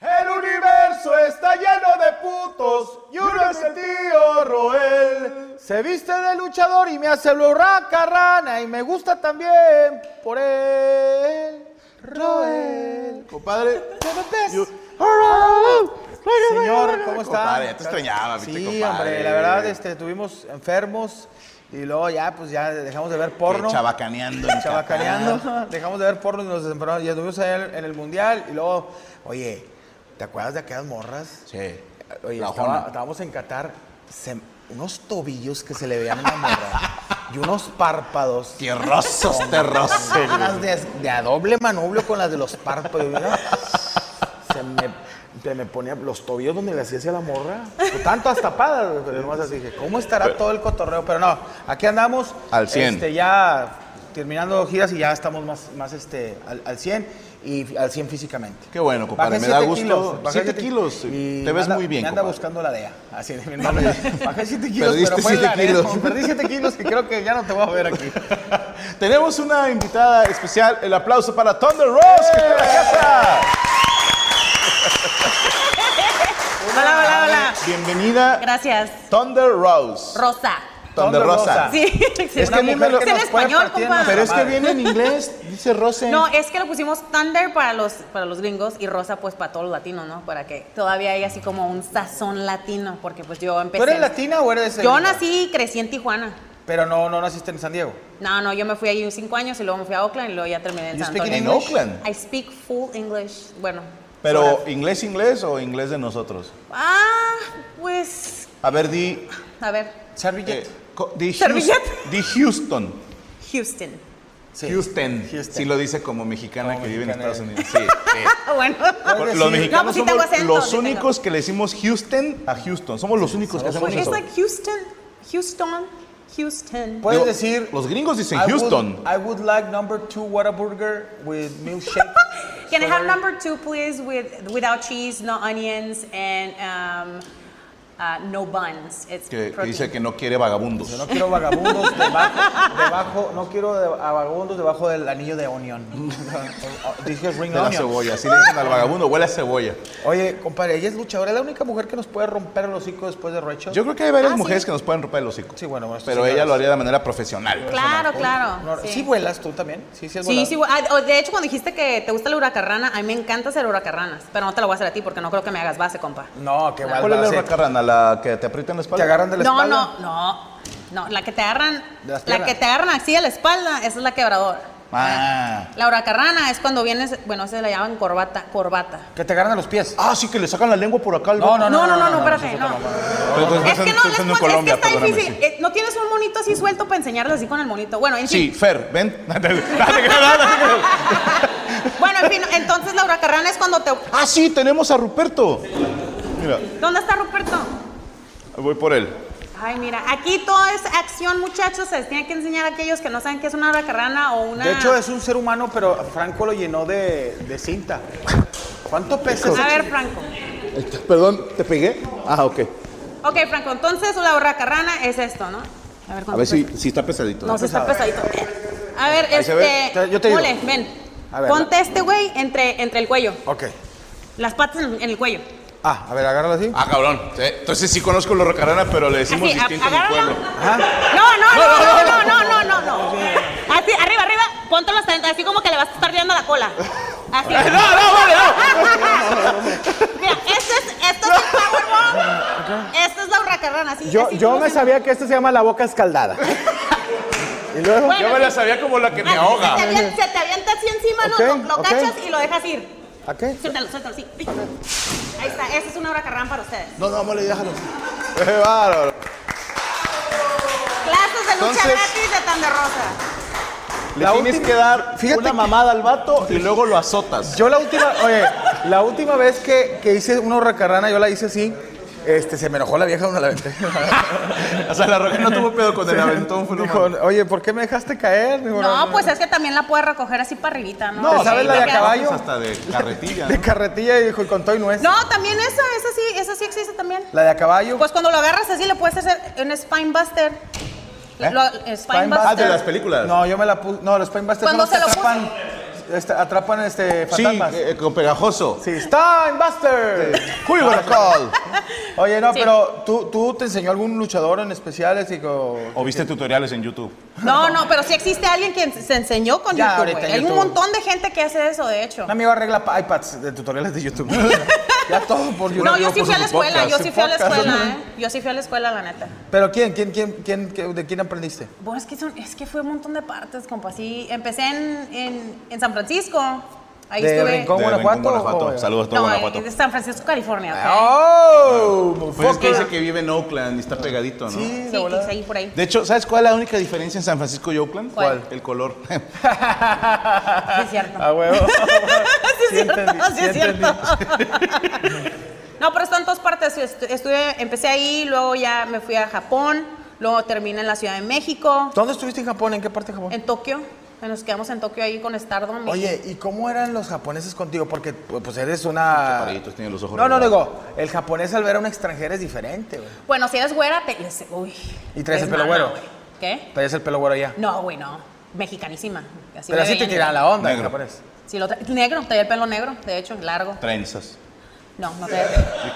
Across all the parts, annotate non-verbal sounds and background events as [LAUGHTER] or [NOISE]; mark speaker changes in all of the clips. Speaker 1: El universo está lleno de putos y uno es el tío Roel. Se viste de luchador y me hace lurraca rana y me gusta también por él. Roel. Compadre. Señor, ¿cómo está?
Speaker 2: Compadre, ya te extrañaba,
Speaker 1: Sí,
Speaker 2: viste, compadre.
Speaker 1: hombre, la verdad, este, estuvimos enfermos y luego ya, pues ya dejamos de ver porno.
Speaker 2: Que Chabacaneando. en Qatar.
Speaker 1: Chabacaneando, dejamos de ver porno y nos enfermamos. Y estuvimos allá en el mundial y luego, oye, ¿te acuerdas de aquellas morras?
Speaker 2: Sí.
Speaker 1: Oye,
Speaker 2: La
Speaker 1: estaba-
Speaker 2: Ojona.
Speaker 1: estábamos en Qatar, se- unos tobillos que se le veían a una morra y unos párpados.
Speaker 2: [LAUGHS] Tierrosos, terrosos.
Speaker 1: Unas de, de a doble manubrio con las de los párpados. ¿verdad? Se me, se me ponía los tobillos donde le hacía hacia la morra. Tanto hasta tapadas, pero nomás así dije, ¿cómo estará todo el cotorreo? Pero no, aquí andamos.
Speaker 2: Al 100.
Speaker 1: Este, ya terminando giras y ya estamos más, más este, al, al 100 y al 100 físicamente.
Speaker 2: Qué bueno, compadre,
Speaker 1: Bajé
Speaker 2: me da
Speaker 1: siete
Speaker 2: gusto.
Speaker 1: bajé
Speaker 2: Siete
Speaker 1: siete-
Speaker 2: kilos,
Speaker 1: y
Speaker 2: te ves
Speaker 1: me anda-
Speaker 2: muy bien,
Speaker 1: Me anda
Speaker 2: compadre.
Speaker 1: buscando la DEA. Así de mi nombre. Bajé 7 kilos,
Speaker 2: Perdiste
Speaker 1: pero fue en la
Speaker 2: siete
Speaker 1: arena.
Speaker 2: kilos.
Speaker 1: [LAUGHS] Perdí 7 kilos y creo que ya no te voy a ver aquí.
Speaker 2: Tenemos una invitada especial. El aplauso para Thunder Rose, que está en la casa.
Speaker 3: Hola, hola, hola.
Speaker 2: Bienvenida,
Speaker 3: Gracias.
Speaker 2: Thunder Rose.
Speaker 3: Rosa.
Speaker 2: Thunder Rosa.
Speaker 3: Sí,
Speaker 2: Es que a mí me lo-
Speaker 3: Es en español, compa.
Speaker 2: Pero es que viene en inglés,
Speaker 3: [LAUGHS]
Speaker 2: dice Rose. en-
Speaker 3: No, es que lo pusimos Thunder para los, para los gringos y Rosa pues para todos los latinos, ¿no? Para que todavía hay así como un sazón latino, porque pues yo empecé...
Speaker 1: ¿Tú eres latina o eres.?
Speaker 3: Yo
Speaker 1: gringa?
Speaker 3: nací y crecí en Tijuana.
Speaker 1: Pero no, no naciste en San Diego.
Speaker 3: No, no, yo me fui allí cinco años y luego me fui a Oakland y luego ya terminé en
Speaker 1: You
Speaker 3: San
Speaker 1: speak in
Speaker 3: Antonio.
Speaker 2: en
Speaker 1: English?
Speaker 2: Oakland.
Speaker 3: I speak full English. Bueno. sort
Speaker 2: Pero
Speaker 3: of.
Speaker 2: inglés inglés o inglés de nosotros.
Speaker 3: Ah, pues...
Speaker 2: A ver, di.
Speaker 3: A ver.
Speaker 1: Servillette.
Speaker 2: eh, co- di,
Speaker 3: Servilleta.
Speaker 2: Houston, di Houston.
Speaker 3: Houston.
Speaker 1: Sí.
Speaker 2: Houston.
Speaker 1: Houston.
Speaker 2: Sí lo dice como mexicana
Speaker 1: Como
Speaker 2: que vive en
Speaker 1: mexicana.
Speaker 2: Estados Unidos. Sí, sí.
Speaker 3: Ah, bueno.
Speaker 2: Por-
Speaker 1: Oye,
Speaker 2: Los
Speaker 1: sí.
Speaker 3: No,
Speaker 2: mexicanos
Speaker 3: pues sí tengo
Speaker 2: somos
Speaker 3: acento,
Speaker 2: los
Speaker 3: sí tengo.
Speaker 2: únicos que le decimos Houston a Houston. Somos los únicos que hacemos
Speaker 3: Pues, es
Speaker 2: eso.
Speaker 3: like Houston. Houston. Houston.
Speaker 1: Puedes
Speaker 2: Digo,
Speaker 1: decir.
Speaker 2: los gringos dicen
Speaker 1: I would-
Speaker 2: Houston.
Speaker 1: I would like number two Whataburger with milkshake.
Speaker 3: Can I have
Speaker 1: Strawberry.
Speaker 3: number two, please, with without cheese, no onions, and um, uh, no buns? It's
Speaker 2: Que, que
Speaker 3: protein.
Speaker 2: dice que no quiere vagabundos.
Speaker 1: No quiero vagabundos debajo, debajo no quiero de- a vagabundos debajo del anillo de onion. [LAUGHS] Dije ring
Speaker 2: De la
Speaker 1: onion.
Speaker 2: cebolla. Así le dicen al vagabundo, huele a cebolla.
Speaker 1: Oye, compadre, ella es luchadora, es la única mujer que nos puede romper el hocico después de Rachel.
Speaker 2: Yo creo que hay varias
Speaker 3: Ah,
Speaker 2: mujeres
Speaker 3: sí.
Speaker 2: que nos pueden romper el hocico.
Speaker 1: Sí, bueno, bueno, esto
Speaker 2: Pero
Speaker 1: sí,
Speaker 2: ella
Speaker 1: claro.
Speaker 2: lo haría de manera profesional.
Speaker 3: Claro,
Speaker 1: No,
Speaker 3: claro.
Speaker 1: no, sí. pues,
Speaker 3: sí.
Speaker 1: vuelas tú también. Sí, sí, has
Speaker 3: Sí,
Speaker 1: volado.
Speaker 3: sí, ah, oh, de hecho cuando dijiste que te gusta la huracarrana, a mí me encanta hacer huracarranas, pero no te lo voy a hacer a ti porque no creo que me hagas base, compa.
Speaker 1: No, qué
Speaker 2: ¿Cuál es la
Speaker 1: base.
Speaker 2: huracarrana? ¿La que te aprietan la
Speaker 1: Te
Speaker 2: espalda?
Speaker 1: agarran de la
Speaker 3: No,
Speaker 1: espalda.
Speaker 3: no, no, no, la que te agarran,
Speaker 1: De las
Speaker 3: la
Speaker 1: piernas.
Speaker 3: que te agarran así a la espalda, esa es la quebradora.
Speaker 2: Ah.
Speaker 3: La huracarrana es cuando vienes, bueno, se la llaman corbata, corbata.
Speaker 1: Que te agarran de los pies.
Speaker 2: Ah, sí, que le sacan la lengua por acá. al
Speaker 1: No,
Speaker 2: vato.
Speaker 1: no,
Speaker 3: No, no, no, no,
Speaker 1: eso
Speaker 3: espérate,
Speaker 1: es
Speaker 3: no.
Speaker 1: otra mamada.
Speaker 3: Es que no,
Speaker 2: Estoy
Speaker 3: les
Speaker 2: pensando en
Speaker 3: pon-
Speaker 2: Colombia,
Speaker 3: es que está
Speaker 2: perdóname,
Speaker 3: difícil.
Speaker 2: sí.
Speaker 3: Eh, no tienes un monito así suelto para enseñarles así con el monito. Bueno, en
Speaker 2: Sí,
Speaker 3: fin.
Speaker 2: Fer, ven. [LAUGHS] No, no, no, no.
Speaker 3: Bueno, en fin, entonces la huracarrana es cuando te.
Speaker 2: Ah, sí, tenemos a Ruperto. Mira,
Speaker 3: ¿Dónde está Ruperto?
Speaker 2: voy por él.
Speaker 3: Ay, mira, aquí todo es acción, muchachos. Se les tiene que enseñar a aquellos que no saben qué es una huracarrana o una.
Speaker 1: De hecho, es un ser humano, pero Franco lo llenó de, de cinta. ¿Cuánto pesa
Speaker 3: A
Speaker 1: ese
Speaker 3: ver, Franco.
Speaker 2: Perdón, ¿te pegué? Ah, ok.
Speaker 3: Ok, Franco, entonces la hurracarrana es esto, ¿no? A ver,
Speaker 2: A ver si, si está pesadito.
Speaker 3: No, se está pesadito. A ver,
Speaker 1: Ahí se ve.
Speaker 3: este.
Speaker 1: Te- yo te digo.
Speaker 3: Mole, ven.
Speaker 1: A ver,
Speaker 3: Ponte este güey entre, entre el cuello.
Speaker 1: Ok.
Speaker 3: Las patas en, en el cuello.
Speaker 1: Ah, a ver, agárralo así.
Speaker 2: Ah, cabrón. Sí, Entonces sí conozco los rocarana, pero le decimos
Speaker 3: Así, a-
Speaker 2: distinto en mi
Speaker 3: agárralo.
Speaker 2: pueblo.
Speaker 1: Ajá.
Speaker 3: No, no, no, no, no, no, no, no, no. Así, arriba, arriba, póntelo hasta adentro, así como que le vas a estar tirando la cola. Así. No, no, vale, no. Mira, esto es, esto es el Powerbomb. Esto es la hurracarrana, así.
Speaker 1: Yo,
Speaker 3: así
Speaker 1: yo
Speaker 3: como
Speaker 1: me
Speaker 3: se-
Speaker 1: sabía que esto se llama la boca escaldada. [LAUGHS] y luego.
Speaker 3: Bueno,
Speaker 2: Yo me la sabía como la que me
Speaker 3: así,
Speaker 2: ahoga.
Speaker 3: Se te, avienta, se te avienta así encima, ¿no?
Speaker 1: Ok,
Speaker 3: lo, lo
Speaker 1: ok.
Speaker 3: cachas y lo dejas ir.
Speaker 1: ¿A qué?
Speaker 3: Suéltalo, suéltalo, sí. Ahí está, esta es una hurracarrana para ustedes.
Speaker 2: No, no, mole, [LAUGHS] déjalo. Eh, bárbaro.
Speaker 3: Clases de lucha
Speaker 2: Entonces-
Speaker 3: gratis de Tan de Rosa.
Speaker 2: Le
Speaker 1: La
Speaker 2: tienes
Speaker 1: última-
Speaker 2: que dar
Speaker 1: fíjate
Speaker 2: una
Speaker 1: que-
Speaker 2: mamada al vato y luego lo azotas.
Speaker 1: Yo la última, oye, la última vez que, que hice una hurracarrana, yo la hice así. Este, se me enojó la vieja una la
Speaker 2: [LAUGHS]
Speaker 1: aventé.
Speaker 2: o sea, la roca no tuvo pedo con el aventón. Fue lo
Speaker 1: Dijo,
Speaker 2: malo.
Speaker 1: oye, ¿por qué me dejaste caer? Digo,
Speaker 3: No, pues es que también la puedes recoger así para arribita, ¿no?
Speaker 1: No,
Speaker 3: Así,
Speaker 1: ¿te sabes Pues la de
Speaker 3: te
Speaker 1: a
Speaker 3: quedas-
Speaker 1: caballo?
Speaker 2: Hasta de carretilla.
Speaker 1: De
Speaker 2: ¿no?
Speaker 1: carretilla y dijo, y con todo y nuez.
Speaker 3: No, también esa, esa sí, esa sí existe también.
Speaker 1: La de a caballo.
Speaker 3: Pues cuando lo agarras así le puedes hacer un spine buster.
Speaker 1: ¿Eh?
Speaker 3: Lo-
Speaker 1: Spine
Speaker 3: spine
Speaker 1: buster.
Speaker 2: Ah, de
Speaker 3: buster.
Speaker 2: las películas.
Speaker 1: No, yo me la puse. No, los Spinebusters
Speaker 3: Cuando
Speaker 1: son los
Speaker 3: se lo
Speaker 1: que atrapan, este, atrapan este,
Speaker 2: Sí,
Speaker 1: fantasmas. Sí,
Speaker 2: eh, con pegajoso.
Speaker 1: Spinebuster.
Speaker 2: Who you gonna call?
Speaker 1: Oye, no,
Speaker 3: Sí.
Speaker 1: pero ¿tú, ¿tú te enseñó algún luchador en especial? Así que-
Speaker 2: ¿O viste tutoriales en YouTube?
Speaker 3: No, no, pero sí existe alguien que se enseñó con
Speaker 1: Ya,
Speaker 3: YouTube.
Speaker 1: ahorita
Speaker 3: güey. Hay un
Speaker 1: YouTube.
Speaker 3: montón de gente que hace eso, de hecho.
Speaker 1: Un amigo arregla pa- iPads de tutoriales de
Speaker 2: [LAUGHS]
Speaker 1: YouTube. ya todo por YouTube.
Speaker 3: No, yo sí fui a la
Speaker 2: puso su
Speaker 3: escuela, yo
Speaker 2: podcast,
Speaker 3: sí
Speaker 1: su
Speaker 3: fui a la
Speaker 1: podcast.
Speaker 3: escuela, ¿eh? Yo sí fui a la escuela, la neta.
Speaker 1: Pero ¿quién? ¿Quién? ¿Quién? ¿Quién? qué- ¿De quién aprendiste?
Speaker 3: Bueno, es que, son- es que fue un montón de partes, compa. Sí, empecé en, en, en San Francisco. Ahí
Speaker 1: ¿De
Speaker 3: estuve.
Speaker 1: Rincón,
Speaker 2: De
Speaker 1: Guanajuato?
Speaker 2: Rincón, Guanajuato.
Speaker 1: o-
Speaker 2: Saludos a todo
Speaker 3: No,
Speaker 2: Guanajuato.
Speaker 3: en San Francisco, California. ok.
Speaker 1: Ah, ¡Oh!
Speaker 2: Pues es que
Speaker 1: fucker.
Speaker 2: dice que vive en Oakland y está pegadito, ¿no?
Speaker 1: Sí,
Speaker 3: Sí,
Speaker 1: la volada.
Speaker 3: quise ir por ahí.
Speaker 2: De hecho, ¿sabes cuál es la única diferencia en San Francisco y Oakland?
Speaker 3: ¿Cuál?
Speaker 2: El color. [LAUGHS]
Speaker 3: Sí, es cierto.
Speaker 1: A Ah, huevo. [LAUGHS]
Speaker 3: sí, es cierto,
Speaker 1: entendí,
Speaker 3: sí, es
Speaker 1: sí
Speaker 3: cierto. no, pero está en todas partes. Estu- Estuve, empecé ahí, luego ya me fui a Japón, luego terminé en la Ciudad de México,
Speaker 1: ¿Dónde estuviste en Japón? ¿En qué parte de Japón?
Speaker 3: en Tokio. Nos quedamos en Tokio ahí con Stardom.
Speaker 1: Oye, ¿y cómo eran los japoneses contigo? Porque pu- pues eres una...
Speaker 2: Chaparritos, tiene los ojos
Speaker 1: No, no,
Speaker 2: redondos.
Speaker 1: digo, el japonés al ver a una extranjera es diferente, güey.
Speaker 3: Bueno, si eres güera, te... les- Uy,
Speaker 1: Y traes el
Speaker 3: eres
Speaker 1: pelo
Speaker 3: mala,
Speaker 1: güero.
Speaker 3: güey. ¿Qué?
Speaker 1: Pero es el pelo güero allá.
Speaker 3: No, güey, no. Mexicanísima. Así
Speaker 1: Pero
Speaker 3: me
Speaker 1: así te
Speaker 3: veían.
Speaker 1: tiran la onda el
Speaker 2: Negro.
Speaker 1: japonés.
Speaker 3: Sí, lo tra- negro, traía el pelo negro, de hecho, largo.
Speaker 2: Trenzas.
Speaker 3: No, no traía.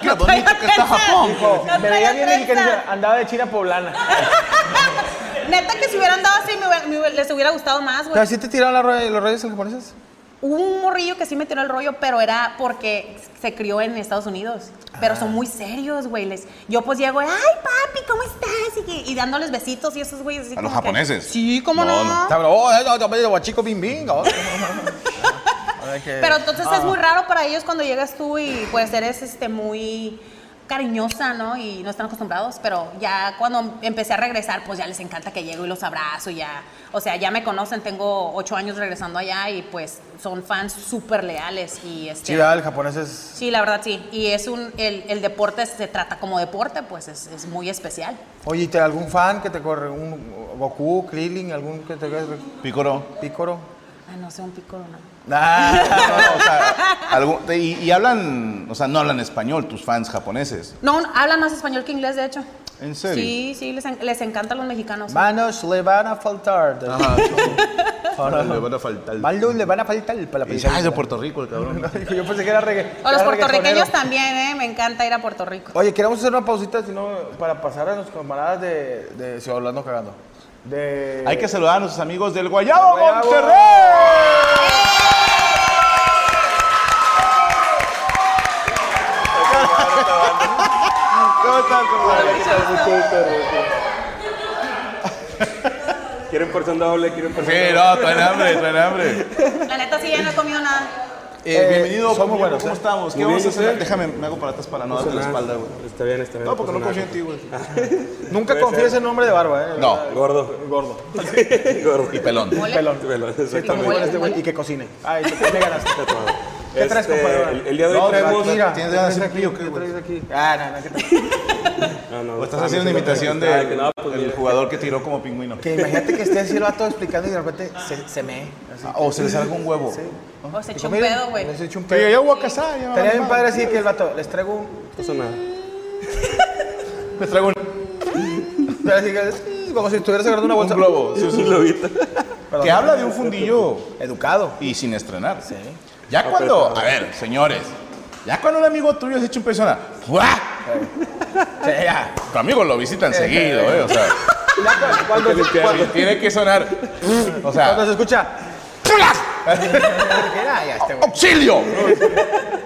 Speaker 2: qué
Speaker 3: no
Speaker 2: bonito
Speaker 3: traía
Speaker 2: que está
Speaker 3: trenza.
Speaker 2: Japón,
Speaker 3: No traía
Speaker 1: me veía bien
Speaker 3: trenza. Ah,
Speaker 1: mexicanizada, andaba de China poblana.
Speaker 3: Neta que si hubieran dado así, me hubiera- me hubiera- les hubiera gustado más,
Speaker 1: ¿Pero
Speaker 3: güey.
Speaker 1: así te tiraron la ro- los reyes los japoneses?
Speaker 3: Hubo un morrillo que sí me tiró el rollo, pero era porque se crió en Estados Unidos. Pero
Speaker 2: Ah.
Speaker 3: son muy serios, güey. les- Yo pues llego, ay, papi, ¿cómo estás? Y, que- y dándoles besitos y esos güeyes así
Speaker 2: ¿A los
Speaker 3: como que-
Speaker 2: japoneses?
Speaker 3: sí, ¿cómo no?
Speaker 2: No, no.
Speaker 1: Está bueno, oh, eh, no, no, no, guachico bing bing. oh. [LAUGHS] A ver qué-
Speaker 3: Pero entonces
Speaker 1: Ah.
Speaker 3: es muy raro para ellos cuando llegas tú y pues eres este muy cariñosa, ¿no? Y no están acostumbrados, pero ya cuando empecé a regresar, pues ya les encanta que llego y los abrazo, ya, o sea, ya me conocen, tengo ocho años regresando allá y pues son fans súper leales y este...
Speaker 1: Sí, ¿verdad? el japonés es...
Speaker 3: Sí, la verdad sí. Y es un, el, el deporte se trata como deporte, pues es, es muy especial.
Speaker 1: Oye, ¿y te- algún fan que te corre? ¿Un Goku, Krillin, algún que te
Speaker 2: Pícoro.
Speaker 1: Picoro?
Speaker 3: Ah, no sé, un pico, no.
Speaker 2: Ah, no, no,
Speaker 1: [LAUGHS]
Speaker 2: o sea, algún- te- y, y hablan, o sea, no hablan español tus fans japoneses.
Speaker 3: No, no, hablan más español que inglés, de hecho.
Speaker 2: ¿En serio?
Speaker 3: Sí, sí, les, en- les encantan los mexicanos.
Speaker 1: Manos le van a faltar.
Speaker 2: Ajá.
Speaker 1: [LAUGHS] Ahora-
Speaker 2: Le van a faltar.
Speaker 1: Manos le van a faltar para
Speaker 2: Y
Speaker 1: la
Speaker 2: dice, ay, de
Speaker 1: película".
Speaker 2: Puerto Rico, el cabrón.
Speaker 1: Dijo, [LAUGHS] Yo pensé que era reggae.
Speaker 3: O los
Speaker 1: era
Speaker 3: puertorriqueños
Speaker 1: reggaetonero.
Speaker 3: también, ¿eh? Me encanta ir a Puerto Rico.
Speaker 1: Oye, queremos hacer una pausita si no, para pasar a los camaradas de, de Ciudad Orlando cagando. De...
Speaker 2: Hay que saludar a nuestros amigos del Guayabo
Speaker 1: Guayabo.
Speaker 2: Monterrey. ¿Cómo están, compadre?
Speaker 4: Quieren porción doble, quieren porción
Speaker 2: Sí,
Speaker 4: doble.
Speaker 2: no, traen hambre, traen hambre.
Speaker 3: La neta sí, ya no he comido nada.
Speaker 2: Eh, bienvenido,
Speaker 1: somos
Speaker 2: ¿cómo,
Speaker 1: buenos,
Speaker 2: ¿cómo
Speaker 1: ¿eh?
Speaker 2: estamos? ¿Qué
Speaker 4: Muy
Speaker 2: vamos a
Speaker 4: bien,
Speaker 2: hacer?
Speaker 4: ¿sí?
Speaker 2: Déjame, me hago para atrás para no
Speaker 4: pasa
Speaker 2: darte la
Speaker 4: nada.
Speaker 2: espalda, güey.
Speaker 4: Está bien, está bien.
Speaker 2: No, porque no
Speaker 4: pasa
Speaker 2: confío en
Speaker 4: nada.
Speaker 2: ti, güey.
Speaker 1: Nunca confíes en nombre de barba, ¿eh?
Speaker 2: No,
Speaker 4: Gordo. Gordo. Gordo.
Speaker 2: y pelón.
Speaker 3: Mole.
Speaker 1: Pelón.
Speaker 4: Pelón,
Speaker 1: Está muy
Speaker 4: exactamente.
Speaker 1: bueno este güey. Y que cocine. Ay, ¿qué me
Speaker 2: [LAUGHS]
Speaker 1: ganaste? ¿Qué traes,
Speaker 4: Este,
Speaker 1: compadre?
Speaker 4: el, el día de hoy
Speaker 1: No,
Speaker 4: traemos...
Speaker 1: mira,
Speaker 2: ¿Tienes ganas de hacer
Speaker 1: ¿qué
Speaker 2: pío, qué,
Speaker 1: traes
Speaker 2: güey?
Speaker 1: aquí? Ah, no, no, ¿qué traes?
Speaker 4: No, no.
Speaker 2: O estás haciendo una imitación
Speaker 4: Ah,
Speaker 2: del
Speaker 4: que no, pues,
Speaker 2: del
Speaker 4: mira.
Speaker 2: jugador que tiró como pingüino.
Speaker 1: Que imagínate que esté así el vato explicando y de repente se, se me.
Speaker 2: Ah, O se le salga un huevo.
Speaker 1: Sí.
Speaker 3: O se echó Pues, un pedo, güey.
Speaker 1: Les echo un
Speaker 2: Pero yo
Speaker 1: pedo.
Speaker 2: voy a casar. ya me
Speaker 1: Estaría
Speaker 2: vale
Speaker 1: bien
Speaker 2: madre.
Speaker 1: padre así que el vato, les traigo un.
Speaker 4: No pasa nada.
Speaker 2: Me traigo un,
Speaker 1: Pero así que, como si estuvieras agarrando una bolsa.
Speaker 2: un globo. sí,
Speaker 4: Es un
Speaker 2: sí.
Speaker 4: globito.
Speaker 1: Perdón.
Speaker 2: Que habla de un fundillo
Speaker 1: Educado.
Speaker 2: y sin estrenar. Ya cuando, a ver, señores, ya cuando un amigo tuyo se echa un peso en la- ¡Guau! Sí, ya. Tu amigo lo visitan seguido, ¿eh? O sea,
Speaker 1: [LAUGHS] Ya, cuando,
Speaker 4: Hay [LAUGHS] que
Speaker 1: se,
Speaker 4: limpiar.
Speaker 2: cuando tiene que sonar. O
Speaker 1: cuando
Speaker 2: sea,
Speaker 1: se escucha.
Speaker 2: ¡plas!
Speaker 1: Ah, ya, este güey.
Speaker 2: ¡Auxilio!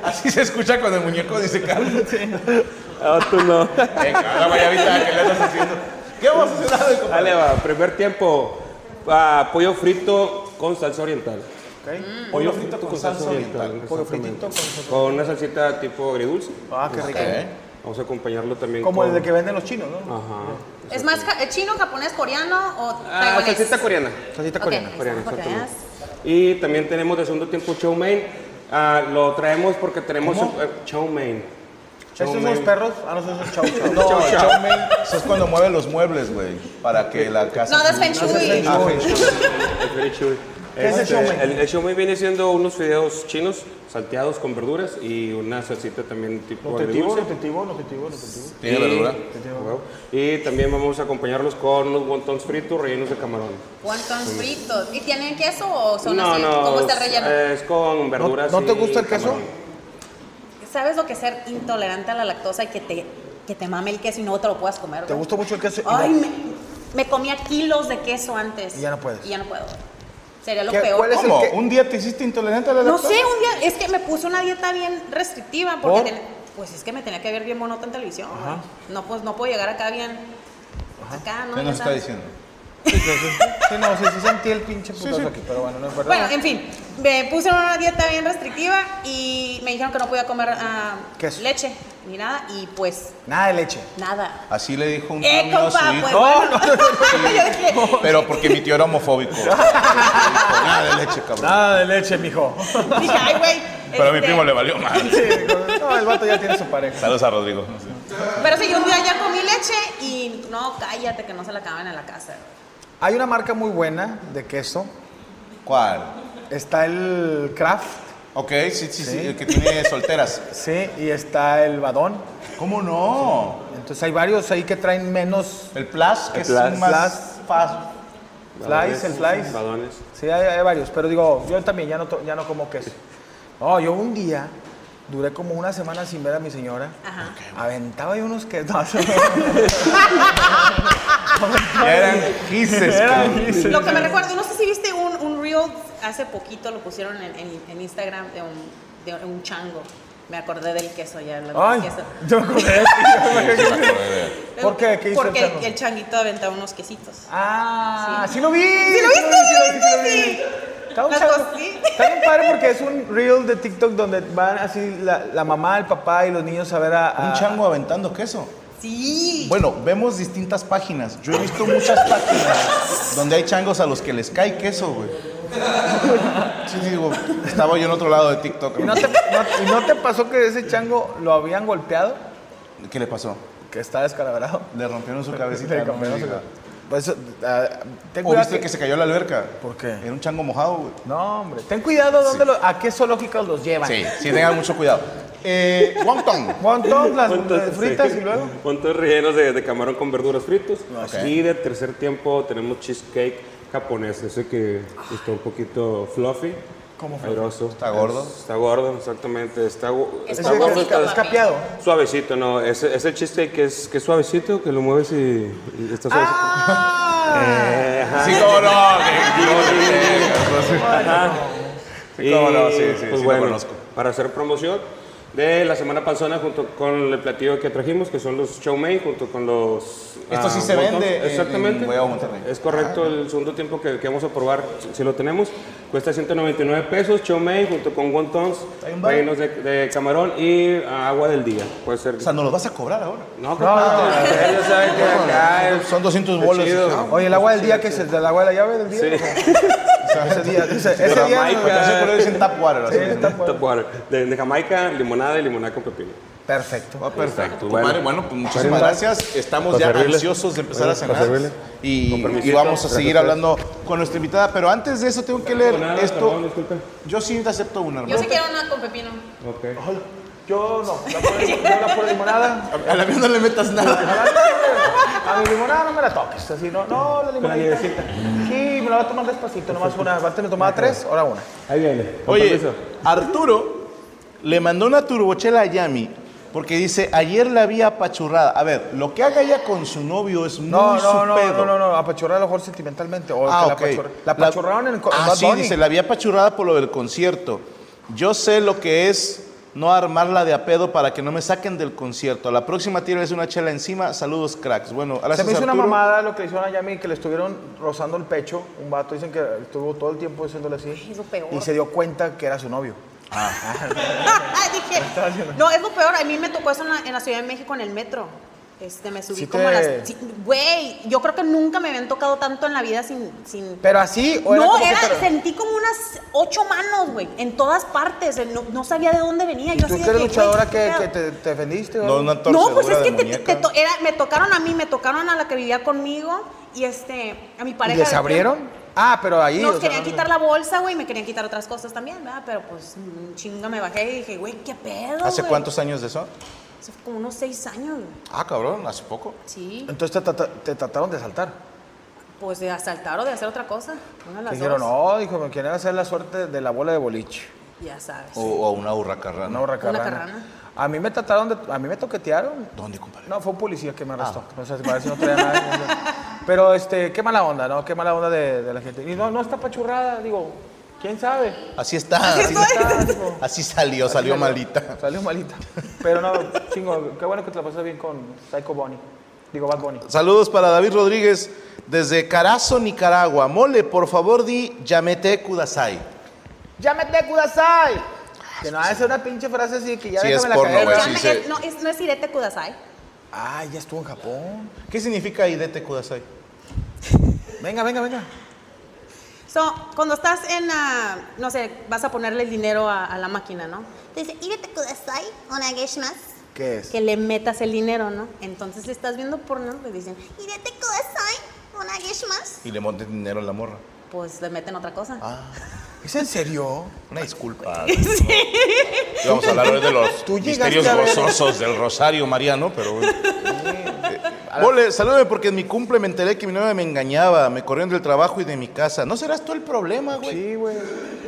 Speaker 2: Así se escucha cuando el muñeco dice calma. Eh,
Speaker 4: Ah, tú no.
Speaker 2: Venga, la guayabita que le andas haciendo. ¿Qué vamos a hacer? Ah, Ade, compadre?
Speaker 4: Dale, va. Primer tiempo. Ah, pollo frito con salsa oriental. Mm.
Speaker 2: Pollo frito con salsa oriental.
Speaker 4: Pollo frito con salsa Con una salsita tipo agridulce.
Speaker 1: Ah, qué rico.
Speaker 2: Ok.
Speaker 4: Vamos a acompañarlo también
Speaker 1: Como
Speaker 4: con...
Speaker 1: el de que venden los chinos, ¿no?
Speaker 4: Ajá.
Speaker 3: ¿Es más ja- eh, chino, japonés, coreano o
Speaker 4: Ah,
Speaker 3: taiwanés?
Speaker 4: salsita coreana.
Speaker 1: Salsita
Speaker 3: Ok.
Speaker 1: coreana.
Speaker 4: Coreana,
Speaker 3: Para que
Speaker 4: exactamente. Y también tenemos de segundo tiempo chow mein. Ah, lo traemos porque tenemos eh, chow mein.
Speaker 1: Estos son los perros. Ah, no, son esos chau chau.
Speaker 2: No, el chow mein, eso es cuando mueven los muebles, güey, para que la casa...
Speaker 3: No, that's feng shui.
Speaker 2: Ah, feng shui.
Speaker 4: El very chewy.
Speaker 1: ¿Qué es el
Speaker 4: Este,
Speaker 1: chow mein?
Speaker 4: El, el chow mein viene siendo unos fideos chinos salteados con verduras y una salsita también tipo
Speaker 1: Nutritivo,
Speaker 4: agridulce.
Speaker 1: nutritivo, nutritivo, nutritivo.
Speaker 2: Tiene verdura.
Speaker 4: Huevo. Y también vamos a acompañarlos con unos wontons fritos rellenos de camarón.
Speaker 3: Wontons fritos. ¿Y tienen queso o son
Speaker 4: no,
Speaker 3: así?
Speaker 4: no.
Speaker 3: ¿Cómo está el relleno?
Speaker 4: Es, es con verduras.
Speaker 1: ¿No- no te
Speaker 4: y
Speaker 1: gusta el queso?
Speaker 4: camarón.
Speaker 3: ¿Sabes lo que es ser intolerante a la lactosa y que te, que te mame el queso y no te lo puedas comer?
Speaker 1: ¿Te
Speaker 3: güey?
Speaker 1: gusta mucho el queso?
Speaker 3: Ay, me, me comía kilos de queso antes.
Speaker 1: Y ya no puedes.
Speaker 3: Y ya no puedo. Sería lo
Speaker 1: ¿Qué-
Speaker 3: peor.
Speaker 1: cuál es el
Speaker 2: ¿Cómo?
Speaker 1: que-
Speaker 2: ¿Un día te hiciste intolerante a la
Speaker 3: No
Speaker 2: lactosa?
Speaker 3: sé, un día es que me puse una dieta bien restrictiva porque
Speaker 1: ¿Por?
Speaker 3: ten- pues es que me tenía que ver bien monota en televisión. güey. No pues no puedo llegar acá bien. Acá no.
Speaker 2: ¿Qué
Speaker 3: Ya
Speaker 2: nos está
Speaker 3: sabes.
Speaker 2: diciendo?
Speaker 1: Sí, sí, sí. Sí, no, sí, sí sentí el pinche putazo aquí, pero bueno, no es verdad.
Speaker 3: Bueno, em- en fin, me puse una dieta bien restrictiva y me dijeron que no podía comer ah,
Speaker 1: Queso.
Speaker 3: leche ni nada y pues
Speaker 1: Nada de leche.
Speaker 3: nada.
Speaker 2: Así le dijo un
Speaker 3: Eh,
Speaker 2: tío mío a
Speaker 3: compa,
Speaker 2: su
Speaker 3: pues
Speaker 2: hijo.
Speaker 3: bueno. [LAUGHS] Yo dije,
Speaker 2: Pero porque mi tío era
Speaker 3: [LAUGHS]
Speaker 2: homofóbico. Le dijo, Nada de leche, cabrón.
Speaker 1: Nada de leche, [LAUGHS] mijo.
Speaker 3: dije, ay, güey.
Speaker 2: Pero a mi
Speaker 3: este,
Speaker 2: primo le valió mal.
Speaker 1: No, el vato ya tiene su pareja.
Speaker 2: Saludos a Rodrigo.
Speaker 3: Pero sí, yo un día ya comí leche y no, cállate que no se la acaban en la casa.
Speaker 1: Hay una marca muy buena de queso.
Speaker 2: ¿Cuál?
Speaker 1: Está el Kraft,
Speaker 2: Ok, sí, sí, sí, el que tiene solteras.
Speaker 1: sí, y está el Badón.
Speaker 2: ¿Cómo no?
Speaker 1: Entonces hay varios ahí que traen menos
Speaker 2: El plus, que
Speaker 4: El
Speaker 2: es un
Speaker 4: Plus.
Speaker 2: más fast.
Speaker 1: flies, el flies.
Speaker 4: Badones.
Speaker 1: Sí, hay, hay varios, pero digo, yo también ya no, to- ya no como queso. No, yo un día duré como una semana sin ver a mi señora.
Speaker 3: Ajá.
Speaker 1: Aventaba yo unos [LAUGHS] quesos.
Speaker 2: Ya eran gises, cabrón.
Speaker 3: Lo que me recuerdo, no sé si viste un, un reel hace poquito, lo pusieron en, en- en Instagram de un, de un chango. Me acordé del queso ya. hablando del
Speaker 1: Ay,
Speaker 3: queso.
Speaker 1: yo me acordé. ¿Por qué? ¿Qué hizo el
Speaker 3: Porque
Speaker 1: chango?
Speaker 3: el, changuito aventaba unos quesitos.
Speaker 1: Ah, sí. lo vi. Sí
Speaker 3: lo viste, sí lo
Speaker 1: sí
Speaker 3: viste,
Speaker 1: vi,
Speaker 3: sí.
Speaker 1: sí. Está un
Speaker 3: Las
Speaker 1: chango-
Speaker 3: dos, sí.
Speaker 1: Está bien padre porque es un reel de TikTok donde van así la, la mamá, el papá y los niños a ver a... a-
Speaker 2: Un chango aventando queso.
Speaker 3: Sí.
Speaker 2: Bueno, vemos distintas páginas. Yo he visto muchas páginas donde hay changos a los que les cae queso, güey. Sí, digo, estaba yo en otro lado de TikTok.
Speaker 1: ¿Y no, te, no- y no te pasó que ese chango lo habían golpeado?
Speaker 2: ¿Qué le pasó?
Speaker 1: Que está descalabrado.
Speaker 2: Le rompieron su
Speaker 1: Le
Speaker 2: cabecita. no me
Speaker 1: cambiaron su
Speaker 2: diga.
Speaker 1: cara. Pues, ah, ten
Speaker 2: ¿O
Speaker 1: cuidado
Speaker 2: viste que se cayó a la alberca?
Speaker 1: ¿Por qué?
Speaker 2: Era un chango mojado, güey.
Speaker 1: No, hombre. Ten cuidado dónde lo- a qué zoológicos los llevan.
Speaker 2: Sí, sí, tengan mucho cuidado. Eh, wonton.
Speaker 1: Montón
Speaker 2: [LAUGHS]
Speaker 1: las
Speaker 4: Entonces,
Speaker 1: eh, fritas
Speaker 4: sí.
Speaker 1: y luego.
Speaker 4: Montones rellenos de, de camarón con verduras fritos. Y de tercer tiempo tenemos cheesecake japonés, ese que está un poquito fluffy.
Speaker 1: ¿Cómo fluffy?
Speaker 4: Airoso.
Speaker 2: Está gordo.
Speaker 4: Está gordo, exactamente. Está, gu-
Speaker 3: Es
Speaker 1: Ese
Speaker 4: está
Speaker 3: Está
Speaker 1: que
Speaker 3: gordo,
Speaker 1: es, ca-
Speaker 3: está-
Speaker 1: es
Speaker 2: [LAUGHS]
Speaker 1: capeado.
Speaker 4: Suavecito, no. Es, es el cheesecake que es, que es suavecito, que lo mueves y, y está suavecito.
Speaker 1: Ah,
Speaker 4: Eh, ajá.
Speaker 2: Sí, cómo no.
Speaker 4: Ajá.
Speaker 2: Sí, cómo no, sí, sí, sí
Speaker 4: pues
Speaker 2: lo
Speaker 4: bueno,
Speaker 2: conozco.
Speaker 4: Para hacer promoción de la semana pasada junto con el platillo que trajimos, que son los chow mein, junto con los...
Speaker 2: Esto sí se
Speaker 4: wontons.
Speaker 2: vende en-
Speaker 4: Exactamente.
Speaker 2: en Guayabo, Monterrey.
Speaker 4: Es correcto, el segundo tiempo que, que vamos a probar, si, si lo tenemos, cuesta 199 pesos, chow mein junto con wontons,
Speaker 2: Hay un bar.
Speaker 4: rellenos de, de camarón y ah, agua del día. Puede ser...
Speaker 2: O sea, ¿nos los vas a cobrar ahora?
Speaker 4: no, compadre, ya saben que acá es-
Speaker 2: Son 200
Speaker 4: Qué
Speaker 2: bolas.
Speaker 4: chido.
Speaker 2: Ah,
Speaker 1: Oye, el agua del día que es el del agua de la llave del día.
Speaker 4: [LAUGHS]
Speaker 1: Ese día, ese, ese
Speaker 4: Pero
Speaker 1: día.
Speaker 2: pues,
Speaker 4: Mike-
Speaker 2: Acá se ponen en tap water, así.
Speaker 1: Sí, está bueno.
Speaker 4: Top water. De, de Jamaica, limonada y limonada con pepino.
Speaker 1: Perfecto.
Speaker 2: Va perfecto.
Speaker 4: Bueno.
Speaker 2: Mario, bueno, pues muchísimas gracias. Estamos
Speaker 4: Para
Speaker 2: ya
Speaker 4: servirle.
Speaker 2: ansiosos de empezar a
Speaker 4: Para
Speaker 2: cenar.
Speaker 4: servirle.
Speaker 2: Y,
Speaker 4: Con permiso.
Speaker 2: y vamos a seguir
Speaker 4: Gracias.
Speaker 2: hablando con nuestra invitada. Pero antes de eso tengo que leer
Speaker 4: Nada, perdón,
Speaker 2: esto.
Speaker 4: disculpe.
Speaker 2: Yo sí te acepto una,
Speaker 3: Yo
Speaker 2: hermano.
Speaker 3: sí quiero una con pepino.
Speaker 4: Ok.
Speaker 1: Ojalá. Yo no, la pura, yo la pura limonada.
Speaker 2: A la mía no le metas nada.
Speaker 1: A mi limonada no me la toques, así no, no, la limonadita. Sí, me la voy a tomar despacito, nomás una. Antes me tomaba tres, ahora una.
Speaker 4: Ahí viene. Con
Speaker 2: Oye,
Speaker 4: permiso.
Speaker 2: Arturo le mandó una turbochela a Yami porque dice, ayer la vi apachurrada. A ver, lo que haga ella con su novio es muy
Speaker 1: No,
Speaker 2: su
Speaker 1: no, no,
Speaker 2: pedo.
Speaker 1: no, no, no, apachurrar a lo mejor sentimentalmente. O
Speaker 2: Ah,
Speaker 1: que la,
Speaker 2: ok.
Speaker 1: apachurra- la apachurraron en co- en
Speaker 2: Ah,
Speaker 1: Bad
Speaker 2: sí,
Speaker 1: Bunny.
Speaker 2: dice, la había apachurrada por lo del concierto. Yo sé lo que es no armarla de apedo para que no me saquen del concierto. A la próxima tírales una chela encima. Saludos, cracks. Bueno, gracias,
Speaker 1: Se me hizo una
Speaker 2: Arturo.
Speaker 1: mamada lo que le hicieron a Yami, que le estuvieron rozando el pecho. Un vato, dicen que estuvo todo el tiempo haciéndole así.
Speaker 3: Ay, es lo peor.
Speaker 1: Y se dio cuenta que era su novio.
Speaker 3: [LAUGHS] Dije, no, es lo peor. A mí me tocó eso en la, en la Ciudad de México en el metro. Este, me subí
Speaker 1: Sí
Speaker 3: como a
Speaker 1: te-
Speaker 3: las. sí, Güey, yo creo que nunca me habían tocado tanto en la vida sin. sin...
Speaker 1: Pero así, o era
Speaker 3: no,
Speaker 1: como que
Speaker 3: era,
Speaker 1: te-
Speaker 3: sentí como unas ocho manos, güey, en todas partes. el- No, no sabía de dónde venía.
Speaker 1: ¿Y
Speaker 3: yo
Speaker 1: tú
Speaker 3: así
Speaker 1: que
Speaker 3: de
Speaker 1: eres
Speaker 3: que,
Speaker 1: luchadora
Speaker 3: güey,
Speaker 1: que,
Speaker 3: ¿qué
Speaker 1: que
Speaker 3: pedo?
Speaker 1: te, te vendiste? o
Speaker 2: No,
Speaker 1: algo?
Speaker 2: una
Speaker 3: No,
Speaker 2: torcedura
Speaker 3: pues es
Speaker 2: de
Speaker 3: que te- te-
Speaker 2: muñeca.
Speaker 3: te to- era, me tocaron a mí, me tocaron a la que vivía conmigo y este, a mi
Speaker 1: ¿Y
Speaker 3: pareja.
Speaker 1: les
Speaker 3: de-
Speaker 1: abrieron? Ah, pero ahí. o
Speaker 3: Nos
Speaker 1: sea,
Speaker 3: querían
Speaker 1: no-
Speaker 3: quitar la bolsa, güey, me querían quitar otras cosas también, ¿verdad? Pero pues mm, chinga me bajé y dije, güey, ¿qué pedo?
Speaker 2: ¿Hace
Speaker 3: güey?
Speaker 2: cuántos años de eso?
Speaker 3: Hace como unos seis años, güey.
Speaker 2: Ah, cabrón, hace poco.
Speaker 3: Sí.
Speaker 1: Entonces te, trata- te trataron de saltar.
Speaker 3: Pues de asaltar o de hacer otra cosa. Una de las
Speaker 1: Dijeron,
Speaker 3: dos.
Speaker 1: no, dijo, me quieren hacer la suerte de la bola de boliche.
Speaker 3: Ya sabes.
Speaker 2: O, o una hurracarrana.
Speaker 1: Una borracarrana.
Speaker 3: carrana.
Speaker 1: A mí me trataron de, a mí me toquetearon.
Speaker 2: ¿Dónde, compadre?
Speaker 1: No, fue un policía que me arrestó. No sé si parece no traía nada. no sé. Pero este, qué mala onda, ¿no? Qué mala onda de, de la gente. Y no, no está pachurrada, digo, quién
Speaker 3: [LAUGHS]
Speaker 1: sabe.
Speaker 2: Así está. Así,
Speaker 1: Está, digo,
Speaker 2: así salió, salió malita.
Speaker 1: [LAUGHS] Salió malita. Pero no, chingo, qué bueno que te la pasas bien con Psycho Bunny. Digo, Bad Bunny.
Speaker 2: Saludos para David Rodríguez desde Carazo, Nicaragua. Mole, por favor, di Yamete Kudasai.
Speaker 1: ¡Llámete Kudasai! Que no, esa es una pinche frase así que ya
Speaker 2: Sí,
Speaker 1: déjame
Speaker 2: es
Speaker 1: la
Speaker 2: porno,
Speaker 1: caer.
Speaker 2: güey,
Speaker 3: Ya
Speaker 2: sí
Speaker 3: me-
Speaker 2: se-
Speaker 3: es- no, es, no es Irete Kudasai.
Speaker 1: Ah, ya estuvo en Japón.
Speaker 2: ¿Qué significa Idete Kudasai?
Speaker 1: Venga, venga, venga.
Speaker 3: So, cuando estás en, ah, no sé, vas a ponerle el dinero a, a la máquina, ¿no? Te dice, Irete Kudasai, una gesmas.
Speaker 1: ¿Qué es?
Speaker 3: Que le metas el dinero, ¿no? Entonces estás viendo porno, le dicen, Irete Kudasai, una gesmas.
Speaker 2: Y le monten dinero a la morra.
Speaker 3: Pues le meten otra cosa.
Speaker 1: ¿Es en serio?
Speaker 2: Una disculpa. Y Vamos a hablar hoy de los
Speaker 1: Tú llegaste
Speaker 2: misterios
Speaker 1: a ver-
Speaker 2: gozosos del Rosario Mariano, pero bueno. Mole, Eh, salúdame porque en mi cumple me enteré que mi novia me engañaba, me corrieron del trabajo y de mi casa. ¿No serás tú el problema, güey?
Speaker 1: Sí, güey.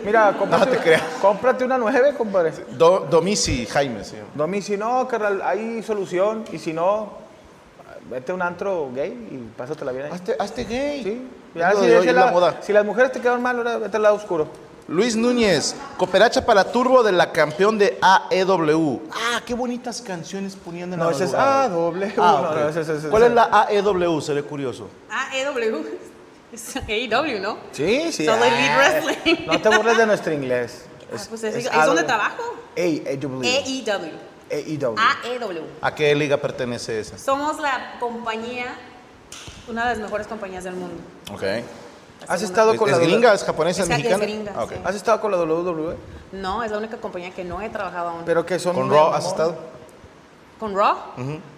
Speaker 1: Mira, cómprate,
Speaker 2: te creas.
Speaker 1: cómprate una nueve, compadre.
Speaker 2: Do- Domici, Jaime, sí.
Speaker 1: No, mi, si no, carnal, hay solución. Y si no, vete a un antro gay y pásatela bien ahí.
Speaker 2: Hazte, hazte gay.
Speaker 1: Sí.
Speaker 2: Ya,
Speaker 1: Ya, si,
Speaker 2: de
Speaker 1: es
Speaker 2: hoy,
Speaker 1: el
Speaker 2: la
Speaker 1: la-
Speaker 2: moda.
Speaker 1: si las mujeres te quedan mal, ahora vete al lado oscuro.
Speaker 2: Luis Núñez, cooperacha para Turbo de la campeón de AEW. Ah, qué bonitas canciones poniendo en
Speaker 1: No,
Speaker 2: la
Speaker 1: ese es
Speaker 2: madrugada.
Speaker 1: AEW.
Speaker 2: Ah,
Speaker 1: No,
Speaker 2: ok.
Speaker 1: no, ese- ese- ese-
Speaker 2: ¿Cuál
Speaker 1: ese.
Speaker 2: es la E AEW? Seré curioso.
Speaker 3: AEW. [LAUGHS] Es AEW, E, ¿no?
Speaker 1: Sí, sí. eh,
Speaker 3: Solo Elite Wrestling.
Speaker 1: No te burles de nuestro inglés.
Speaker 3: Ah, pues es- ahí es donde
Speaker 1: AEW.
Speaker 3: trabajo. E,
Speaker 1: AEW.
Speaker 3: AEW.
Speaker 1: AEW.
Speaker 3: AEW.
Speaker 2: ¿A qué liga pertenece esa?
Speaker 3: E, Somos la compañía, una de las mejores compañías del mundo.
Speaker 2: Ok.
Speaker 1: ¿Has
Speaker 3: segunda.
Speaker 1: estado
Speaker 2: ¿Es,
Speaker 1: con
Speaker 2: es
Speaker 1: la
Speaker 2: gringa? ¿Es japonesa? ¿Es
Speaker 3: Es- es
Speaker 2: mexicana?
Speaker 3: gringa,
Speaker 2: Ah, ok.
Speaker 3: sí.
Speaker 1: ¿Has estado con la WWE?
Speaker 3: No, es la única compañía que no he trabajado aún.
Speaker 1: Pero que son
Speaker 2: ¿Con
Speaker 1: una
Speaker 2: Raw has
Speaker 1: mamón.
Speaker 2: estado?
Speaker 3: ¿Con Raw?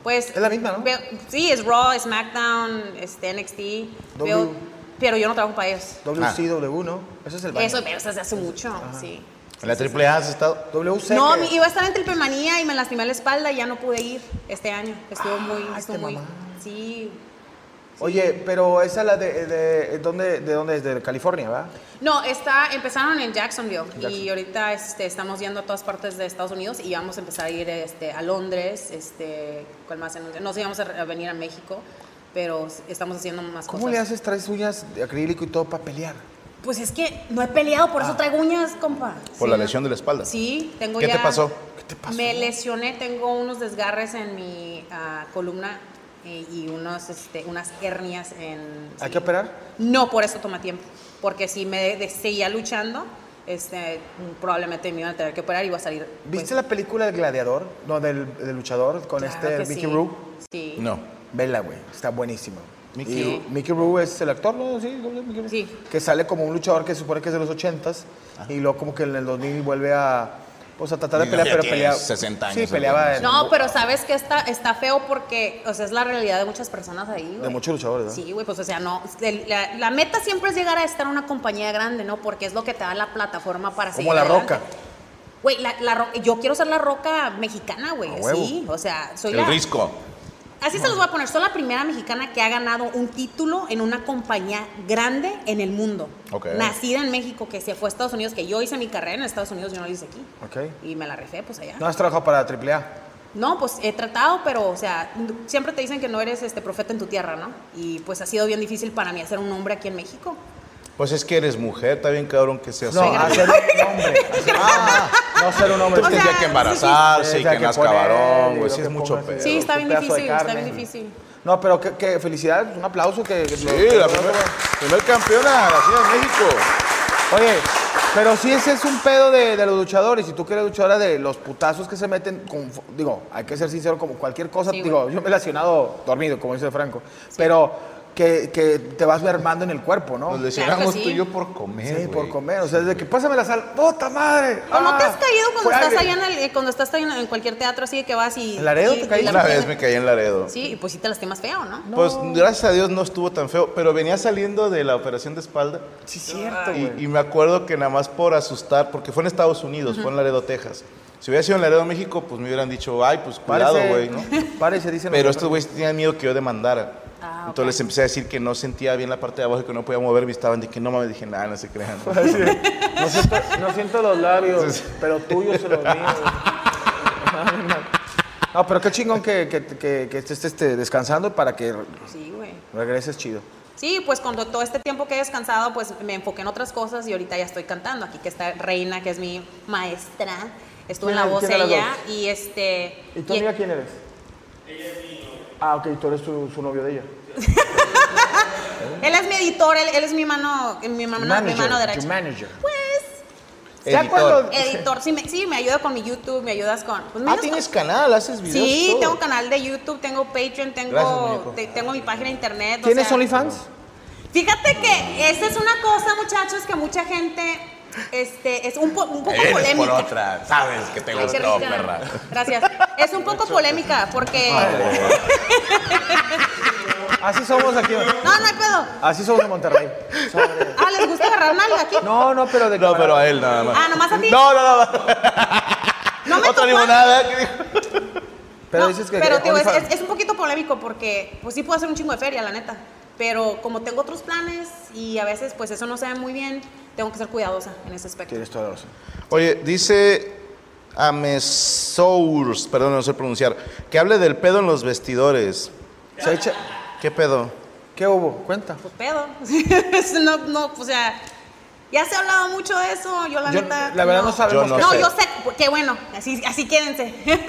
Speaker 3: Pues...
Speaker 1: Es la misma, ¿no?
Speaker 3: veo- sí, es Raw, SmackDown, este, NXT.
Speaker 1: W.
Speaker 3: veo- pero yo no trabajo para ellos.
Speaker 1: WCW, ¿no? Eso es el baño.
Speaker 3: Eso, pero eso es de hace mucho, sí.
Speaker 2: ¿En la AAA has estado?
Speaker 1: WC.
Speaker 3: No,
Speaker 1: que-
Speaker 3: mi- iba a estar en tripemanía y me lastimé la espalda y ya no pude ir este año. Estuvo
Speaker 1: Ah,
Speaker 3: muy, estuvo
Speaker 1: te
Speaker 3: muy,
Speaker 1: mamaste.
Speaker 3: sí.
Speaker 1: Oye, pero esa la de, de, ¿dónde, de dónde es, de California, ¿verdad?
Speaker 3: No, está, empezaron en Jacksonville y
Speaker 1: Jackson.
Speaker 3: ahorita este, estamos yendo a todas partes de Estados Unidos y vamos a empezar a ir este, a Londres, este, ¿cuál más? En- No sé, vamos a, re- a venir a México, pero s- estamos haciendo más
Speaker 1: ¿Cómo
Speaker 3: cosas.
Speaker 1: le haces tres uñas de acrílico y todo para pelear?
Speaker 3: Pues es que no he peleado, por eso traigo uñas, compa.
Speaker 2: Ah. Por
Speaker 3: Sí,
Speaker 2: la
Speaker 3: no.
Speaker 2: lesión de la espalda.
Speaker 3: Sí, tengo
Speaker 2: ¿Qué
Speaker 3: ya...
Speaker 2: te pasó?
Speaker 1: ¿Qué te pasó?
Speaker 3: Me lesioné, tengo unos desgarres en mi ah, columna eh, y unos, este, unas hernias en...
Speaker 1: ¿Hay
Speaker 3: sí.
Speaker 1: que operar?
Speaker 3: No, por eso toma tiempo, porque si me de- de- seguía luchando, este, probablemente me iban a tener que operar y iba a salir... pues,
Speaker 1: ¿Viste la película del gladiador? No, del, del luchador con
Speaker 3: claro
Speaker 1: este
Speaker 3: que
Speaker 1: Mickey
Speaker 3: sí.
Speaker 1: Rourke.
Speaker 3: Sí.
Speaker 2: No.
Speaker 1: Vela, güey, está buenísimo.
Speaker 2: Mickey
Speaker 1: Y
Speaker 3: Rourke.
Speaker 1: Mickey Rourke es el actor, ¿no? Sí, ¿no? Mickey Rourke.
Speaker 3: Sí.
Speaker 1: Que sale como un luchador que se supone que es de los 80s y luego como que en el 2000 vuelve a, O sea, tratar de
Speaker 2: Y
Speaker 1: pelear,
Speaker 2: ya
Speaker 1: pero
Speaker 2: tienes
Speaker 1: peleaba.
Speaker 2: 60
Speaker 1: Sí,
Speaker 2: años,
Speaker 1: peleaba.
Speaker 2: entonces.
Speaker 1: en-
Speaker 3: No, pero sabes que está, está feo porque, o sea, es la realidad de muchas personas ahí, güey.
Speaker 1: De muchos luchadores, ¿no?
Speaker 3: pues, Sí, güey, pues, o sea, no. el- La, la meta siempre es llegar a estar en una compañía grande, ¿no? Porque es lo que te da la plataforma para
Speaker 1: Como
Speaker 3: seguir
Speaker 1: la
Speaker 3: adelante.
Speaker 1: roca.
Speaker 3: Güey, la, la ro- yo quiero ser la roca mexicana, güey.
Speaker 1: A huevo.
Speaker 3: Sí, o sea, soy
Speaker 2: El
Speaker 3: la.
Speaker 2: risco.
Speaker 3: Así se los voy a poner. Soy la primera mexicana que ha ganado un título en una compañía grande en el mundo.
Speaker 2: Ok.
Speaker 3: Nacida en México, que se fue a Estados Unidos, que yo hice mi carrera en Estados Unidos, yo no la hice aquí.
Speaker 1: Ok.
Speaker 3: Y me la refé, pues allá.
Speaker 1: No has trabajado para AAA.
Speaker 3: No, pues he tratado, pero, o sea, n- siempre te dicen que no eres este profeta en tu tierra, ¿no? Y pues ha sido bien difícil para mí hacer un nombre aquí en México.
Speaker 2: Pues es que eres mujer, está bien cabrón que seas
Speaker 1: No,
Speaker 2: hombre.
Speaker 1: hacer un hombre. Ah, no ser un hombre.
Speaker 2: Entonces
Speaker 3: o sea,
Speaker 2: tendría que embarazarse
Speaker 1: sí,
Speaker 2: y
Speaker 1: ya
Speaker 2: que
Speaker 1: que
Speaker 2: nazca
Speaker 1: poner,
Speaker 2: varón,
Speaker 1: y
Speaker 2: güey.
Speaker 1: lo
Speaker 2: Sí,
Speaker 1: que
Speaker 2: es mucho
Speaker 1: pongas,
Speaker 2: pedo.
Speaker 3: Sí, está bien
Speaker 1: Un pedazo de
Speaker 3: difícil, está
Speaker 1: carne.
Speaker 3: bien difícil.
Speaker 1: No, pero qué, qué felicidad, un aplauso que. que-
Speaker 2: Sí, la primer, primer campeona, la Ciudad de México.
Speaker 1: Oye, pero si ese es un pedo de, de los luchadores, y tú que eres luchadora de los putazos que se meten, con, digo, hay que ser sincero, como cualquier cosa,
Speaker 3: Sí, güey.
Speaker 1: digo, yo me he lesionado dormido, como dice Franco, pero que, que te vas mermando en el cuerpo, ¿no?
Speaker 2: Nos lesionamos
Speaker 3: sí.
Speaker 2: tú y yo por comer,
Speaker 1: Sí, por
Speaker 2: güey.
Speaker 1: comer, o sea, de que pásame la sal, ¡puta madre!
Speaker 3: ¿O no te
Speaker 1: ¡Ah!
Speaker 3: has caído cuando
Speaker 1: Fue
Speaker 3: estás,
Speaker 1: aire.
Speaker 3: allá en el- eh, cuando estás ahí en, en cualquier teatro así de que vas y...
Speaker 1: ¿En Laredo
Speaker 3: y-
Speaker 1: te caíste?
Speaker 3: y la
Speaker 2: Una
Speaker 3: gente-
Speaker 2: vez me caí en Laredo.
Speaker 3: Sí, y pues sí te lastimas feo, ¿no?
Speaker 2: Pues gracias a Dios no estuvo tan feo, pero venía saliendo de la operación de espalda
Speaker 1: Sí, cierto,
Speaker 2: y-
Speaker 1: güey.
Speaker 2: y, me acuerdo que nada más por asustar, porque fue en Estados Unidos, fue en Laredo, Texas. Si hubiera sido en Laredo, México, pues me hubieran dicho, ay, pues cuidado,
Speaker 1: Párese,
Speaker 3: [LAUGHS]
Speaker 2: güey, ¿no?
Speaker 1: [LAUGHS] Párese, dicen.
Speaker 2: Pero
Speaker 1: los-
Speaker 2: estos güeyes tenían miedo que yo demandara.
Speaker 3: Ah, ok.
Speaker 2: Entonces les empecé a decir que no sentía bien la parte de abajo y que no podía mover, y estaban de que no mames, dije, nada, no se
Speaker 3: [LAUGHS]
Speaker 2: crean.
Speaker 1: Así de, no, siento, no siento los labios, pero tuyos se los míos. No, pero qué chingón que, que, que, que estés este, descansando para que
Speaker 3: Sí, güey.
Speaker 1: regreses chido.
Speaker 3: Sí, pues cuando todo este tiempo que he descansado, pues me enfoqué en otras cosas y ahorita ya estoy cantando. Aquí que está Reina, que es mi maestra. Estuvo en la
Speaker 1: ¿Quién-
Speaker 3: voz
Speaker 1: quién de las
Speaker 3: ella
Speaker 1: dos?
Speaker 3: y este...
Speaker 1: ¿Y tú,
Speaker 3: y-
Speaker 1: amiga, quién eres? Ella es mi novia. Ah, ok, tú eres su, su novio de ella.
Speaker 3: Él es mi editor, él, él es mi mano, mi mano, mi mano derecha.
Speaker 1: tu manager.
Speaker 2: Editor.
Speaker 1: ¿Ya cuando?
Speaker 3: Editor, sí me, sí, me ayuda con mi YouTube, me ayudas con. pues, me
Speaker 2: Ah,
Speaker 3: ayudas
Speaker 2: tienes canal, haces
Speaker 3: con-
Speaker 2: videos.
Speaker 3: Sí,
Speaker 2: todo.
Speaker 3: tengo canal de YouTube, tengo Patreon,
Speaker 2: Gracias,
Speaker 3: tengo,
Speaker 2: muñeco.
Speaker 3: te- tengo mi página de internet. o
Speaker 1: ¿Tienes
Speaker 3: sea,
Speaker 1: OnlyFans?
Speaker 3: Fíjate que esa es una cosa, muchachos, que mucha gente este, es un, po- un poco
Speaker 2: Vienes por
Speaker 3: polémica.
Speaker 2: otra, sabes que te
Speaker 3: Ay, qué
Speaker 2: gustó,
Speaker 3: rica.
Speaker 2: perra.
Speaker 3: Gracias. Es un poco polémica porque.
Speaker 1: Así somos aquí.
Speaker 3: No, no hay pedo.
Speaker 1: Así somos en Monterrey. Sobre-
Speaker 3: Ah, ¿les gusta agarrar nalga aquí?
Speaker 1: No, no, pero de
Speaker 2: [LAUGHS] No, pero a él nada más.
Speaker 3: Ah, ¿nomás a ti?
Speaker 2: No, no, no. [LAUGHS]
Speaker 3: No me
Speaker 2: Otra
Speaker 3: tocó.
Speaker 2: limonada. ¿qué dijo?
Speaker 1: Pero
Speaker 3: No,
Speaker 1: dices que.
Speaker 3: pero, tío, es,
Speaker 1: OnlyFans.
Speaker 3: es- es un poquito polémico porque pues sí puedo hacer un chingo de feria, la neta. Pero como tengo otros planes y a veces pues eso no se ve muy bien, tengo que ser cuidadosa en ese aspecto.
Speaker 1: Tienes toda la razón.
Speaker 2: Oye, dice Amesours, perdón, no sé pronunciar, que hable del pedo en los vestidores.
Speaker 1: Se echa- [LAUGHS]
Speaker 2: ¿Qué pedo?
Speaker 1: ¿Qué hubo? Cuenta.
Speaker 3: Pues pedo. [LAUGHS] no, no, o sea, ya se ha hablado mucho de eso. Yo la
Speaker 1: Yo-
Speaker 3: neta.
Speaker 1: la verdad no sabemos
Speaker 2: Yo no
Speaker 3: No,
Speaker 1: qué
Speaker 2: sé.
Speaker 3: yo sé, qué bueno, así, así quédense. [LAUGHS]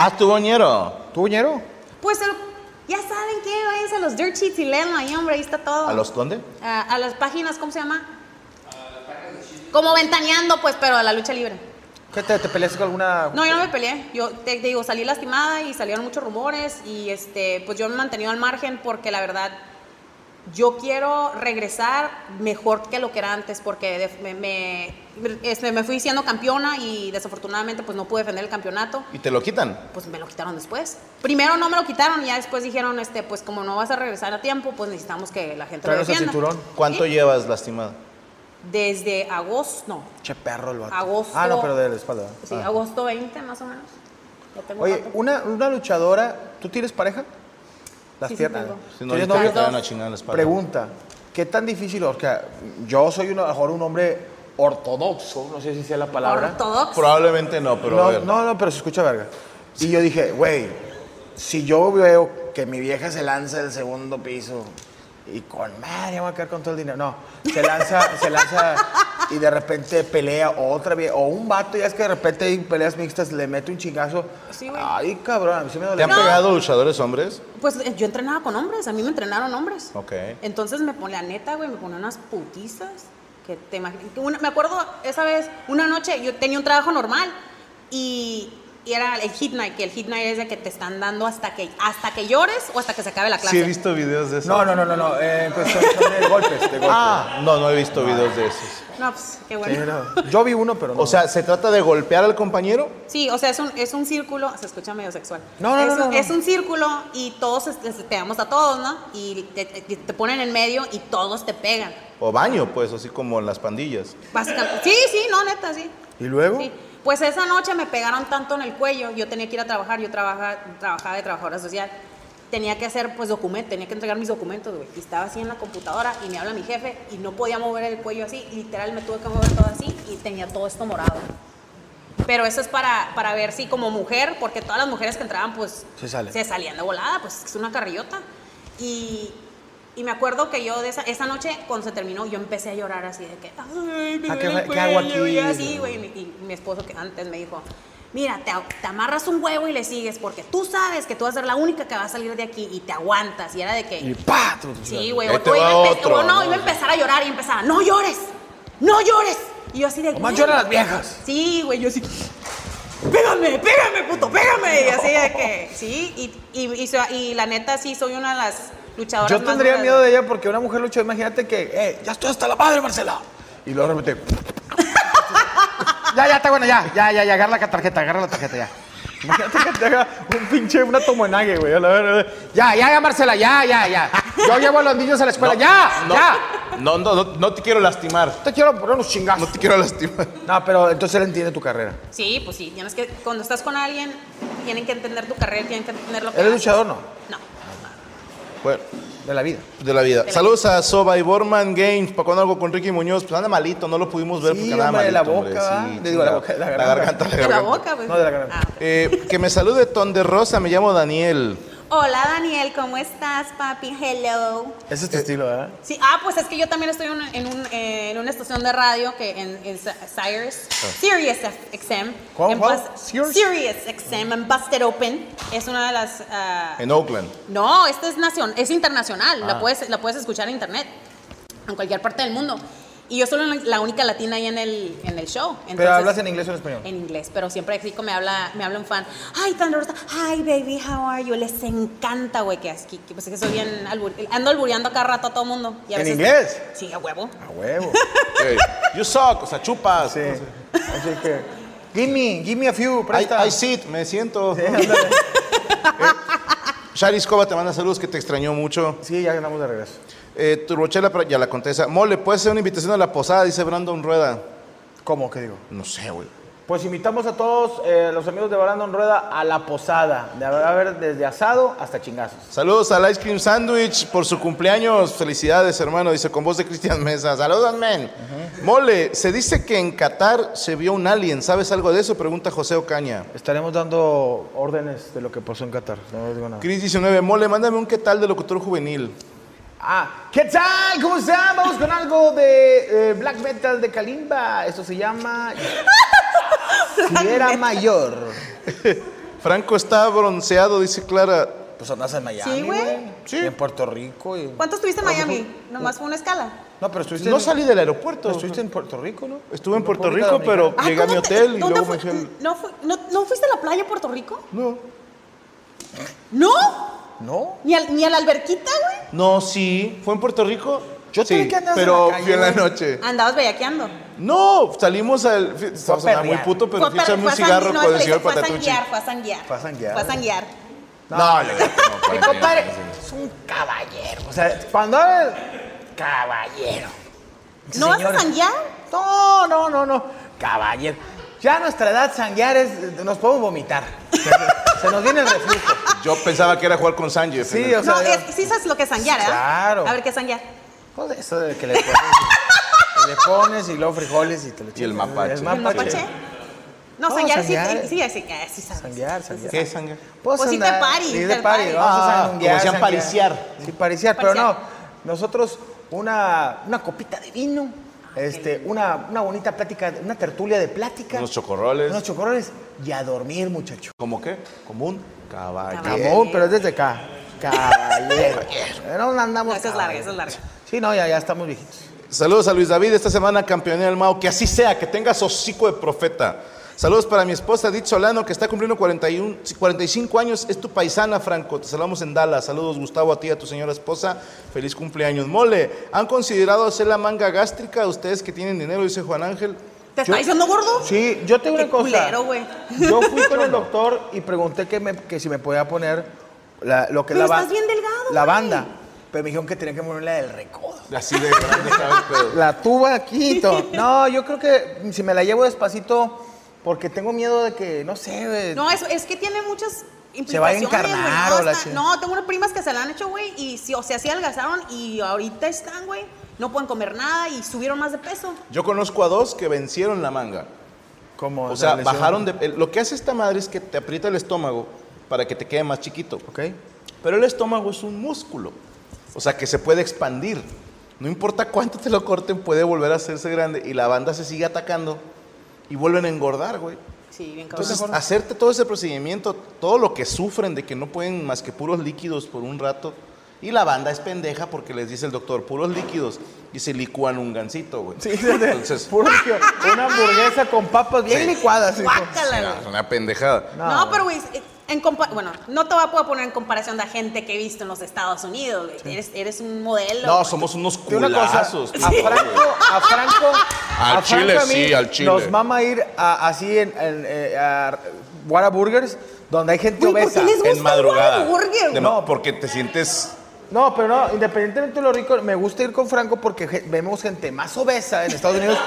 Speaker 2: Ah, tu boñero.
Speaker 1: ¿Tú, Ñero?
Speaker 3: pues el- ya saben que váyanse a los dirt sheets y leanlo ahí, hombre, ahí está todo.
Speaker 2: ¿A los dónde?
Speaker 3: a, a las páginas, ¿cómo se llama? Como ventaneando, pues, pero a la lucha libre.
Speaker 1: ¿Qué te, te peleaste con alguna.?
Speaker 3: No, yo no me peleé. Yo te, te digo, salí lastimada y salieron muchos rumores y este, pues yo me he mantenido al margen porque la verdad yo quiero regresar mejor que lo que era antes porque def- me, me- este, me fui siendo campeona y desafortunadamente pues no pude defender el campeonato.
Speaker 2: ¿Y te lo quitan?
Speaker 3: Pues me lo quitaron después. Primero no me lo quitaron y ya después dijeron, este, pues como no vas a regresar a tiempo, pues necesitamos que la gente lo
Speaker 1: Tráenos el
Speaker 3: defienda.
Speaker 1: cinturón.
Speaker 2: ¿Cuánto
Speaker 3: Sí.
Speaker 2: llevas lastimado?
Speaker 3: Desde agosto, no,
Speaker 1: Che perro el vato.
Speaker 3: Agosto.
Speaker 1: Ah, no, pero de la espalda. Ah.
Speaker 3: sí, agosto 20 más o menos. Ya tengo
Speaker 1: Oye,
Speaker 3: rato.
Speaker 1: una, una luchadora, ¿tú tienes pareja? Las
Speaker 3: Sí, sí
Speaker 1: piernas.
Speaker 3: tengo.
Speaker 2: Si no,
Speaker 1: ¿Tienes
Speaker 2: ahorita
Speaker 1: novio?
Speaker 2: te van a chingar en la espalda.
Speaker 1: Pregunta, ¿qué tan difícil? O sea, yo soy uno- a lo mejor un hombre ortodoxo, no sé si sea la palabra.
Speaker 3: Ortodoxo.
Speaker 2: Probablemente no, pero a
Speaker 1: no,
Speaker 2: ver.
Speaker 1: no, no, pero se escucha verga. Y yo dije, güey, si yo veo que mi vieja se lanza del segundo piso y con madre, vamos a quedar con todo el dinero. No, se lanza, se lanza y de repente pelea o otra vieja, o un vato, ya es que de repente hay peleas mixtas, le mete un chingazo.
Speaker 3: Sí, güey.
Speaker 1: Ay, cabrón, a mí se me
Speaker 2: ¿Te
Speaker 1: dolió.
Speaker 2: han pegado luchadores hombres?
Speaker 3: Pues eh, yo entrenaba con hombres, a mí me entrenaron hombres.
Speaker 2: Ok.
Speaker 3: Entonces me pone, la neta, güey, me pone unas putizas que te imaginas. que una- me acuerdo esa vez, una noche, yo tenía un trabajo normal y Y era el hit night, que el hit night es de que te están dando hasta que, hasta que llores o hasta que se acabe la clase.
Speaker 2: Sí he visto videos de eso.
Speaker 1: No, no, no, no, no. eh, en cuestión son de golpes, de golpes.
Speaker 2: Ah, no, no he visto videos de esos.
Speaker 3: No, pues, qué
Speaker 1: Sí,
Speaker 3: bueno.
Speaker 1: no. Yo vi uno, pero no.
Speaker 2: O sea, ¿se trata de golpear al compañero?
Speaker 3: Sí, o sea, es un, es un círculo, se escucha medio sexual.
Speaker 1: No, no,
Speaker 3: es,
Speaker 1: no,
Speaker 3: un-
Speaker 1: no, no.
Speaker 3: Es un círculo y todos este, te pegamos a todos, ¿no? Y te, te- te ponen en medio y todos te pegan.
Speaker 2: O baño, pues, así como en las pandillas.
Speaker 3: Básicamente- Sí, sí, no, neta, sí.
Speaker 1: ¿Y luego?
Speaker 3: Sí. Pues esa noche me pegaron tanto en el cuello, yo tenía que ir a trabajar, yo trabaja, trabajaba de trabajadora social. Tenía que hacer, pues, documentos, tenía que entregar mis documentos, güey. Y estaba así en la computadora y me habla mi jefe y no podía mover el cuello así. Literal, me tuve que mover todo así y tenía todo esto morado. Pero eso es para, para ver si como mujer, porque todas las mujeres que entraban, pues,
Speaker 1: Se salen.
Speaker 3: salían de volada, pues, es una carrillota. Y, y me acuerdo que yo de esa, esa noche, cuando se terminó, yo empecé a llorar así de que, ay, me
Speaker 1: Ah, ¿qué
Speaker 3: duele el
Speaker 1: fue- qué hago
Speaker 3: cuello", y
Speaker 1: aquí?
Speaker 3: así, güey, y, mi- y mi esposo que antes me dijo, mira, te, a- te amarras un huevo y le sigues, porque tú sabes que tú vas a ser la única que va a salir de aquí y te aguantas. Y era de que,
Speaker 1: Y ¡pa! Tú- tú-
Speaker 3: sí, güey,
Speaker 2: ahí
Speaker 3: o
Speaker 2: te
Speaker 3: tú
Speaker 2: va
Speaker 3: iba a empe-
Speaker 2: otro,
Speaker 3: o no,
Speaker 2: ¿no?
Speaker 3: iba a empezar a llorar y empezaba, no llores, no llores. Y yo así de...
Speaker 1: Nomás
Speaker 3: "Güey".
Speaker 1: lloran las viejas.
Speaker 3: Sí, güey, yo así, pégame, pégame, puto, pégame. Y así de que, sí, y, y, y, so- y la neta sí soy una de las luchadoras
Speaker 1: Yo
Speaker 3: más
Speaker 1: tendría
Speaker 3: duras.
Speaker 1: miedo de ella porque una mujer lucha, imagínate que, eh, ya estoy hasta la madre, Marcela. Y luego de repente. [LAUGHS] ya, ya, está bueno, ya, ya, ya, ya, agarra la tarjeta, agarra la tarjeta, ya. Imagínate que te haga un pinche, una tomoenague, güey. a la verga. Ya, ya, ya, Marcela, ya, ya, ya. Yo llevo a los niños a la escuela, ya,
Speaker 2: no,
Speaker 1: ya.
Speaker 2: No, no, no, no te quiero lastimar.
Speaker 1: Te quiero poner unos chingazos.
Speaker 2: No te quiero lastimar.
Speaker 1: No, pero entonces él entiende tu carrera.
Speaker 3: Sí, pues sí, tienes que, cuando estás con alguien, tienen que entender tu carrera, tienen que entender lo que
Speaker 1: ¿Eres
Speaker 3: haces.
Speaker 1: luchador no?
Speaker 3: No.
Speaker 2: Bueno,
Speaker 1: De la vida.
Speaker 2: de la vida. Saludos a Soba y Borman Games. Para cuando algo con Ricky Muñoz, pues anda malito, no lo pudimos ver
Speaker 1: Sí,
Speaker 2: porque andaba
Speaker 1: hombre, de la
Speaker 2: malito,
Speaker 1: boca, ¿va?
Speaker 2: Sí,
Speaker 1: Le digo, la boca, de la garganta.
Speaker 2: La
Speaker 3: De la
Speaker 2: garganta.
Speaker 3: boca, pues.
Speaker 1: No, de la garganta.
Speaker 3: Ah.
Speaker 2: Eh, que me salude Tonde Rosa, me llamo Daniel.
Speaker 3: Hola Daniel, ¿cómo estás, papi? Hello.
Speaker 1: Ese es tu estilo, ¿verdad?
Speaker 3: Sí, ah, pues es que yo también estoy en, en un, eh, en una estación de radio que en, en Sa- Sirius, Sirius XM.
Speaker 1: Ah. ¿Cuál,
Speaker 3: en
Speaker 1: cuál?
Speaker 3: Bus-
Speaker 1: Sirius?
Speaker 3: Sirius? XM en Busted Open. Es una de las... ah,
Speaker 2: En Oakland.
Speaker 3: no, esta es, nacion- es internacional, la, puedes, la puedes escuchar en internet, en cualquier parte del mundo. Y yo soy la- la única latina ahí en el, en el show.
Speaker 1: ¿Pero hablas en inglés o en español?
Speaker 3: En inglés, pero siempre aquí me habla, me habla un fan. Ay, tan rosa. Hi, baby, how are you? Les encanta, güey, que aquí, que, pues es que soy bien albur- ando albureando cada rato a todo mundo. y a
Speaker 1: ¿En
Speaker 3: veces-
Speaker 1: inglés?
Speaker 3: Sí, a huevo.
Speaker 1: A huevo.
Speaker 2: Hey, you suck, o sea, chupas.
Speaker 1: Sí. Este, Así que. Give me, give me a few,
Speaker 2: I,
Speaker 1: presta.
Speaker 2: I sit, me siento.
Speaker 1: Sí, ándale.
Speaker 2: Shari Escoba te manda saludos que te extrañó mucho.
Speaker 1: Sí, ya ganamos de regreso.
Speaker 2: Eh, Turbochela, pero ya la contesta. Mole, ¿puede ser una invitación a la posada? Dice Brandon Rueda.
Speaker 1: ¿Cómo? ¿Qué digo?
Speaker 2: No sé, güey.
Speaker 1: Pues invitamos a todos eh, los amigos de Brandon Rueda a la posada. De a ver, desde asado hasta chingazos.
Speaker 2: Saludos al Ice Cream Sandwich por su cumpleaños. Felicidades, hermano. Dice con voz de Cristian Mesa. Saludos, men. Mole, se dice que en Qatar se vio un alien. ¿Sabes algo de eso? Pregunta José Ocaña.
Speaker 1: Estaremos dando órdenes de lo que pasó en Qatar. No les digo nada.
Speaker 2: Cris 19, Mole, mándame un qué tal de locutor juvenil.
Speaker 1: Ah, ¿qué tal? ¿Cómo están? Vamos con algo de eh, black metal de Kalimba. Esto se
Speaker 3: [LAUGHS]
Speaker 1: llama. si era mayor.
Speaker 2: Franco está bronceado, dice Clara.
Speaker 1: Pues andas en Miami.
Speaker 3: Sí, güey.
Speaker 1: Sí. En Puerto Rico. y-
Speaker 3: ¿Cuánto estuviste en Miami? Nomás fue una escala.
Speaker 1: No, pero estuviste.
Speaker 2: No
Speaker 1: en-
Speaker 2: salí del aeropuerto.
Speaker 1: Estuviste en Puerto Rico, ¿no?
Speaker 2: Estuve en Puerto
Speaker 1: República
Speaker 2: Rico, pero
Speaker 3: Ah,
Speaker 2: llegué a mi
Speaker 3: ¿dónde-
Speaker 2: hotel y
Speaker 3: dónde
Speaker 2: luego
Speaker 3: fu-
Speaker 2: me fui al...
Speaker 3: no, fu- no- no fuiste a la playa a Puerto Rico?
Speaker 2: No.
Speaker 3: ¿No?
Speaker 1: Dominicana. ¿No?
Speaker 3: ¿Ni, al- ni a la alberquita, güey?
Speaker 2: No, sí. ¿Fue en Puerto Rico?
Speaker 1: Yo te
Speaker 2: sí,
Speaker 1: vi que andabas en
Speaker 2: pero
Speaker 1: la calle,
Speaker 2: fui en la
Speaker 1: güey.
Speaker 2: noche.
Speaker 3: Andabas bellaqueando.
Speaker 2: No, salimos al... fui- o sea,
Speaker 1: perrear.
Speaker 2: muy puto, pero
Speaker 3: Fue
Speaker 2: fui a
Speaker 3: per-
Speaker 2: echarme
Speaker 3: fue
Speaker 2: un
Speaker 3: a san-
Speaker 2: cigarro
Speaker 3: no,
Speaker 2: con el
Speaker 3: le
Speaker 2: señor
Speaker 3: dije,
Speaker 2: Patatucci.
Speaker 3: Fue a sanguear, fue a sanguear.
Speaker 1: Fue a sanguear.
Speaker 2: No, le
Speaker 1: Mi compadre es un caballero. O sea, cuando es caballero.
Speaker 3: ¿No vas a
Speaker 1: Señores.
Speaker 3: sanguear?
Speaker 1: No, no, no, no. Caballero. Ya a nuestra edad sanguear es. Nos podemos vomitar. Se, se nos viene el reflujo.
Speaker 2: Yo pensaba que era jugar con Sánchez.
Speaker 1: Sí, o sea.
Speaker 3: No,
Speaker 1: ya-
Speaker 3: es- sí sabes lo que es sanguear, ¿verdad?
Speaker 1: Claro.
Speaker 3: A ver, ¿qué es sanguear?
Speaker 1: Pues eso de que le pones. y- que le pones y luego frijoles y te lo
Speaker 2: Y el
Speaker 1: chingas.
Speaker 2: mapache.
Speaker 1: Es
Speaker 2: ¿Y el
Speaker 3: ¿El mapache? No,
Speaker 1: No,
Speaker 3: sanguear sí,
Speaker 1: sanguear.
Speaker 3: sí, sí, sí, ah, sí sabes.
Speaker 1: Sanguear, sanguear.
Speaker 2: ¿Qué es sanguear?
Speaker 1: Pues,
Speaker 3: Pues sí te
Speaker 1: andar-
Speaker 3: pari,
Speaker 1: sí te
Speaker 3: te
Speaker 1: pari,
Speaker 3: pari.
Speaker 1: vamos a sanguear,
Speaker 2: Ah, como decían,
Speaker 1: sanguear.
Speaker 2: pariciar.
Speaker 1: Sí, pariciar, pero no.
Speaker 3: Pariciar.
Speaker 1: Nosotros una, una copita de vino, este, una, una bonita plática, una tertulia de plática.
Speaker 2: Unos chocorroles.
Speaker 1: Unos chocorroles y a dormir, muchacho.
Speaker 2: ¿Cómo qué? Como un caballero.
Speaker 3: Caballero.
Speaker 1: Amor, pero es desde
Speaker 2: [LAUGHS]
Speaker 1: acá. Caballero. No no
Speaker 3: No,
Speaker 1: andamos.
Speaker 3: esa es larga, esa es larga.
Speaker 1: Sí, no, ya, ya estamos viejitos.
Speaker 2: Saludos a Luis David. Esta semana campeonea el Mao. Que así sea, que tengas hocico de profeta. Saludos para mi esposa Edith Solano, que está cumpliendo 41, 45 años. Es tu paisana, Franco. Te saludamos en Dallas. Saludos, Gustavo, a ti, a tu señora esposa. Feliz cumpleaños. Mole, ¿han considerado hacer la manga gástrica? Ustedes que tienen dinero, dice Juan Ángel.
Speaker 3: ¿Te está diciendo gordo?
Speaker 1: Sí, yo tengo
Speaker 3: Qué
Speaker 1: una cosa.
Speaker 3: culero, güey.
Speaker 1: Yo
Speaker 3: [LAUGHS]
Speaker 1: fui con el doctor y pregunté que, me- que si me podía poner la- lo que es
Speaker 3: Pero
Speaker 1: la ba-
Speaker 3: estás bien delgado,
Speaker 1: La
Speaker 3: güey.
Speaker 1: banda. Pero me dijeron que tenía que poner la del recodo.
Speaker 2: Así de grande, ¿sabes? Pero-
Speaker 1: La tuba aquí.
Speaker 3: [LAUGHS]
Speaker 1: to- No, yo creo que si me la llevo despacito, porque tengo miedo de que, no sé, güey.
Speaker 3: No, es, es que tiene muchas implicaciones.
Speaker 1: Se va a
Speaker 3: güey.
Speaker 1: encarnar
Speaker 3: no,
Speaker 1: o la
Speaker 3: está-
Speaker 1: chi-
Speaker 3: no, tengo unas primas que se la han hecho, güey, y sí, o sea, sí adelgazaron y ahorita están, güey, no pueden comer nada y subieron más de peso.
Speaker 2: Yo conozco a dos que vencieron la manga.
Speaker 1: Como
Speaker 2: O sea, bajaron de... el- Lo que hace esta madre es que te aprieta el estómago para que te quede más chiquito.
Speaker 1: Ok.
Speaker 2: Pero el estómago es un músculo. O sea, que se puede expandir. No importa cuánto te lo corten, puede volver a hacerse grande y la banda se sigue atacando y vuelven a engordar, güey.
Speaker 3: Sí, bien cabrón.
Speaker 2: Entonces, hacerte todo ese procedimiento, todo lo que sufren de que no pueden más que puros líquidos por un rato. Y la banda es pendeja porque les dice el doctor, puros líquidos. Y se licúan un gancito, güey.
Speaker 1: Sí,
Speaker 2: Entonces,
Speaker 1: [LAUGHS] puro que- una hamburguesa con papas bien
Speaker 2: Sí.
Speaker 1: licuadas. hijo.
Speaker 3: Guácala, güey.
Speaker 2: es una pendejada.
Speaker 3: No, pero güey, eh, en compa- bueno, no te voy a poder poner en comparación de la gente que he visto en los Estados Unidos, güey. Eres, eres un modelo.
Speaker 2: No,
Speaker 3: güey.
Speaker 2: somos unos
Speaker 1: Y una cosa, [LAUGHS]
Speaker 2: culazos.
Speaker 1: a Franco, a Franco,
Speaker 2: Al
Speaker 1: a
Speaker 2: chile
Speaker 1: Franco a mí
Speaker 2: sí, al chile.
Speaker 1: Nos mama ir a- así en, en, eh, a Whataburgers, donde hay gente
Speaker 3: Güey, ¿por
Speaker 1: obesa.
Speaker 3: qué les- gusta
Speaker 2: en
Speaker 3: el
Speaker 2: madrugada.
Speaker 3: Whataburger, güey?
Speaker 2: De ma- porque te sientes.
Speaker 1: No, pero no, independientemente de lo rico, me gusta ir con Franco porque je- vemos gente más obesa en Estados Unidos.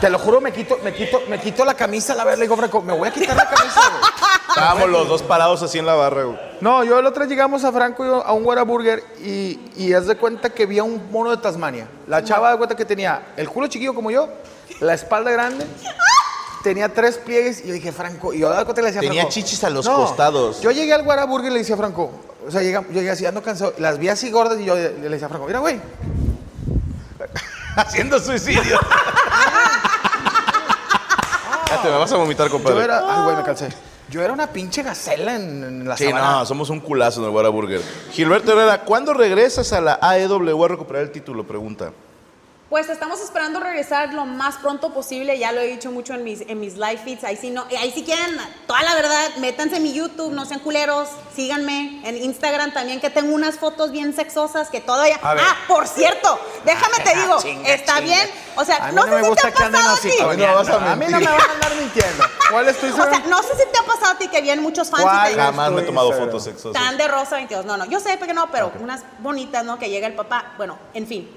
Speaker 1: Te lo juro, me quito, me quito, me quito la camisa, la verdad, le digo Franco, me voy a quitar la camisa, güey.
Speaker 2: Estábamos los dos parados así en la barra, güey.
Speaker 1: No, yo el otro día llegamos a Franco y yo a un Whataburger y, y haz de cuenta que vi a un mono de Tasmania. La chava de cuenta que tenía el culo chiquillo como yo, la espalda grande, tenía tres pliegues y yo dije, Franco, y yo de cuenta que le decía a
Speaker 2: Tenía
Speaker 1: Franco,
Speaker 2: chichis a los costados.
Speaker 1: Yo llegué al Whataburger y le decía a Franco, o sea, llegamos, yo llegué así, ando cansado, las vi así gordas y yo le le decía a Franco, mira, güey,
Speaker 2: Haciendo suicidio. ya te me vas a vomitar,
Speaker 1: yo
Speaker 2: compadre.
Speaker 1: era, ay, güey, me cansé. Yo era una pinche gacela en, en la
Speaker 2: Sí,
Speaker 1: sabana.
Speaker 2: no, somos un culazo en el Whataburger. Gilberto Herrera, ¿cuándo regresas a la AEW a recuperar el título? Pregunta.
Speaker 3: Pues estamos esperando regresar lo más pronto posible, ya lo he dicho mucho en mis, en mis live feeds, ahí sí, no, ahí sí quieren toda la verdad, métanse en mi YouTube, no sean culeros, síganme en Instagram también, que tengo unas fotos bien sexosas que todavía...
Speaker 1: A ver. Ah,
Speaker 3: Ah, por cierto, déjame te digo,
Speaker 1: Chinga,
Speaker 3: está
Speaker 1: chinga.
Speaker 3: bien, o sea,
Speaker 1: A mí
Speaker 3: no,
Speaker 1: me
Speaker 3: sé si te
Speaker 1: gusta
Speaker 3: ha
Speaker 1: que anden
Speaker 3: pasado a
Speaker 1: así
Speaker 3: ti.
Speaker 2: A mí no me vas a
Speaker 1: A mí no me
Speaker 2: mentir.
Speaker 1: van a andar mintiendo. ¿Cuál es tu
Speaker 3: O sea, no sé si te ha pasado a ti que habían muchos fans y te-
Speaker 2: Jamás me he tomado
Speaker 1: Instagram.
Speaker 2: fotos sexosas.
Speaker 3: Tan de rosa 22. No, no, yo sé que no, pero unas bonitas, ¿no? Que llega el papá. Bueno, en fin.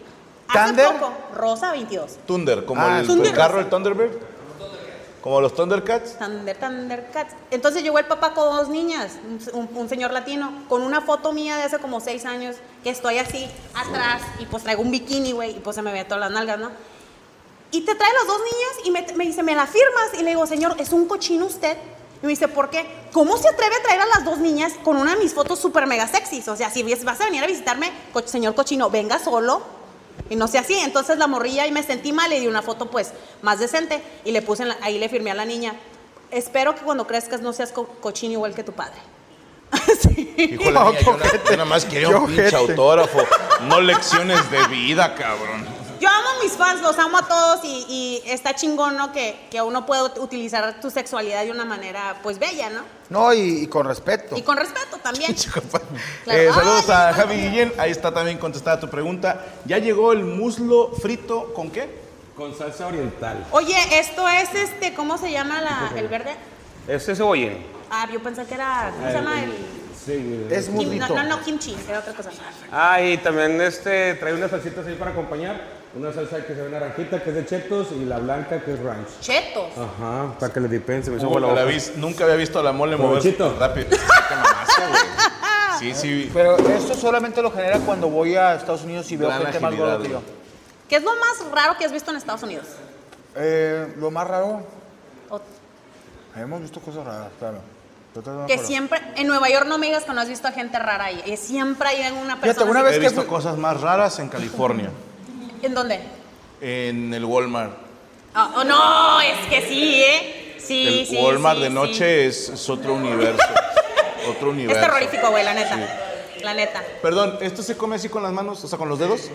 Speaker 3: Hace
Speaker 1: ¿Tander?
Speaker 3: poco, rosa 22.
Speaker 2: Thunder, como
Speaker 1: Ah,
Speaker 2: el,
Speaker 3: Thunder.
Speaker 2: el carro del Thunderbird. Como los Thundercats.
Speaker 3: Thunder, Thundercats. Entonces llegó el papá con dos niñas, un, un- un señor latino, con una foto mía de hace como seis años, que estoy así, atrás, y pues traigo un bikini, güey, y pues se me ve todas las nalgas, ¿no? Y te trae las dos niñas y me, me dice, ¿me la firmas? Y le digo, señor, es un cochino usted. Y me dice, ¿por qué? ¿Cómo se atreve a traer a las dos niñas con una de mis fotos súper mega sexys? O sea, si ves- vas a venir a visitarme, co- señor cochino, venga solo. Y no sé así. Entonces la morrilla y me sentí mal, le di una foto pues más decente y le puse, en la- ahí le firmé a la niña. Espero que cuando crezcas no seas co- cochino igual que tu padre. [LAUGHS] Sí.
Speaker 1: [LAUGHS]
Speaker 2: Híjole,
Speaker 1: No,
Speaker 2: mía, yo, na-
Speaker 1: cojete.
Speaker 2: yo nada más quería
Speaker 1: Qué
Speaker 2: un pinche
Speaker 1: ojete.
Speaker 2: autógrafo. No lecciones de vida, cabrón.
Speaker 3: Yo amo a mis fans, los amo a todos y, y está chingón, ¿no? Que, que uno puede ut- utilizar tu sexualidad de una manera pues bella, ¿no?
Speaker 1: No, y, y con respeto.
Speaker 3: Y con respeto también. Claro.
Speaker 2: Eh, saludos
Speaker 3: Ay,
Speaker 2: a
Speaker 3: ya
Speaker 2: Javi Guillén. Ahí está también contestada tu pregunta. ¿Ya llegó el muslo frito con qué?
Speaker 4: Con salsa oriental.
Speaker 3: Oye, esto es este, ¿cómo se llama la, el verde?
Speaker 4: Este es cebolla.
Speaker 3: Ah, yo pensé que era, ¿cómo se llama el?
Speaker 4: Sí.
Speaker 1: Es
Speaker 3: kim- no,
Speaker 1: murrito.
Speaker 3: no, no, kimchi, era otra cosa.
Speaker 4: Ah, y también este, trae unas salsitas ahí para acompañar. Una salsa que se ve naranjita, que es de chetos, y la blanca, que es ranch.
Speaker 3: Chetos.
Speaker 4: Ajá, para que le dipen, se me hizo
Speaker 2: Uy,
Speaker 4: agua la boca.
Speaker 2: la vis- nunca había visto a la mole moverse
Speaker 4: Provechito.
Speaker 2: rápido.
Speaker 1: [LAUGHS]
Speaker 2: Qué mamazo, güey. Sí, sí.
Speaker 1: Pero esto solamente lo genera cuando voy a Estados Unidos y veo
Speaker 2: Gran
Speaker 1: gente más
Speaker 2: agilidad,
Speaker 1: gorda que yo.
Speaker 2: güey.
Speaker 3: ¿Qué es lo más raro que has visto en Estados Unidos?
Speaker 1: Eh, lo más raro,
Speaker 3: O-
Speaker 1: hemos visto cosas raras, claro. Yo todavía no me
Speaker 3: que
Speaker 1: acuerdo.
Speaker 3: siempre, en Nueva York no me digas que no has visto a gente rara ahí. eh, Siempre hay alguna persona.
Speaker 1: una
Speaker 3: así.
Speaker 1: vez
Speaker 2: He
Speaker 1: que
Speaker 2: visto
Speaker 1: fui-
Speaker 2: cosas más raras en California,
Speaker 3: ¿En dónde?
Speaker 2: en el Walmart.
Speaker 3: Ah, oh, no, es que sí, ¿eh? Sí,
Speaker 2: El
Speaker 3: sí.
Speaker 2: Walmart
Speaker 3: sí,
Speaker 2: de
Speaker 3: sí.
Speaker 2: noche es, es
Speaker 1: [LAUGHS]
Speaker 2: otro universo. otro universo.
Speaker 3: Es terrorífico, güey, la neta. La neta.
Speaker 2: Perdón, ¿esto se come así con las manos? O sea, con los dedos.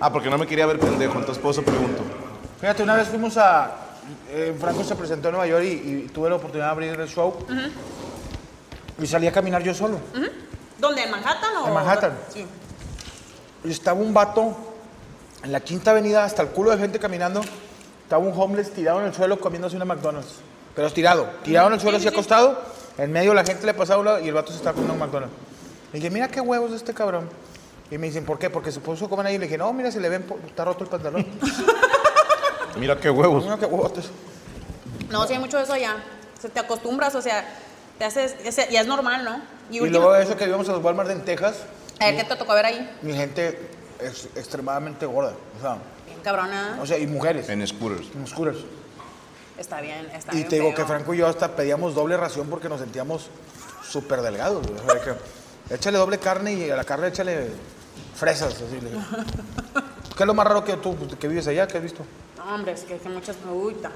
Speaker 2: Ah, porque no me quería ver pendejo, entonces por eso pregunto.
Speaker 1: Fíjate, una vez fuimos a. eh, Franco se presentó en Nueva York y, y tuve la oportunidad de abrir el show. Y salí a caminar yo solo.
Speaker 3: ¿Dónde? ¿En Manhattan o...?
Speaker 1: En Manhattan.
Speaker 3: Sí.
Speaker 1: Y estaba un vato en la quinta avenida, hasta el culo de gente caminando. Estaba un homeless tirado en el suelo comiéndose una McDonald's. Pero tirado, tirado en el suelo,
Speaker 3: Sí, sí,
Speaker 1: así
Speaker 3: sí.
Speaker 1: acostado. En medio la gente le pasaba a un lado y el vato se estaba comiendo un McDonald's. Le dije, mira qué huevos de este cabrón. Y me dicen, ¿por qué? Porque se puso a comer ahí. Y le dije, no, mira, se le ven, po- está roto el
Speaker 3: [LAUGHS]
Speaker 1: pantalón.
Speaker 5: Mira qué huevos.
Speaker 1: Mira qué huevotes.
Speaker 3: No, sí hay mucho de eso allá. Se te acostumbras, o sea, te haces... ese- ya es normal, ¿no?
Speaker 1: Y,
Speaker 3: último-
Speaker 1: luego eso que vimos a los Walmart en Texas,
Speaker 3: A ver, ¿qué te tocó ver ahí?
Speaker 1: mi gente es extremadamente gorda. O sea,
Speaker 3: Bien cabrona.
Speaker 1: o sea y mujeres,
Speaker 5: En scooters.
Speaker 1: oscuras.
Speaker 3: Está bien, está
Speaker 1: Y
Speaker 3: bien
Speaker 1: te digo
Speaker 3: feo.
Speaker 1: que Franco y yo hasta pedíamos doble ración porque nos sentíamos súper delgados. güey. O sea, que échale doble carne y a la carne échale fresas. Así,
Speaker 3: [LAUGHS]
Speaker 1: le digo. ¿Qué es lo más raro que tú, pues, que vives allá, que has visto?
Speaker 3: No, hombre, es que, que muchas... Uy, ta.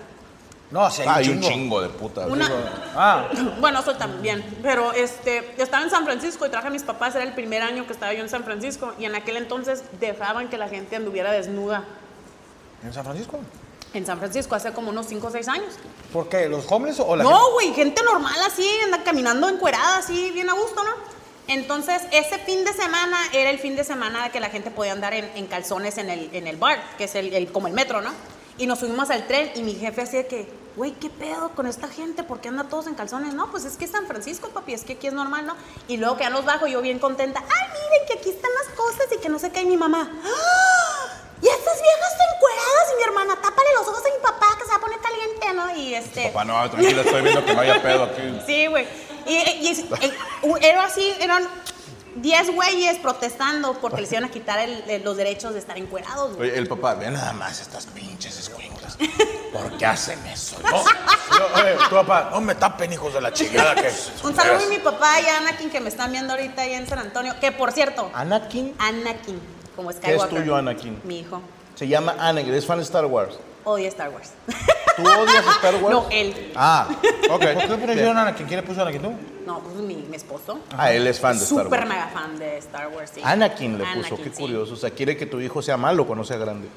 Speaker 1: No, sí, hay
Speaker 5: Ah,
Speaker 1: un
Speaker 5: hay
Speaker 1: chingo.
Speaker 5: un chingo de puta.
Speaker 3: Una...
Speaker 1: Ah,
Speaker 3: [CLEARS THROAT] Bueno, eso también. Pero este, yo estaba en San Francisco y traje a mis papás. Era el primer año que estaba yo en San Francisco. Y en aquel entonces dejaban que la gente anduviera desnuda
Speaker 1: ¿en San Francisco?
Speaker 3: en San Francisco hace como unos 5 o 6 años.
Speaker 1: ¿Por qué? ¿Los homeless o la gente?
Speaker 3: No, güey, gente normal así, anda caminando encuerada así, bien a gusto, ¿no? Entonces, ese fin de semana era el fin de semana que la gente podía andar en, en calzones en el, en el bar, que es el, el- como el metro, ¿no? Y nos subimos al tren y mi jefe así de que, güey, ¿qué pedo con esta gente? ¿Por qué anda todos en calzones? No, pues es que es San Francisco, papi, es que aquí es normal, ¿no? Y luego que ya nos bajo, yo bien contenta, ay, miren que aquí están las cosas y que no sé qué, y mi mamá, ¡ah! Y estas viejas están encueradas y mi hermana, tápale los ojos a mi papá que se va a poner caliente, ¿no? Y este...
Speaker 5: Papá, no, tranquilo, estoy viendo que no haya pedo aquí.
Speaker 3: Sí, güey. Y, y es- eh, u- era así, eran 10 güeyes protestando porque les iban a quitar el- el- los derechos de estar encuerados, güey.
Speaker 5: Oye, el papá, ve nada más estas pinches escuinclas. ¿Por qué hacen eso? No,
Speaker 1: Oye, tu papá, no me tapen, hijos de la chingada. Que...
Speaker 3: Un saludo a mi papá y a Anakin que me están viendo ahorita allá en San Antonio. Que por cierto,
Speaker 2: Anakin
Speaker 3: Anakin, como
Speaker 2: Ah. es
Speaker 3: Skywalker.
Speaker 2: tuyo, Anakin?
Speaker 3: Mi hijo.
Speaker 2: se llama Anakin, es fan de Star Wars.
Speaker 3: Odia Star Wars. [LAUGHS]
Speaker 2: ¿Tú odias Star Wars?
Speaker 3: No, él.
Speaker 2: Ah, ok.
Speaker 1: ¿Por qué pusieron a Anakin? ¿Quién le puso a Anakin tú?
Speaker 3: No, pues mi, mi esposo.
Speaker 2: Ah, él es fan de Star
Speaker 3: Súper
Speaker 2: Wars.
Speaker 3: mega fan de Star Wars, sí.
Speaker 2: Anakin le
Speaker 3: Anakin,
Speaker 2: puso, qué
Speaker 3: sí.
Speaker 2: curioso. O sea, quiere que tu hijo sea malo cuando sea grande,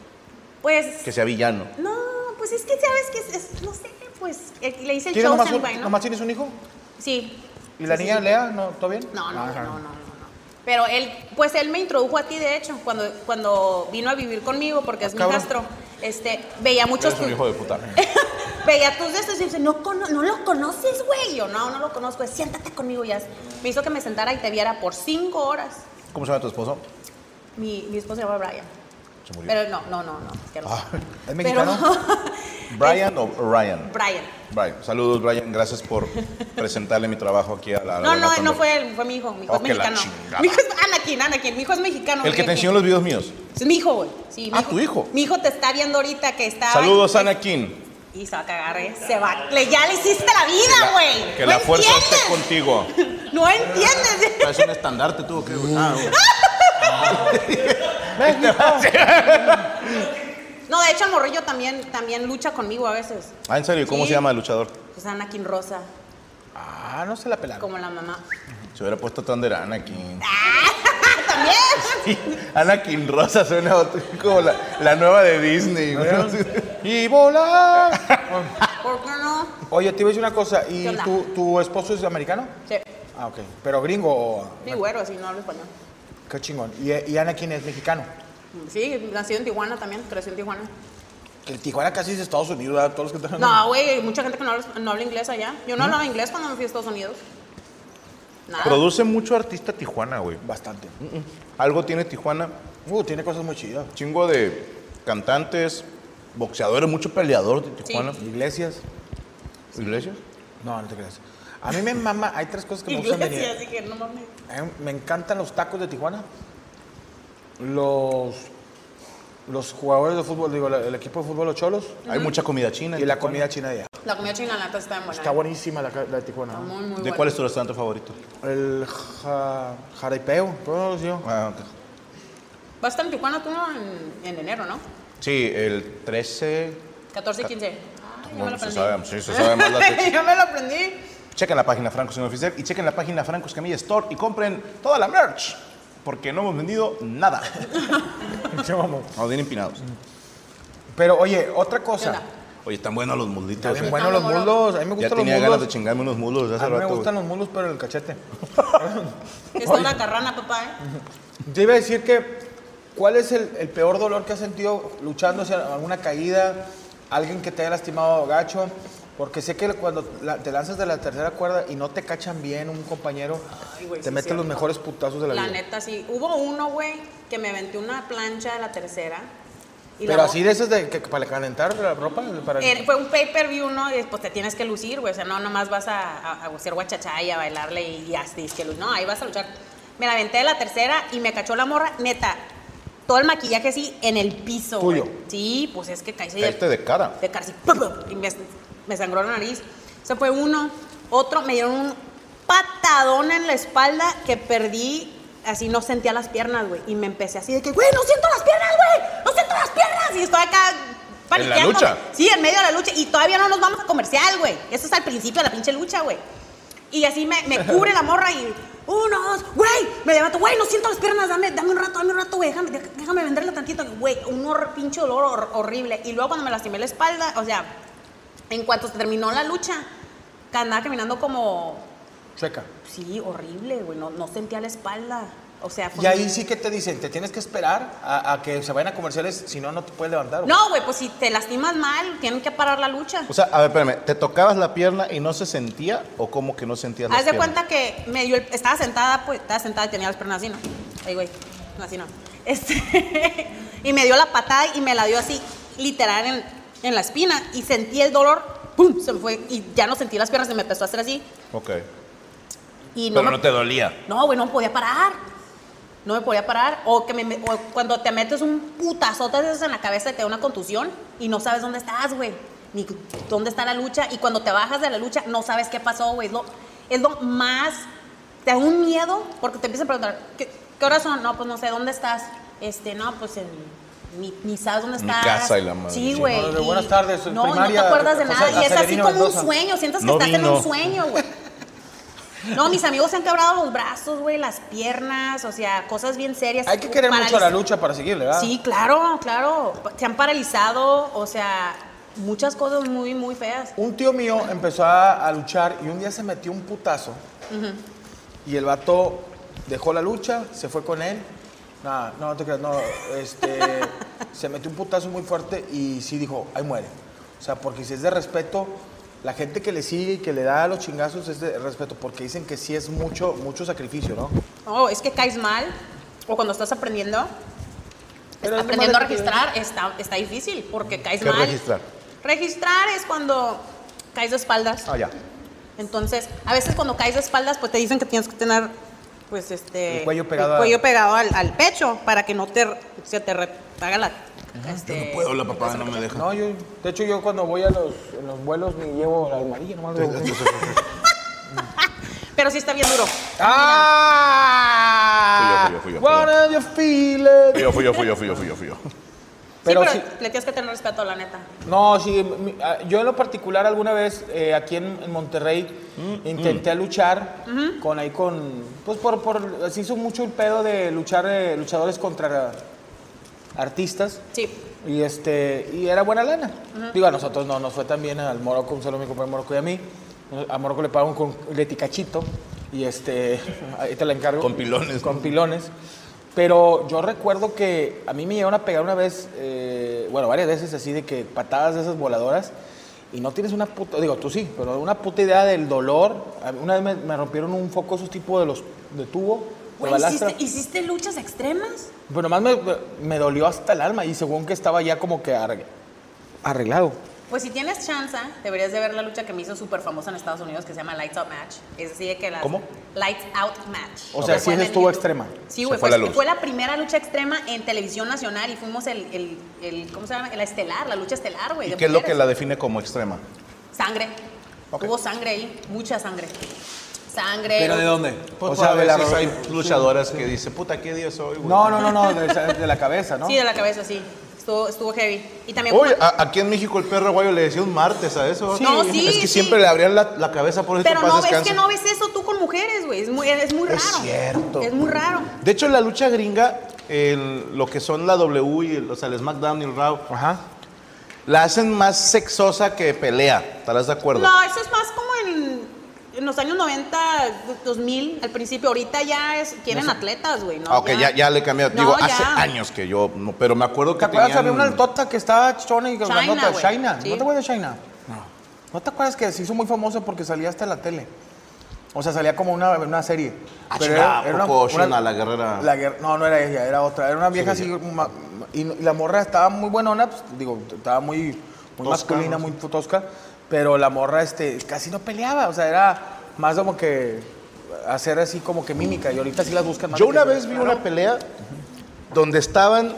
Speaker 3: Pues,
Speaker 2: que sea villano.
Speaker 3: no, pues es que sabes que es, es- no sé, pues, eh, le hice el
Speaker 1: ¿Tienes nomás,
Speaker 3: chosen,
Speaker 1: un-
Speaker 3: güey, ¿no?
Speaker 1: nomás tienes un hijo?
Speaker 3: Sí.
Speaker 1: ¿Y la
Speaker 3: Sí, sí,
Speaker 1: niña
Speaker 3: sí.
Speaker 1: Lea? ¿No? ¿Todo bien?
Speaker 3: No, no,
Speaker 1: Ajá.
Speaker 3: no, no, no, no. Pero él, pues él me introdujo a ti, de hecho, cuando, cuando vino a vivir conmigo, porque es mi
Speaker 1: cabrón.
Speaker 3: castro. Este, veía muchos. Eh.
Speaker 5: Es
Speaker 3: [LAUGHS]
Speaker 5: un hijo de puta.
Speaker 3: veía tus de estos y dice, no, cono- no lo conoces, güey. Yo, no, no lo conozco. Es, Siéntate conmigo, ya. Me hizo que me sentara y te viera por cinco horas.
Speaker 2: ¿Cómo se llama tu esposo?
Speaker 3: Mi, mi esposo se llama Brian.
Speaker 2: Se murió. Ah,
Speaker 3: Pero no, no, no, no. es que no.
Speaker 1: ¿es mexicano?
Speaker 3: [LAUGHS]
Speaker 2: [LAUGHS]
Speaker 3: Pero-
Speaker 2: ¿Brian o Ryan?
Speaker 3: Brian.
Speaker 2: Brian. Saludos, Brian. Gracias por presentarle mi trabajo aquí a la.
Speaker 3: No, no,
Speaker 2: Renata
Speaker 3: él no
Speaker 2: Mor-
Speaker 3: fue él, fue mi hijo. Mi hijo
Speaker 2: Ah, Oh,
Speaker 3: es
Speaker 2: que la
Speaker 3: mexicano.
Speaker 2: chingada.
Speaker 3: Mi hijo es Anakin, Anakin. Mi hijo es mexicano.
Speaker 2: El que te
Speaker 3: güey.
Speaker 2: enseñó los videos míos.
Speaker 3: Es mi hijo, güey. Sí, mi
Speaker 2: Ah, tu hijo.
Speaker 3: Mi hijo te está viendo ahorita que está.
Speaker 2: Saludos, Anakin.
Speaker 3: Y se va a cagar, ¿eh? Se va. Le, ya le hiciste la vida, güey.
Speaker 2: Que
Speaker 3: ¿No
Speaker 2: la fuerza esté
Speaker 3: entiendes? [LAUGHS]
Speaker 2: contigo.
Speaker 3: No entiendes.
Speaker 2: Parece un estandarte tú. ¿o qué, güey? Ah, güey.
Speaker 3: No, de hecho, el morrillo también, también lucha conmigo a veces.
Speaker 2: Ah, en serio, ¿cómo
Speaker 3: Sí.
Speaker 2: se llama el luchador?
Speaker 3: Pues Anakin Rosa,
Speaker 1: Ah, no se la pelaron.
Speaker 3: como la mamá.
Speaker 2: Se hubiera puesto Thunder
Speaker 3: [LAUGHS]
Speaker 2: Anakin.
Speaker 3: Ah, También.
Speaker 2: Anakin Rosa suena otro- como la, la nueva de Disney. güey.
Speaker 1: ¡Y volar!
Speaker 3: ¿Por qué no?
Speaker 1: Oye, te iba a decir una cosa. ¿Y
Speaker 3: ¿Qué onda?
Speaker 1: tu, tu esposo es americano?
Speaker 3: Sí.
Speaker 1: Ah, ok. Pero gringo o...
Speaker 3: Sí, güero, así no hablo español.
Speaker 1: Qué chingón. ¿Y, y Anakin es mexicano?
Speaker 3: Sí, nacido en Tijuana también, creció en Tijuana.
Speaker 1: Que el Tijuana casi es de Estados Unidos, ¿verdad? Todos los
Speaker 2: Ah,
Speaker 1: que están...
Speaker 3: No, güey, hay mucha gente que no habla, no habla inglés allá. Yo no
Speaker 2: ¿Mm?
Speaker 3: hablaba inglés cuando me fui a Estados Unidos. Nada.
Speaker 2: Produce mucho artista Tijuana, güey.
Speaker 1: Bastante.
Speaker 2: Algo tiene Tijuana.
Speaker 1: Uh, tiene cosas muy chidas.
Speaker 2: Chingo de cantantes, boxeadores, mucho peleador de Tijuana.
Speaker 1: Iglesias.
Speaker 2: ¿Iglesias?
Speaker 1: No, no te creas. A mí me mama... Hay tres cosas que me
Speaker 3: [LAUGHS]
Speaker 1: gustan de
Speaker 3: Iglesia,
Speaker 1: Tijuana.
Speaker 3: así que no mames.
Speaker 1: Me encantan los tacos de Tijuana. Los... Los jugadores de fútbol, digo, la- el equipo de fútbol, los cholos.
Speaker 2: Hay mucha comida china. en
Speaker 1: Y la
Speaker 2: Tijuana.
Speaker 1: comida china de allá.
Speaker 3: La comida china, la neta, está bien buena.
Speaker 1: Está buenísima la, ca- la de Tijuana.
Speaker 3: Ah, Muy, muy
Speaker 2: ¿De
Speaker 3: buena.
Speaker 2: cuál es tu restaurante favorito?
Speaker 1: El ja- jaripeo, ¿cómo lo
Speaker 5: [LAUGHS]
Speaker 1: decía?
Speaker 2: Ah, ok.
Speaker 3: Va a estar en Tijuana tú no en, en enero, ¿no?
Speaker 2: Sí, el 13.
Speaker 3: 14 y 15. Ah, ya me lo
Speaker 2: Bueno, se
Speaker 3: aprendí.
Speaker 2: sabe, sí, se sabe
Speaker 3: [LAUGHS]
Speaker 2: más la fecha.
Speaker 3: ya me lo aprendí.
Speaker 2: Chequen la página Franco Sin Oficial y chequen la página Franco Escamilla Store y compren toda la merch. Porque no hemos vendido nada.
Speaker 1: Sí, vamos.
Speaker 2: Nos bien empinados.
Speaker 1: Pero oye, otra
Speaker 3: ¿Qué
Speaker 1: cosa.
Speaker 3: onda?
Speaker 5: Oye, están buenos los muslitos.
Speaker 1: Está bien
Speaker 5: eh.
Speaker 1: bueno los muslos. A mí me
Speaker 5: ya
Speaker 1: gustan los
Speaker 5: tenía ganas de
Speaker 1: muslos.
Speaker 5: chingarme unos mulos desde
Speaker 1: A
Speaker 5: hace
Speaker 1: mí me
Speaker 5: rato. güey.
Speaker 1: gustan los muslos, pero el cachete.
Speaker 3: Es toda una carrana, papá, ¿eh?
Speaker 1: Yo iba a decir que, ¿cuál es el, el peor dolor que has sentido luchando hacia alguna caída? Alguien que te haya lastimado gacho. Porque sé que cuando la- te lanzas de la tercera cuerda y no te cachan bien un compañero,
Speaker 3: Ay, güey,
Speaker 1: te
Speaker 3: sí es
Speaker 1: mete los
Speaker 3: cierto.
Speaker 1: mejores putazos de la,
Speaker 3: La
Speaker 1: vida.
Speaker 3: neta, sí. Hubo uno, güey, que me venté una plancha de la tercera. y la
Speaker 1: Pero
Speaker 3: bo-
Speaker 1: así de esas de que, que para calentar la ropa. Para
Speaker 3: Eh, fue un pay-per-view, ¿no? Y pues te tienes que lucir, güey. O sea, no nomás vas a, a, a hacer guachachá y a bailarle y, y así es que lu- No, ahí vas a luchar. Me la aventé de la tercera y me cachó la morra, neta. Todo el maquillaje así en el piso, güey.
Speaker 1: Tuyo.
Speaker 3: Sí, pues es que caí así
Speaker 5: Caíste de cara.
Speaker 3: de cara así, ¡pum, pum! y me, me sangró la nariz. Ese fue uno. Otro, me dieron un patadón en la espalda que perdí, así no sentía las piernas, güey. Y me empecé así de que, güey, no siento las piernas, güey, no siento las piernas. Y estoy acá paniqueando.
Speaker 5: lucha?
Speaker 3: Sí, en medio de la lucha. Y todavía no nos vamos a comercial, güey. Eso es al principio de la pinche lucha, güey. Y así me, me cubre la morra y. Uno, dos, güey, me levanto, güey, no siento las piernas, dame, dame un rato, dame un rato, güey, déjame, deja- déjame venderla tantito, güey, un hor- pinche dolor hor- horrible. Y luego cuando me lastimé la espalda, o sea, en cuanto se terminó la lucha, andaba caminando como,
Speaker 1: Checa.
Speaker 3: sí, horrible, güey, no, no sentía la espalda, o sea, fue
Speaker 1: Y ahí
Speaker 3: un-
Speaker 1: sí que te dicen, te tienes que esperar a, a que se vayan a comerciales, si no, no te puedes levantar. güey.
Speaker 3: No, güey, pues si te lastimas mal, tienen que parar la lucha.
Speaker 2: O sea, a ver, espérame, ¿te tocabas la pierna y no se sentía o cómo que no sentías la
Speaker 3: Haz de
Speaker 2: pierna?
Speaker 3: cuenta que me dio el- estaba sentada, pues, estaba sentada y tenía las piernas así, ¿no? Ahí, güey, no, así no. [LAUGHS] Este, y me dio la patada y me la dio así, literal, en, en la espina. Y sentí el dolor, ¡pum! Se me fue. Y ya no sentí las piernas, se me empezó a hacer así.
Speaker 2: Ok.
Speaker 3: Y no
Speaker 5: Pero
Speaker 3: me-
Speaker 5: no te dolía.
Speaker 3: No, güey, no me podía parar. No me podía parar. O que me, me- o cuando te metes un putazote de esos en la cabeza y te da una contusión y no sabes dónde estás, güey. Ni dónde está la lucha. Y cuando te bajas de la lucha, no sabes qué pasó, güey. Es lo, es lo más. Te da un miedo porque te empiezan a preguntar, ¿qué, qué horas son? No, pues no sé, ¿dónde estás? Este, no, pues en. Ni, ni sabes dónde
Speaker 5: Mi
Speaker 3: estás.
Speaker 5: casa y la madre.
Speaker 3: Sí, güey.
Speaker 1: No, de
Speaker 3: y-
Speaker 1: buenas tardes, soy
Speaker 3: No, no te
Speaker 1: primaria,
Speaker 3: acuerdas de
Speaker 1: José
Speaker 3: nada. Y es así
Speaker 1: Acelino
Speaker 3: como un
Speaker 1: Mendoza.
Speaker 3: sueño. Sientes que
Speaker 2: No
Speaker 3: estás en
Speaker 2: vino.
Speaker 3: un sueño, güey. No, mis amigos se han quebrado los brazos, güey, las piernas, o sea, cosas bien serias.
Speaker 1: Hay que querer mucho a la
Speaker 3: Paraliz-
Speaker 1: lucha para seguirle, ¿verdad?
Speaker 3: Sí, claro, claro. Se han paralizado, o sea, muchas cosas muy, muy feas.
Speaker 1: Un tío mío empezó a, a luchar y un día se metió un putazo. Y el vato dejó la lucha, se fue con él. Nada, no, no te creas, no. Este, se metió un putazo muy fuerte y sí dijo, ahí muere. O sea, porque si es de respeto, la gente que le sigue y que le da los chingazos es de respeto, porque dicen que sí es mucho, mucho sacrificio, ¿no?
Speaker 3: Oh, es que caes mal, o cuando estás aprendiendo,
Speaker 1: Pero es lo
Speaker 3: aprendiendo a
Speaker 1: más de-
Speaker 3: registrar está, está difícil, porque caes
Speaker 2: ¿Qué es
Speaker 3: mal.
Speaker 2: registrar?
Speaker 3: Registrar es cuando caes de espaldas.
Speaker 2: Ah, ya.
Speaker 3: Entonces, a veces cuando caes de espaldas, pues te dicen que tienes que tener, pues, este...
Speaker 1: El cuello pegado
Speaker 3: el cuello
Speaker 1: a-
Speaker 3: pegado al, al pecho para que no te, se te re- haga la...
Speaker 5: Yo
Speaker 3: este,
Speaker 5: no puedo, la papá no me deja.
Speaker 1: No, yo, de hecho yo cuando voy a los, en los vuelos me llevo la almohadilla, nomás lo
Speaker 3: Pero sí está bien duro.
Speaker 1: ¡Ah!
Speaker 5: Fui yo, fui yo, fui yo, fui yo.
Speaker 1: What are you
Speaker 5: Fui
Speaker 1: feeling?
Speaker 5: yo, fui yo, fui yo, fui yo, fui yo, fui yo.
Speaker 1: Pero
Speaker 3: sí,
Speaker 1: sí-
Speaker 3: pero le tienes que tener respeto, la neta.
Speaker 1: No, sí, mi- ah, yo en lo particular alguna vez eh, aquí en, en Monterrey
Speaker 5: Mm,
Speaker 1: intenté luchar con ahí con, pues por, por, se hizo mucho el pedo de luchar, eh, luchadores contra artistas.
Speaker 3: Sí.
Speaker 1: Y este, y era buena lana. Digo, a nosotros no, nos fue tan bien al Morocco, un saludo a mi compañero Morocco y a mí. A Morocco le pagaron con leticachito y este, ahí te la encargo.
Speaker 5: Con pilones.
Speaker 1: Con pilones. Pero yo recuerdo que a mí me llegaron a pegar una vez, eh, bueno, varias veces así de que patadas de esas voladoras y no tienes una puta, digo, tú sí, pero una puta idea del dolor. A mí Una vez me, me rompieron un foco esos tipo de los, de tubo, de
Speaker 3: Güey,
Speaker 1: balastra.
Speaker 3: ¿hiciste, hiciste luchas extremas?
Speaker 1: Pero más me, me dolió hasta el alma y según que estaba ya como que arreg- arreglado.
Speaker 3: Pues si tienes chance, deberías de ver la lucha que me hizo súper famosa en Estados Unidos que se llama Lights Out Match. Es así de que la...
Speaker 2: ¿Cómo?
Speaker 3: Lights Out Match.
Speaker 1: O sea,
Speaker 3: Se
Speaker 1: sí
Speaker 3: pone en
Speaker 1: estuvo
Speaker 3: YouTube.
Speaker 1: extrema.
Speaker 3: Sí,
Speaker 5: Se
Speaker 3: güey,
Speaker 5: fue
Speaker 3: fue,
Speaker 5: la luz.
Speaker 3: fue la primera lucha extrema en televisión nacional y fuimos el, el, el- ¿cómo se llama? La estelar, la lucha estelar, güey.
Speaker 2: ¿Y
Speaker 3: de
Speaker 2: qué es lo que
Speaker 3: mujeres.
Speaker 2: la define como extrema?
Speaker 3: Sangre.
Speaker 2: Ok.
Speaker 3: Hubo sangre ahí, mucha sangre. Sangre.
Speaker 1: dónde?
Speaker 5: Pues
Speaker 2: o sea, a veces hay luchadoras que dicen, puta, ¿qué día soy, güey?
Speaker 1: No, no, no, no, de, de la cabeza, ¿no?
Speaker 3: Sí, de la cabeza, sí. Estuvo, estuvo heavy. Y también...
Speaker 2: Oye, ah, a- aquí en México el perro guayo le decía un martes a eso.
Speaker 3: Sí. No, sí,
Speaker 2: Es que
Speaker 3: sí.
Speaker 2: siempre le abrían la, la cabeza por eso
Speaker 3: Pero
Speaker 2: paz
Speaker 3: no ves
Speaker 2: descanse.
Speaker 3: que no ves eso tú con mujeres, güey. Es muy, es muy raro.
Speaker 2: Es cierto.
Speaker 3: Es muy raro.
Speaker 2: De hecho, en la lucha gringa, el- lo que son la W y el, o sea, el SmackDown y el Raw,
Speaker 1: Ajá.
Speaker 2: La hacen más sexosa que pelea. ¿Estarás de acuerdo?
Speaker 3: No, eso es más como en, en los años 90, 2000, al principio. Ahorita ya es, quieren atletas, güey, ¿no?
Speaker 2: Ah, ok, ya, ya le cambió.
Speaker 3: No,
Speaker 2: Digo, hace
Speaker 3: ya.
Speaker 2: años que yo. no, pero me acuerdo que.
Speaker 1: ¿Te acuerdas? Había
Speaker 2: tenían-
Speaker 1: una altota que estaba chona y
Speaker 3: Shaina,
Speaker 1: grandota,
Speaker 3: güey.
Speaker 1: Shaina.
Speaker 3: Sí.
Speaker 1: ¿No te acuerdas de Shaina? No. ¿No te acuerdas que se hizo muy famosa porque salía hasta en la tele? O sea, salía como una, una serie.
Speaker 2: Ah, chingada, ¿a poco Shaina, la guerrera?
Speaker 1: la guer- no, no era ella, era otra. Era una vieja
Speaker 2: Sí,
Speaker 1: así. ma- ma- y, no- y la morra estaba muy buenona, pues, digo, estaba muy, muy
Speaker 2: Tosca,
Speaker 1: masculina,
Speaker 2: ¿no?
Speaker 1: muy tosca. Pero la morra este, casi no peleaba. O sea, era más como que hacer así como que mímica. Y ahorita sí las buscan más.
Speaker 2: Yo
Speaker 1: que
Speaker 2: una
Speaker 1: se-
Speaker 2: vez vi
Speaker 1: Ah,
Speaker 2: una
Speaker 1: no.
Speaker 2: pelea donde estaban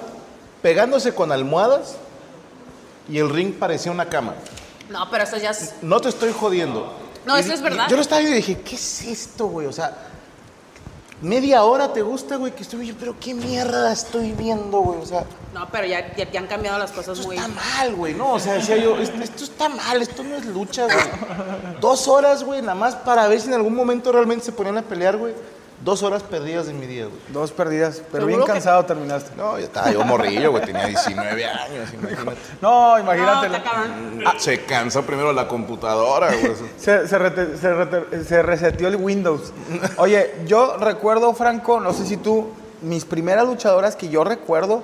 Speaker 2: pegándose con almohadas y el ring parecía una cama.
Speaker 3: No, pero eso ya es.
Speaker 2: No te estoy jodiendo.
Speaker 3: No,
Speaker 2: Y-
Speaker 3: eso es verdad.
Speaker 2: y Yo lo estaba viendo y dije, ¿qué es esto, güey? O sea, media hora te gusta, güey, que estoy pero qué mierda estoy viendo, güey. O sea,
Speaker 3: No, pero ya, ya, ya han cambiado las cosas
Speaker 2: esto
Speaker 3: muy.
Speaker 2: está mal, güey. No, o sea, decía yo, "Esto- esto está mal, esto no es lucha, güey. Dos horas, güey, nada más para ver si en algún momento realmente se ponían a pelear, güey. Dos horas perdidas de mi día, güey.
Speaker 1: Dos perdidas, pero
Speaker 2: Seguro
Speaker 1: bien
Speaker 2: que-
Speaker 1: cansado terminaste.
Speaker 2: No, yo estaba yo morrillo, güey, tenía 19 años, imagínate.
Speaker 1: No,
Speaker 3: No,
Speaker 1: imagínate.
Speaker 3: está cabrón.
Speaker 2: se cansa primero la computadora, [LAUGHS] güey.
Speaker 1: se, se, rete- se rete- se reseteó el Windows. Oye, yo recuerdo, Franco, no sé si tú, mis primeras luchadoras que yo recuerdo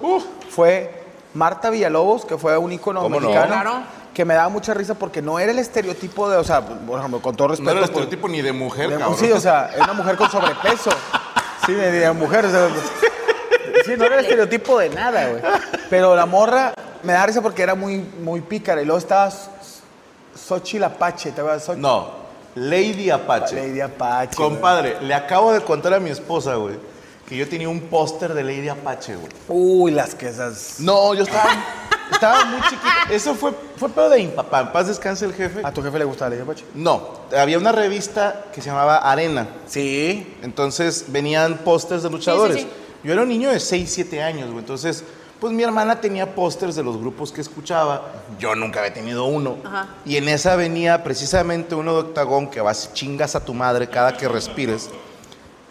Speaker 1: fue Marta Villalobos, que fue un ícono
Speaker 2: ¿Cómo no?
Speaker 1: mexicano.
Speaker 3: Claro.
Speaker 1: Que me daba mucha risa porque no era el estereotipo de, o sea, por ejemplo, con todo respeto.
Speaker 2: No era el
Speaker 1: por-
Speaker 2: estereotipo ni de mujer,
Speaker 1: de-
Speaker 2: cabrón.
Speaker 1: Sí, o sea, era una mujer con sobrepeso. Sí, de, de mujer. o sea, sí, no era el estereotipo de nada, güey. Pero la morra me da risa porque era muy, muy pícara. Y luego estaba Xochitl Apache, ¿te acuerdas? Xochitl?
Speaker 2: No, Lady Apache.
Speaker 1: Lady Apache.
Speaker 2: Compadre, le acabo de contar a mi esposa, güey, que yo tenía un póster de Lady Apache, güey.
Speaker 1: Uy, las quesas.
Speaker 2: No, yo estaba, estaba muy chiquito. Eso fue, fue pedo de mi papá. En paz descanse el jefe.
Speaker 1: ¿A tu jefe le gustaba Lady Apache?
Speaker 2: No, había una revista que se llamaba Arena.
Speaker 1: Sí.
Speaker 2: Entonces venían pósters de luchadores.
Speaker 3: sí.
Speaker 2: Yo era un niño de 6, 7 años, güey. Entonces, pues mi hermana tenía pósters de los grupos que escuchaba. Yo nunca había tenido uno.
Speaker 3: Ajá.
Speaker 2: Y en esa venía precisamente uno de Octagón que vas chingas a tu madre cada que respires.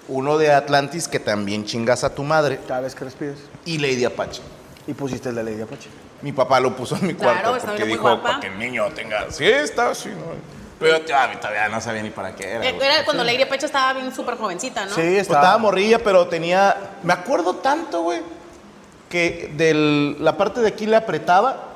Speaker 2: Uno de Atlantis que también chingas a tu madre.
Speaker 1: Cada vez que respires.
Speaker 2: Y Lady Apache.
Speaker 1: Y pusiste el de Lady Apache.
Speaker 2: Mi papá lo puso en mi
Speaker 3: Claro,
Speaker 2: cuarto
Speaker 3: está
Speaker 2: porque
Speaker 3: muy
Speaker 2: dijo,
Speaker 3: guapa.
Speaker 2: para que el niño tenga... Sí, está así, ¿no? Pero yo ah, todavía no sabía ni para qué era.
Speaker 3: Eh,
Speaker 2: güey.
Speaker 3: Era cuando Lady Pecho estaba bien súper jovencita, ¿no?
Speaker 1: Sí,
Speaker 2: Pues estaba. morrilla, pero tenía. Me acuerdo tanto, güey, que de la parte de aquí le apretaba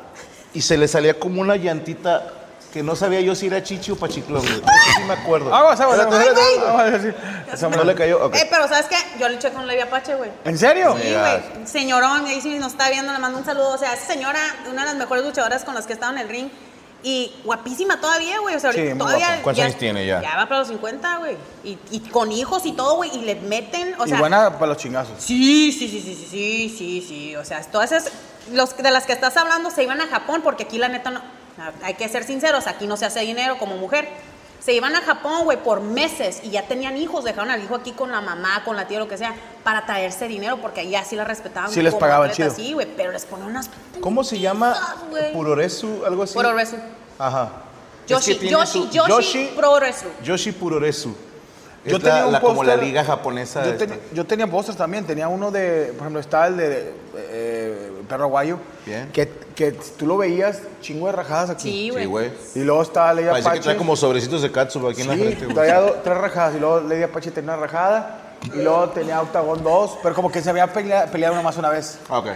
Speaker 2: y se le salía como una llantita que no sabía yo si era chichi o pachiclón, güey. Eso sí me acuerdo.
Speaker 1: Aguas, aguas,
Speaker 2: Era-
Speaker 1: aguas.
Speaker 2: era-
Speaker 1: Aguas, sí. Esa
Speaker 2: No
Speaker 1: madre-
Speaker 2: le cayó. ok.
Speaker 3: Eh, pero ¿sabes qué? Yo luché con Lady Apache, güey.
Speaker 1: ¿En serio?
Speaker 3: Sí, güey. Señorón, ahí sí nos está viendo, le mando un saludo. O sea, esa señora, una de las mejores luchadoras con las que he estado en el ring. Y guapísima todavía, güey. O sea,
Speaker 1: Sí,
Speaker 3: ahorita
Speaker 1: muy
Speaker 3: todavía.
Speaker 1: guapa.
Speaker 2: ¿Cuántos años tiene ya?
Speaker 3: Ya va para los 50, güey. Y, y con hijos y todo, güey. Y le meten, o sea.
Speaker 1: y buena para los chingazos.
Speaker 3: Sí, sí, sí, sí, sí, sí, sí, sí. O sea, todas esas, los, de las que estás hablando se iban a Japón, porque aquí la neta no, hay que ser sinceros, aquí no se hace dinero como mujer. Se iban a Japón, güey, por meses y ya tenían hijos, dejaron al hijo aquí con la mamá, con la tía, lo que sea, para traerse dinero, porque allá sí la respetaban.
Speaker 1: Sí les
Speaker 3: como
Speaker 1: pagaban
Speaker 3: atletas,
Speaker 1: chido.
Speaker 3: Sí, güey, pero les ponían unas...
Speaker 2: ¿Cómo se llama?
Speaker 3: Ah, güey.
Speaker 2: Puroresu, algo así.
Speaker 3: Puroresu.
Speaker 2: Ajá. Es
Speaker 3: Yoshi,
Speaker 2: que tiene
Speaker 3: Yoshi,
Speaker 2: su-
Speaker 3: Yoshi, Puroresu.
Speaker 2: Yoshi Puroresu. Es
Speaker 1: Yo
Speaker 2: la-
Speaker 1: tenía un
Speaker 2: la- como la
Speaker 1: póster-
Speaker 2: liga japonesa.
Speaker 1: Yo,
Speaker 2: de
Speaker 1: ten-
Speaker 2: esta.
Speaker 1: yo tenía pósters también, tenía uno de, por ejemplo, estaba el de eh, Perro Guayo,
Speaker 2: Bien.
Speaker 1: que, que tú lo veías chingo de rajadas aquí.
Speaker 3: Sí,
Speaker 2: Sí,
Speaker 3: güey.
Speaker 2: güey.
Speaker 1: Y luego estaba Lady
Speaker 2: Parece que
Speaker 1: Apache.
Speaker 2: trae como sobrecitos de katsu aquí en la
Speaker 1: Sí,
Speaker 2: frente, güey.
Speaker 1: traía do- tres rajadas y luego Lady Apache tenía una rajada y luego tenía Octagon 2, pero como que se había pelea- peleado nomás una vez.
Speaker 2: Ah, Ok.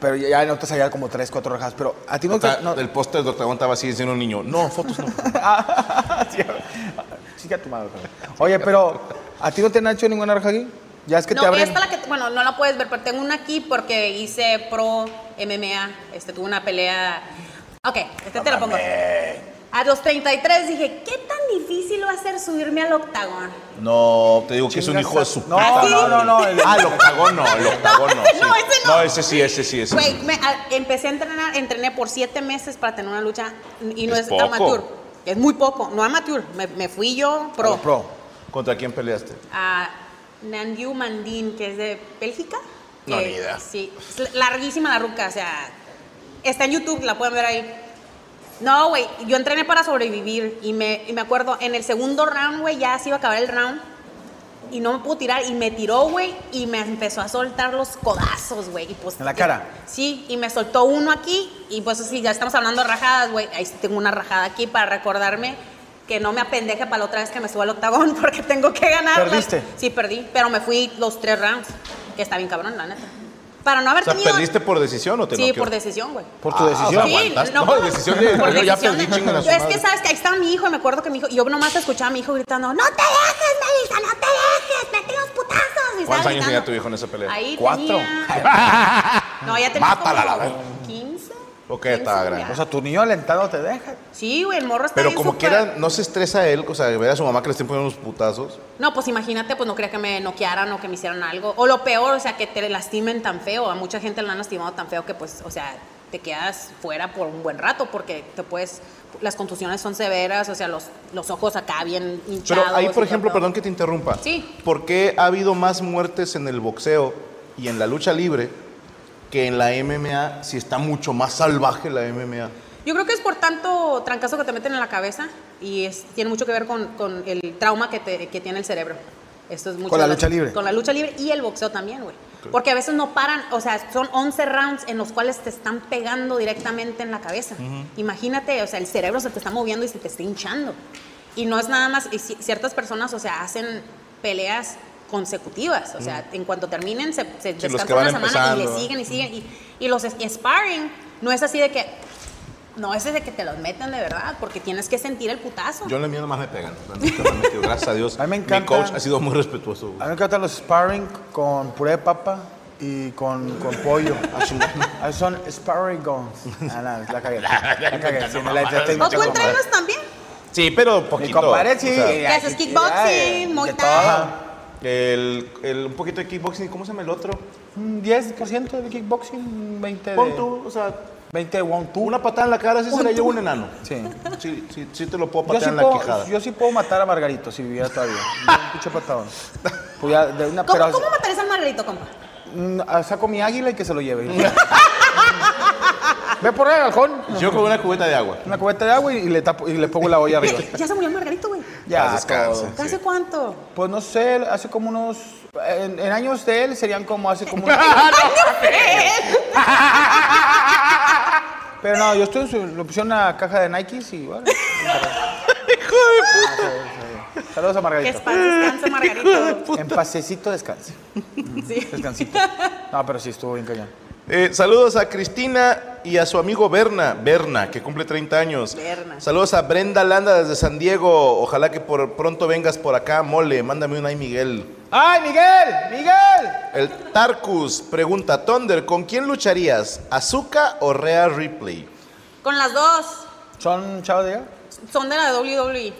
Speaker 1: Pero ya- ya no te salía como tres, cuatro rajadas. Pero a ti no te.
Speaker 2: Está-
Speaker 1: No,
Speaker 2: El póster de Octagón estaba así diciendo un niño. No, fotos no.
Speaker 1: [LAUGHS] Sí, sí, a tu madre. cabrón. Oye, pero ¿a ti no te han hecho ninguna raja aquí? Ya es que
Speaker 3: no,
Speaker 1: te abren.
Speaker 3: esta la que, bueno, no la puedes ver, pero tengo una aquí porque hice pro MMA, este, tuve una pelea. Ok, este te la pongo. A los 33 dije, ¿qué tan difícil va a ser subirme al octagón?
Speaker 2: No, te digo que es un hijo de su
Speaker 1: No,
Speaker 2: puta
Speaker 3: no,
Speaker 2: madre.
Speaker 1: no, no, el-
Speaker 2: ah, el octagón no, el octagón no.
Speaker 3: [LAUGHS] No, ese
Speaker 2: sí.
Speaker 3: no, ese no.
Speaker 2: ese sí, ese sí, ese
Speaker 3: Güey,
Speaker 2: sí.
Speaker 3: me- a- empecé a entrenar, entrené por siete meses para tener una lucha y no
Speaker 2: Es
Speaker 3: es,
Speaker 2: poco.
Speaker 3: amateur. Es muy poco, no amateur. Me, me fui yo pro.
Speaker 2: Pro. Pro. ¿Contra quién peleaste?
Speaker 3: a Nandiu Mandin, que es de Bélgica.
Speaker 2: No,
Speaker 3: Eh,
Speaker 2: ni idea.
Speaker 3: Sí, es larguísima la ruca, o sea, está en YouTube, la pueden ver ahí. No, güey, yo entrené para sobrevivir y me, y me acuerdo, en el segundo round, güey, ya se iba a acabar el round y no me pudo tirar y me tiró, güey, y me empezó a soltar los codazos, güey. Y pues,
Speaker 1: ¿En la cara?
Speaker 3: sí, y me soltó uno aquí y pues así, ya estamos hablando de rajadas, güey. Ahí sí tengo una rajada aquí para recordarme que no me apendeje para la otra vez que me suba al octagón [LAUGHS] porque tengo que ganar.
Speaker 1: ¿Perdiste?
Speaker 3: Sí, perdí, pero me fui los tres rounds, que está bien cabrón, la neta. Para no
Speaker 2: O
Speaker 3: haber
Speaker 2: sea,
Speaker 3: tenido...
Speaker 2: ¿perdiste por decisión o te
Speaker 3: Sí,
Speaker 2: noqueó?
Speaker 3: por decisión, güey.
Speaker 1: Por tu decisión.
Speaker 2: o sea, aguantaste. No,
Speaker 3: puedo.
Speaker 2: decisión de-
Speaker 3: Por
Speaker 2: yo ya
Speaker 3: decisión
Speaker 2: perdí,
Speaker 3: de-
Speaker 2: chingan a su
Speaker 3: Es
Speaker 2: madre.
Speaker 3: que, ¿sabes? Que ahí estaba mi hijo, y me acuerdo que mi hijo, yo nomás escuchaba a mi hijo gritando, no te dejes, Melissa, no te dejes, mete los putazos. Y estaba
Speaker 2: ¿Cuántos años
Speaker 3: gritando.
Speaker 2: tenía tu hijo en esa pelea?
Speaker 3: Ahí
Speaker 2: ¿Cuatro?
Speaker 3: tenía-
Speaker 2: [LAUGHS]
Speaker 3: No, ya tenía
Speaker 2: Mátala, la
Speaker 3: como
Speaker 2: verga.
Speaker 3: 15.
Speaker 2: Ok,
Speaker 3: 15,
Speaker 2: estaba grande.
Speaker 3: ya.
Speaker 1: O sea, tu niño alentado te deja.
Speaker 3: Sí, güey, el morro está
Speaker 2: Pero
Speaker 3: bien
Speaker 2: como
Speaker 3: súper-
Speaker 2: quiera, no se estresa él, o sea, ver a su mamá que le estén poniendo unos putazos.
Speaker 3: No, pues imagínate, pues no quería que me noquearan o que me hicieran algo. O lo peor, o sea, que te lastimen tan feo. A mucha gente la han lastimado tan feo que, pues, o sea, te quedas fuera por un buen rato porque te puedes. Las contusiones son severas, o sea, los, los ojos acá bien
Speaker 2: Pero
Speaker 3: hinchados.
Speaker 2: ahí, por
Speaker 3: y
Speaker 2: ejemplo,
Speaker 3: todo.
Speaker 2: perdón que te interrumpa.
Speaker 3: Sí.
Speaker 2: ¿Por qué ha habido más muertes en el boxeo y en la lucha libre que en la MMA si está mucho más salvaje la MMA?
Speaker 3: Yo creo que es por tanto trancazo que te meten en la cabeza y es, tiene mucho que ver con, con el trauma que, te- que tiene el cerebro. Esto es mucho
Speaker 1: Con la
Speaker 3: de
Speaker 1: lucha libre.
Speaker 3: Con la lucha libre y el boxeo también, güey. Porque a veces no paran, o sea, son 11 rounds en los cuales te están pegando directamente en la cabeza. Imagínate, o sea, el cerebro se te está moviendo y se te está hinchando. Y no es nada más, y ci- ciertas personas, o sea, hacen peleas consecutivas, o sea, en cuanto terminen se, se
Speaker 2: Sí, los
Speaker 3: descansan
Speaker 2: que van
Speaker 3: una semana y le
Speaker 2: empezando.
Speaker 3: siguen y siguen y, y los es- sparring no es así de que no, ese es de que te los meten de verdad, porque tienes que sentir el putazo.
Speaker 2: Yo en la mía nomás me pegan. la neta, la neta, Gracias a Dios.
Speaker 1: [LAUGHS] A mí me
Speaker 2: Mi
Speaker 1: encanta.
Speaker 2: coach ha sido muy respetuoso.
Speaker 1: A mí me encantan los sparring con puré de papa y con, con pollo. Ahí son sparring guns. Ah, no, la
Speaker 2: [LAUGHS]
Speaker 1: cagué. La cagué. Sí, me la detesté y me
Speaker 3: ¿O tú
Speaker 1: tengo que
Speaker 3: entrenas también?
Speaker 2: Sí, pero
Speaker 1: comer. Mi
Speaker 2: poquito.
Speaker 1: compadre sí. eh,
Speaker 2: o sea,
Speaker 3: ¿Qué haces?
Speaker 1: sí,
Speaker 3: ¿Kickboxing?
Speaker 1: ay,
Speaker 3: ¿Muay
Speaker 1: de
Speaker 3: Thai?
Speaker 1: todo.
Speaker 2: el, el- un poquito de kickboxing, ¿cómo se llama el otro?
Speaker 1: Un 10% del kickboxing, 20 de...
Speaker 2: Pon tú, o sea,
Speaker 1: 20 de one, two.
Speaker 2: una patada en la cara, sí se la lleva un enano.
Speaker 1: Sí.
Speaker 2: Sí, sí, sí te lo puedo
Speaker 1: Yo
Speaker 2: patear
Speaker 1: sí,
Speaker 2: en la
Speaker 1: puedo,
Speaker 2: quijada.
Speaker 1: yo sí puedo matar a Margarito si viviera todavía. De un pinche
Speaker 2: [LAUGHS]
Speaker 1: patadón. Pues ya, de una,
Speaker 3: ¿Cómo,
Speaker 1: pero,
Speaker 3: cómo matarías al margarito, compa?
Speaker 1: Mm, ah, saco mi águila y que se lo lleve. [LAUGHS] Ve por el halcón.
Speaker 2: Yo con una cubeta de agua.
Speaker 1: Una cubeta de agua y le, tapo, y le pongo la olla [LAUGHS] arriba.
Speaker 3: Ya se murió el margarito, güey.
Speaker 1: Ya,
Speaker 2: Paz descanse.
Speaker 1: todo.
Speaker 3: ¿Hace cuánto?
Speaker 1: Pues no sé, hace como unos. En, en años de él serían como hace [LAUGHS] como. unos- [LAUGHS] Pero no, yo estoy en su. Le pusieron una caja de Nikes y bueno. Ah, Hijo de puta. Saludos a
Speaker 3: Que
Speaker 1: Margarito.
Speaker 3: es paz, descansa, margarito.
Speaker 1: [LAUGHS] En pasecito descanse.
Speaker 3: Sí.
Speaker 1: Descansito. No, pero sí estuvo bien cañón.
Speaker 2: Eh, saludos a Cristina y a su amigo Berna, Berna, que cumple 30 años.
Speaker 3: Berna.
Speaker 2: Saludos a Brenda Landa desde San Diego. Ojalá que por pronto vengas por acá, mole. Mándame un ay, Miguel.
Speaker 1: ¡Ay, Miguel! ¡Miguel!
Speaker 2: El Tarkus pregunta, Thunder, ¿con quién lucharías? ¿Azuka o Rhea Ripley?
Speaker 3: Con las dos.
Speaker 1: ¿Son chavos de allá?
Speaker 3: Son de la E. WWE.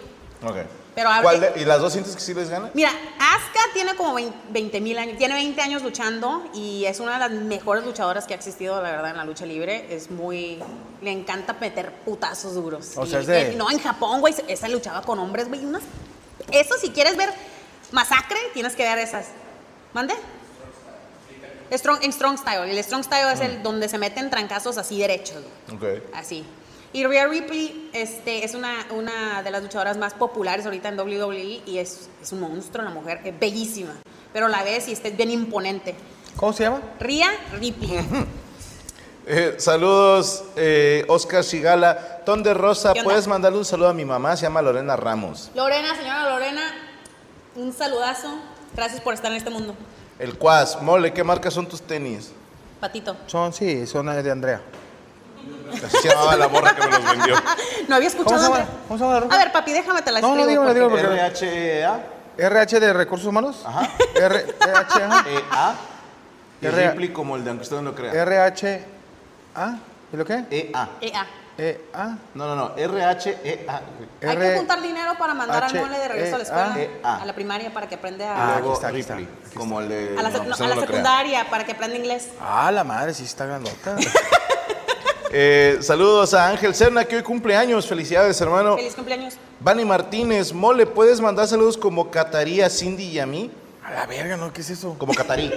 Speaker 2: Ok.
Speaker 3: Pero a ver-
Speaker 2: ¿Cuál de- ¿Y las dos sientes que sí les gana?
Speaker 3: Mira, Asuka tiene como 20 mil años, tiene 20 años luchando y es una de las mejores luchadoras que ha existido, la verdad, en la lucha libre. Es muy. Le encanta meter putazos duros.
Speaker 1: O
Speaker 3: Y-
Speaker 1: sea, es de-
Speaker 3: eh, no, en Japón, güey, esa luchaba con hombres, güey. Unas... Eso, si quieres ver masacre, tienes que ver esas. ¿Mande? Strong, en Strong Style. El Strong Style es
Speaker 1: Mm.
Speaker 3: el donde se meten trancazos así derechos. güey.
Speaker 2: Ok.
Speaker 3: Así. Y Rhea Ripley este, es una, una de las luchadoras más populares ahorita en WWE y es, es un monstruo la mujer, es bellísima, pero la ves y es bien imponente.
Speaker 1: ¿Cómo se llama?
Speaker 3: Rhea [LAUGHS] Ripley.
Speaker 2: Eh, saludos, eh, Oscar Sigala. Thunder Rosa,
Speaker 3: ¿Qué onda?
Speaker 2: ¿puedes mandarle un saludo a mi mamá? Se llama Lorena Ramos.
Speaker 3: Lorena, señora Lorena, un saludazo. Gracias por estar en este mundo.
Speaker 2: El Quas, mole, ¿qué marca son tus tenis?
Speaker 3: Patito.
Speaker 1: Son, sí, son de Andrea.
Speaker 2: Así se llamaba la morra que me los vendió.
Speaker 3: No había
Speaker 1: ¿Cómo se
Speaker 3: escuchado
Speaker 1: llama?
Speaker 3: antes.
Speaker 1: ¿Cómo se llama la ropa?
Speaker 3: A ver, papi, déjame te la
Speaker 1: No, no,
Speaker 3: escribo.
Speaker 1: dígamela,
Speaker 3: porque-
Speaker 1: dígamela. porque-
Speaker 2: RHEA,
Speaker 1: RH de Recursos Humanos. [LAUGHS]
Speaker 2: Ajá.
Speaker 1: RH, ajá.
Speaker 2: EA, E y
Speaker 1: RHEA.
Speaker 2: Ripley como el de aunque usted no lo crea.
Speaker 1: RH. ¿Ah? ¿Y lo qué?
Speaker 2: EA.
Speaker 3: Eh, ah,
Speaker 1: E A.
Speaker 2: No, no, E no, RHEA.
Speaker 3: Hay que juntar dinero para mandar
Speaker 1: H,
Speaker 3: al mole de regreso a la
Speaker 1: E, A,
Speaker 3: escuela,
Speaker 2: E, A.
Speaker 3: a la primaria para que aprenda
Speaker 2: Y
Speaker 3: a,
Speaker 1: Ah,
Speaker 2: luego
Speaker 1: aquí está, aquí está,
Speaker 2: Ripley, como el de
Speaker 3: a la, sec-
Speaker 2: aunque
Speaker 3: no,
Speaker 2: usted
Speaker 3: a la
Speaker 2: lo crea.
Speaker 3: secundaria para que aprenda inglés.
Speaker 1: Ah, la madre, sí está [LAUGHS] grandota.
Speaker 2: Eh, saludos a Ángel Cerna, que hoy cumpleaños. Felicidades, hermano.
Speaker 3: Feliz cumpleaños.
Speaker 2: Vani Martínez, mole, ¿puedes mandar saludos como Catarí a Cindy y a mí?
Speaker 1: a la verga, ¿no? ¿Qué es eso?
Speaker 2: Como [LAUGHS] Catarí.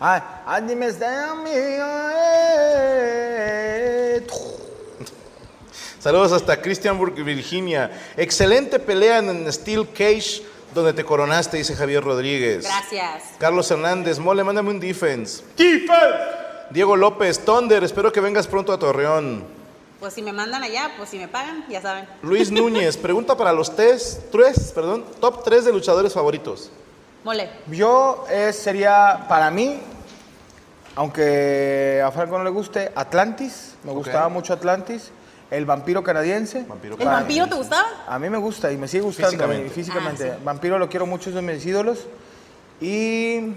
Speaker 1: Ah, anime de amigo.
Speaker 2: Saludos hasta Christianburg, Virginia. Excelente pelea en Steel Cage donde te coronaste, dice Javier
Speaker 3: Pues
Speaker 2: Rodríguez.
Speaker 3: Gracias.
Speaker 2: Carlos Hernández, mole, mándame un defense. Diego López, Thunder, espero que vengas pronto a Torreón.
Speaker 3: Pues si me mandan allá, pues si me pagan, ya saben.
Speaker 2: Luis Núñez, pregunta para los tres, tres, perdón, top 3 de luchadores favoritos.
Speaker 3: Mole.
Speaker 1: Yo eh, sería, para mí, aunque a Franco no le guste, Atlantis. Me gustaba mucho Atlantis. El vampiro canadiense.
Speaker 2: Vampiro
Speaker 3: ¿El
Speaker 2: Para-
Speaker 3: vampiro te gustaba?
Speaker 1: A mí me gusta y me sigue gustando
Speaker 2: Físicamente.
Speaker 1: físicamente.
Speaker 3: Ah,
Speaker 1: Vampiro lo quiero mucho, es de mis ídolos. Y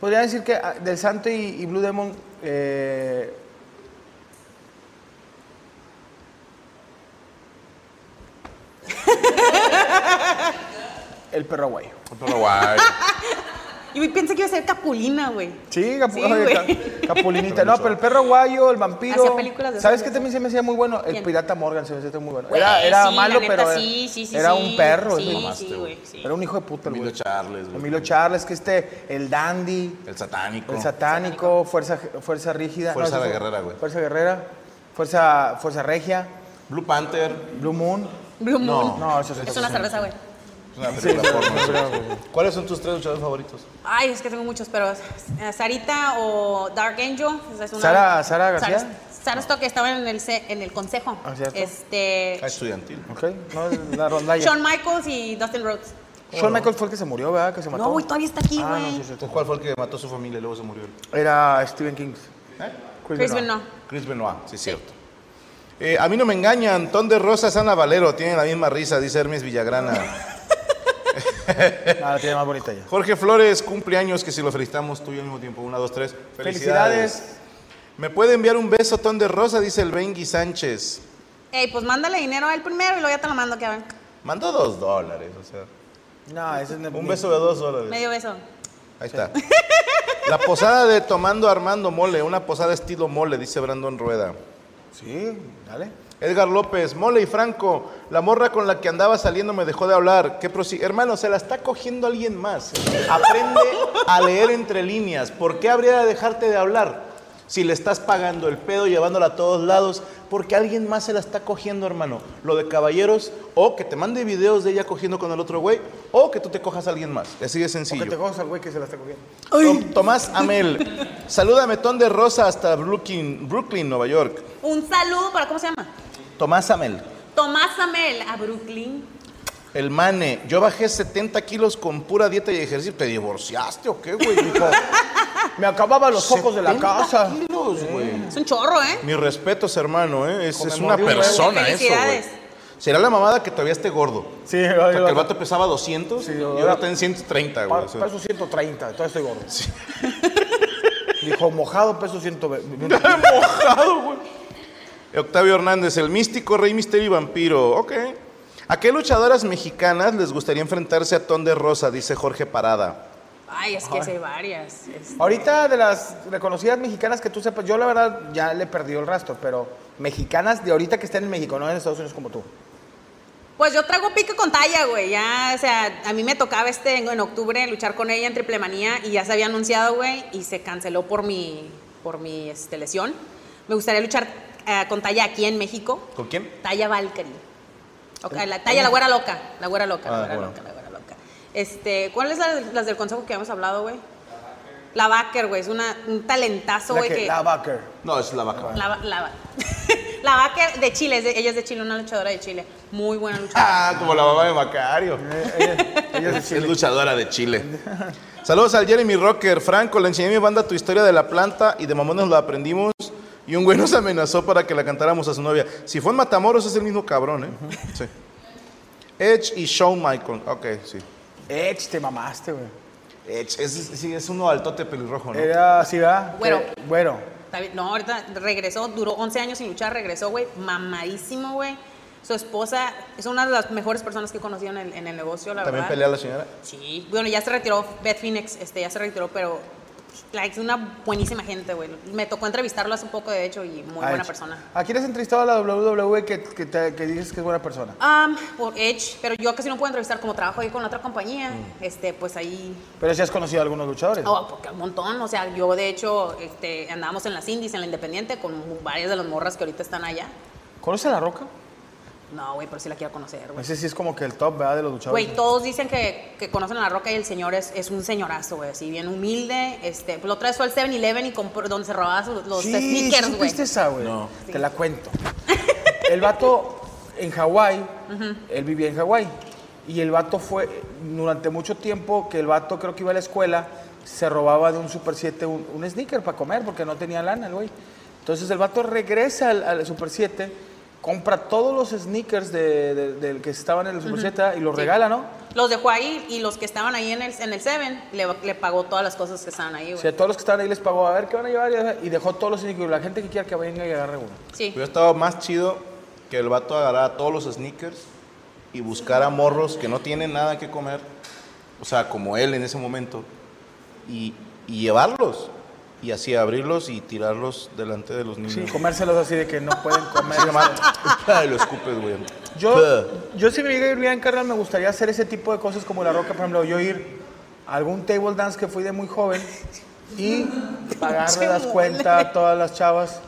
Speaker 1: podría decir que ah, Del Santo y, y Blue Demon. eh, [LAUGHS] El perro guayo.
Speaker 5: Pero guay.
Speaker 3: Y pensé que iba a ser Capulina, güey.
Speaker 1: Sí, Capu-
Speaker 3: Sí,
Speaker 1: oye,
Speaker 3: güey.
Speaker 1: Ca- Capulinita. No, pero el perro guayo, el vampiro.
Speaker 3: Hacía películas de
Speaker 1: ¿Sabes
Speaker 3: esas,
Speaker 1: qué
Speaker 3: ¿no?
Speaker 1: también se me hacía muy bueno? El
Speaker 3: ¿Quién?
Speaker 1: pirata Morgan se me hacía muy bueno.
Speaker 3: Güey,
Speaker 1: Era, era
Speaker 3: sí,
Speaker 1: malo,
Speaker 3: la neta,
Speaker 1: pero era,
Speaker 3: sí, sí, sí,
Speaker 1: era
Speaker 3: sí.
Speaker 1: un perro.
Speaker 3: Sí,
Speaker 1: ese güey.
Speaker 3: sí, güey. sí.
Speaker 1: Era un hijo de puta el
Speaker 5: Emilio
Speaker 1: güey.
Speaker 5: Charles, güey.
Speaker 1: Emilio Charles, que este, el dandy,
Speaker 5: El satánico.
Speaker 1: el satánico, fuerza, fuerza rígida.
Speaker 2: Fuerza
Speaker 1: ese fue-
Speaker 2: guerrera, güey.
Speaker 1: Fuerza guerrera, fuerza, fuerza regia,
Speaker 2: Blue Panther,
Speaker 1: Blue Moon.
Speaker 3: Blue Moon.
Speaker 1: No, eso es
Speaker 3: es
Speaker 1: otra
Speaker 3: una
Speaker 1: cosa.
Speaker 3: cerveza, güey.
Speaker 2: es una película porno. ¿Cuáles son tus tres luchadores favoritos?
Speaker 3: Ay, es que tengo muchos, pero eh, Sarita o Dark Angel. esa es una-
Speaker 1: Sara- Sara García.
Speaker 3: Sara, Sara Stock estaba en el, se- en el consejo.
Speaker 1: Ah, cierto.
Speaker 3: Este,
Speaker 2: Ah, estudiantil.
Speaker 1: Ok, no, es la rondalla.
Speaker 3: Shawn Michaels y Dustin Rhodes.
Speaker 1: Shawn Michaels fue el que se murió, ¿verdad? Que se mató.
Speaker 3: No, güey, todavía está aquí,
Speaker 1: Ah, no,
Speaker 3: güey.
Speaker 1: sí, sí, sí.
Speaker 2: Entonces, ¿Cuál fue el que mató a su familia y luego se murió?
Speaker 1: Era Stephen King.
Speaker 3: Chris Benoit.
Speaker 2: Chris Benoit, sí, cierto. Eh, a mí no me engañan, Ton de Rosas, Ana Valero, tienen la misma risa, dice Hermes Villagrana.
Speaker 1: Ah, la tiene más bonita ya.
Speaker 2: Jorge Flores, cumpleaños, que si lo felicitamos tú y yo al mismo tiempo, una, dos, tres. Felicidades.
Speaker 1: Felicidades.
Speaker 2: Me puede enviar un beso, Ton de Rosa, dice el Bengi Sánchez.
Speaker 3: Ey, pues mándale dinero a él primero y luego ya te lo mando, Kevin.
Speaker 2: Mandó dos dólares, o sea.
Speaker 1: No, ese es
Speaker 2: Un beso de dos dólares.
Speaker 3: Medio beso.
Speaker 2: Ahí está. La posada de Tomando Armando Mole, una posada estilo mole, dice Brandon Rueda.
Speaker 1: Sí, dale.
Speaker 2: Edgar López, Mole y Franco, la morra con la que andaba saliendo me dejó de hablar. ¿Qué prosi- Hermano, se la está cogiendo alguien más. Aprende a leer entre líneas. ¿Por qué habría de dejarte de hablar? Si le estás pagando el pedo, llevándola a todos lados, porque alguien más se la está cogiendo, hermano. Lo de caballeros, o que te mande videos de ella cogiendo con el otro güey, o que tú te cojas a alguien más. Así de sencillo.
Speaker 1: Porque te cojas al güey que se la está cogiendo.
Speaker 2: Tom- Tomás Amel, salúdame, Ton de Rosa, hasta Brooklyn, Brooklyn, Nueva York.
Speaker 3: Un saludo para, ¿cómo se llama?
Speaker 2: Tomás Amel.
Speaker 3: Tomás Amel a Brooklyn.
Speaker 2: El mane, yo bajé 70 kilos con pura dieta y ejercicio. ¿Te divorciaste o qué, güey? Dijo,
Speaker 1: Me acababa los focos de la
Speaker 2: 70
Speaker 1: casa.
Speaker 2: kilos, güey.
Speaker 3: Es un chorro, ¿eh?
Speaker 2: Mis respetos, hermano, ¿eh? Es, es
Speaker 1: Como
Speaker 2: una
Speaker 1: mordió un
Speaker 2: persona.
Speaker 5: Persona eso,
Speaker 3: Felicidades.
Speaker 5: güey.
Speaker 2: Será la mamada que todavía esté gordo.
Speaker 1: Sí,
Speaker 2: O sea, que
Speaker 1: oye,
Speaker 2: el vato pesaba 200
Speaker 1: Sí,
Speaker 2: y
Speaker 1: ahora-
Speaker 2: ahora está en 130, güey.
Speaker 1: pa-
Speaker 2: o sea.
Speaker 1: peso 130, entonces estoy gordo. [LAUGHS] Dijo, mojado peso
Speaker 2: [LAUGHS]
Speaker 1: 120.
Speaker 2: Octavio Hernández, el místico rey misterio y vampiro. Ok. ¿A qué luchadoras mexicanas les gustaría enfrentarse a Ton de Rosa? Dice Jorge Parada.
Speaker 3: Ay, es que sí hay varias. Es-
Speaker 1: Ahorita de las reconocidas mexicanas que tú sepas, yo la verdad ya le he perdido el rastro, pero mexicanas de ahorita que estén en México, no en Estados Unidos como tú.
Speaker 3: Pues yo traigo pique con talla, güey. Ya, o sea, a mí me tocaba este en, en octubre luchar con ella en triple manía y ya se había anunciado, güey, y se canceló por mi, por mi este, lesión. Me gustaría luchar eh, con talla aquí en México.
Speaker 2: ¿Con quién?
Speaker 3: Talla Valkyrie. Ok, la talla, la güera loca. La güera loca,
Speaker 2: Ah,
Speaker 3: la güera
Speaker 2: bueno.
Speaker 3: loca, la güera loca. Este, ¿cuáles son las, las del consejo que habíamos hablado, güey? La Baker, güey, es una, un talentazo,
Speaker 1: La,
Speaker 3: güey,
Speaker 1: que-
Speaker 3: que...
Speaker 1: la Baker.
Speaker 2: No, es la vaca.
Speaker 3: La, la, [LAUGHS] la Baker de Chile, es de- ella es de Chile, una luchadora de Chile. Muy buena luchadora.
Speaker 2: Ah, como la mamá de Macario.
Speaker 1: Eh, ella- ella
Speaker 2: [LAUGHS]
Speaker 1: es de
Speaker 2: Es
Speaker 1: Chile.
Speaker 2: luchadora de Chile. [LAUGHS] Saludos al Jeremy Rocker. Franco, le enseñé a mi banda tu historia de la planta y de mamones lo aprendimos. Y un güey nos amenazó para que la cantáramos a su novia. Si fue en Matamoros, es el mismo cabrón, ¿eh? Sí. Edge y Shawn Michael. Ok, sí.
Speaker 1: Edge, te mamaste, güey.
Speaker 2: Edge, es, sí, es uno altote pelirrojo, ¿no?
Speaker 1: Era así, ¿verdad?
Speaker 3: Güero.
Speaker 1: Que- Güero.
Speaker 3: Está bien. No, ahorita regresó, duró 11 años sin luchar, regresó, güey, mamadísimo, güey. Su esposa es una de las mejores personas que he conocido en el, en el negocio, la
Speaker 2: También
Speaker 3: verdad.
Speaker 2: pelea la señora.
Speaker 3: Sí, bueno, ya se retiró Beth Phoenix, este, ya se retiró, pero like, es una buenísima gente, güey. Me tocó entrevistarlo hace poco, de hecho, y muy
Speaker 1: Ah,
Speaker 3: buena
Speaker 1: Edge.
Speaker 3: persona.
Speaker 1: ¿A quién has entrevistado a la WWE que, que, te- que dices que es buena persona?
Speaker 3: Um, por Edge, pero yo casi no puedo entrevistar, como trabajo ahí con otra compañía,
Speaker 1: Mm.
Speaker 3: este, pues ahí
Speaker 1: Pero si has conocido a algunos luchadores.
Speaker 3: Oh, porque un montón, o sea, yo de hecho este, andábamos en las indies, en la Independiente, con varias de las morras que ahorita están allá.
Speaker 1: ¿Conoces a La Roca?
Speaker 3: No, güey, pero sí la quiero conocer, güey.
Speaker 1: Ese sí es como que el top, ¿verdad? De los luchadores.
Speaker 3: Güey, todos dicen que, que conocen a La Roca y el señor es, es un señorazo, güey, así bien humilde. Este, pues, la otra vez fue al 7-Eleven y compró donde se robaba sus- los
Speaker 1: sí,
Speaker 3: sneakers,
Speaker 1: ¿sí
Speaker 3: güey.
Speaker 1: supiste esa, güey?
Speaker 5: No.
Speaker 1: Te la cuento. El vato en Hawái, él vivía en Hawái. Y el vato fue, durante mucho tiempo que el vato creo que iba a la escuela, se robaba de un Super 7 un, un sneaker para comer porque no tenía lana el güey. Entonces el vato regresa al, al Super 7, compra todos los sneakers de- de- del que estaban en el Super 7 y los
Speaker 3: Sí.
Speaker 1: regala, ¿no?
Speaker 3: Los dejó ahí y los que estaban ahí en el, en el Seven le, le pagó todas las cosas que estaban ahí,
Speaker 1: O sea,
Speaker 3: güey.
Speaker 1: todos los que estaban ahí les pagó, a ver qué van a llevar. Y dejó todos los sneakers. La gente que quiera que venga y agarre uno.
Speaker 3: Sí.
Speaker 2: Hubiera estado más chido que el vato agarrara todos los sneakers y buscara morros que no tienen nada que comer, o sea, como él en ese momento, y, y llevarlos. Y así abrirlos y tirarlos delante de los niños.
Speaker 1: Sí,
Speaker 2: [LAUGHS]
Speaker 1: comérselos así de que no pueden comer.
Speaker 2: Así nomás, ¡ay! lo escupes, güey.
Speaker 1: Yo,
Speaker 2: Puh.
Speaker 1: yo si me llega a ir bien, carnal, me gustaría hacer ese tipo de cosas como la roca, por ejemplo, yo ir a algún table dance que fui de muy joven
Speaker 2: [LAUGHS]
Speaker 1: y pagarle las cuentas a todas las chavas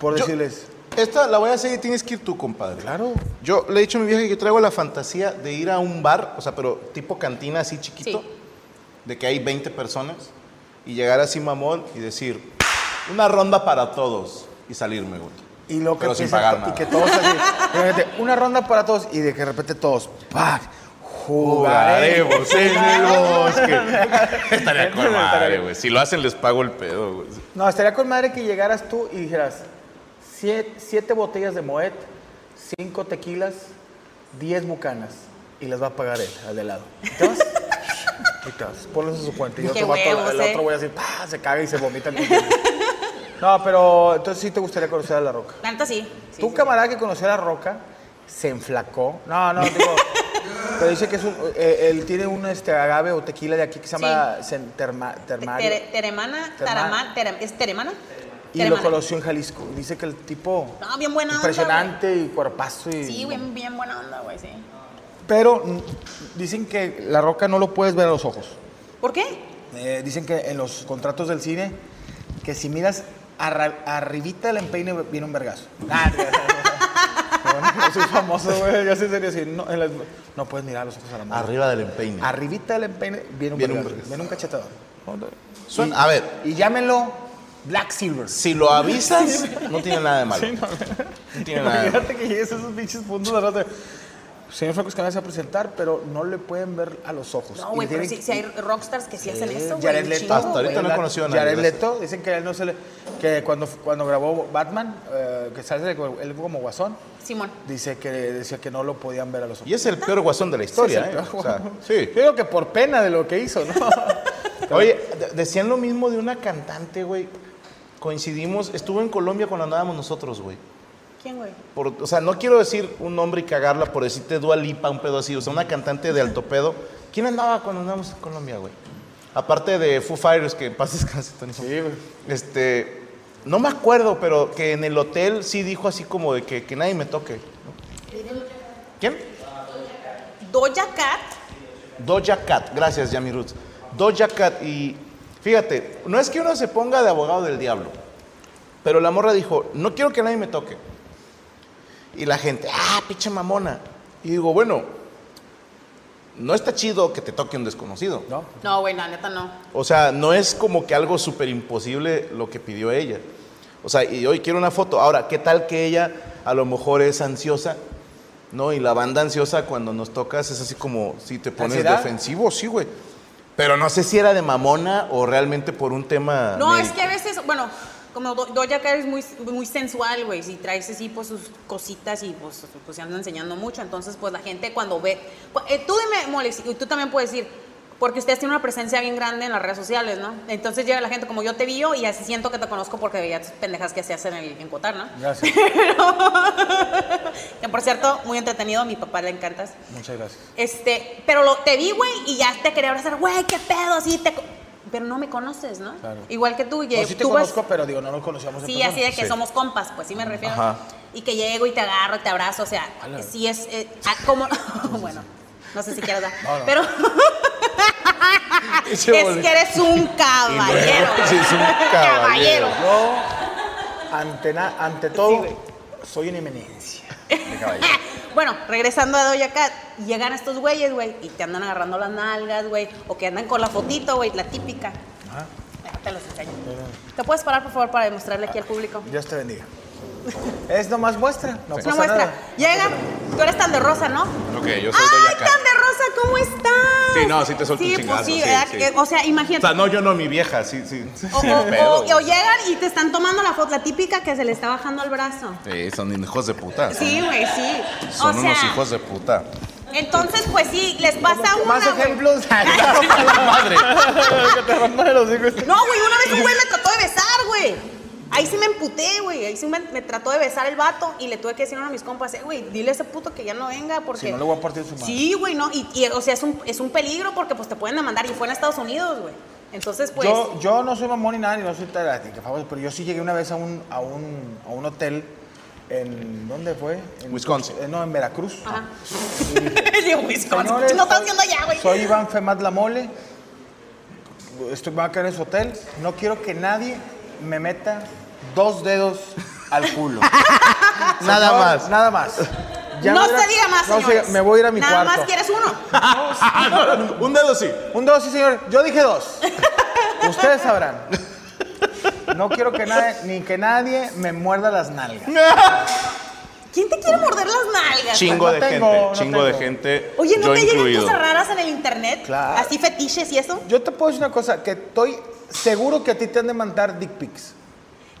Speaker 1: por
Speaker 2: Yo-
Speaker 1: decirles,
Speaker 2: Esta la voy a hacer y tienes que ir tú, compadre.
Speaker 1: claro,
Speaker 2: Yo le he dicho a mi vieja que yo traigo la fantasía de ir a un bar, o sea, pero tipo cantina así chiquito,
Speaker 3: Sí.
Speaker 2: de que hay 20 personas, y llegar así mamón y decir, una ronda para todos, y salirme, güey.
Speaker 1: y lo que
Speaker 2: Pero sin
Speaker 1: empieza
Speaker 2: pagar
Speaker 1: to-
Speaker 2: nada.
Speaker 1: y que todos
Speaker 2: [LAUGHS]
Speaker 1: así, y de repente, una ronda para todos y de que de repente todos, ¡pac! Jugaremos.
Speaker 2: Jugaremos en el bosque.
Speaker 1: [LAUGHS]
Speaker 5: Estaría con madre, güey. Si lo hacen, les pago el pedo, güey.
Speaker 1: No, estaría con madre que llegaras tú y dijeras siete, siete botellas de Moet, cinco tequilas, diez bucanas. Y las va a pagar él, al de lado. ¿Y [LAUGHS] te vas? Y te vas. Ponlos en su cuenta. Y
Speaker 3: Qué
Speaker 1: otro vato,
Speaker 3: huevos,
Speaker 1: el
Speaker 3: eh.
Speaker 1: otro voy a decir, se caga y se vomita.
Speaker 3: [LAUGHS]
Speaker 1: en el mismo. no, pero entonces sí te gustaría conocer a La Roca.
Speaker 3: La neta sí. sí,
Speaker 1: tu
Speaker 3: sí,
Speaker 1: camarada que conoció a La Roca se enflacó. No, no, digo... Pero dice que es un, eh, él tiene un este, agave o tequila de aquí que se llama sen- terma-
Speaker 3: sí.
Speaker 1: termario.
Speaker 3: Tere- teremana,
Speaker 1: Terma-
Speaker 3: Taramá, Terem- ¿es Teremana?
Speaker 1: Y lo
Speaker 3: Teremana.
Speaker 1: conoció en Jalisco. Dice que el tipo.
Speaker 3: No, bien buena onda,
Speaker 1: Impresionante y cuerpazo. Y,
Speaker 3: Sí, güey, bien buena onda, güey, sí.
Speaker 1: Pero mm, dicen que la roca no lo puedes ver a los ojos.
Speaker 3: ¿Por qué?
Speaker 1: Eh, dicen que en los contratos del cine, que si miras arra- arribita del empeine, viene un vergazo. [LAUGHS] Ah, te- Bueno, yo soy famoso, güey. Yo soy serio. sí, no, en las- no puedes mirar a los ojos a la madre.
Speaker 2: Arriba del empeine.
Speaker 1: Arribita del empeine, viene un
Speaker 2: Viene un
Speaker 1: vergazo.
Speaker 2: vergazo.
Speaker 1: Viene un cachetador.
Speaker 2: Suena- a ver,
Speaker 1: Y llámenlo Black Silver.
Speaker 2: si lo
Speaker 1: [LAUGHS]
Speaker 2: avisas, no tiene nada de malo. No tiene nada de malo.
Speaker 1: Imagínate que llegues a esos pinches puntos de rato. Señor Franco Escamilla se va a presentar, pero no le pueden ver a los ojos.
Speaker 3: No,
Speaker 1: Pues,
Speaker 3: güey,
Speaker 1: Y
Speaker 3: pero
Speaker 1: tienen-
Speaker 3: si, si hay rockstars que sí hacen eso, güey.
Speaker 1: Jared
Speaker 3: un
Speaker 1: Leto.
Speaker 3: chingo,
Speaker 2: Hasta ahorita
Speaker 3: güey.
Speaker 2: no he conocido a nadie,
Speaker 1: Jared
Speaker 2: gracias.
Speaker 1: Leto, dicen que a él no se le... Que cuando, cuando grabó Batman, eh, que sale como- él como guasón,
Speaker 3: Simón.
Speaker 1: dice que decía que no lo podían ver a los ojos.
Speaker 2: Y es el peor guasón de la historia,
Speaker 1: Sí, es el
Speaker 2: ¿eh?
Speaker 1: peor
Speaker 2: O sea,
Speaker 1: guasón.
Speaker 2: sí.
Speaker 1: Yo creo que por pena de lo que hizo,
Speaker 2: [LAUGHS]
Speaker 1: ¿no?
Speaker 2: Oye, de- decían lo mismo de una cantante, güey. Coincidimos, estuvo en Colombia cuando andábamos nosotros, güey.
Speaker 3: ¿Quién, güey?
Speaker 2: Por- o sea, no quiero decir un nombre y cagarla por decirte Dua Lipa, un pedo así, o sea, una cantante de alto pedo. ¿Quién andaba cuando andábamos en Colombia, güey? Aparte de Foo Fighters, que en paz descanse, Tony. Sí, güey. Este, no me acuerdo, pero que en el hotel sí dijo así como de que, que nadie me toque. ¿no? ¿Quién?
Speaker 3: Doja Cat.
Speaker 2: Doja Cat, gracias Yami Roots. Doja Cat y fíjate, no es que uno se ponga de abogado del diablo, pero la morra dijo, no quiero que nadie me toque. Y la gente, ah, pinche mamona. Y digo, bueno, no está chido que te toque un desconocido.
Speaker 1: No.
Speaker 3: No, güey, la neta no.
Speaker 2: O sea, no es como que algo súper imposible lo que pidió ella. O sea, y hoy quiero una foto. Ahora, ¿qué tal que ella a lo mejor es ansiosa? ¿No? Y la banda ansiosa cuando nos tocas es así como si te pones
Speaker 1: ¿Ansiedad?
Speaker 2: defensivo, sí, güey. Pero no sé si era de mamona o realmente por un tema.
Speaker 3: No,
Speaker 2: médico.
Speaker 3: es que a veces, bueno, como Do- Doja Cat es muy, muy sensual, güey, si traes así, pues, sus cositas y, pues, pues, se andan enseñando mucho, entonces, pues, la gente cuando ve, cu- eh, tú dime, Molex, y tú también puedes decir, porque ustedes tienen una presencia bien grande en las redes sociales, ¿no? Entonces llega la gente como yo te vio y así siento que te conozco porque veía tus pendejas que hacías en, el, en Cotar, ¿no?
Speaker 1: Gracias,
Speaker 3: Que por cierto, muy entretenido, a mi papá le encantas.
Speaker 1: muchas gracias.
Speaker 3: Este, pero lo, te vi, güey, y ya te quería abrazar, güey, qué pedo, así te. co- Pero no me conoces, ¿no?
Speaker 1: Claro.
Speaker 3: Igual que tú, y
Speaker 1: No, sí te
Speaker 3: tú vas-
Speaker 1: conozco, pero digo, no nos conocíamos en
Speaker 3: Sí,
Speaker 1: persona.
Speaker 3: así de que
Speaker 2: Sí.
Speaker 3: somos compas, pues sí me refiero.
Speaker 2: Ajá.
Speaker 3: Y que llego y te agarro, y te abrazo, o sea, sí es. eh, ah, como. [LAUGHS] bueno, no sé si quieras dar. Pero es que eres un [LAUGHS] caballero.
Speaker 2: Sí, es un caballero.
Speaker 1: Yo, ante, na- ante todo, soy una eminencia.
Speaker 3: [LAUGHS] Bueno, regresando a Doja Cat, llegan estos güeyes, güey, y te andan agarrando las nalgas, güey, o que andan con la fotito, güey, la típica. Ajá. Te los enseño. ¿Te puedes parar, por favor, para demostrarle aquí al público?
Speaker 1: Dios te bendiga. Es nomás muestra, no
Speaker 3: Es
Speaker 1: pasa
Speaker 3: una muestra.
Speaker 1: nada.
Speaker 3: Llega, tú eres tan de rosa, ¿no?
Speaker 5: Ok, yo soy
Speaker 3: ¡Ay,
Speaker 5: Doña
Speaker 3: tan de rosa! ¿Cómo estás?
Speaker 5: Sí, no, sí te suelto un
Speaker 3: Sí,
Speaker 5: chingazo,
Speaker 3: pues sí,
Speaker 5: sí,
Speaker 3: ¿verdad?
Speaker 5: sí.
Speaker 3: Que- O sea,
Speaker 5: O
Speaker 3: imagínate.
Speaker 5: sea, no, yo no, mi vieja, sí, sí.
Speaker 3: O,
Speaker 5: Sí,
Speaker 3: o-
Speaker 5: pedo,
Speaker 3: o-
Speaker 5: güey.
Speaker 3: o llegan y te están tomando la foto, la típica que se le está bajando al brazo.
Speaker 5: Sí, son hijos de puta.
Speaker 3: Sí, güey, sí.
Speaker 5: Son
Speaker 3: o sea,
Speaker 5: unos hijos de puta.
Speaker 3: entonces, pues sí, les pasa una.
Speaker 1: Más
Speaker 3: güey. [LAUGHS]
Speaker 1: ejemplos.
Speaker 5: Madre.
Speaker 1: [LAUGHS] que te rompan los hijos.
Speaker 3: No, güey, una vez un güey me trató de besar, güey. Ahí sí me emputé, güey. Ahí sí me, me trató de besar el vato y le tuve que decir a uno de mis compas, "Eh, güey, dile a ese puto que ya no venga porque.
Speaker 1: Si no le voy a partir su madre.
Speaker 3: Sí, güey, no. Y, y, o sea, es un, es un peligro porque pues te pueden demandar y fue en Estados Unidos, güey. Entonces, pues.
Speaker 1: Yo, yo no soy mamón ni nada, ni no soy tal- ni que favor, pero yo sí llegué una vez a un, a un, a un hotel en. ¿Dónde fue? En
Speaker 2: Wisconsin.
Speaker 1: eh, no, en Veracruz.
Speaker 3: Ajá. De Wisconsin.
Speaker 1: Señores,
Speaker 3: no estás haciendo allá, güey.
Speaker 1: Soy Iván Femat La Mole. Estoy, me voy a quedar en su hotel. No quiero que nadie me meta dos
Speaker 3: [LAUGHS]
Speaker 1: dedos al culo.
Speaker 2: [LAUGHS] Nada
Speaker 1: Señor,
Speaker 2: más.
Speaker 1: Nada más. Ya
Speaker 3: no
Speaker 1: me voy a-
Speaker 3: se diga más,
Speaker 1: no se-
Speaker 3: señores.
Speaker 1: me voy a ir a mi
Speaker 3: Nada
Speaker 1: cuarto.
Speaker 3: más quieres uno.
Speaker 2: Un
Speaker 1: [LAUGHS]
Speaker 2: dedo sí.
Speaker 1: Un dos, sí, señor. Yo dije
Speaker 3: [LAUGHS]
Speaker 1: dos. Ustedes sabrán. No quiero que nadie, ni que nadie me muerda las nalgas.
Speaker 3: ¿Quién te quiere morder las nalgas?
Speaker 2: Chingo
Speaker 1: No
Speaker 2: de
Speaker 1: tengo,
Speaker 2: gente,
Speaker 1: no
Speaker 2: chingo de
Speaker 1: tengo.
Speaker 2: gente.
Speaker 3: Oye, ¿no
Speaker 2: yo
Speaker 3: te llegan
Speaker 2: incluido.
Speaker 3: cosas raras en el internet?
Speaker 1: Claro.
Speaker 3: Así fetiches y eso.
Speaker 1: Yo te puedo decir una cosa, que estoy seguro que a ti te han de mandar dick pics.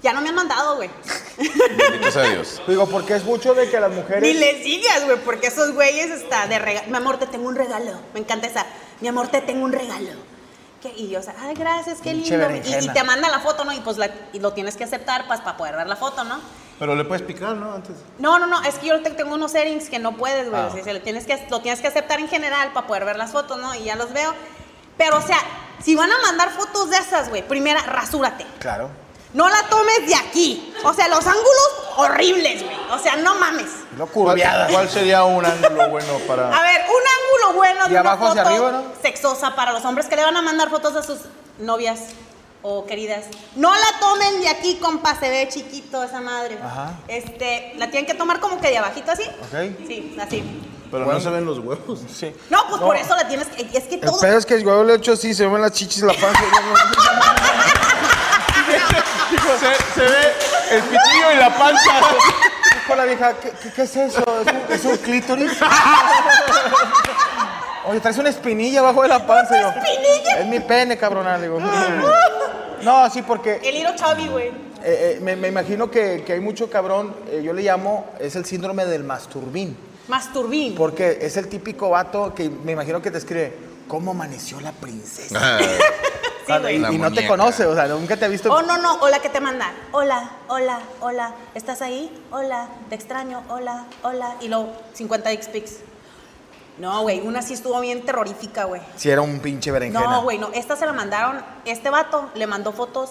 Speaker 3: Ya no me han mandado, güey.
Speaker 5: Bendito sea Dios.
Speaker 1: Digo, porque es mucho de que las mujeres...
Speaker 3: Ni les digas, güey, porque esos güeyes está de regalo. Mi amor, te tengo un regalo. Me encanta esa. Mi amor, te tengo un regalo. Que- Y yo, o sea, ay, gracias, qué
Speaker 1: Pinche
Speaker 3: lindo. Y,
Speaker 1: berenjena.
Speaker 3: y te manda la foto, ¿no? Y pues la- y lo tienes que aceptar pues, para poder ver la foto, ¿no?
Speaker 2: [LAUGHS] Pero le puedes picar, ¿no? Antes.
Speaker 3: No, no, no, es que yo te- tengo unos settings que no puedes, güey.
Speaker 2: Ah.
Speaker 3: o sea, se lo, tienes que, lo tienes que aceptar en general para poder ver las fotos, ¿no? Y ya los veo. Pero, o sea, si van a mandar fotos de esas, güey, primera, rasúrate.
Speaker 1: Claro.
Speaker 3: No la tomes de aquí. O sea, los ángulos horribles, güey. O sea, no mames.
Speaker 1: No
Speaker 2: ¿Cuál,
Speaker 1: curviadas.
Speaker 2: cuál sería un ángulo bueno
Speaker 3: A
Speaker 2: para.?
Speaker 3: ver, un ángulo bueno de
Speaker 1: De
Speaker 3: una
Speaker 1: abajo
Speaker 3: foto
Speaker 1: hacia arriba, ¿no?
Speaker 3: sexosa para los hombres que le van a mandar fotos a sus novias o queridas. No la tomen de aquí, compa, se ve chiquito esa madre.
Speaker 1: Ajá.
Speaker 3: Este, la tienen que tomar como que de abajito así.
Speaker 1: Ok.
Speaker 3: Sí, así.
Speaker 2: Pero no [LAUGHS] se ven los huevos.
Speaker 1: Sí.
Speaker 3: No, pues por eso la tienes que. Es que todo.
Speaker 1: es que yo le hecho así, se ven las chichis, la panza.
Speaker 2: Se, ve [LAUGHS] el pitillo y la panza.
Speaker 1: Dijo la vieja, ¿qué, qué- qué es eso? ¿Es un, es un
Speaker 2: [LAUGHS]
Speaker 1: clítoris? Oye, traes una espinilla abajo de la panza. yo,
Speaker 3: espinilla?
Speaker 1: Es mi pene, cabrona.
Speaker 3: [LAUGHS]
Speaker 1: le Digo. No, sí, porque
Speaker 3: El hilo chubby, güey.
Speaker 1: eh, eh, me, me imagino que, que hay mucho cabrón. eh, yo le llamo, es el síndrome del masturbín.
Speaker 3: Masturbín.
Speaker 1: Porque es el típico vato que me imagino que te escribe, ¿cómo amaneció la princesa?
Speaker 5: Ah,
Speaker 3: Sí, güey.
Speaker 1: y
Speaker 5: La
Speaker 1: y no te
Speaker 5: muñeca.
Speaker 1: conoce, o sea, nunca te ha visto.
Speaker 3: Oh, no, no, hola que te manda. Hola, hola, hola, ¿estás ahí? Hola, te extraño, hola, hola. Y luego 50 X-Pix. No, güey, una sí estuvo bien terrorífica, güey.
Speaker 1: Si era un pinche berenjena.
Speaker 3: No, güey, no. Esta se la mandaron. Este vato le mandó fotos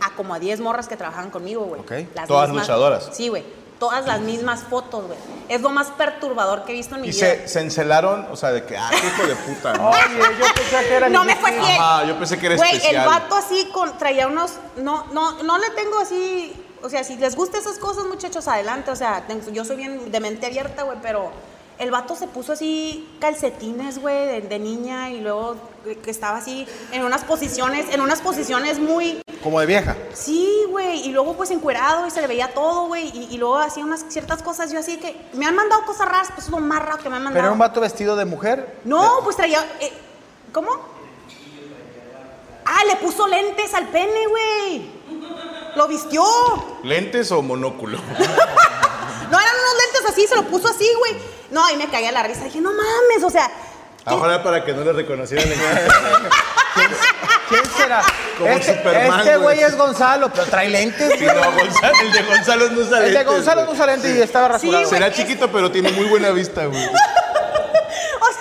Speaker 3: a como a 10 morras que trabajaban conmigo, güey.
Speaker 1: Ok.
Speaker 3: Las
Speaker 2: Todas luchadoras.
Speaker 3: Sí, güey. Todas las mismas fotos, güey. Es lo más perturbador que he visto en
Speaker 2: [LAUGHS]
Speaker 3: mi
Speaker 2: Y
Speaker 3: vida.
Speaker 2: se, se encelaron, o sea, de que, ah, qué hijo de puta, ¿no?
Speaker 1: Oye, yo pensé que era
Speaker 3: No
Speaker 1: mi-
Speaker 3: me fue fiel.
Speaker 2: Ajá, yo pensé que era
Speaker 3: Güey, el
Speaker 2: especial.
Speaker 3: vato así con, traía unos. No, no, no le tengo así. O sea, si les gustan esas cosas, muchachos, adelante. O sea, ten- yo soy bien de mente abierta, güey, pero el vato se puso así calcetines, güey, de, de niña y luego eh, que estaba así en unas posiciones, en unas posiciones muy.
Speaker 1: Como de vieja.
Speaker 3: Sí, güey. Y luego, pues, encuerado y se le veía todo, güey. Y, y luego hacía unas ciertas cosas. Yo así que. Me han mandado cosas raras, pues es lo más raro que me han mandado.
Speaker 1: Pero era un vato vestido de mujer.
Speaker 3: No, pues traía. eh, ¿Cómo? Ah, le puso lentes al pene, güey. Lo vistió.
Speaker 2: ¿Lentes o
Speaker 3: [LAUGHS]
Speaker 2: monóculo?
Speaker 3: No eran unos lentes así, se lo puso así, güey. No, ahí me caía la risa. Dije, no mames, o sea. [LAUGHS]
Speaker 2: Ahora para que no le reconocieran el
Speaker 1: ¿Quién será?
Speaker 2: Como
Speaker 1: este,
Speaker 2: Superman,
Speaker 1: este
Speaker 2: güey.
Speaker 1: güey es Gonzalo, pero trae lentes.
Speaker 2: [LAUGHS] Sí, no, Gonzalo- el de Gonzalo no usa
Speaker 1: El de
Speaker 2: lentes,
Speaker 1: Gonzalo no
Speaker 2: güey.
Speaker 1: usa lentes y estaba rasurado.
Speaker 3: güey.
Speaker 2: Será chiquito, pero tiene muy buena vista, güey.
Speaker 3: O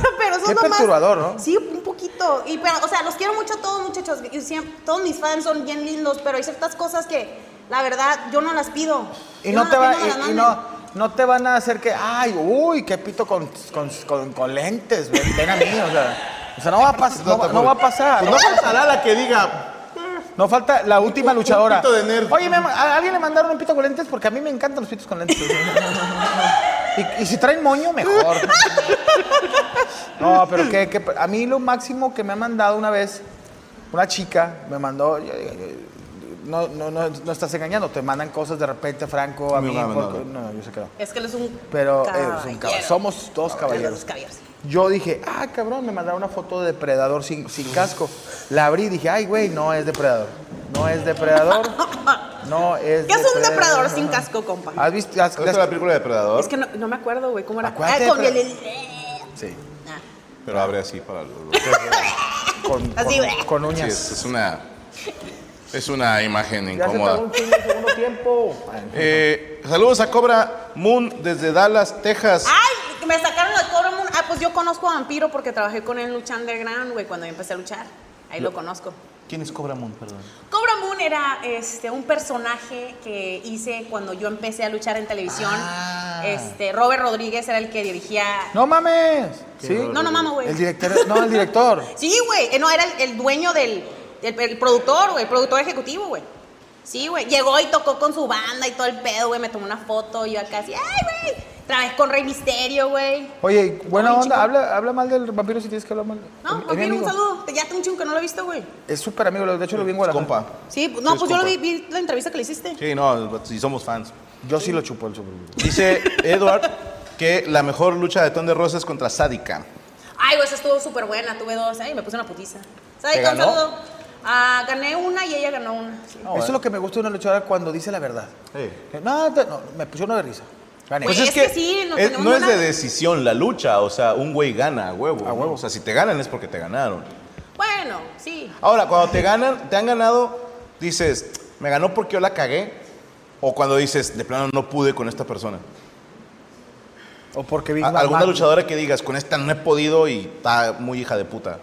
Speaker 3: sea, pero eso
Speaker 1: Qué
Speaker 3: es lo más-
Speaker 1: perturbador, ¿no?
Speaker 3: Sí, un poquito. Y pero, o sea, los quiero mucho a todos, muchachos. Y siempre- todos mis fans son bien lindos, pero hay ciertas cosas que, la verdad, yo no las pido.
Speaker 1: Y
Speaker 3: Yo
Speaker 1: no te va,
Speaker 3: las pido, me las
Speaker 1: y, y
Speaker 3: mandan.
Speaker 1: no, no te van a hacer que, ay, uy, qué pito con, con, con, con lentes, ven, ven a mí, o sea. O sea, no va a, pas- no, va- no va a pasar.
Speaker 2: Pues
Speaker 1: no,
Speaker 2: no pasará la que diga.
Speaker 1: no falta la última
Speaker 2: Un- un
Speaker 1: luchadora.
Speaker 2: pito de nerd.
Speaker 1: Oye, mi amor, ¿a alguien le mandaron un pito con lentes? Porque a mí me encantan los pitos con lentes. [LAUGHS] Y, y si traen moño, mejor. No, pero que, que- a mí lo máximo que me ha mandado una vez, una chica me mandó, yo- yo- yo- no, no, no, no estás engañando, te mandan cosas de repente, Franco, a
Speaker 2: Me
Speaker 1: mí.
Speaker 2: lo han
Speaker 1: porque-
Speaker 2: mandado.
Speaker 1: no, yo sé que no.
Speaker 3: Es que él es un
Speaker 1: Pero eh, es un
Speaker 3: caballero.
Speaker 1: caba- somos dos
Speaker 3: Dos
Speaker 1: caballeros.
Speaker 3: caballeros.
Speaker 1: Yo dije, ah, cabrón, me mandaron una foto de depredador sin, sin casco. La abrí y dije, ay, güey, no es depredador. No es depredador. No es
Speaker 3: ¿Qué es un depredador sin casco, compa?
Speaker 1: ¿Has visto? has-
Speaker 2: ¿Has visto
Speaker 1: las-
Speaker 2: la película de Depredador?
Speaker 3: Es que no, no me acuerdo, güey, cómo era.
Speaker 1: Acuérdate,
Speaker 3: Ah, con
Speaker 1: pero-
Speaker 3: el-
Speaker 1: Sí,
Speaker 3: Ah,
Speaker 2: Pero abre así para los...
Speaker 1: con,
Speaker 3: [LAUGHS]
Speaker 1: con-
Speaker 3: Así, güey.
Speaker 1: con
Speaker 5: Sí,
Speaker 1: uñas.
Speaker 5: es, es una, es una imagen
Speaker 1: Ya se acabó
Speaker 5: incómoda.
Speaker 1: el fin del segundo tiempo.
Speaker 2: Eh, saludos a Cobra Moon desde Dallas, Texas.
Speaker 1: Ah,
Speaker 3: Ay, me sacaron de Cobra Moon. Ah, pues yo conozco a Vampiro porque trabajé con él en Lucha Underground, güey, cuando yo empecé a luchar. Ahí lo conozco.
Speaker 2: ¿Quién es Cobra Moon? Perdón.
Speaker 3: Cobra Moon era este, un personaje que hice cuando yo empecé a luchar en televisión. Este, Robert Rodríguez era el que dirigía.
Speaker 1: Ah. No mames. ¿Sí?
Speaker 3: No, no mames, güey.
Speaker 1: El director, no, el director.
Speaker 3: Sí, güey. eh, No, era el, el dueño del. El, el productor, güey. El productor ejecutivo, güey. Sí, güey. Llegó y tocó con su banda y todo el pedo, güey. Me tomó una foto y yo acá así, ¡ay, güey! Trabajé con Rey Misterio, güey. [LAUGHS]
Speaker 1: Oye, buena
Speaker 3: Ay,
Speaker 1: onda,
Speaker 3: chico.
Speaker 1: habla, habla mal del vampiro si tienes que hablar mal. Em, Es- es
Speaker 3: No,
Speaker 1: mi
Speaker 3: vampiro, un
Speaker 1: amigo.
Speaker 3: saludo. Ya tengo un chingo que no lo he visto, güey.
Speaker 1: Es súper amigo, de hecho lo vi en Guadalajara.
Speaker 2: Compa.
Speaker 3: Sí, pues, no,
Speaker 2: Sí,
Speaker 3: pues yo lo vi,
Speaker 2: compa.
Speaker 3: vi la entrevista que le hiciste.
Speaker 2: Sí, no, si somos fans.
Speaker 1: Yo sí lo chupo el Super Bowl.
Speaker 2: Dice Edward que la mejor lucha de Ton de Rosa es contra Sádica.
Speaker 3: Ay, güey, esa estuvo súper buena. Tuve dos. Ay, me puse una putiza. ¿Sabes
Speaker 2: ¿Te
Speaker 3: qué? Un
Speaker 2: ganó?
Speaker 3: saludo. Ah, gané una y ella ganó una. sí.
Speaker 1: Eso es lo que me gusta de una luchadora cuando dice la verdad.
Speaker 2: Sí.
Speaker 1: Que, Eh, No, te- no, me pusieron de risa. Gané.
Speaker 3: Pues
Speaker 2: Pues es,
Speaker 3: es
Speaker 2: que,
Speaker 3: que sí, nos
Speaker 2: es-
Speaker 3: tenemos
Speaker 2: no es
Speaker 3: una-
Speaker 2: de decisión la lucha, o sea, un güey gana a huevo.
Speaker 1: A
Speaker 2: ¿no?
Speaker 1: huevo.
Speaker 2: O sea, si te ganan es porque te ganaron.
Speaker 3: Bueno, sí.
Speaker 2: Ahora, cuando te ganan, te han ganado, dices, me ganó porque yo la cagué. O cuando dices, de plano no pude con esta persona.
Speaker 1: o porque vi
Speaker 2: A-
Speaker 1: Bang
Speaker 2: alguna
Speaker 1: Bang.
Speaker 2: luchadora que digas, con esta no he podido y está muy hija de puta.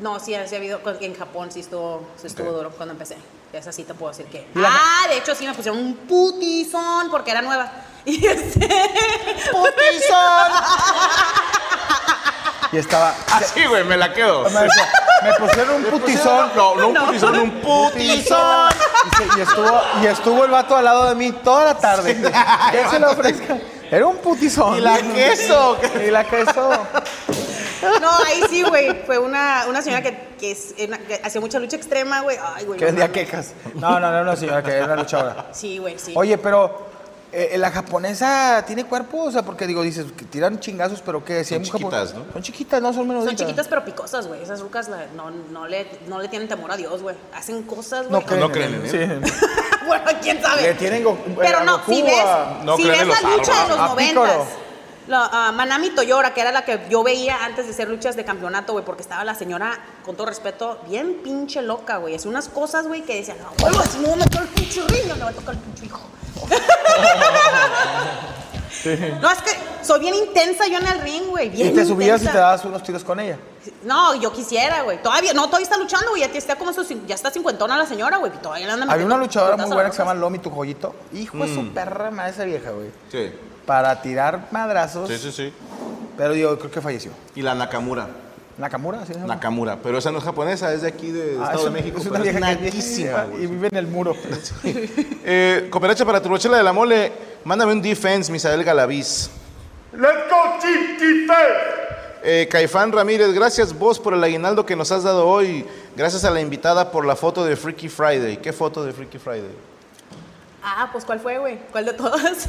Speaker 3: No, sí, sí ha habido. En Japón sí estuvo, sí estuvo duro cuando empecé. Esa sí te puedo decir que.
Speaker 1: la-
Speaker 3: Ah, de hecho sí me pusieron un putizón porque era nueva. [LAUGHS] Y este. ¡Putizón!
Speaker 1: Y estaba.
Speaker 2: Así, Ah, güey, me la quedo.
Speaker 1: Me, decía, me pusieron
Speaker 2: [LAUGHS]
Speaker 1: un putizón.
Speaker 2: No, no un [LAUGHS] putizón, un putizón.
Speaker 1: Y, se- y estuvo, y estuvo el vato al lado de mí toda la tarde. [LAUGHS] Que se lo ofrezca. Era un putizón.
Speaker 2: Y la queso.
Speaker 1: [LAUGHS] Y la queso.
Speaker 3: No, ahí sí, güey. Fue una, una señora que, que es- una- que hacía mucha lucha extrema, güey. Ay, güey.
Speaker 1: Que
Speaker 3: no
Speaker 1: vendía
Speaker 3: mames.
Speaker 1: quejas. No, no, no, no, señora, que era una luchadora.
Speaker 3: Sí, güey, sí.
Speaker 1: Oye, pero eh, la japonesa tiene cuerpo, o sea, porque digo, dices que tiran chingazos, pero que si
Speaker 2: Son
Speaker 1: hay un japo-
Speaker 2: chiquitas, ¿no?
Speaker 1: Son chiquitas, no son menuditas.
Speaker 3: Son chiquitas pero picosas, güey. Esas rucas la- no, no, le, no le tienen temor a Dios, güey. Hacen cosas,
Speaker 1: No
Speaker 3: güey.
Speaker 1: creen,
Speaker 2: No creen en él.
Speaker 1: Sí.
Speaker 3: [LAUGHS] bueno, quién sabe.
Speaker 1: Le tienen go-
Speaker 3: Pero
Speaker 1: a
Speaker 3: no,
Speaker 1: Goku,
Speaker 3: si ves,
Speaker 1: a-
Speaker 2: no
Speaker 3: si
Speaker 2: creen
Speaker 3: ves
Speaker 2: en
Speaker 3: la
Speaker 2: los
Speaker 3: lucha de
Speaker 2: árboles.
Speaker 3: los
Speaker 1: A Pícoro.
Speaker 3: noventas. La, ah, Manami Toyora, que era la que yo veía antes de ser luchas de campeonato, güey, porque estaba la señora, con todo respeto, bien pinche loca, güey. Hacía unas cosas, güey, que decían, no, güey, si no me toca el pinche ring, no me toca el
Speaker 1: [LAUGHS]
Speaker 3: pinche hijo. [LAUGHS] No, es que soy bien intensa yo en el ring, güey. Bien
Speaker 1: Y te subías y
Speaker 3: intensa.
Speaker 1: te dabas unos tiros con ella.
Speaker 3: No, yo quisiera, güey. Todavía, no, todavía está luchando, güey. Ya está como su, cin- ya está cincuentona la señora, güey. y Todavía le andan
Speaker 1: Había
Speaker 3: metiendo
Speaker 1: una luchadora
Speaker 3: putazos
Speaker 1: muy
Speaker 3: a
Speaker 1: buena
Speaker 3: las
Speaker 1: que se llama
Speaker 3: rucas.
Speaker 1: Lomi, tu joyito. Hijo de
Speaker 2: Mm.
Speaker 1: su perra madre esa vieja, güey.
Speaker 2: Sí,
Speaker 1: Para tirar madrazos.
Speaker 2: sí, sí, sí.
Speaker 1: Pero yo creo que falleció.
Speaker 2: Y la Nakamura.
Speaker 1: Nakamura, ¿sí? se llama?
Speaker 2: Nakamura, pero esa no es japonesa, es de aquí de
Speaker 1: Ah,
Speaker 2: Estado
Speaker 1: es
Speaker 2: de
Speaker 1: un-
Speaker 2: México.
Speaker 1: Es
Speaker 2: pero
Speaker 1: una vieja que-
Speaker 2: naquísima, güey.
Speaker 1: Y vive en el muro.
Speaker 2: Eh, cooperacha para tu rochela de la mole, mándame un defense, Misael Galaviz.
Speaker 1: ¡Let's go,
Speaker 2: Eh, Caifán Ramírez, gracias vos por el aguinaldo que nos has dado hoy. Gracias a la invitada por la foto de Freaky Friday. ¿Qué foto de Freaky Friday?
Speaker 3: Ah, pues ¿cuál fue, güey? ¿Cuál de
Speaker 1: [LAUGHS]
Speaker 3: todas?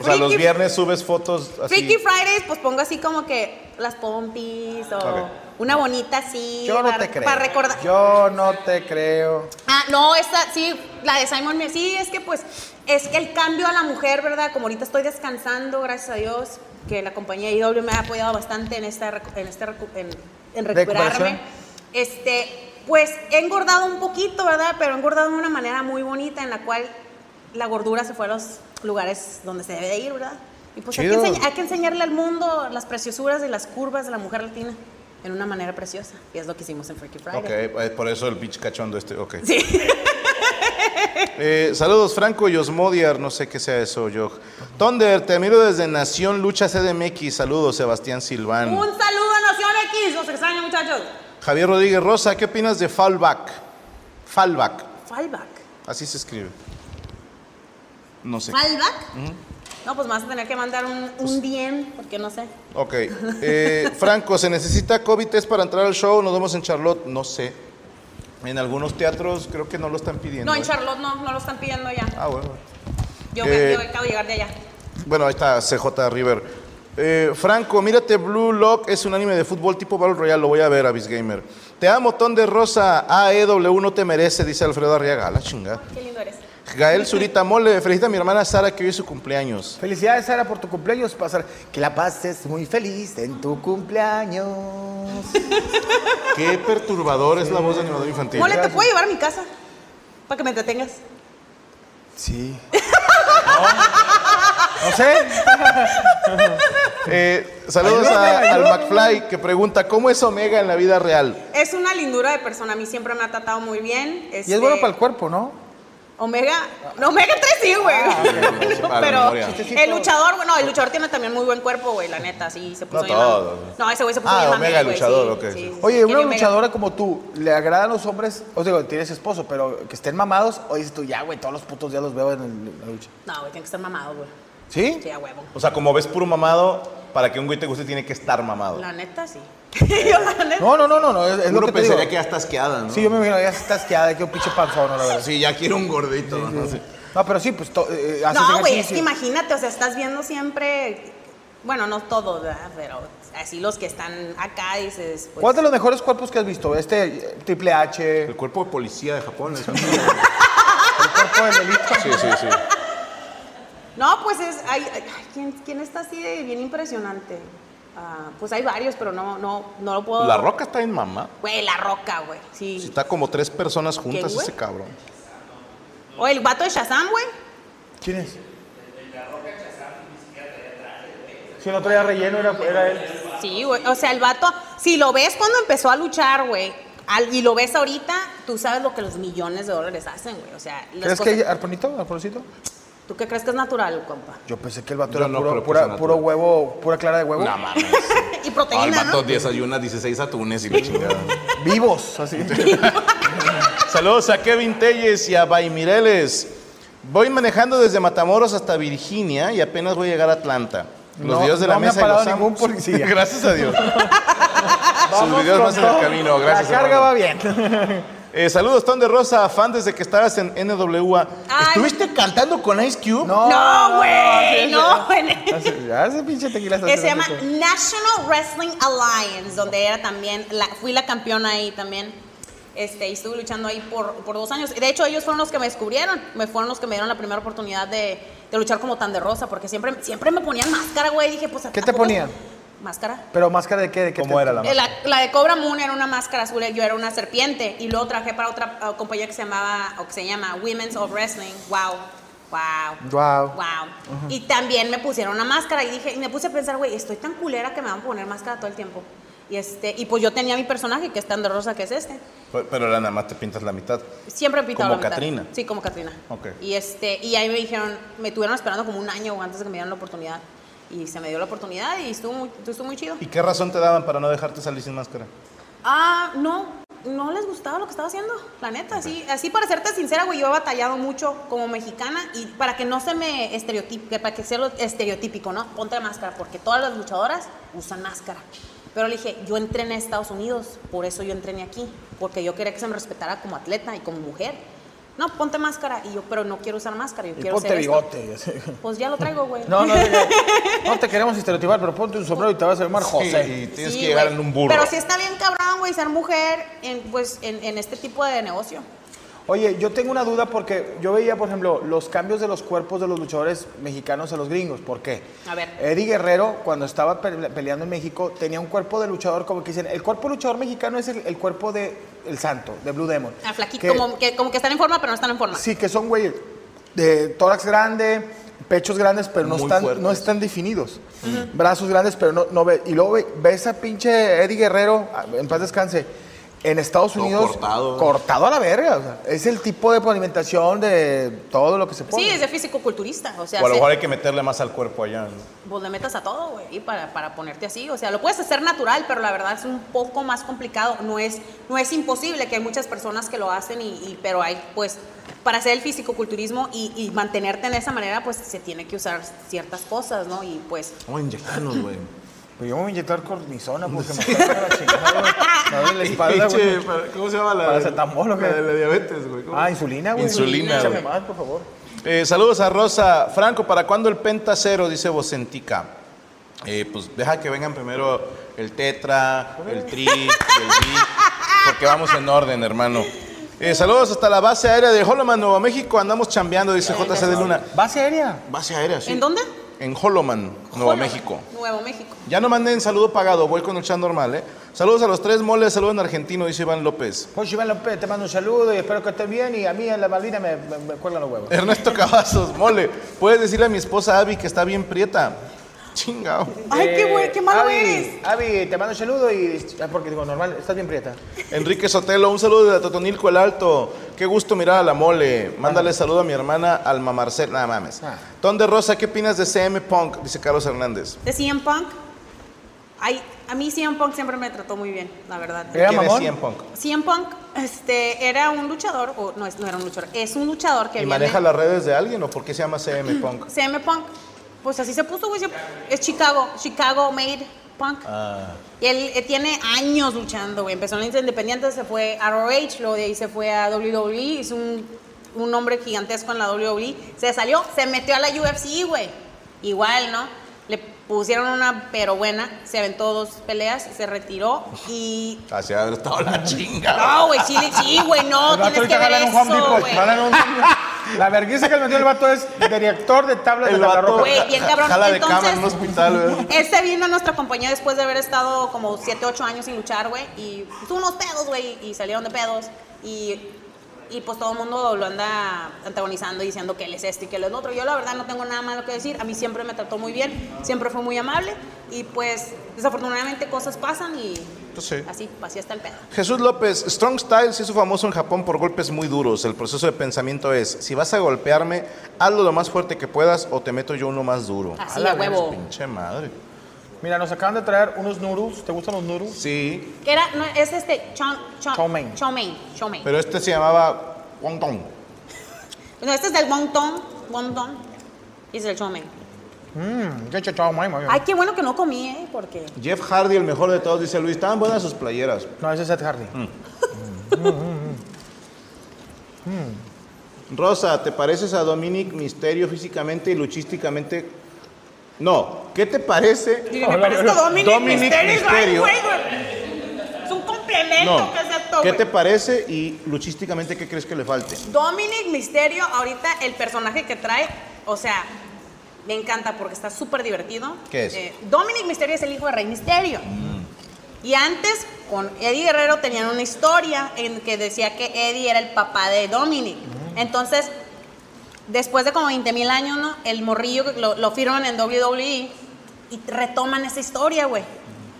Speaker 2: O sea, los
Speaker 3: Freaky-
Speaker 2: viernes subes fotos así.
Speaker 3: Freaky Fridays, pues pongo así como que las pompis o
Speaker 2: Ok.
Speaker 3: una bonita así.
Speaker 1: Yo no
Speaker 3: para,
Speaker 1: te creo.
Speaker 3: Para recordar.
Speaker 1: Yo no te creo.
Speaker 3: Ah, no, esta, sí, la de Simon Miller. Sí, es que pues, es que el cambio a la mujer, ¿verdad? Como ahorita estoy descansando, gracias a Dios, que la compañía IW me ha apoyado bastante en esta, recu- en este recu- en, en
Speaker 1: Recuperación.
Speaker 3: recuperarme. Este, pues he engordado un poquito, ¿verdad? Pero he engordado de una manera muy bonita en la cual la gordura se fue a los lugares donde se debe de ir, ¿verdad? Y pues hay que,
Speaker 1: Chido.
Speaker 3: enseña- hay que enseñarle al mundo las preciosuras y las curvas de la mujer latina en una manera preciosa. Y es lo que hicimos en Freaky Friday.
Speaker 2: Ok, eh, por eso el pinche cachondo este, ok.
Speaker 3: Sí.
Speaker 2: [LAUGHS] Eh, saludos, Franco Yosmodiar, no sé qué sea eso, yo. Thunder, te miro desde Nación Lucha CDMX. Saludos, Sebastián Silván.
Speaker 3: Un saludo a Nación X, los extraño muchachos.
Speaker 2: Javier Rodríguez Rosa, ¿qué opinas de Fallback? Fallback,
Speaker 3: Fallback.
Speaker 2: así se escribe. No sé.
Speaker 3: Fallback. No, pues me vas a tener que mandar un,
Speaker 2: Pues,
Speaker 3: un DM, porque no sé.
Speaker 2: Ok. Eh, Franco, ¿se necesita COVID test para entrar al show? Nos vemos en Charlotte. No sé. En algunos teatros creo que no lo están pidiendo.
Speaker 3: No, en
Speaker 2: ¿eh?
Speaker 3: Charlotte no, no lo están pidiendo ya.
Speaker 2: Ah, bueno.
Speaker 3: Yo,
Speaker 2: eh,
Speaker 3: me, yo acabo de llegar de allá.
Speaker 2: Bueno, ahí está CJ River. Eh, Franco, mírate Blue Lock, es un anime de fútbol tipo Battle Royale, lo voy a ver, Avis Gamer. Te amo, Ton de Rosa, AEW no te merece, dice Alfredo Arriaga, A la chinga.
Speaker 3: Qué lindo eres.
Speaker 2: Gael Zurita Mole, felicita a mi hermana Sara que hoy es su cumpleaños.
Speaker 1: Felicidades, Sara, por tu cumpleaños. Pasar. Que la pases muy feliz en tu cumpleaños.
Speaker 2: Qué perturbador es la voz de animador infantil.
Speaker 3: Mole, ¿te puedo llevar a mi casa? Para que me entretengas.
Speaker 1: Sí. [LAUGHS] No, no sé.
Speaker 2: Eh, saludos a- al McFly que pregunta, ¿cómo es Omega en la vida real?
Speaker 3: Es una lindura de persona, a mí siempre me ha tratado muy bien. Este,
Speaker 1: Y es bueno para el cuerpo, ¿no?
Speaker 3: Omega, no, Omega 3 sí, güey.
Speaker 2: Ah,
Speaker 3: [LAUGHS]
Speaker 2: ok. A la
Speaker 3: Pero
Speaker 2: memoria.
Speaker 3: el luchador, bueno, el luchador tiene también muy buen cuerpo, güey, la neta, sí, se puso
Speaker 2: No
Speaker 3: bien
Speaker 2: todos,
Speaker 3: mamey.
Speaker 2: güey.
Speaker 3: No, ese güey se puso
Speaker 2: Ah,
Speaker 3: bien
Speaker 2: Omega,
Speaker 3: mamey, güey,
Speaker 2: luchador, ok, sí.
Speaker 1: Oye, una
Speaker 3: Kenny Omega.
Speaker 1: luchadora como tú, ¿le agradan los hombres? O sea, tienes esposo, pero que estén mamados, o dices tú, ya, güey, todos los putos días los veo en el- la lucha.
Speaker 3: No, güey, tiene que estar mamado, güey.
Speaker 1: ¿Sí?
Speaker 3: Sí, a huevo.
Speaker 2: O sea, como ves puro mamado, para que un güey te guste tiene que estar mamado.
Speaker 3: La neta, sí.
Speaker 2: Eh,
Speaker 3: [LAUGHS] Yo, la neta.
Speaker 1: No, no, no, no, no es, es lo
Speaker 2: Uno
Speaker 1: que te digo.
Speaker 2: pensaría que ya está asqueada, ¿no?
Speaker 1: Sí, yo me imagino, ya estás quedada, que un pinche panzón, la verdad.
Speaker 2: Sí, ya quiero un gordito. ¿no? Sí.
Speaker 1: No, pero sí, pues, to- eh, haces
Speaker 3: No, güey, es
Speaker 1: ejercicio.
Speaker 3: que imagínate, o sea, estás viendo siempre, bueno, no todos, ¿verdad? Pero así los que están acá, dices, pues...
Speaker 1: ¿Cuál de los mejores cuerpos que has visto? Este eh, Triple H,
Speaker 2: El
Speaker 1: el
Speaker 2: cuerpo de policía de
Speaker 1: [LAUGHS]
Speaker 2: Japón. es un-
Speaker 1: cuerpo del delito.
Speaker 2: Sí, sí, sí.
Speaker 3: No, pues es. Hay, ay, ¿quién, quién está así de bien impresionante? Ah, pues hay varios, pero no, no, no lo puedo.
Speaker 2: La roca está en mamá.
Speaker 3: Güey, la roca, güey. Sí.
Speaker 2: Si está como tres personas juntas
Speaker 3: ¿Qué, güey?
Speaker 2: ese cabrón.
Speaker 3: O el vato de Shazam, güey.
Speaker 1: ¿Quién es? Si no traía relleno, era, era él.
Speaker 3: Sí, güey. O sea, el vato, si lo ves cuando empezó a luchar, güey, al- y lo ves ahorita, tú sabes lo que los millones de dólares hacen, güey. O sea, las
Speaker 1: ¿Crees que
Speaker 3: cosas-
Speaker 1: hay arponito, arponcito?
Speaker 3: ¿Tú qué crees que es natural, compa?
Speaker 1: Yo pensé que el vato
Speaker 2: Yo
Speaker 1: era
Speaker 2: no
Speaker 1: puro,
Speaker 2: creo que
Speaker 1: pura-
Speaker 2: sea
Speaker 1: puro
Speaker 2: natural.
Speaker 1: huevo, pura clara de huevo.
Speaker 2: No mames.
Speaker 3: y
Speaker 2: Ah, el
Speaker 3: proteína,
Speaker 2: vato
Speaker 3: ¿no?
Speaker 2: 10 ayunas, 16
Speaker 1: [LAUGHS]
Speaker 2: atunes y la chingada.
Speaker 1: Vivos,
Speaker 2: [LAUGHS]
Speaker 1: así.
Speaker 2: Saludos a Kevin Telles y a Bay Mireles. Voy manejando desde Matamoros hasta Virginia y apenas voy a llegar a Atlanta. Los
Speaker 1: No-
Speaker 2: videos de
Speaker 1: no
Speaker 2: la
Speaker 1: me ha
Speaker 2: mesa
Speaker 1: parado
Speaker 2: y los amo.
Speaker 1: ningún policía.
Speaker 2: [LAUGHS] Gracias
Speaker 1: [LAUGHS]
Speaker 2: a Dios. Sus
Speaker 1: Vamos
Speaker 2: videos
Speaker 1: con
Speaker 2: más en el
Speaker 1: todo.
Speaker 2: camino. Gracias.
Speaker 1: La carga
Speaker 2: hermano.
Speaker 1: va
Speaker 2: [LAUGHS]
Speaker 1: bien.
Speaker 2: Eh, saludos, Ton de Rosa, fan desde que estabas en NWA.
Speaker 3: Ay.
Speaker 2: ¿Estuviste cantando con Ice Cube?
Speaker 3: No, güey, no,
Speaker 1: así
Speaker 3: güey.
Speaker 1: es. Así- Ya ese pinche tequila está
Speaker 3: que se
Speaker 1: haciendo
Speaker 3: llama
Speaker 1: rico.
Speaker 3: National Wrestling Alliance, donde era también, la- fui la campeona ahí también. Este, y estuve luchando ahí por, por dos años. De hecho, ellos fueron los que me descubrieron. Me fueron los que me dieron la primera oportunidad de, de luchar como tan de rosa, porque siempre, siempre me ponían máscara, güey. Dije, pues. ¿a-
Speaker 1: ¿Qué
Speaker 3: a
Speaker 1: te
Speaker 3: poco-
Speaker 1: ponían?
Speaker 3: Máscara.
Speaker 1: Pero máscara de qué, de qué
Speaker 2: ¿Cómo
Speaker 1: te-
Speaker 2: era la
Speaker 3: Eh, La, la de Cobra Moon era una máscara azul, yo era una serpiente. Y luego trabajé para otra eh, compañía que se llamaba, o que se llama Women's of Wrestling. Wow. Wow.
Speaker 1: Wow.
Speaker 3: Wow. Y también me pusieron una máscara y dije, y me puse a pensar, güey, estoy tan culera que me van a poner máscara todo el tiempo. Y este, y pues yo tenía mi personaje que es tan de rosa que es este.
Speaker 2: Pe- Pero ahora nada más te pintas la mitad.
Speaker 3: Siempre he pintado
Speaker 2: Como
Speaker 3: la mitad.
Speaker 2: Katrina.
Speaker 3: Sí, como Katrina.
Speaker 2: Ok.
Speaker 3: Y este, y ahí me dijeron, me tuvieron esperando como un año antes de que me dieran la oportunidad. Y se me dio la oportunidad y estuvo muy, estuvo muy chido.
Speaker 2: ¿Y qué razón te daban para no dejarte salir sin máscara?
Speaker 3: Ah, no, no les gustaba lo que estaba haciendo, la neta, sí. Así para serte sincera, güey, yo he batallado mucho como mexicana y para que no se me estereotipe, para que sea lo estereotípico, ¿no? Ponte máscara, porque todas las luchadoras usan máscara. Pero le dije, yo entrené a Estados Unidos, por eso yo entrené aquí, porque yo quería que se me respetara como atleta y como mujer. No, ponte máscara. Y yo, pero no quiero usar máscara, yo
Speaker 1: Y
Speaker 3: quiero
Speaker 1: ponte
Speaker 3: ser esto".
Speaker 1: bigote. y así.
Speaker 3: Pues ya lo traigo, güey.
Speaker 1: No,
Speaker 3: [LAUGHS]
Speaker 1: no, no, no te queremos estereotipar, pero ponte un sombrero y te vas a llamar José.
Speaker 2: Sí, y tienes
Speaker 3: Sí,
Speaker 2: que llegar
Speaker 3: güey.
Speaker 2: en un burro.
Speaker 3: Pero sí está bien cabrón, güey, ser mujer en, pues, en, en este tipo de negocio.
Speaker 1: Oye, yo tengo una duda porque yo veía, por ejemplo, los cambios de los cuerpos de los luchadores mexicanos a los gringos. ¿Por qué?
Speaker 3: A ver.
Speaker 1: Eddie Guerrero, cuando estaba pe- peleando en México, tenía un cuerpo de luchador, como que dicen, el cuerpo luchador mexicano es el, el cuerpo de El Santo, de Blue Demon.
Speaker 3: Ah, flaquito,
Speaker 1: Que-
Speaker 3: como, que, como que están en forma, pero no están en forma.
Speaker 1: Sí, que son güeyes de tórax grande, pechos grandes, pero no
Speaker 2: Muy
Speaker 1: están,
Speaker 2: fuertes.
Speaker 1: no están definidos. Brazos grandes, pero no, no ve. Y luego ve, ves a pinche Eddie Guerrero, a- en ah, paz descanse, En Estados
Speaker 2: Todo
Speaker 1: Unidos,
Speaker 2: cortado.
Speaker 1: cortado a la verga. o sea, es el tipo de alimentación de todo lo que se pone.
Speaker 3: Sí, es de físico-culturista. O sea,
Speaker 5: O a lo
Speaker 3: se-
Speaker 5: mejor hay que meterle más al cuerpo allá. ¿no?
Speaker 3: vos le metas a todo, güey, y para, para ponerte así. O sea, lo puedes hacer natural, pero la verdad es un poco más complicado. No es, no es imposible, que hay muchas personas que lo hacen, y, y- pero hay, pues, para hacer el fisicoculturismo y, y mantenerte en esa manera, pues, se tiene que usar ciertas cosas, ¿no? Y, pues,
Speaker 2: Vamos a inyectarnos, güey.
Speaker 1: Pero Pues yo me voy a inyectar cornisona porque me está dando la chingada. güey. Me duele
Speaker 2: [LAUGHS]
Speaker 1: la espalda, güey.
Speaker 2: Pinche, para- ¿Cómo se llama la?
Speaker 1: Paracetamol, ¿o qué?
Speaker 2: la de la diabetes, güey. ¿Cómo?
Speaker 1: Ah, insulina, güey.
Speaker 5: Insulina,
Speaker 1: Échame
Speaker 5: güey.
Speaker 1: más, por favor.
Speaker 2: Eh, saludos a Rosa. Franco, ¿para cuándo el pentacero? Dice Vocentica. Eh, pues deja que vengan primero el tetra, el tri, el bi, porque vamos en orden, hermano. Eh, saludos hasta la base aérea de Holoman, Nuevo México. Andamos chambeando, dice JC de Luna.
Speaker 1: Base aérea.
Speaker 2: Base aérea, sí.
Speaker 3: ¿en dónde?
Speaker 2: En Holoman, Nuevo
Speaker 3: Hola,
Speaker 2: México.
Speaker 3: Nuevo México.
Speaker 2: Ya no manden saludo pagado, voy con el chat normal, ¿eh? Saludos a los tres moles, saludos en argentino, dice Iván López.
Speaker 1: Pues Iván López, te mando un saludo y espero que estés bien. Y a mí en la Malvina me, me, me cuelgan los huevos.
Speaker 2: Ernesto Cavazos, mole, ¿puedes decirle a mi esposa Abby que está bien prieta? Chingao.
Speaker 3: Ay, qué güey,
Speaker 1: bueno,
Speaker 3: qué malo eres.
Speaker 1: Avi, te mando un saludo y. ah, Porque digo, normal, estás bien prieta.
Speaker 2: Enrique Sotelo, un saludo de Totonilco el Alto. Qué gusto mirar a la mole. Mándale saludo a mi hermana Alma Marcel. Nada mames.
Speaker 1: Ah.
Speaker 2: Ton de Rosa, ¿qué opinas de CM Punk? Dice Carlos Hernández.
Speaker 3: ¿De CM Punk? Ay, a mí CM Punk siempre me trató muy bien, la verdad.
Speaker 1: ¿Era
Speaker 2: ¿Quién es
Speaker 1: mamón?
Speaker 2: CM Punk?
Speaker 3: CM Punk este, era un luchador, o no, es- no era un luchador, es un luchador que
Speaker 2: ¿Y
Speaker 3: viene-
Speaker 2: maneja las redes de alguien o por qué se llama CM Punk?
Speaker 3: [LAUGHS] CM Punk. Pues así se puso, güey. siempre- Es Chicago, Chicago Made Punk.
Speaker 2: Ah.
Speaker 3: Y él eh, tiene años luchando, güey. Empezó en la Independiente, se fue a ROH, luego de ahí se fue a WWE, hizo un, un nombre gigantesco en la WWE. Se salió, se metió a la UFC, güey. Igual, ¿no? Le pusieron una pero buena, se aventó dos peleas, se retiró y...
Speaker 2: Así ha de haber estado la chinga.
Speaker 1: Ah,
Speaker 3: No, güey, sí, sí, güey, no,
Speaker 1: El vato
Speaker 3: tienes que
Speaker 1: ahorita
Speaker 3: ver
Speaker 1: gana en
Speaker 3: eso,
Speaker 1: un Home Depot,
Speaker 3: güey.
Speaker 1: gana en un Home Depot. La vergüenza que le metió el vato es director de tablas de
Speaker 2: El
Speaker 1: la
Speaker 2: vato
Speaker 1: ropa.
Speaker 3: Güey, bien cabrón.
Speaker 2: jala de
Speaker 3: Entonces-
Speaker 2: cama en un hospital. güey.
Speaker 3: Este vino a nuestra compañía después de haber estado como 7, 8 años sin luchar, güey. Y tuvo unos pedos, güey, y salieron de pedos. Y, y pues todo el mundo lo anda antagonizando y diciendo que él es esto y que él es lo otro. Yo la verdad no tengo nada malo que decir. A mí siempre me trató muy bien, siempre fue muy amable. Y pues desafortunadamente cosas pasan y
Speaker 2: Pues sí.
Speaker 3: así, así está el pedo.
Speaker 2: Jesús López, Strong Style se hizo famoso en Japón por golpes muy duros. El proceso de pensamiento es, si vas a golpearme, hazlo lo más fuerte que puedas o te meto yo uno más duro.
Speaker 1: A
Speaker 3: Así,
Speaker 1: la
Speaker 3: a huevo.
Speaker 2: Pinche madre.
Speaker 1: Mira, nos acaban de traer unos noodles. ¿Te gustan los noodles?
Speaker 2: Sí,
Speaker 3: Que era, no, es este, Chon, Chon,
Speaker 1: Chow mein.
Speaker 3: Chow mein, chow mein.
Speaker 2: pero este se llamaba Wonton.
Speaker 3: No, este es del wonton, wonton. Y es del chow mein.
Speaker 1: Mmm, yo he chachado, mami.
Speaker 3: Ay, qué bueno que no comí, ¿eh? Porque...
Speaker 2: Jeff Hardy, el mejor de todos, dice Luis, estaban buenas sus playeras.
Speaker 1: No, ese es Ed Hardy.
Speaker 2: Rosa, ¿te pareces a Dominic Misterio físicamente y luchísticamente? No, ¿qué te parece?
Speaker 3: Dile, me parezco Dominic,
Speaker 2: Dominic
Speaker 3: Mysterio. Ay,
Speaker 2: Mysterio.
Speaker 3: güey, güey. Es un complemento
Speaker 2: No,
Speaker 3: que es esto,
Speaker 2: ¿qué
Speaker 3: güey.
Speaker 2: te parece y luchísticamente qué crees que le falte?
Speaker 3: Dominic Misterio, ahorita el personaje que trae, o sea, me encanta porque está súper divertido. Eh,
Speaker 2: ¿Qué es? Mm.
Speaker 3: Dominic Misterio es el hijo de Rey Misterio. Y antes, con Eddie Guerrero tenían una historia en que decía que Eddie era el papá de Dominic.
Speaker 2: Mm.
Speaker 3: Entonces, después de como 20 mil años, ¿no? El morrillo que lo, lo firman en WWE y retoman esa historia,
Speaker 2: Mm.
Speaker 3: güey.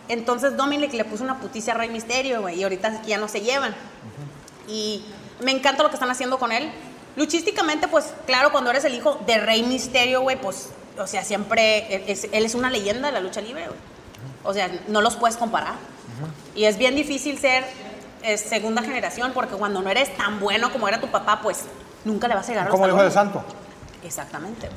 Speaker 3: Entonces Dominic le puso una puticia a Rey Misterio, güey, y ahorita ya no se llevan. Y me encanta lo que están haciendo con él. Luchísticamente, pues claro, cuando eres el hijo de Rey Misterio, güey, pues, o sea, siempre, él es, él es una leyenda de la lucha libre, güey. O sea, no los puedes comparar. Y es bien difícil ser eh, segunda generación, porque cuando no eres tan bueno como era tu papá, pues nunca le vas a llegar a los
Speaker 1: Como el hijo de
Speaker 3: talones.
Speaker 1: santo.
Speaker 3: Exactamente.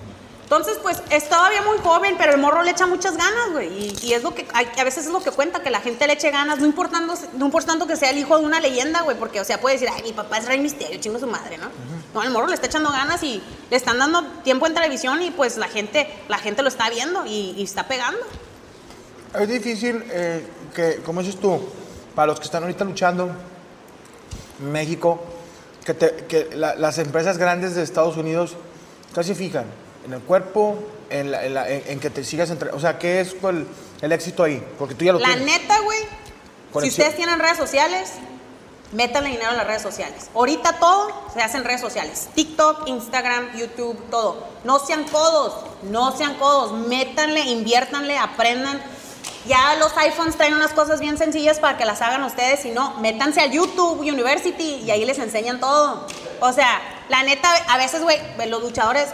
Speaker 3: Entonces, pues es todavía muy joven, pero el morro le echa muchas ganas, güey. Y, y es lo que, hay- a veces es lo que cuenta, que la gente le eche ganas, no importando, no importando que sea el hijo de una leyenda, güey. Porque, o sea, puede decir, ay, mi papá es Rey Misterio, chingo su madre, ¿no? No, el morro le está echando ganas y le están dando tiempo en televisión y pues la gente, la gente lo está viendo y, y está pegando.
Speaker 1: Es difícil eh, que, como dices tú, para los que están ahorita luchando, México, que, te- que la- las empresas grandes de Estados Unidos casi fijan en el cuerpo, en, la- en la- en- en que te sigas entre, O sea, ¿qué es el, el éxito ahí? Porque tú ya lo
Speaker 3: La
Speaker 1: tienes.
Speaker 3: neta, güey. Si
Speaker 1: Conexión.
Speaker 3: ustedes tienen redes sociales, métanle dinero en las redes sociales. Ahorita todo se hace en redes sociales. TikTok, Instagram, YouTube, todo. No sean codos, no sean codos. Métanle, inviértanle, aprendan. Ya los iPhones traen unas cosas bien sencillas para que las hagan ustedes, si no, métanse a YouTube University y ahí les enseñan todo. O sea, la neta, a veces, güey, los luchadores,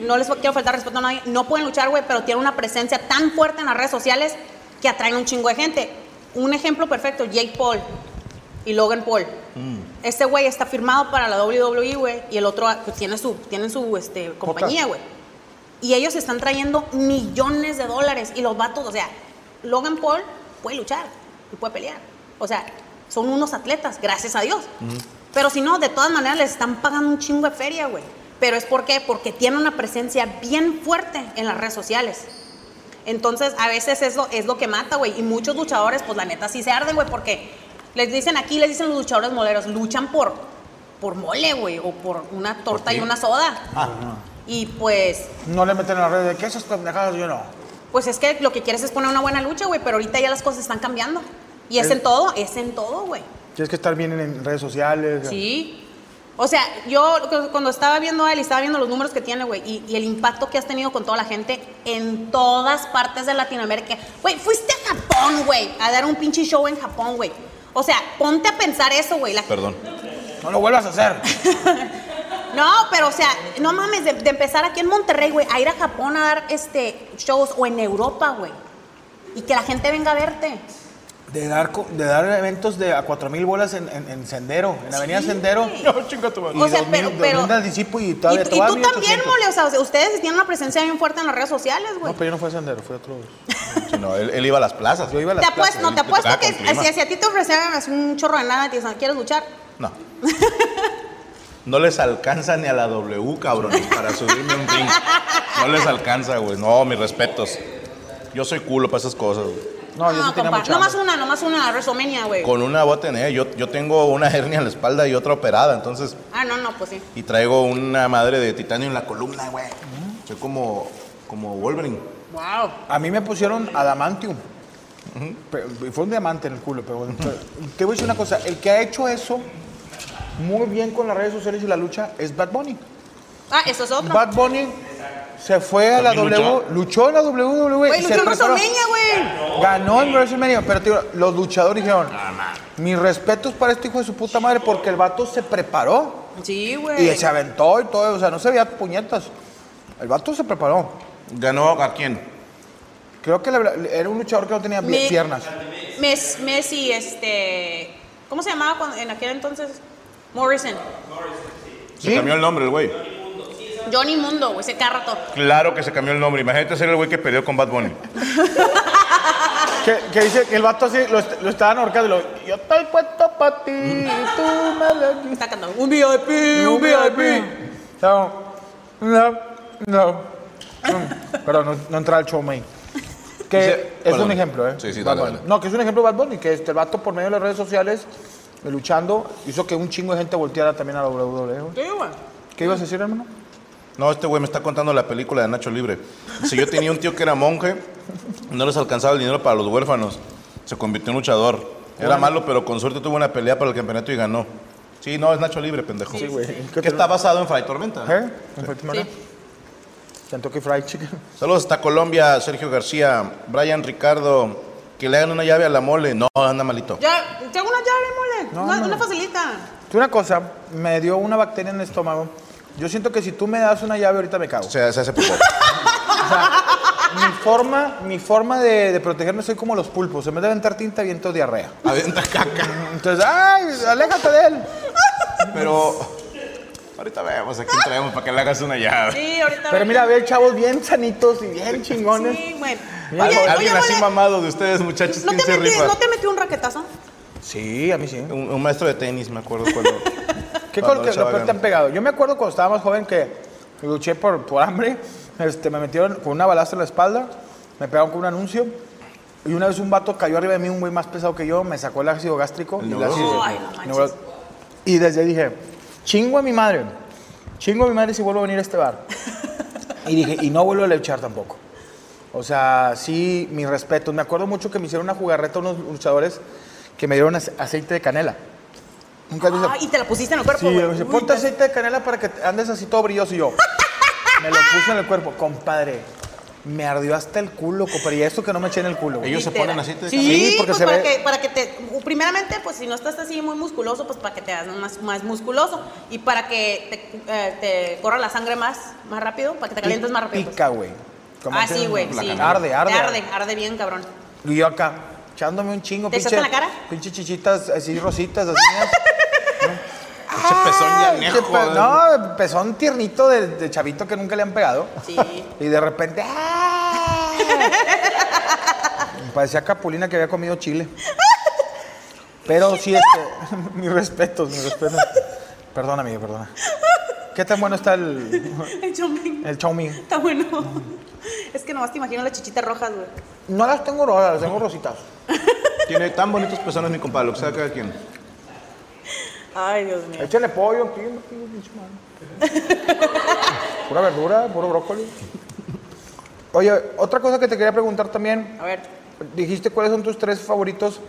Speaker 3: no les quiero faltar respeto a nadie, no pueden luchar, güey, pero tienen una presencia tan fuerte en las redes sociales que atraen un chingo de gente. Un ejemplo perfecto, Jake Paul y Logan Paul. Este güey está firmado para la WWE, güey, y el otro pues, tiene su, tiene su este, compañía, güey. Y ellos están trayendo millones de dólares. Y los vatos, o sea, Logan Paul puede luchar y puede pelear. O sea, son unos atletas, gracias a Dios. Pero si no, de todas maneras les están pagando un chingo de feria, güey. Pero es por qué? Porque tienen una presencia bien fuerte en las redes sociales. Entonces, a veces eso es lo que mata, güey. Y muchos luchadores, pues la neta sí se arden, güey, porque les dicen aquí, les dicen los luchadores moleros, luchan por, por mole, güey, o por Ah. una torta y una soda. Y pues
Speaker 1: No le meten en la red de que esas pendejadas yo no.
Speaker 3: pues es que lo que quieres es poner una buena lucha, güey, pero ahorita ya las cosas están cambiando. Y es en todo, es en todo, güey.
Speaker 1: Tienes que estar bien en- en redes sociales.
Speaker 3: Sí. O sea, yo cu- cuando estaba viendo a él y estaba viendo los números que tiene, güey, y, y el impacto que has tenido con toda la gente en todas partes de Latinoamérica. Güey, fuiste a Japón, güey, a dar un pinche show en Japón, güey. O sea, ponte a pensar eso, güey. La-
Speaker 2: Perdón.
Speaker 1: No lo vuelvas a hacer.
Speaker 3: No, pero o sea, no mames, de, de empezar aquí en Monterrey, güey, a ir a Japón a dar este shows o en Europa, güey. Y que la gente venga a verte.
Speaker 1: De dar, co- de dar eventos de a 4000 bolas en, en- en Sendero, en Avenida Sendero.
Speaker 3: [LAUGHS] No,
Speaker 1: chinga tu
Speaker 3: O sea, pero- pero-
Speaker 1: disipo y
Speaker 3: Y,
Speaker 1: todavía
Speaker 3: y tú
Speaker 1: todavía
Speaker 3: también,
Speaker 1: 1800.
Speaker 3: mole, o sea, o sea, ustedes tienen una presencia bien fuerte en las redes sociales, güey.
Speaker 1: No, pero yo no fui a Sendero, fui a otro.
Speaker 3: Ah,
Speaker 2: Sí, no, él, él iba a las plazas.
Speaker 1: Yo iba a
Speaker 3: Te
Speaker 1: las
Speaker 3: apuesto,
Speaker 1: plazas.
Speaker 3: no, te
Speaker 2: te
Speaker 3: apuesto
Speaker 2: tocaba
Speaker 3: que
Speaker 2: con clima.
Speaker 3: si, si a ti te ofrecieran así un chorro de nada y te dicen, ¿quieres luchar?
Speaker 2: No. No les alcanza ni a la W, cabrones, para subirme un ring. No les alcanza, güey. No, mis respetos. Yo soy culo para esas cosas, güey.
Speaker 1: No, yo sí tenía mucha
Speaker 3: Ah, nomás
Speaker 1: hambre.
Speaker 3: una, nomás una, WrestleMania, güey.
Speaker 2: Con una voy a tener. Yo, yo tengo una hernia en la espalda y otra operada, entonces.
Speaker 3: Ah, no, no, pues sí.
Speaker 2: Y traigo una madre de titanio en la columna, güey. Soy como, como Wolverine.
Speaker 3: Wow.
Speaker 1: A mí me pusieron adamantium. Pe- y Fue un diamante en el culo, pero, pero te voy a decir una cosa, el que ha hecho eso muy bien con las redes sociales y la lucha es Bad Bunny.
Speaker 3: Ah, eso es otro.
Speaker 1: Bad Bunny se fue a la
Speaker 2: ¿También
Speaker 1: W, luchó? en la WWE,
Speaker 3: Güey,
Speaker 1: y
Speaker 3: luchó
Speaker 1: se
Speaker 3: en
Speaker 1: preparó.
Speaker 3: WrestleMania, güey.
Speaker 1: ganó en WrestleMania, pero te digo, los luchadores dijeron, mis respetos para este hijo de su puta madre porque el vato se preparó.
Speaker 3: Sí,
Speaker 1: Y
Speaker 3: güey.
Speaker 1: se aventó y todo, o sea, no se veía puñetas. El vato se preparó.
Speaker 2: ¿Ganó a quién?
Speaker 1: Creo que la- era un luchador que no tenía
Speaker 3: Me-
Speaker 1: pie- piernas.
Speaker 3: Mes- Messi, este... ¿Cómo se llamaba cuando- en aquel entonces? Morrison.
Speaker 2: Se
Speaker 1: ¿Sí?
Speaker 2: cambió el nombre el güey.
Speaker 3: Johnny Mundo, güey, ese carrato.
Speaker 2: Claro que se cambió el nombre. Imagínate ser el güey que peleó con Bad Bunny.
Speaker 1: Que, que dice que el vato así lo, est- lo estaban ahorcando y lo, yo estoy puesto para ti, y tú me lo quitas".
Speaker 3: Está cantando, un VIP, un VIP.
Speaker 1: No, no, no. Mm, Perdón, no, no entra el show, main. Que
Speaker 2: Sí,
Speaker 1: es
Speaker 2: perdón.
Speaker 1: un ejemplo, ¿eh?
Speaker 2: Sí, sí,
Speaker 1: Bad
Speaker 2: dale,
Speaker 1: Bunny.
Speaker 2: dale.
Speaker 1: No, que es un ejemplo Bad Bunny, que este, el vato por medio de las redes sociales, eh, luchando, hizo que un chingo de gente volteara también a la WWE. güey.
Speaker 3: Sí, güey.
Speaker 1: ¿Qué ibas a decir, hermano?
Speaker 2: No, este güey me está contando la película de Nacho Libre. Si yo tenía un tío que era monje, no les alcanzaba el dinero para los huérfanos. Se convirtió en luchador. Era malo, pero con suerte tuvo una pelea para el campeonato y ganó. Sí, no, es Nacho Libre, pendejo. Sí,
Speaker 1: güey.
Speaker 2: Que está basado en Fray Tormenta.
Speaker 1: ¿Eh? Sí. Kentucky Fried Chicken.
Speaker 2: Saludos hasta Colombia, Sergio García, Brian Ricardo. Que le hagan una llave a la mole. No, anda malito.
Speaker 3: Ya, te hago una llave, mole.
Speaker 1: No,
Speaker 3: una,
Speaker 1: no.
Speaker 3: una facilita.
Speaker 1: Tú una cosa, me dio una bacteria en el estómago. Yo siento que si tú me das una llave, ahorita me cago.
Speaker 2: O sea, se hace poco.
Speaker 1: Mi forma, mi forma de, de protegerme soy como los pulpos. En vez de aventar tinta, viento diarrea.
Speaker 2: [LAUGHS] Avienta caca.
Speaker 1: Entonces, ¡ay! ¡Aléjate de él!
Speaker 2: Pero ahorita vemos a quién traemos para que le hagas una llave.
Speaker 3: Sí, ahorita.
Speaker 1: Pero mira, ver chavos bien sanitos y bien chingones.
Speaker 3: Sí, güey.
Speaker 1: Mira,
Speaker 3: Oye,
Speaker 2: Al-
Speaker 3: oye,
Speaker 2: Alguien así
Speaker 3: mole,
Speaker 2: mamado de ustedes, muchachos,
Speaker 3: ¿no
Speaker 2: ¿quién
Speaker 3: te,
Speaker 2: se
Speaker 3: metí,
Speaker 2: rifa?
Speaker 3: ¿No te metí un raquetazo?
Speaker 1: Sí, a mí sí.
Speaker 2: Un, un maestro de tenis, me acuerdo
Speaker 1: [LAUGHS]
Speaker 2: cuando.
Speaker 1: ¿Qué
Speaker 2: cuando
Speaker 1: con que
Speaker 2: el
Speaker 1: después
Speaker 2: chaval
Speaker 1: te han
Speaker 2: ganó.
Speaker 1: pegado? Yo me acuerdo cuando estaba más joven que luché por, por hambre. Este, me metieron con una balaza en la espalda, me pegaron con un anuncio. Y una vez un vato cayó arriba de mí, un güey más pesado que yo, me sacó el ácido gástrico.
Speaker 2: El
Speaker 1: y, el
Speaker 2: neurólogo.
Speaker 1: ácido-
Speaker 3: Ay, no manches.
Speaker 1: neurólogo. Y desde ahí dije, chingo a mi madre, chingo a mi madre si vuelvo a venir a este bar. y dije, y no vuelvo a luchar tampoco. O sea, sí, mis respetos. Me acuerdo mucho que me hicieron una jugarreta unos luchadores que me dieron ace- aceite de canela. Nunca lo hice.
Speaker 3: Ah, y te la pusiste en el cuerpo.
Speaker 1: Sí,
Speaker 3: güey.
Speaker 1: me dice,
Speaker 3: Uy,
Speaker 1: ponte
Speaker 3: te-
Speaker 1: [LAUGHS] aceite de canela para que te- andes así todo brilloso y yo. Me lo puse en el cuerpo, compadre. Me ardió hasta el culo, compadre. Y eso que no me eché en el culo. güey.
Speaker 2: Ellos se
Speaker 3: Literal.
Speaker 2: ponen aceite de
Speaker 3: Sí,
Speaker 2: cannabis.
Speaker 1: Sí, porque
Speaker 3: pues
Speaker 1: se
Speaker 3: para,
Speaker 1: ve-
Speaker 3: que, para que te. Primeramente, pues si no estás así muy musculoso, pues para que te hagas más, más musculoso. Y para que te, eh, te corra la sangre más, más rápido, para que te calientes más rápido. pues.
Speaker 1: Pica, güey. Como
Speaker 3: Ah,
Speaker 1: dicen,
Speaker 3: sí, güey.
Speaker 2: la
Speaker 3: Sí.
Speaker 2: cannabis.
Speaker 1: Arde, arde.
Speaker 3: Te arde, arde bien, cabrón.
Speaker 1: Y yo acá, echándome un chingo,
Speaker 3: ¿Te echaste en la cara?
Speaker 1: Pinche chichitas así rositas,
Speaker 3: [LAUGHS]
Speaker 1: así.
Speaker 2: Pinche pezón ya añejo,
Speaker 1: Pinche Ah, pe-
Speaker 2: güey.
Speaker 1: No, pezón tiernito de, de chavito que nunca le han pegado.
Speaker 3: [LAUGHS] Sí.
Speaker 1: Y de repente. ¡ah! Parecía Capulina que había comido chile. Pero sí, este. [LAUGHS] mis respetos, mis respetos. Perdona, amigo, perdona. ¿Qué tan bueno está el,
Speaker 3: El chomín.
Speaker 1: el chow mein?
Speaker 3: Está bueno. Es que nomás te imagino las chichitas rojas, güey.
Speaker 1: No las tengo rojas, las tengo rositas.
Speaker 2: Tiene tan bonitos pezones mi compadre, lo que sea cada quien.
Speaker 3: Ay, Dios mío.
Speaker 1: Échale pollo, aquí, aquí, pinche madre. Pura verdura, puro brócoli. Oye, otra cosa que te quería preguntar también.
Speaker 3: A ver.
Speaker 1: Dijiste cuáles son tus tres favoritos,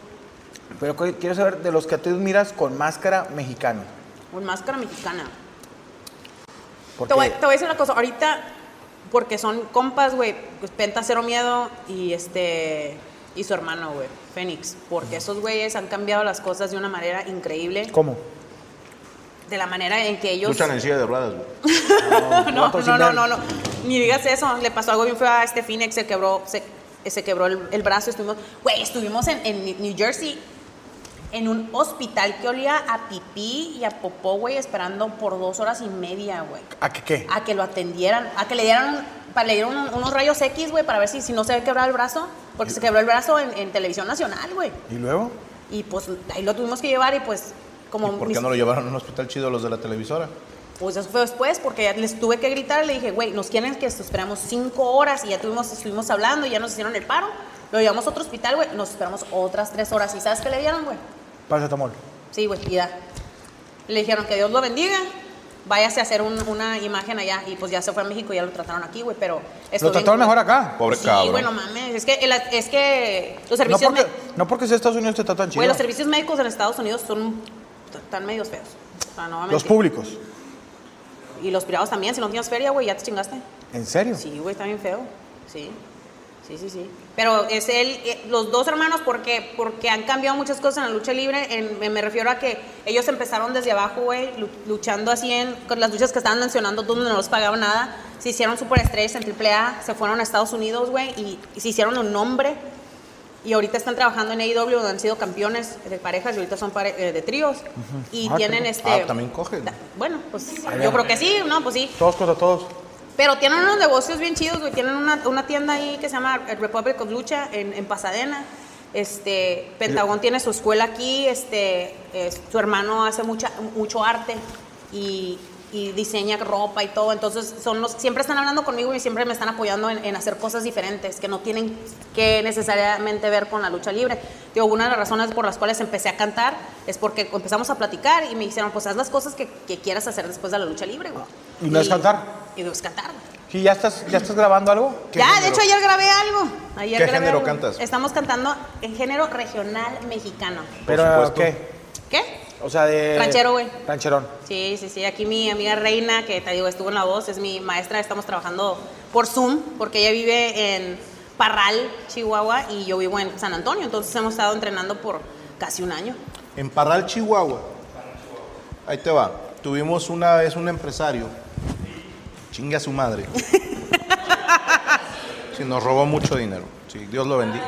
Speaker 1: pero cu- quiero saber de los que tú miras con máscara mexicano.
Speaker 3: Un máscara mexicana.
Speaker 1: Porque
Speaker 3: Te voy, te voy a decir una cosa, ahorita, porque son compas, güey, pues, Penta Cero Miedo y este y su hermano, güey, Fénix, porque esos güeyes han cambiado las cosas de una manera increíble,
Speaker 1: ¿Cómo?
Speaker 3: de la manera en que ellos...
Speaker 2: Luchan en silla de ruedas, güey.
Speaker 3: [LAUGHS] no,
Speaker 1: Vato
Speaker 3: no,
Speaker 1: sin
Speaker 3: no,
Speaker 1: ver.
Speaker 3: no, no. Ni digas eso. Le pasó algo bien feo a este Phoenix, se quebró, se, se quebró el, el brazo. Estuvimos, güey, estuvimos en, en New Jersey en un hospital que olía a pipí y a popó, güey, esperando por dos horas y media, güey.
Speaker 1: ¿A qué qué?
Speaker 3: a que lo atendieran, a que le dieran, para le dieron un- unos rayos X, güey, para ver si, si no se había quebrado el brazo, porque se quebró el brazo en, en televisión nacional, güey.
Speaker 1: ¿Y luego?
Speaker 3: Y pues ahí lo tuvimos que llevar y pues como
Speaker 2: ¿Y por
Speaker 3: mis-
Speaker 2: qué no lo llevaron a un hospital chido los de la televisora?
Speaker 3: pues eso fue después, porque ya les tuve que gritar, le dije, güey, nos quieren que esperamos cinco horas y ya tuvimos, estuvimos hablando y ya nos hicieron el paro. Lo llevamos a otro hospital, güey, nos esperamos otras tres horas. ¿Y sabes qué le dieron, güey?
Speaker 1: Paracetamol.
Speaker 3: Sí, güey, y da. Le dijeron que Dios lo bendiga, váyase a hacer un- una imagen allá. Y pues ya se fue a México, ya lo trataron aquí, güey, pero...
Speaker 1: ¿Lo
Speaker 3: estuvo bien
Speaker 1: trataron
Speaker 3: culero.
Speaker 1: mejor acá?
Speaker 2: Pobre
Speaker 3: sí,
Speaker 2: cabrón.
Speaker 3: bueno, mames, es que, el- es que los
Speaker 1: No
Speaker 3: servicios,
Speaker 1: porque,
Speaker 3: me-
Speaker 1: no porque sea Estados Unidos te tratan chido.
Speaker 3: güey, los servicios médicos en Estados Unidos son tan medios feos. O sea, no voy a
Speaker 1: Los
Speaker 3: mentir.
Speaker 1: públicos.
Speaker 3: Y los privados también, si no tienes feria, güey, ya te chingaste.
Speaker 1: ¿En serio?
Speaker 3: Sí, güey, está bien feo. Sí. Sí, sí, sí. Pero es él, eh, los dos hermanos, porque, porque han cambiado muchas cosas en la lucha libre. En- me, me refiero a que ellos empezaron desde abajo, güey, lu- luchando así en con las luchas que estaban mencionando, donde no los pagaban nada. Se hicieron superestrellas en AAA, se fueron a Estados Unidos, güey, y, y se hicieron un nombre. Y ahorita están trabajando en AEW, donde han sido campeones de parejas y ahorita son pare- eh, de tríos. Y
Speaker 1: Ah,
Speaker 3: tienen
Speaker 1: qué-
Speaker 3: este.
Speaker 2: Ah, también cogen.
Speaker 3: da- Bueno, pues yo creo que sí, ¿no? Pues sí.
Speaker 1: Todos contra todos.
Speaker 3: Pero tienen unos negocios bien chidos, güey. Tienen una, una tienda ahí que se llama eh, Republic of Lucha en, en Pasadena. Este, Pentagón tiene su escuela aquí. Este, eh, su hermano hace mucha, mucho arte y, y diseña ropa y todo. Entonces, son los, siempre están hablando conmigo y siempre me están apoyando en, en hacer cosas diferentes que no tienen que necesariamente ver con la lucha libre. Digo, una de las razones por las cuales empecé a cantar es porque empezamos a platicar y me dijeron, pues haz las cosas que, que quieras hacer después de la lucha libre, güey.
Speaker 1: Ah, ¿Y no es cantar?
Speaker 3: Y digo, es cantar, güey.
Speaker 1: ¿Sí, ya, estás, ¿Ya estás grabando algo?
Speaker 3: Ya, de hecho ayer grabé algo. Ayer
Speaker 2: ¿Qué
Speaker 3: grabé
Speaker 2: género
Speaker 3: algo.
Speaker 2: cantas?
Speaker 3: Estamos cantando en género regional mexicano.
Speaker 1: Pero,
Speaker 2: supuesto.
Speaker 1: ¿qué?
Speaker 3: ¿Qué?
Speaker 1: O sea, de...
Speaker 3: Ranchero, güey.
Speaker 1: Rancherón.
Speaker 3: Sí, sí, sí. Aquí mi amiga Reina, que te digo, estuvo en la voz, es mi maestra. Estamos trabajando por Zoom, porque ella vive en Parral, Chihuahua, y yo vivo en San Antonio. Entonces hemos estado entrenando por casi un año.
Speaker 2: En Parral, Chihuahua. Ahí te va. Tuvimos una vez un empresario. Chingue a su madre.
Speaker 1: [LAUGHS]
Speaker 2: Sí, nos robó mucho dinero. Sí, Dios lo bendiga.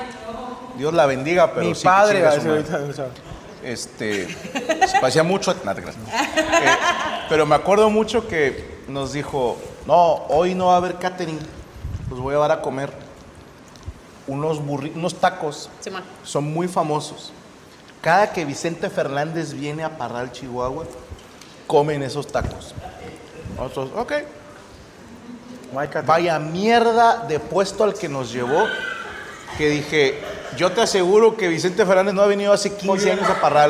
Speaker 2: Dios la bendiga, pero
Speaker 1: Mi
Speaker 2: sí que
Speaker 1: padre
Speaker 2: chingue a
Speaker 1: va a
Speaker 2: su
Speaker 1: decir
Speaker 2: madre.
Speaker 1: ahorita, o sea,
Speaker 2: Este, se parecía mucho. No, te creas. Eh, pero me acuerdo mucho que nos dijo: No, hoy no va a haber catering. Los voy a llevar a comer unos, burri- unos tacos
Speaker 3: Simón.
Speaker 2: son muy famosos. Cada que Vicente Fernández viene a Parral, Chihuahua, comen esos tacos. Nosotros, ok.
Speaker 1: no hay cata.
Speaker 2: Vaya mierda de puesto al que nos llevó, que dije, yo te aseguro que Vicente Fernández no ha venido hace 15 años a Parral,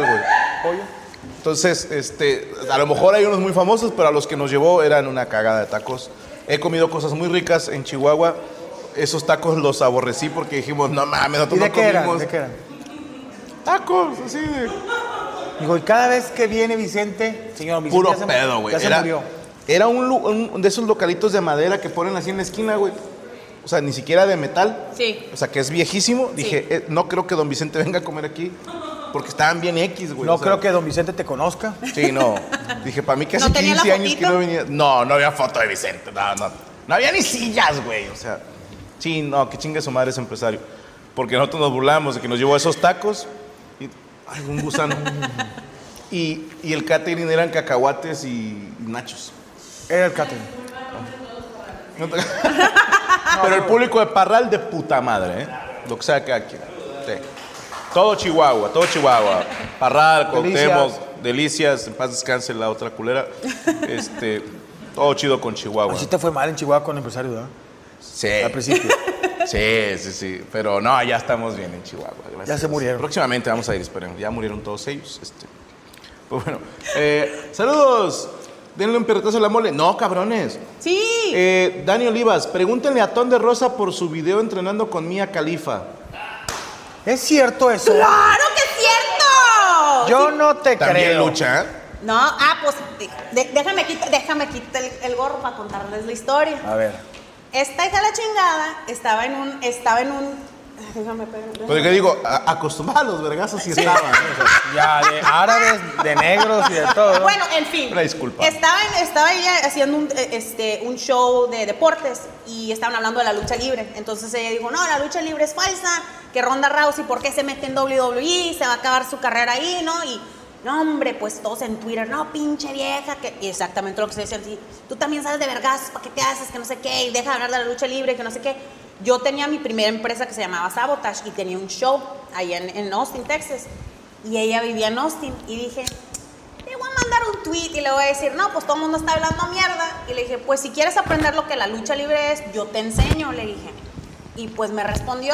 Speaker 2: güey. Entonces, este, a lo mejor hay unos muy famosos, pero a los que nos llevó eran una cagada de tacos. He comido cosas muy ricas en Chihuahua. Esos tacos los aborrecí porque dijimos, no mames,
Speaker 1: ¿Y
Speaker 2: nosotros
Speaker 1: de
Speaker 2: no
Speaker 1: qué eran?
Speaker 2: comimos
Speaker 1: ¿De qué eran?
Speaker 2: tacos, así de...
Speaker 1: Digo, y cada vez que viene Vicente, señor Vicente.
Speaker 2: Puro
Speaker 1: ya se-
Speaker 2: pedo, güey.
Speaker 1: Ya se
Speaker 2: Era,
Speaker 1: murió.
Speaker 2: era un, lu- un- de esos localitos de madera que ponen así en la esquina, güey. o sea, ni siquiera de metal.
Speaker 3: Sí.
Speaker 2: O sea, que es viejísimo. Dije,
Speaker 3: Sí.
Speaker 2: eh, no creo que don Vicente [LAUGHS] venga a comer aquí. Porque estaban bien X, güey.
Speaker 1: No
Speaker 2: o sea,
Speaker 1: creo que don Vicente te conozca.
Speaker 2: Sí, no. Dije, para mí que hace
Speaker 3: ¿No tenía la
Speaker 2: 15 años que
Speaker 3: fotito?
Speaker 2: no venía. No, no había foto de Vicente. No, no. No había ni sillas, güey. O sea, sí, no, que chingue su madre ese empresario. Porque nosotros nos burlamos de que nos llevó a esos tacos y. Ay, un
Speaker 3: [LAUGHS]
Speaker 2: gusano. y, y el catering eran cacahuates y nachos.
Speaker 1: Era el catering.
Speaker 2: Ah, No te- [LAUGHS] Pero el público de Parral de puta madre, ¿eh? Lo que sea cada quien. Sí. Todo Chihuahua, todo Chihuahua. Parral, Cuauhtémoc, Delicias, en paz descanse la otra culera. Este, todo chido con Chihuahua.
Speaker 1: Pues sí te fue mal en Chihuahua con empresarios, ¿verdad?
Speaker 2: Sí.
Speaker 1: Al principio.
Speaker 2: [LAUGHS] Sí, sí, sí. Pero no, ya estamos bien en Chihuahua. gracias.
Speaker 1: Ya se murieron.
Speaker 2: Próximamente vamos a ir, esperemos. Ya murieron todos ellos. Este. Pues bueno. eh, saludos. Denle un perretazo a la mole. No, cabrones.
Speaker 3: Sí.
Speaker 2: Eh, Dani Olivas, pregúntenle a Ton de Rosa por su video entrenando con Mía Califa.
Speaker 1: ¿Es cierto eso?
Speaker 3: ¡Claro que es cierto!
Speaker 1: Yo no te
Speaker 2: También
Speaker 1: creo.
Speaker 2: lucha. ¿eh?
Speaker 3: No, ah, pues de- de- déjame quitar, déjame quitar el, el gorro para contarles la historia.
Speaker 1: A ver.
Speaker 3: Esta hija de la chingada estaba en un, estaba en un. Déjame pegar.
Speaker 2: Porque digo, a- acostumbada a los vergazos y estaban. ¿no? O sea,
Speaker 1: Ya, de árabes, de negros y de todo. ¿no?
Speaker 3: Bueno, en fin.
Speaker 2: Una disculpa.
Speaker 3: Estaba, en- estaba ella haciendo un, eh, este, un show de deportes y estaban hablando de la lucha libre. Entonces ella dijo, no, la lucha libre es falsa, que Ronda Rousey, ¿por qué se mete en WWE? Se va a acabar su carrera ahí, ¿no? Y, no, hombre, pues todos en Twitter, no, pinche vieja, que y exactamente lo que se decía, sí, tú también sabes de vergas, ¿para qué te haces? Que no sé qué, y deja de hablar de la lucha libre, que no sé qué. Yo tenía mi primera empresa que se llamaba Sabotage y tenía un show allá en- en Austin, Texas. Y ella vivía en Austin y dije, le voy a mandar un tweet y le voy a decir, no, pues todo el mundo está hablando mierda. Y le dije, pues si quieres aprender lo que la lucha libre es, yo te enseño, le dije. Y pues me respondió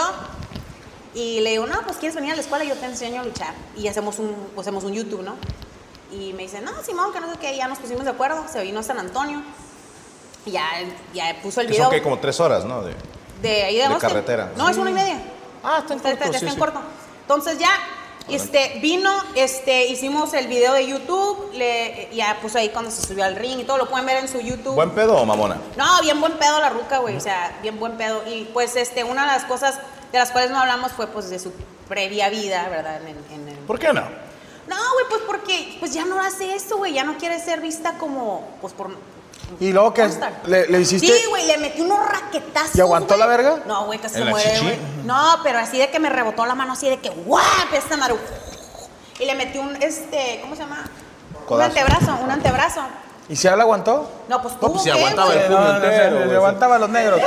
Speaker 3: y le digo, no, pues quieres venir a la escuela, yo te enseño a luchar. Y hacemos un, pues, hacemos un YouTube, ¿no? Y me dice, no, Simón, que no sé qué, y ya nos pusimos de acuerdo, se vino a San Antonio. Y ya, ya puso el
Speaker 2: que son
Speaker 3: video
Speaker 2: que como tres horas, ¿no? De-
Speaker 3: de ahí de,
Speaker 2: De
Speaker 3: Austin.
Speaker 2: carretera.
Speaker 3: No, es una y media. Ah, está en corto. Está,
Speaker 2: sí,
Speaker 3: en
Speaker 2: sí.
Speaker 3: corto. Entonces ya este, vino, este, hicimos el video de YouTube, le, ya puso ahí cuando se subió al ring y todo, lo pueden ver en su YouTube.
Speaker 2: ¿Buen pedo o mamona?
Speaker 3: No, bien buen pedo la ruca, güey, o sea, bien buen pedo. Y pues este, una de las cosas de las cuales no hablamos fue pues de su previa vida, ¿verdad? En, el- en el-
Speaker 2: ¿Por qué no?
Speaker 3: No, güey, pues porque pues ya no hace eso, güey, ya no quiere ser vista como, pues por...
Speaker 1: Y luego que
Speaker 3: Rockstar.
Speaker 1: le, le hiciste.
Speaker 3: Sí, güey, le metí unos raquetazos.
Speaker 1: ¿Y aguantó
Speaker 3: güey.
Speaker 1: la verga?
Speaker 3: No, güey, que se
Speaker 2: ¿En la
Speaker 3: muere,
Speaker 2: chichi?
Speaker 3: güey. No, pero así de que me rebotó la mano, así de que guap, esta madre. Y le metí un, este, ¿cómo se llama?
Speaker 2: Codazo.
Speaker 3: Un antebrazo, un antebrazo.
Speaker 1: ¿Y si la aguantó?
Speaker 3: No, pues
Speaker 2: No,
Speaker 3: tú.
Speaker 2: pues si aguantaba el
Speaker 1: Eh,
Speaker 2: puño
Speaker 1: no, no,
Speaker 2: entero.
Speaker 1: se-
Speaker 2: güey.
Speaker 1: le levantaba a los negros.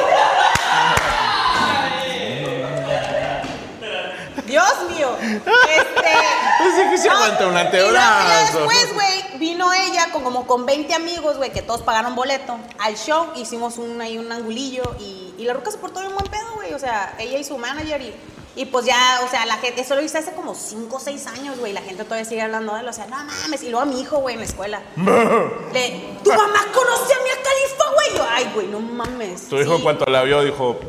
Speaker 3: Dios mío.
Speaker 2: [LAUGHS]
Speaker 3: Este.
Speaker 2: Pensé que
Speaker 3: [LAUGHS]
Speaker 2: se aguanta un
Speaker 3: y luego ya
Speaker 2: antebrazo.
Speaker 3: después, güey, vino ella con, como con 20 amigos, güey, que todos pagaron boleto al show. Hicimos un, ahí un angulillo y, y la ruca se portó bien buen pedo, güey. O sea, ella y su manager y. Y pues ya, o sea, la gente, eso lo hice hace como 5 o 6 años, güey, y la gente todavía sigue hablando de él, o sea, no mames, y luego a mi hijo, güey, en la escuela. Le, tu mamá conoce a mi califa, güey, yo, ay, güey, no
Speaker 2: [LAUGHS]
Speaker 3: mames.
Speaker 2: Tu hijo, en
Speaker 3: Sí.
Speaker 2: cuanto la vio, dijo.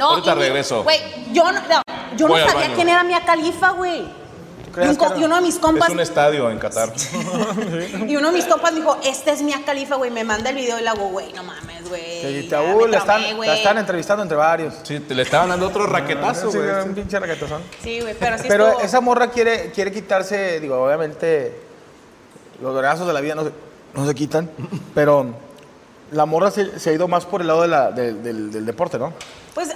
Speaker 2: ahorita
Speaker 3: y mi-
Speaker 2: regreso.
Speaker 3: Güey, yo no, no, yo
Speaker 2: Voy
Speaker 3: no
Speaker 2: al
Speaker 3: sabía
Speaker 2: baño.
Speaker 3: quién era Mia Califa, güey. Y,
Speaker 1: creías
Speaker 3: un co-
Speaker 1: que era-
Speaker 3: y uno de mis
Speaker 2: Es
Speaker 3: compas,
Speaker 2: un estadio en Qatar.
Speaker 3: y uno de mis compas me dijo, esta es Mia Califa, güey, me manda el video y le hago, güey, no mames, güey.
Speaker 1: Que te
Speaker 3: ya me
Speaker 1: uh, la,
Speaker 3: traumé,
Speaker 1: están,
Speaker 3: güey".
Speaker 1: la están entrevistando entre varios.
Speaker 2: Sí, te le estaban dando otro raquetazo,
Speaker 1: Sí,
Speaker 2: güey.
Speaker 1: un pinche raquetazón.
Speaker 3: Sí, güey, pero sí
Speaker 1: Pero
Speaker 3: estuvo-
Speaker 1: esa morra quiere, quiere quitarse, digo, obviamente los brazos de la vida no se, no se
Speaker 2: [LAUGHS]
Speaker 1: quitan, pero la morra se, se ha ido más por el lado de la- de- del, del deporte, ¿no?
Speaker 3: Pues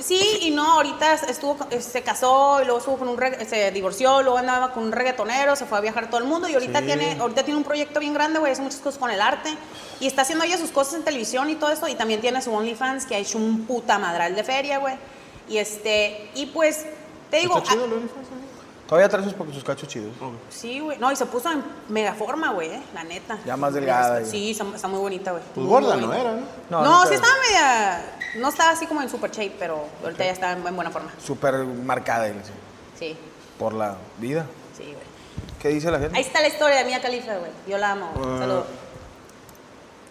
Speaker 3: sí y no, ahorita estuvo, eh, se casó y luego estuvo con un reg- se divorció, luego andaba con un reggaetonero, se fue a viajar todo el mundo y ahorita tiene, ahorita tiene un proyecto bien grande, güey, hace muchas cosas con el arte y está haciendo ella sus cosas en televisión y todo eso y también tiene su OnlyFans que ha hecho un puta madral de feria, güey. Y este, y pues te digo, ah,
Speaker 1: Todavía trae sus, sus cachos chidos.
Speaker 3: sí, güey, no, y se puso en mega forma, güey, eh, la neta.
Speaker 1: Ya más delgada, ya.
Speaker 3: Sí, está, está muy bonita, güey.
Speaker 2: Pues
Speaker 3: Muy
Speaker 2: gorda no
Speaker 3: bonita.
Speaker 2: era, ¿no?
Speaker 1: No,
Speaker 3: No,
Speaker 1: no
Speaker 3: sí
Speaker 1: estaba.
Speaker 3: estaba media, no estaba así como en super shape, pero ahorita ya está en- en buena forma.
Speaker 1: Súper marcada y así,
Speaker 3: Sí,
Speaker 1: por la vida.
Speaker 3: sí, güey.
Speaker 1: ¿Qué dice la gente?
Speaker 3: Ahí está la historia de Mia Califa, güey. Yo la amo.
Speaker 2: Ah.
Speaker 3: Saludos.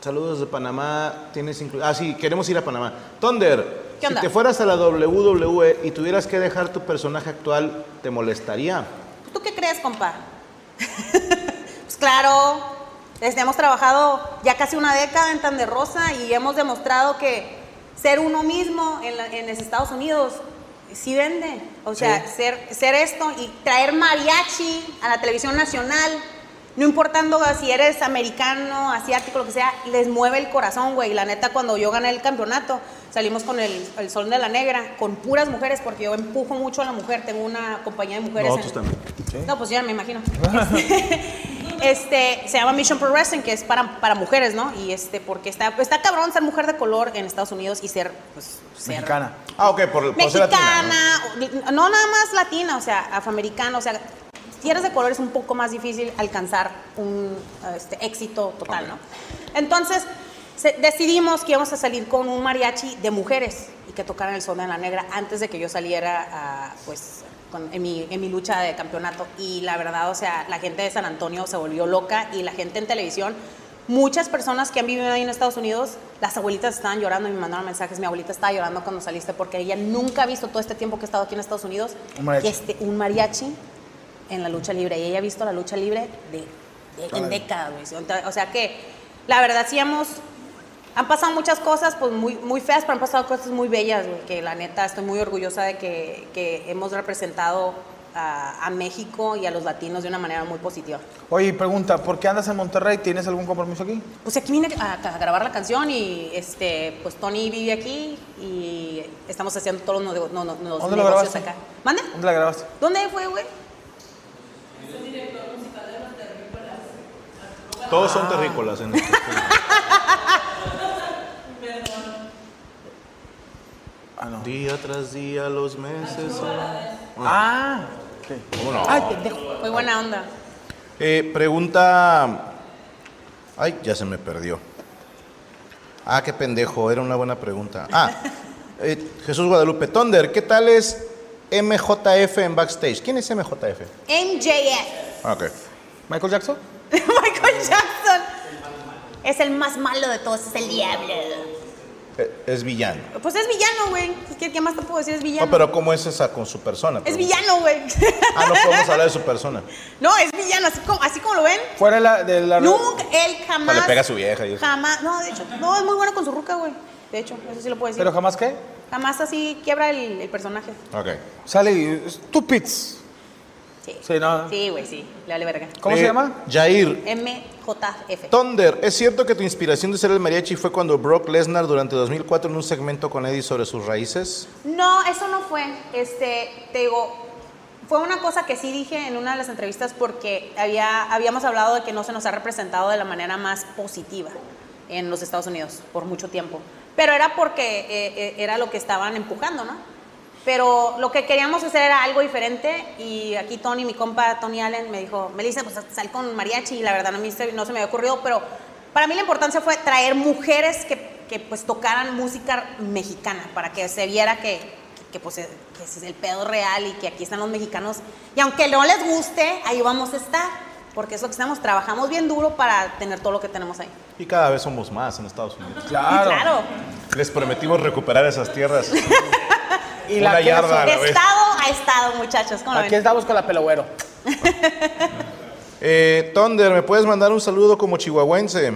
Speaker 2: Saludos de Panamá. Tienes inclu- Ah, sí, queremos ir a Panamá. Thunder,
Speaker 3: ¿Qué
Speaker 2: si
Speaker 3: onda?
Speaker 2: te fueras a la WWE y tuvieras que dejar tu personaje actual, ¿te molestaría?
Speaker 3: ¿Tú qué crees, compa? [LAUGHS] pues claro, este, hemos trabajado ya casi una década en Tan de Rosa y hemos demostrado que ser uno mismo en, la- en los Estados Unidos sí vende. O sea, ser, ser esto y traer mariachi a la televisión nacional, no importando si eres americano, asiático, lo que sea, les mueve el corazón, güey. La neta, cuando yo gané el campeonato, salimos con el, el Sol de la Negra, con puras mujeres, porque yo empujo mucho a la mujer, tengo una compañía de mujeres.
Speaker 1: Nosotros
Speaker 3: en-
Speaker 1: también.
Speaker 3: No, pues ya me imagino. [LAUGHS] Este, se llama Mission Pro Wrestling, que es para, para mujeres, ¿no? Y este, porque está, está cabrón ser mujer de color en Estados Unidos y ser, pues, ser
Speaker 1: Mexicana.
Speaker 2: Ah, ok, por, por ser latina.
Speaker 3: mexicana, o- no nada más latina, o sea, afroamericana, o sea, si eres de color es un poco más difícil alcanzar un este, éxito total,
Speaker 2: Ok.
Speaker 3: ¿no? Entonces, se- decidimos que íbamos a salir con un mariachi de mujeres y que tocaran el son en la negra antes de que yo saliera a, pues, con- en, mi, en mi lucha de campeonato. Y la verdad, o sea, la gente de San Antonio se volvió loca y la gente en televisión, muchas personas que han vivido ahí en Estados Unidos, las abuelitas estaban llorando y me mandaron mensajes. Mi abuelita estaba llorando cuando saliste porque ella nunca ha visto todo este tiempo que he estado aquí en Estados Unidos
Speaker 1: Un mariachi.
Speaker 3: que esté un mariachi en la lucha libre. Y ella ha visto la lucha libre de, de- en décadas, güey. Ent- O sea que, la verdad, sí hemos. Han pasado muchas cosas pues muy, muy feas, pero han pasado cosas muy bellas, güey, que la neta estoy muy orgullosa de que, que hemos representado a, a México y a los latinos de una manera muy positiva.
Speaker 1: Oye, pregunta, ¿por qué andas en Monterrey? ¿Tienes algún compromiso aquí?
Speaker 3: Pues aquí vine a, a grabar la canción y este, pues Tony vive aquí y estamos haciendo todos los, nego- no- no- los
Speaker 1: ¿Dónde lo
Speaker 3: negocios
Speaker 1: grabaste?
Speaker 3: acá. ¿Mande?
Speaker 1: ¿Dónde la grabaste?
Speaker 3: ¿Dónde fue, güey?
Speaker 2: Todos son terrícolas en [LAUGHS] este.
Speaker 1: Ah, no.
Speaker 2: Día tras día, los meses son-
Speaker 1: Ah,
Speaker 2: ¿Cómo no?
Speaker 1: ay, pendejo.
Speaker 3: Muy buena onda.
Speaker 2: Eh, pregunta. Ay, ya se me perdió. Ah, qué pendejo, era una buena pregunta.
Speaker 3: [LAUGHS]
Speaker 2: Ah, eh, Jesús Guadalupe Tonder, ¿qué tal es MJF en backstage? ¿Quién es MJF?
Speaker 3: MJF,
Speaker 2: Ah, Ok.
Speaker 1: ¿Michael Jackson?
Speaker 3: [LAUGHS] Michael Jackson. Es el más malo de todos, es el diablo.
Speaker 2: Eh, es villano.
Speaker 3: Pues es villano, güey. Es que, ¿Qué más te puedo decir? Es villano.
Speaker 2: No, pero ¿cómo es esa con su persona?
Speaker 3: Es
Speaker 2: Pregunta.
Speaker 3: villano, güey. [LAUGHS]
Speaker 2: Ah, no podemos hablar de su persona. Ah,
Speaker 3: No, es villano, así como, así como lo ven.
Speaker 1: Fuera de la... De la
Speaker 3: Nunca, él jamás.
Speaker 2: le pega a su vieja y eso.
Speaker 3: Jamás. No, de hecho, no, es muy bueno con su ruca, güey. De hecho, eso sí lo puedo decir.
Speaker 1: ¿Pero jamás qué?
Speaker 3: jamás así quiebra el, el personaje.
Speaker 2: Ok.
Speaker 1: Sale y... Stupids.
Speaker 3: Sí.
Speaker 1: Sí, no.
Speaker 3: Sí, güey, sí. Le vale verga.
Speaker 1: ¿Cómo
Speaker 2: Eh,
Speaker 1: se llama?
Speaker 2: Jair.
Speaker 3: MJF.
Speaker 2: Thunder, ¿es cierto que tu inspiración de ser el mariachi fue cuando Brock Lesnar durante 2004 en un segmento con Eddie sobre sus raíces?
Speaker 3: No, eso no fue. Este, te digo, fue una cosa que sí dije en una de las entrevistas porque había, habíamos hablado de que no se nos ha representado de la manera más positiva en los Estados Unidos por mucho tiempo. Pero era porque eh, eh, era lo que estaban empujando, ¿no? Pero lo que queríamos hacer era algo diferente y aquí Tony, mi compa Tony Allen, me dijo, Melissa, pues sal con mariachi y la verdad no, me hice- no se me había ocurrido, pero para mí la importancia fue traer mujeres que, que, pues tocaran música mexicana para que se viera que, que, pues, eh, que ese es el pedo real y que aquí están los mexicanos y aunque no les guste, ahí vamos a estar, porque es lo que estamos, trabajamos bien duro para tener todo lo que tenemos ahí.
Speaker 2: Y cada vez somos más en Estados Unidos.
Speaker 1: Claro.
Speaker 3: Y claro,
Speaker 2: Les prometimos recuperar esas tierras.
Speaker 1: Y la
Speaker 2: Una
Speaker 1: que-
Speaker 2: yarda. A
Speaker 3: de
Speaker 2: la vez.
Speaker 3: estado a estado, muchachos, ¿cómo lo
Speaker 1: Aquí
Speaker 3: ven?
Speaker 1: estamos con la pelagüero.
Speaker 2: Eh, Thunder, ¿me puedes mandar un saludo como chihuahuense?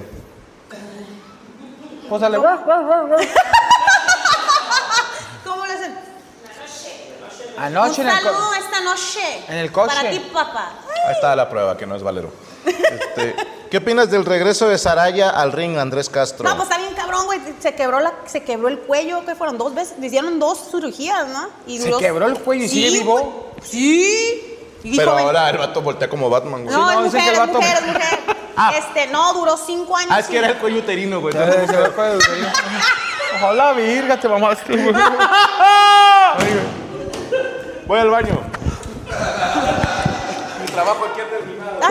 Speaker 1: Pues sale...
Speaker 3: ¿Cómo lo hacen?
Speaker 1: Anoche
Speaker 3: Un
Speaker 1: en el... co-
Speaker 3: saludo esta noche.
Speaker 1: en el coche.
Speaker 3: Para ti, papá.
Speaker 2: Ahí está la prueba, que no es valero. Este, ¿Qué opinas del regreso de Saraya al ring, Andrés Castro?
Speaker 3: No, pues está bien cabrón, güey. Se quebró, la, se quebró el cuello, que fueron dos veces. Le hicieron dos cirugías, ¿no? Y
Speaker 1: ¿Se
Speaker 3: duró-
Speaker 1: quebró el cuello y
Speaker 3: Sí,
Speaker 1: sigue vivo?
Speaker 3: güey. Sí. Y dijo,
Speaker 2: Pero
Speaker 3: "Ven".
Speaker 2: ahora el vato voltea como Batman, güey.
Speaker 3: No,
Speaker 1: Sí, no,
Speaker 3: es
Speaker 1: dicen que
Speaker 3: mujer, es
Speaker 1: el vato- Ah.
Speaker 3: mujer, es mujer. Este, no, duró cinco años.
Speaker 2: Ah, es que
Speaker 3: sin-
Speaker 2: era el cuello uterino, güey.
Speaker 1: Ya se- se ve el cuello, güey. Ojalá, virga, te mamaste,
Speaker 3: [LAUGHS]
Speaker 1: güey.
Speaker 2: Voy al baño.
Speaker 3: Ah,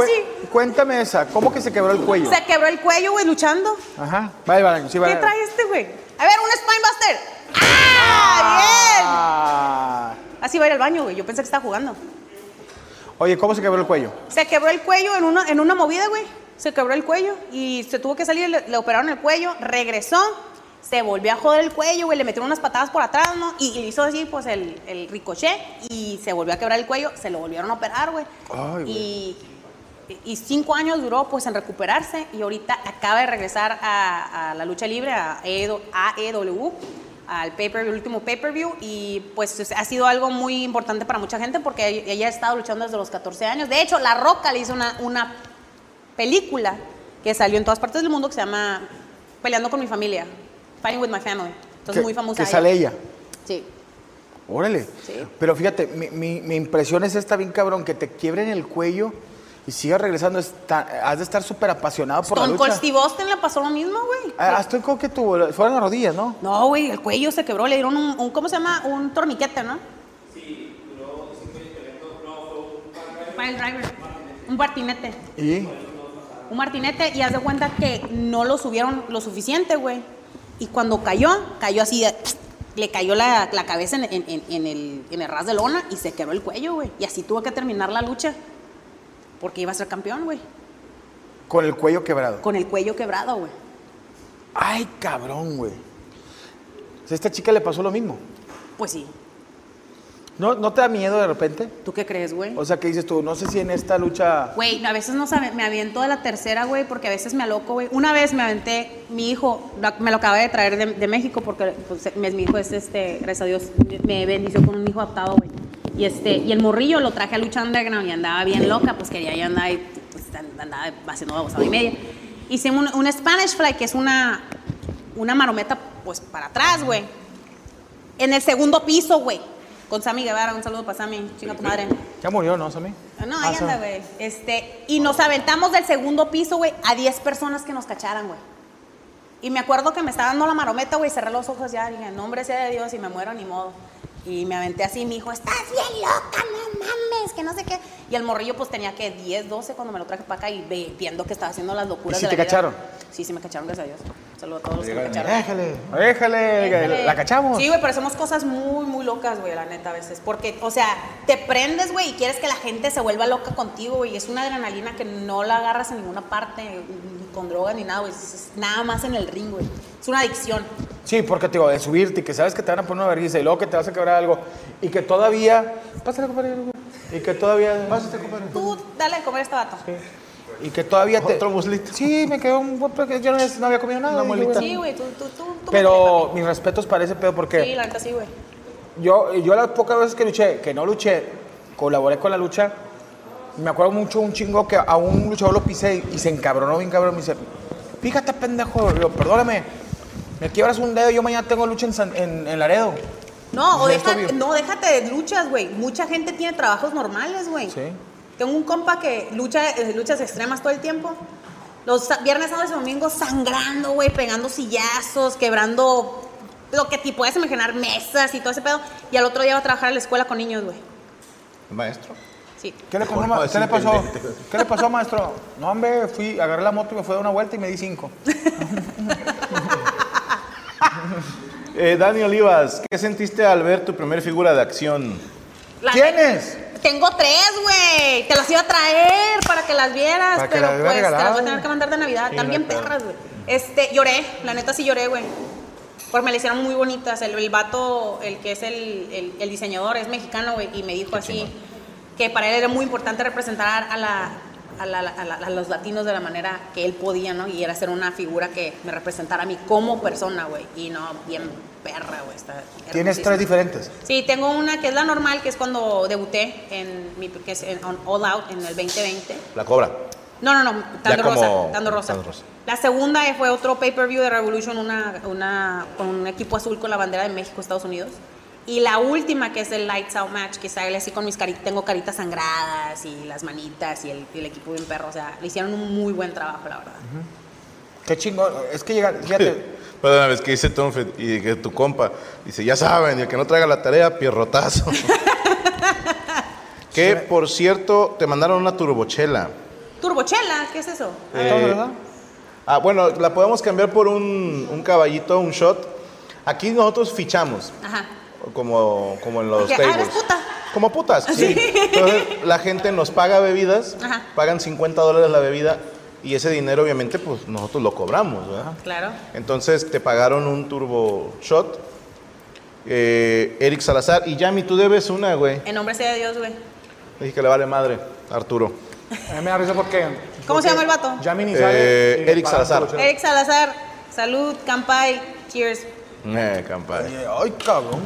Speaker 3: sí.
Speaker 1: Cué- Cuéntame esa, ¿cómo que se quebró el cuello?
Speaker 3: Se quebró el cuello, güey, luchando.
Speaker 1: Ajá. Vale, vale, sí, vale.
Speaker 3: ¿Qué trae este, güey? A ver, un Spinebuster. ¡Ah!
Speaker 1: Ah.
Speaker 3: Bien. Así va a ir al baño, güey. Yo pensé que estaba jugando.
Speaker 1: Oye, ¿cómo se quebró el cuello?
Speaker 3: Se quebró el cuello en una, en una movida, güey. Se quebró el cuello y se tuvo que salir, le, le operaron el cuello, regresó, se volvió a joder el cuello, güey, le metieron unas patadas por atrás, ¿no? Y, y hizo así, pues, el, el ricochet y se volvió a quebrar el cuello, se lo volvieron a operar, güey.
Speaker 1: Ay, güey.
Speaker 3: Y, y cinco años duró, pues, en E recuperarse y ahorita acaba de regresar a, a la lucha libre, a EW, al pay-per-view, el último pay-per-view, y pues es- ha sido algo muy importante para mucha gente porque ella- ella ha estado luchando desde los 14 años. De hecho, La Roca le hizo una, una película que salió en todas partes del mundo que se llama Peleando con mi familia, Fighting with my family. Entonces,
Speaker 1: que,
Speaker 3: muy famosa.
Speaker 1: que sale ella.
Speaker 3: Sí.
Speaker 1: Órale.
Speaker 3: Sí.
Speaker 1: Pero fíjate, mi, mi- mi impresión es esta bien cabrón, que te quiebren el cuello y sigas regresando. está- has de estar súper apasionado por
Speaker 3: Con
Speaker 1: la lucha.
Speaker 3: Cold Steve Austin le pasó lo mismo, güey.
Speaker 1: Ah, Hasta el que tuvo, fueron las rodillas, ¿no?
Speaker 3: No, güey, el cuello se quebró, le dieron un, un- ¿cómo se llama? Un torniquete, ¿no? Sí, duró cinco driver. Un patinete.
Speaker 1: Y
Speaker 3: Un martinete y haz de cuenta que no lo subieron lo suficiente, güey. Y cuando cayó, cayó así, de- le cayó la, la cabeza en, en- en- en el, en el ras de lona y se quebró el cuello, güey. Y así tuvo que terminar la lucha. Porque iba a ser campeón, güey.
Speaker 1: con el cuello quebrado.
Speaker 3: Con el cuello quebrado, güey.
Speaker 1: Ay, cabrón, güey. O sea, A esta chica le pasó lo mismo.
Speaker 3: Pues sí.
Speaker 1: ¿No, ¿No te da miedo de repente?
Speaker 3: ¿Tú qué crees, güey?
Speaker 1: O sea, ¿qué dices tú? No sé si en esta lucha...
Speaker 3: Güey, no, a veces no sabe, me aviento de la tercera, güey, porque a veces me aloco, güey. Una vez me aventé, mi hijo, lo- me lo acabé de traer de, de México porque pues, mi, mi hijo es, este, gracias a Dios, me bendició con un hijo adoptado, güey. Y, este, y el morrillo lo traje a lucha underground y andaba bien loca, pues quería yo andar y pues, and- andaba haciendo babosada y media. Hice un, un Spanish Fly, que es una, una marometa, pues, para atrás, güey. En el segundo piso, güey. Con Sammy Guevara, un saludo para Sammy, chinga tu madre.
Speaker 1: Ya murió, ¿no, Sammy?
Speaker 3: No,
Speaker 1: Ah,
Speaker 3: ahí anda,
Speaker 1: Sammy.
Speaker 3: güey. Este, y nos aventamos del segundo piso, güey, a 10 personas que nos cacharan, güey. Y me acuerdo que me estaba dando la marometa, güey, cerré los ojos ya, dije, nombre sea de Dios y me muero ni modo. Y me aventé así, me dijo, estás bien loca, no mames, que no sé qué. Y el morrillo pues tenía que 10, 12 cuando me lo traje para acá y ve- viendo que estaba haciendo las locuras.
Speaker 1: ¿Y si
Speaker 3: de la
Speaker 1: te
Speaker 3: vida.
Speaker 1: cacharon?
Speaker 3: Sí, sí me cacharon, gracias a Dios. Saludos a todos los que me
Speaker 5: Llegaron,
Speaker 3: cacharon.
Speaker 1: Déjale, déjale,
Speaker 3: Déjale.
Speaker 1: la cachamos.
Speaker 3: Sí, güey, pero hacemos cosas muy, muy locas, güey, la neta, a veces. Porque, o sea, te prendes, güey, y quieres que la gente se vuelva loca contigo, güey. y Es una adrenalina que no la agarras en ninguna parte, ni con drogas ni nada, güey. Es, es nada más en el ring, güey. Es una adicción.
Speaker 1: Sí, porque te digo, de subirte y que sabes que te van a poner una vergüenza y luego que te vas a quebrar algo y que todavía. Pásale, compadre. algo. Y que todavía. Pásate, compadre.
Speaker 3: Tú, dale de comer a este vato.
Speaker 1: Y que todavía te.
Speaker 2: Otro muslito.
Speaker 1: Sí, me quedó un. buen pe- Yo no, no había comido nada.
Speaker 2: Una
Speaker 1: dije, bueno.
Speaker 2: muelita.
Speaker 3: Sí, güey, tú, tú, tú. tú
Speaker 1: Pero mis respetos para ese pedo porque
Speaker 3: Sí, la neta, sí, güey.
Speaker 1: yo, yo las pocas veces que luché, que no luché, colaboré con la lucha. Me acuerdo mucho un chingo que a un luchador lo pisé y se encabronó bien cabrón. Me dice, fíjate, pendejo, le digo, perdóname, me quiebras un dedo, yo mañana tengo lucha en, San- en, en Laredo.
Speaker 3: No, o
Speaker 1: Sí, está
Speaker 3: deja-
Speaker 1: bien.
Speaker 3: no, déjate de luchas, güey. Mucha gente tiene trabajos normales, güey.
Speaker 1: Sí.
Speaker 3: Tengo un compa que lucha eh, luchas extremas todo el tiempo. Los sa- viernes, sábados y domingos sangrando, güey, pegando sillazos, quebrando lo que te puedes imaginar, mesas y todo ese pedo. Y al otro día va a trabajar a la escuela con niños, güey.
Speaker 5: Maestro.
Speaker 3: Sí.
Speaker 1: ¿Qué le, pasó,
Speaker 5: Mejor
Speaker 1: ma-
Speaker 5: no
Speaker 1: ¿qué le
Speaker 5: decir
Speaker 1: pasó?
Speaker 5: pendejo.
Speaker 1: ¿Qué le pasó, maestro? No, hombre, fui, agarré la moto y me fui a dar una vuelta y me di cinco.
Speaker 5: Eh, Dani Olivas, ¿qué sentiste al ver tu primer figura de acción?
Speaker 3: La-
Speaker 1: ¿Tienes?
Speaker 3: Tengo tres, güey. Te las iba a traer para que las vieras,
Speaker 1: Para que
Speaker 3: pero
Speaker 1: las hubiera
Speaker 3: pues te las voy
Speaker 1: regalado.
Speaker 3: a tener que mandar de Navidad.
Speaker 1: Sí,
Speaker 3: Están bien
Speaker 1: no hay pedo.
Speaker 3: perras, güey. Este, lloré, la neta sí lloré, güey. Porque me las hicieron muy bonitas. El, el vato, el que es el, el- el diseñador, es mexicano, güey, y me dijo así que para él era muy importante representar a la. A, la- a la- a los latinos de la manera que él podía, ¿no? Y era ser una figura que me representara a mí como persona, güey. Y no, bien perra, güey. está
Speaker 1: Tienes
Speaker 3: hermosísima.
Speaker 1: tres diferentes.
Speaker 3: Sí, tengo una que es la normal, que es cuando debuté en mi que es en on All Out en el 2020.
Speaker 5: La cobra.
Speaker 3: No, no, no, Tando
Speaker 5: Ya como-
Speaker 3: Rosa, Tando Rosa.
Speaker 5: Tando Rosa.
Speaker 3: La segunda eh, fue otro pay-per-view de Revolution, una, una, con un equipo azul con la bandera de México, Estados Unidos. Y la última, que es el Lights Out Match, que sale así con mis caritas, tengo caritas sangradas y las manitas y el, y el equipo bien perro. O sea, le hicieron un muy buen trabajo, la verdad.
Speaker 1: Qué chingón. Es que llega,
Speaker 5: [LAUGHS]
Speaker 1: fíjate.
Speaker 5: Perdón, es que dice Tonfred y que tu compa dice, ya saben, y el que no traiga la tarea, pierrotazo. [LAUGHS] que, por cierto, te mandaron una turbochela.
Speaker 3: Turbochela, ¿qué es eso? A ver.
Speaker 5: Eh, Ah, bueno, la podemos cambiar por un, un caballito, un shot. Aquí nosotros fichamos,
Speaker 3: Ajá.
Speaker 5: como, como en los
Speaker 3: Porque, ah,
Speaker 5: tables.
Speaker 3: eres puta. Ah,
Speaker 5: Como putas, sí. Entonces, la gente nos paga bebidas,
Speaker 3: Ajá.
Speaker 5: pagan 50 dólares la bebida, y ese dinero, obviamente, pues nosotros lo cobramos, ¿verdad?
Speaker 3: Claro.
Speaker 5: Entonces te pagaron un turbo shot. Eh, Eric Salazar y Yami, tú debes una, güey.
Speaker 3: En nombre sea de Dios, güey.
Speaker 5: Le dije que le vale madre, Arturo.
Speaker 1: A mí me da risa porque.
Speaker 3: ¿Cómo se
Speaker 1: porque
Speaker 3: llama el vato?
Speaker 1: Yami ni
Speaker 5: Eh,
Speaker 1: sabe. y le
Speaker 5: Eric
Speaker 1: pagan
Speaker 5: Salazar.
Speaker 1: por ocho.
Speaker 3: Eric Salazar, salud, campai, cheers.
Speaker 2: Eh, compadre.
Speaker 1: Ay, cabrón.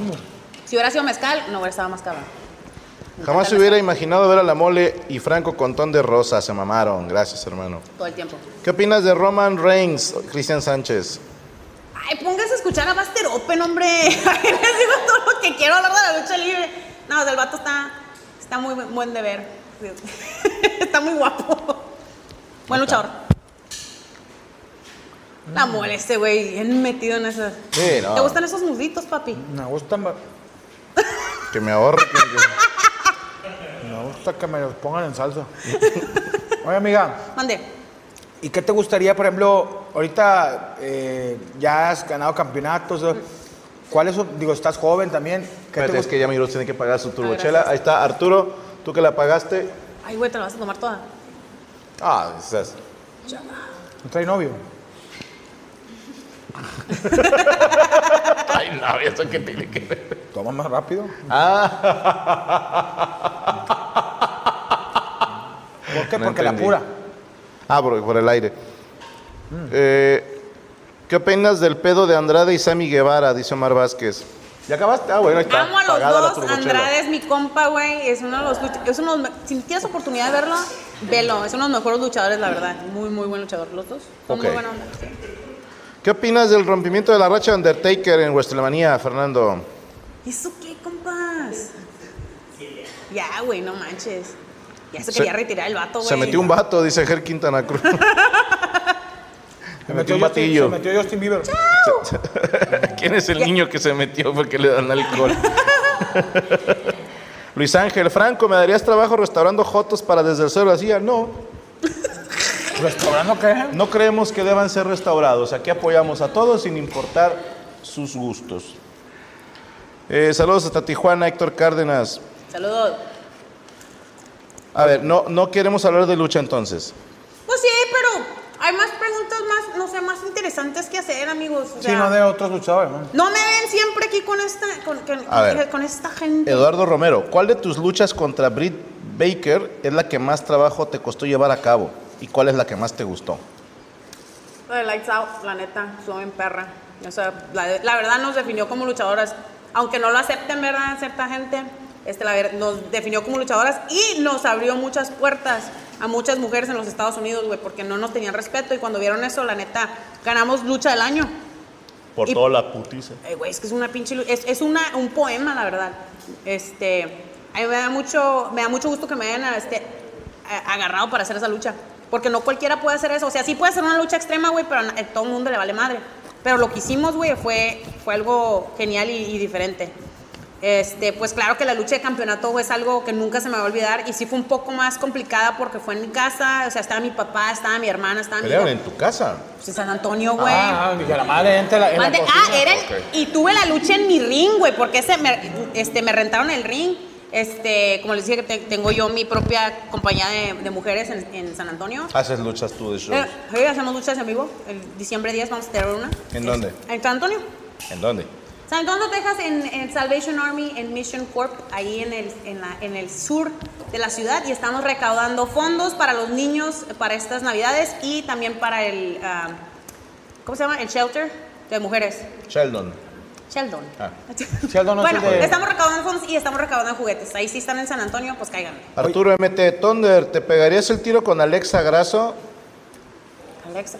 Speaker 3: Si hubiera sido mezcal, no hubiera estado más cabrón.
Speaker 2: Jamás se hubiera imaginado ver a la mole y Franco Contón de Rosa. Se mamaron. Gracias, hermano.
Speaker 3: Todo el tiempo.
Speaker 2: ¿Qué opinas de Roman Reigns, Cristian Sánchez?
Speaker 3: Ay, póngase a escuchar a Buster Open, hombre. [LAUGHS] Ahí les digo todo lo que quiero hablar de la lucha libre. No, o sea, el vato está, está muy bu- buen deber. [LAUGHS] Está muy guapo. Buen luchador. La mole ese güey, bien metido en esas.
Speaker 2: Mm. Sí, no.
Speaker 3: ¿Te gustan esos muslitos, papi?
Speaker 1: Me gusta, ma-
Speaker 2: Que me ahorre.
Speaker 1: me gusta que me los pongan en salsa. [LAUGHS] Oye, amiga.
Speaker 3: Mande.
Speaker 1: ¿Y qué te gustaría, por ejemplo, ahorita eh, ya has ganado campeonatos? ¿no? ¿Cuál es, su- digo, estás joven también? ¿Qué te
Speaker 2: Espérate, es
Speaker 1: gust-
Speaker 2: que ya mi tiene que pagar su turbochela.
Speaker 3: gracias.
Speaker 2: Ahí está Arturo, tú que la pagaste.
Speaker 3: Ay, güey, te la vas a tomar toda.
Speaker 2: Ah, esas.
Speaker 1: ¿No trae novio?
Speaker 2: [LAUGHS] Ay, no, eso que tiene que ver.
Speaker 1: Toma más rápido.
Speaker 2: Ah,
Speaker 1: ¿Por qué?
Speaker 2: No
Speaker 1: Porque la
Speaker 2: entendí.
Speaker 1: pura.
Speaker 2: [LAUGHS] Ah, por, por el aire. Eh, ¿Qué opinas del pedo de Andrade y Sammy Guevara? Dice Omar Vázquez. ¿Ya acabaste? Ah, bueno, ahí está.
Speaker 3: Amo a los
Speaker 2: Pagada la
Speaker 3: dos.
Speaker 2: turbochela.
Speaker 3: Andrade es mi compa, güey. Es uno de los. luch- Es uno de los me- si tienes oportunidad de verlo, velo. Es uno de los mejores luchadores, la verdad. Muy, muy buen luchador. Los dos. Son
Speaker 2: Ok.
Speaker 3: muy buena onda. sí.
Speaker 2: ¿Qué opinas del rompimiento de la racha de Undertaker en WrestleMania, Fernando?
Speaker 3: ¿Eso qué, compas? Ya, güey, no manches. Ya se,
Speaker 2: Se-
Speaker 3: quería retirar el vato, güey.
Speaker 2: Se metió un vato, dice Ger Quintana
Speaker 3: [LAUGHS]
Speaker 2: Cruz.
Speaker 1: Se
Speaker 2: metió
Speaker 1: Justin-
Speaker 2: un batillo.
Speaker 1: Se metió Justin Bieber.
Speaker 2: ¿Quién es el niño que se metió porque le dan alcohol? [LAUGHS] Luis Ángel Franco, ¿me darías trabajo restaurando jotos para desde el suelo? Así, no.
Speaker 1: ¿Restaurando qué?
Speaker 2: No creemos que deban ser restaurados. Aquí apoyamos a todos sin importar sus gustos. Eh, saludos hasta Tijuana, Héctor Cárdenas.
Speaker 3: Saludos.
Speaker 2: A ver, no, no queremos hablar de lucha entonces.
Speaker 3: Pues sí, pero hay más preguntas más, no sé, más interesantes que hacer, amigos. O
Speaker 1: Sí,
Speaker 3: sea,
Speaker 1: no de otros luchadores, ¿no?
Speaker 3: no me ven siempre aquí con esta, con, con-
Speaker 2: A ver.
Speaker 3: con esta gente.
Speaker 2: Eduardo Romero, ¿cuál de tus luchas contra Britt Baker es la que más trabajo te costó llevar a cabo? ¿Y cuál es la que más te gustó?
Speaker 3: Lo de Lights Out, la neta, estuvo bien perra. O sea, la, la verdad nos definió como luchadoras. Aunque no lo acepten, ¿verdad? Cierta gente. Este, la ver- nos definió como luchadoras y nos abrió muchas puertas a muchas mujeres en los Estados Unidos, güey, porque no nos tenían respeto. Y cuando vieron eso, la neta, ganamos lucha del año.
Speaker 2: Por
Speaker 3: Y- toda
Speaker 2: la putiza.
Speaker 3: Eh, güey, es que es una pinche. lu- Es, es una, un poema, la verdad. Este. A mí me da mucho, me da mucho gusto que me hayan este, a- agarrado para hacer esa lucha. Porque no cualquiera puede hacer eso. O sea, sí puede ser una lucha extrema, güey, pero a na- a todo el mundo le vale madre. Pero lo que hicimos, güey, fue, fue algo genial y, y diferente. Este, pues claro que la lucha de campeonato güey, es algo que nunca se me va a olvidar. Y sí fue un poco más complicada porque fue en mi casa. O sea, estaba mi papá, estaba mi hermana, estaba mi.
Speaker 2: Pelearon en tu casa.
Speaker 3: Pues, en San Antonio, güey.
Speaker 1: Ah, dije, la madre, entra en la, en la
Speaker 3: Mande- ah,
Speaker 1: cocina.
Speaker 3: era el- y tuve la lucha en mi ring, güey, porque ese me, este, me rentaron el ring. Este, como les dije, que te- tengo yo mi propia compañía de, de mujeres en, en San Antonio.
Speaker 1: Ah,
Speaker 2: Haces luchas tú de show.
Speaker 3: Eh, hoy hacemos luchas en vivo. El diciembre 10 vamos a tener una.
Speaker 2: ¿En dónde?
Speaker 3: En San Antonio.
Speaker 2: ¿En dónde?
Speaker 3: San Antonio, Texas, en, en Salvation Army, en Mission Corp, ahí en el, en, la- en el sur de la ciudad. Y estamos recaudando fondos para los niños para estas navidades y también para el, ah, ¿cómo se llama? El shelter de mujeres.
Speaker 2: Sheldon.
Speaker 3: Sheldon. [LAUGHS]
Speaker 2: Ah.
Speaker 1: Sheldon no es
Speaker 3: bueno,
Speaker 1: el de-
Speaker 3: estamos recaudando fondos y estamos recaudando juguetes. Ahí sí están en San Antonio, pues cáiganme.
Speaker 2: Arturo MT Thunder, ¿te pegarías el tiro con Alexa Grasso?
Speaker 3: Alexa.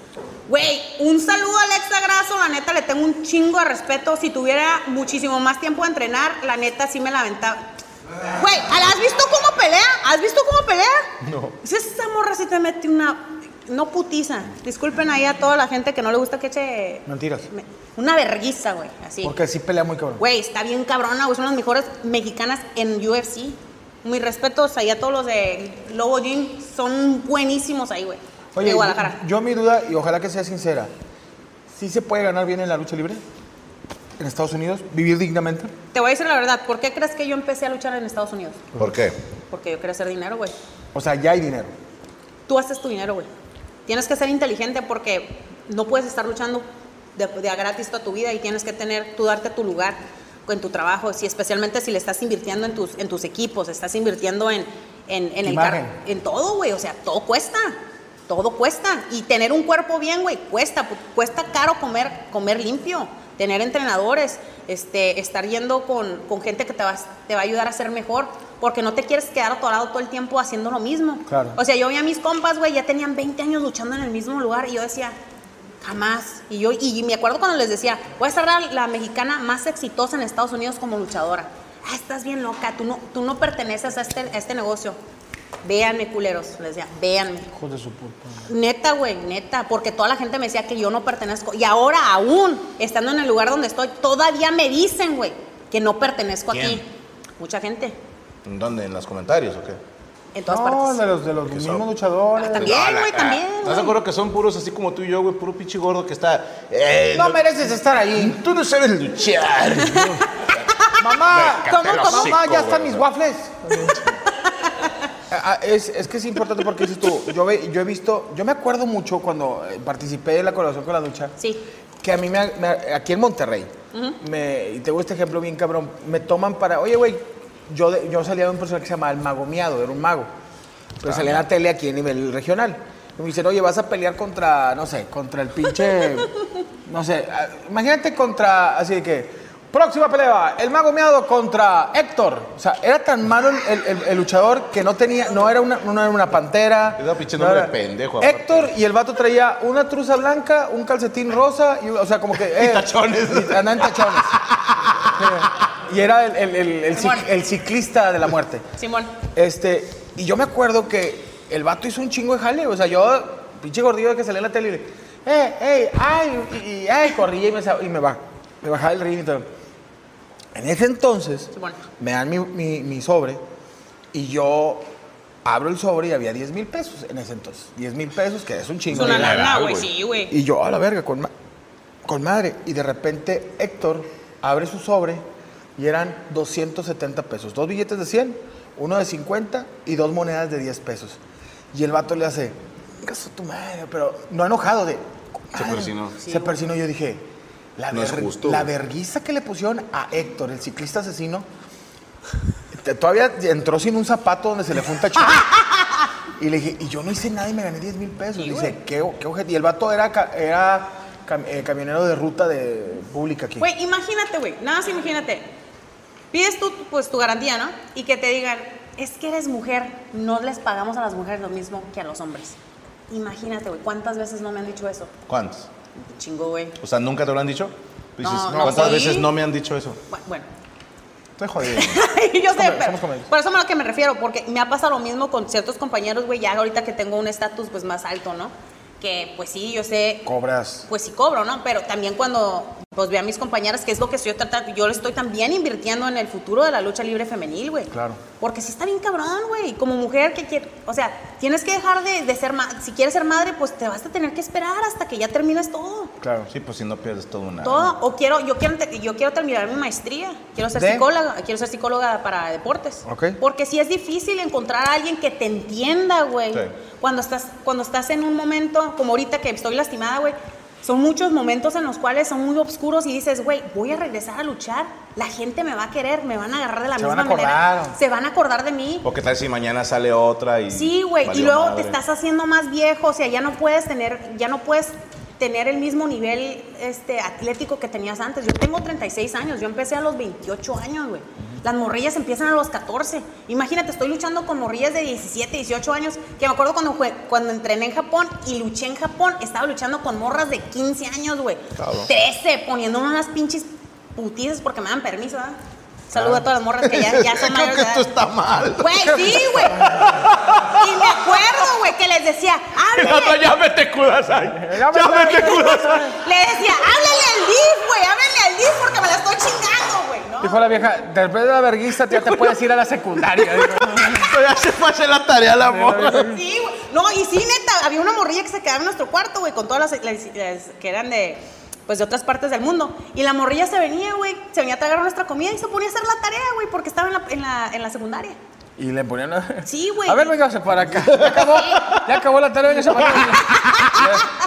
Speaker 3: Güey, un saludo a Alexa Grasso. La neta, le tengo un chingo de respeto. Si tuviera muchísimo más tiempo de entrenar, la neta sí me la aventaba. Güey, ¿has visto cómo pelea? ¿Has visto cómo pelea? No. Esa morra sí te mete una... No putiza. Disculpen ahí a toda la gente que no le gusta que eche...
Speaker 1: Mentiras.
Speaker 3: me- Una verguiza, güey. Así.
Speaker 1: Porque sí pelea muy cabrón.
Speaker 3: Güey, está bien cabrona, güey. Son las mejores mexicanas en UFC. Mis respetos ahí a todos los de Lobo Gym. Son buenísimos ahí, güey.
Speaker 1: Oye,
Speaker 3: de Guadalajara.
Speaker 1: yo mi duda, y ojalá que sea sincera, ¿sí se puede ganar bien en la lucha libre? ¿En Estados Unidos? ¿Vivir dignamente?
Speaker 3: Te voy a decir la verdad. ¿Por qué crees que yo empecé a luchar en Estados Unidos?
Speaker 2: ¿Por qué?
Speaker 3: Porque yo quería hacer dinero, güey.
Speaker 1: O sea, ya hay dinero.
Speaker 3: Tú haces tu dinero, güey. Tienes que ser inteligente porque no puedes estar luchando de, de a gratis toda tu vida y tienes que tener, tú darte tu lugar en tu trabajo, si especialmente si le estás invirtiendo en tus, en tus equipos, estás invirtiendo en, en, en el
Speaker 1: Imagen.
Speaker 3: carro, en todo, güey, o sea, todo cuesta, todo cuesta. Y tener un cuerpo bien, güey, cuesta, pu- cuesta caro comer, comer limpio, tener entrenadores, este, estar yendo con, con gente que te va, te va a ayudar a ser mejor, porque no te quieres quedar atorado todo el tiempo haciendo lo mismo.
Speaker 1: Claro.
Speaker 3: O sea, yo vi a mis compas, güey, ya tenían 20 años luchando en el mismo lugar y yo decía, jamás. Y yo y me acuerdo cuando les decía, voy a ser la, la mexicana más exitosa en Estados Unidos como luchadora. Ah, estás bien loca, tú no, tú no perteneces a este, a este negocio. Véanme, culeros, les decía, véanme.
Speaker 1: Hijo de su puta.
Speaker 3: Neta, güey, neta, porque toda la gente me decía que yo no pertenezco. Y ahora aún, estando en el lugar donde estoy, todavía me dicen, güey, que no pertenezco aquí.
Speaker 5: ¿Quién?
Speaker 3: Mucha gente,
Speaker 5: ¿En dónde? ¿En los comentarios o qué?
Speaker 3: en todas
Speaker 1: No,
Speaker 3: partes.
Speaker 1: de los, de los mismos
Speaker 5: son-
Speaker 1: luchadores.
Speaker 3: Ah, también,
Speaker 5: No, la-
Speaker 3: güey, también.
Speaker 5: ¿Estás
Speaker 3: güey.
Speaker 5: de acuerdo que son puros así como tú y yo, güey? Puro pinche gordo que está. eh,
Speaker 1: No mereces estar ahí.
Speaker 5: Tú no sabes luchar.
Speaker 1: [LAUGHS] Mamá, ¿cómo,
Speaker 5: Güey, cállate
Speaker 1: cómo?
Speaker 5: el
Speaker 1: Mamá,
Speaker 5: hocico,
Speaker 1: ya están
Speaker 5: güey.
Speaker 1: mis waffles. Ah, es, es que es importante porque dices tú, yo, ve- yo he visto, yo me acuerdo mucho cuando eh, participé en la colaboración con la ducha,
Speaker 3: Sí.
Speaker 1: que a mí, me, me- aquí en Monterrey, me, y tengo este ejemplo bien cabrón, me toman para, oye, güey, yo, de- yo salía de un personaje que se llamaba El Mago Miado, era un mago, pero salía en la tele aquí a nivel regional. Y me dicen, oye, vas a pelear contra, no sé, contra el
Speaker 5: [LAUGHS]
Speaker 1: pinche, no sé, ah, imagínate contra, así de que, próxima pelea, El Mago Miado contra Héctor. O sea, era tan malo el, el- el- el luchador que no tenía, no era una, no era una pantera.
Speaker 5: Era un pinche
Speaker 1: no
Speaker 5: nombre de pendejo, aparte.
Speaker 1: Héctor y el vato traía una truza blanca, un calcetín rosa, y, o sea, como que.
Speaker 5: [LAUGHS]
Speaker 1: eh,
Speaker 5: tachones.
Speaker 1: Y, andaba en
Speaker 5: [LAUGHS]
Speaker 1: tachones. Eh, y era el, el- el- el cic- el ciclista de la muerte.
Speaker 3: Simón.
Speaker 1: Este, y yo me acuerdo que el vato hizo un chingo de jale. O sea, yo, pinche gordillo que salía en la tele, y le, eh, eh, ay, y, y- ay, corría y me, sa- y me va. Me bajaba el ring y todo. En ese entonces,
Speaker 3: Simón.
Speaker 1: me dan mi, mi- mi sobre y yo abro el sobre y había 10 mil pesos en ese entonces. 10 mil pesos, que es un
Speaker 3: Es
Speaker 1: chingo.
Speaker 3: una
Speaker 1: de lana.
Speaker 3: lana, güey, sí, güey.
Speaker 1: Y yo, a la verga, con, ma- con madre. Y de repente Héctor abre su sobre y eran 270 pesos. Dos billetes de 100, uno de 50 y dos monedas de 10 pesos. Y el vato le hace, caso tu madre, pero no enojado de...
Speaker 5: Se persinó.
Speaker 1: Se persinó yo dije, la,
Speaker 5: No es
Speaker 1: ver-
Speaker 5: justo,
Speaker 1: la
Speaker 5: güey.
Speaker 1: verguiza que le pusieron a Héctor, el ciclista asesino, te- todavía entró sin un zapato donde se le junta chico. Y le dije, y yo no hice nada y me gané 10 mil pesos. Y dice, qué, o- qué objeto. Y el vato era, ca- era cam- eh, camionero de ruta de pública aquí.
Speaker 3: Güey, imagínate, güey, nada más imagínate. Pides tú, pues, tu garantía, ¿no? Y que te digan, es que eres mujer, no les pagamos a las mujeres lo mismo que a los hombres. Imagínate, güey, ¿cuántas veces no me han dicho eso?
Speaker 5: ¿Cuántos?
Speaker 3: Chingo, güey.
Speaker 5: O sea, ¿nunca te lo han dicho? Dices,
Speaker 3: No, no,
Speaker 5: ¿cuántas
Speaker 3: sí.
Speaker 5: veces no me han dicho eso?
Speaker 3: Bu- Bueno, [LAUGHS]
Speaker 1: Estoy jodido.
Speaker 3: yo
Speaker 1: Somos-
Speaker 3: sé, pero
Speaker 1: somos comediantes.
Speaker 3: por eso a lo que me refiero, porque me ha pasado lo mismo con ciertos compañeros, güey, ya ahorita que tengo un estatus, pues, más alto, ¿no? Que, pues, sí, yo sé,
Speaker 1: Cobras.
Speaker 3: pues sí cobro, ¿no? Pero también cuando pues veo a mis compañeras, que es lo que estoy tratando, yo le estoy también invirtiendo en el futuro de la lucha libre femenil, güey.
Speaker 1: Claro.
Speaker 3: Porque sí está bien cabrón, güey. Como mujer que quiere, o sea, tienes que dejar de, de ser, ma- si quieres ser madre, pues te vas a tener que esperar hasta que ya termines todo.
Speaker 1: Claro.
Speaker 5: Sí, pues si no pierdes todo una.
Speaker 3: Todo, o quiero, yo quiero, te- yo quiero terminar mi maestría, quiero ser
Speaker 1: ¿De?
Speaker 3: psicóloga, quiero ser psicóloga para deportes.
Speaker 1: Ok.
Speaker 3: Porque sí es difícil encontrar a alguien que te entienda, güey.
Speaker 5: Sí.
Speaker 3: Cuando estás, cuando estás en un momento, como ahorita que estoy lastimada, güey, son muchos momentos en los cuales son muy oscuros y dices, güey, voy a regresar a luchar, la gente me va a querer, me van a agarrar de la
Speaker 1: Se
Speaker 3: misma
Speaker 1: van a acordar.
Speaker 3: manera, se van a acordar de mí.
Speaker 5: O qué tal si mañana sale otra y.
Speaker 3: Sí, güey, y
Speaker 5: valió
Speaker 3: luego
Speaker 5: madre?
Speaker 3: te estás haciendo más viejo, o sea, ya no puedes tener, ya no puedes tener el mismo nivel este, atlético que tenías antes. Yo tengo 36 años, yo empecé a los 28 años, güey. Las morrillas empiezan a los 14. Imagínate, estoy luchando con morrillas de 17, 18 años, que me acuerdo cuando, jue- cuando entrené en Japón y luché en Japón, estaba luchando con morras de 15 años, güey. 13, poniéndome unas pinches putizas porque me dan permiso, ¿verdad?
Speaker 5: Ah.
Speaker 3: Saludo a todas las morras que ya,
Speaker 5: [LAUGHS]
Speaker 1: [LAUGHS]
Speaker 3: ya son
Speaker 5: Creo
Speaker 3: mayores de
Speaker 5: que
Speaker 3: edad.
Speaker 5: esto está mal.
Speaker 3: Güey, sí, güey. Y me acuerdo, güey, que les decía, háblale.
Speaker 5: ya vete, Kudasai.
Speaker 4: [LAUGHS]
Speaker 5: Ya vete, Kudasai.
Speaker 3: Le decía, háblale al DIF, güey, háblale al DIF porque me la estoy chingando, güey, ¿no?
Speaker 1: Dijo la vieja, después de la verguista ya te puedes ir a la secundaria.
Speaker 5: Ya se fue a hacer la tarea la morra.
Speaker 3: Sí, güey. No, y sí, neta, había una morrilla que se quedaba en nuestro cuarto, güey, con todas las, las- las que eran de, pues, de otras partes del mundo. Y la morrilla se venía, güey, se venía a tragar nuestra comida y se ponía a hacer la tarea, güey, porque estaba en la, en la, en la secundaria.
Speaker 1: y le ponían... A...
Speaker 3: Sí, güey.
Speaker 1: A ver, véngase para acá. Ya acabó, [LAUGHS] ya acabó la tarea,
Speaker 3: [LAUGHS]
Speaker 1: véngase para acá.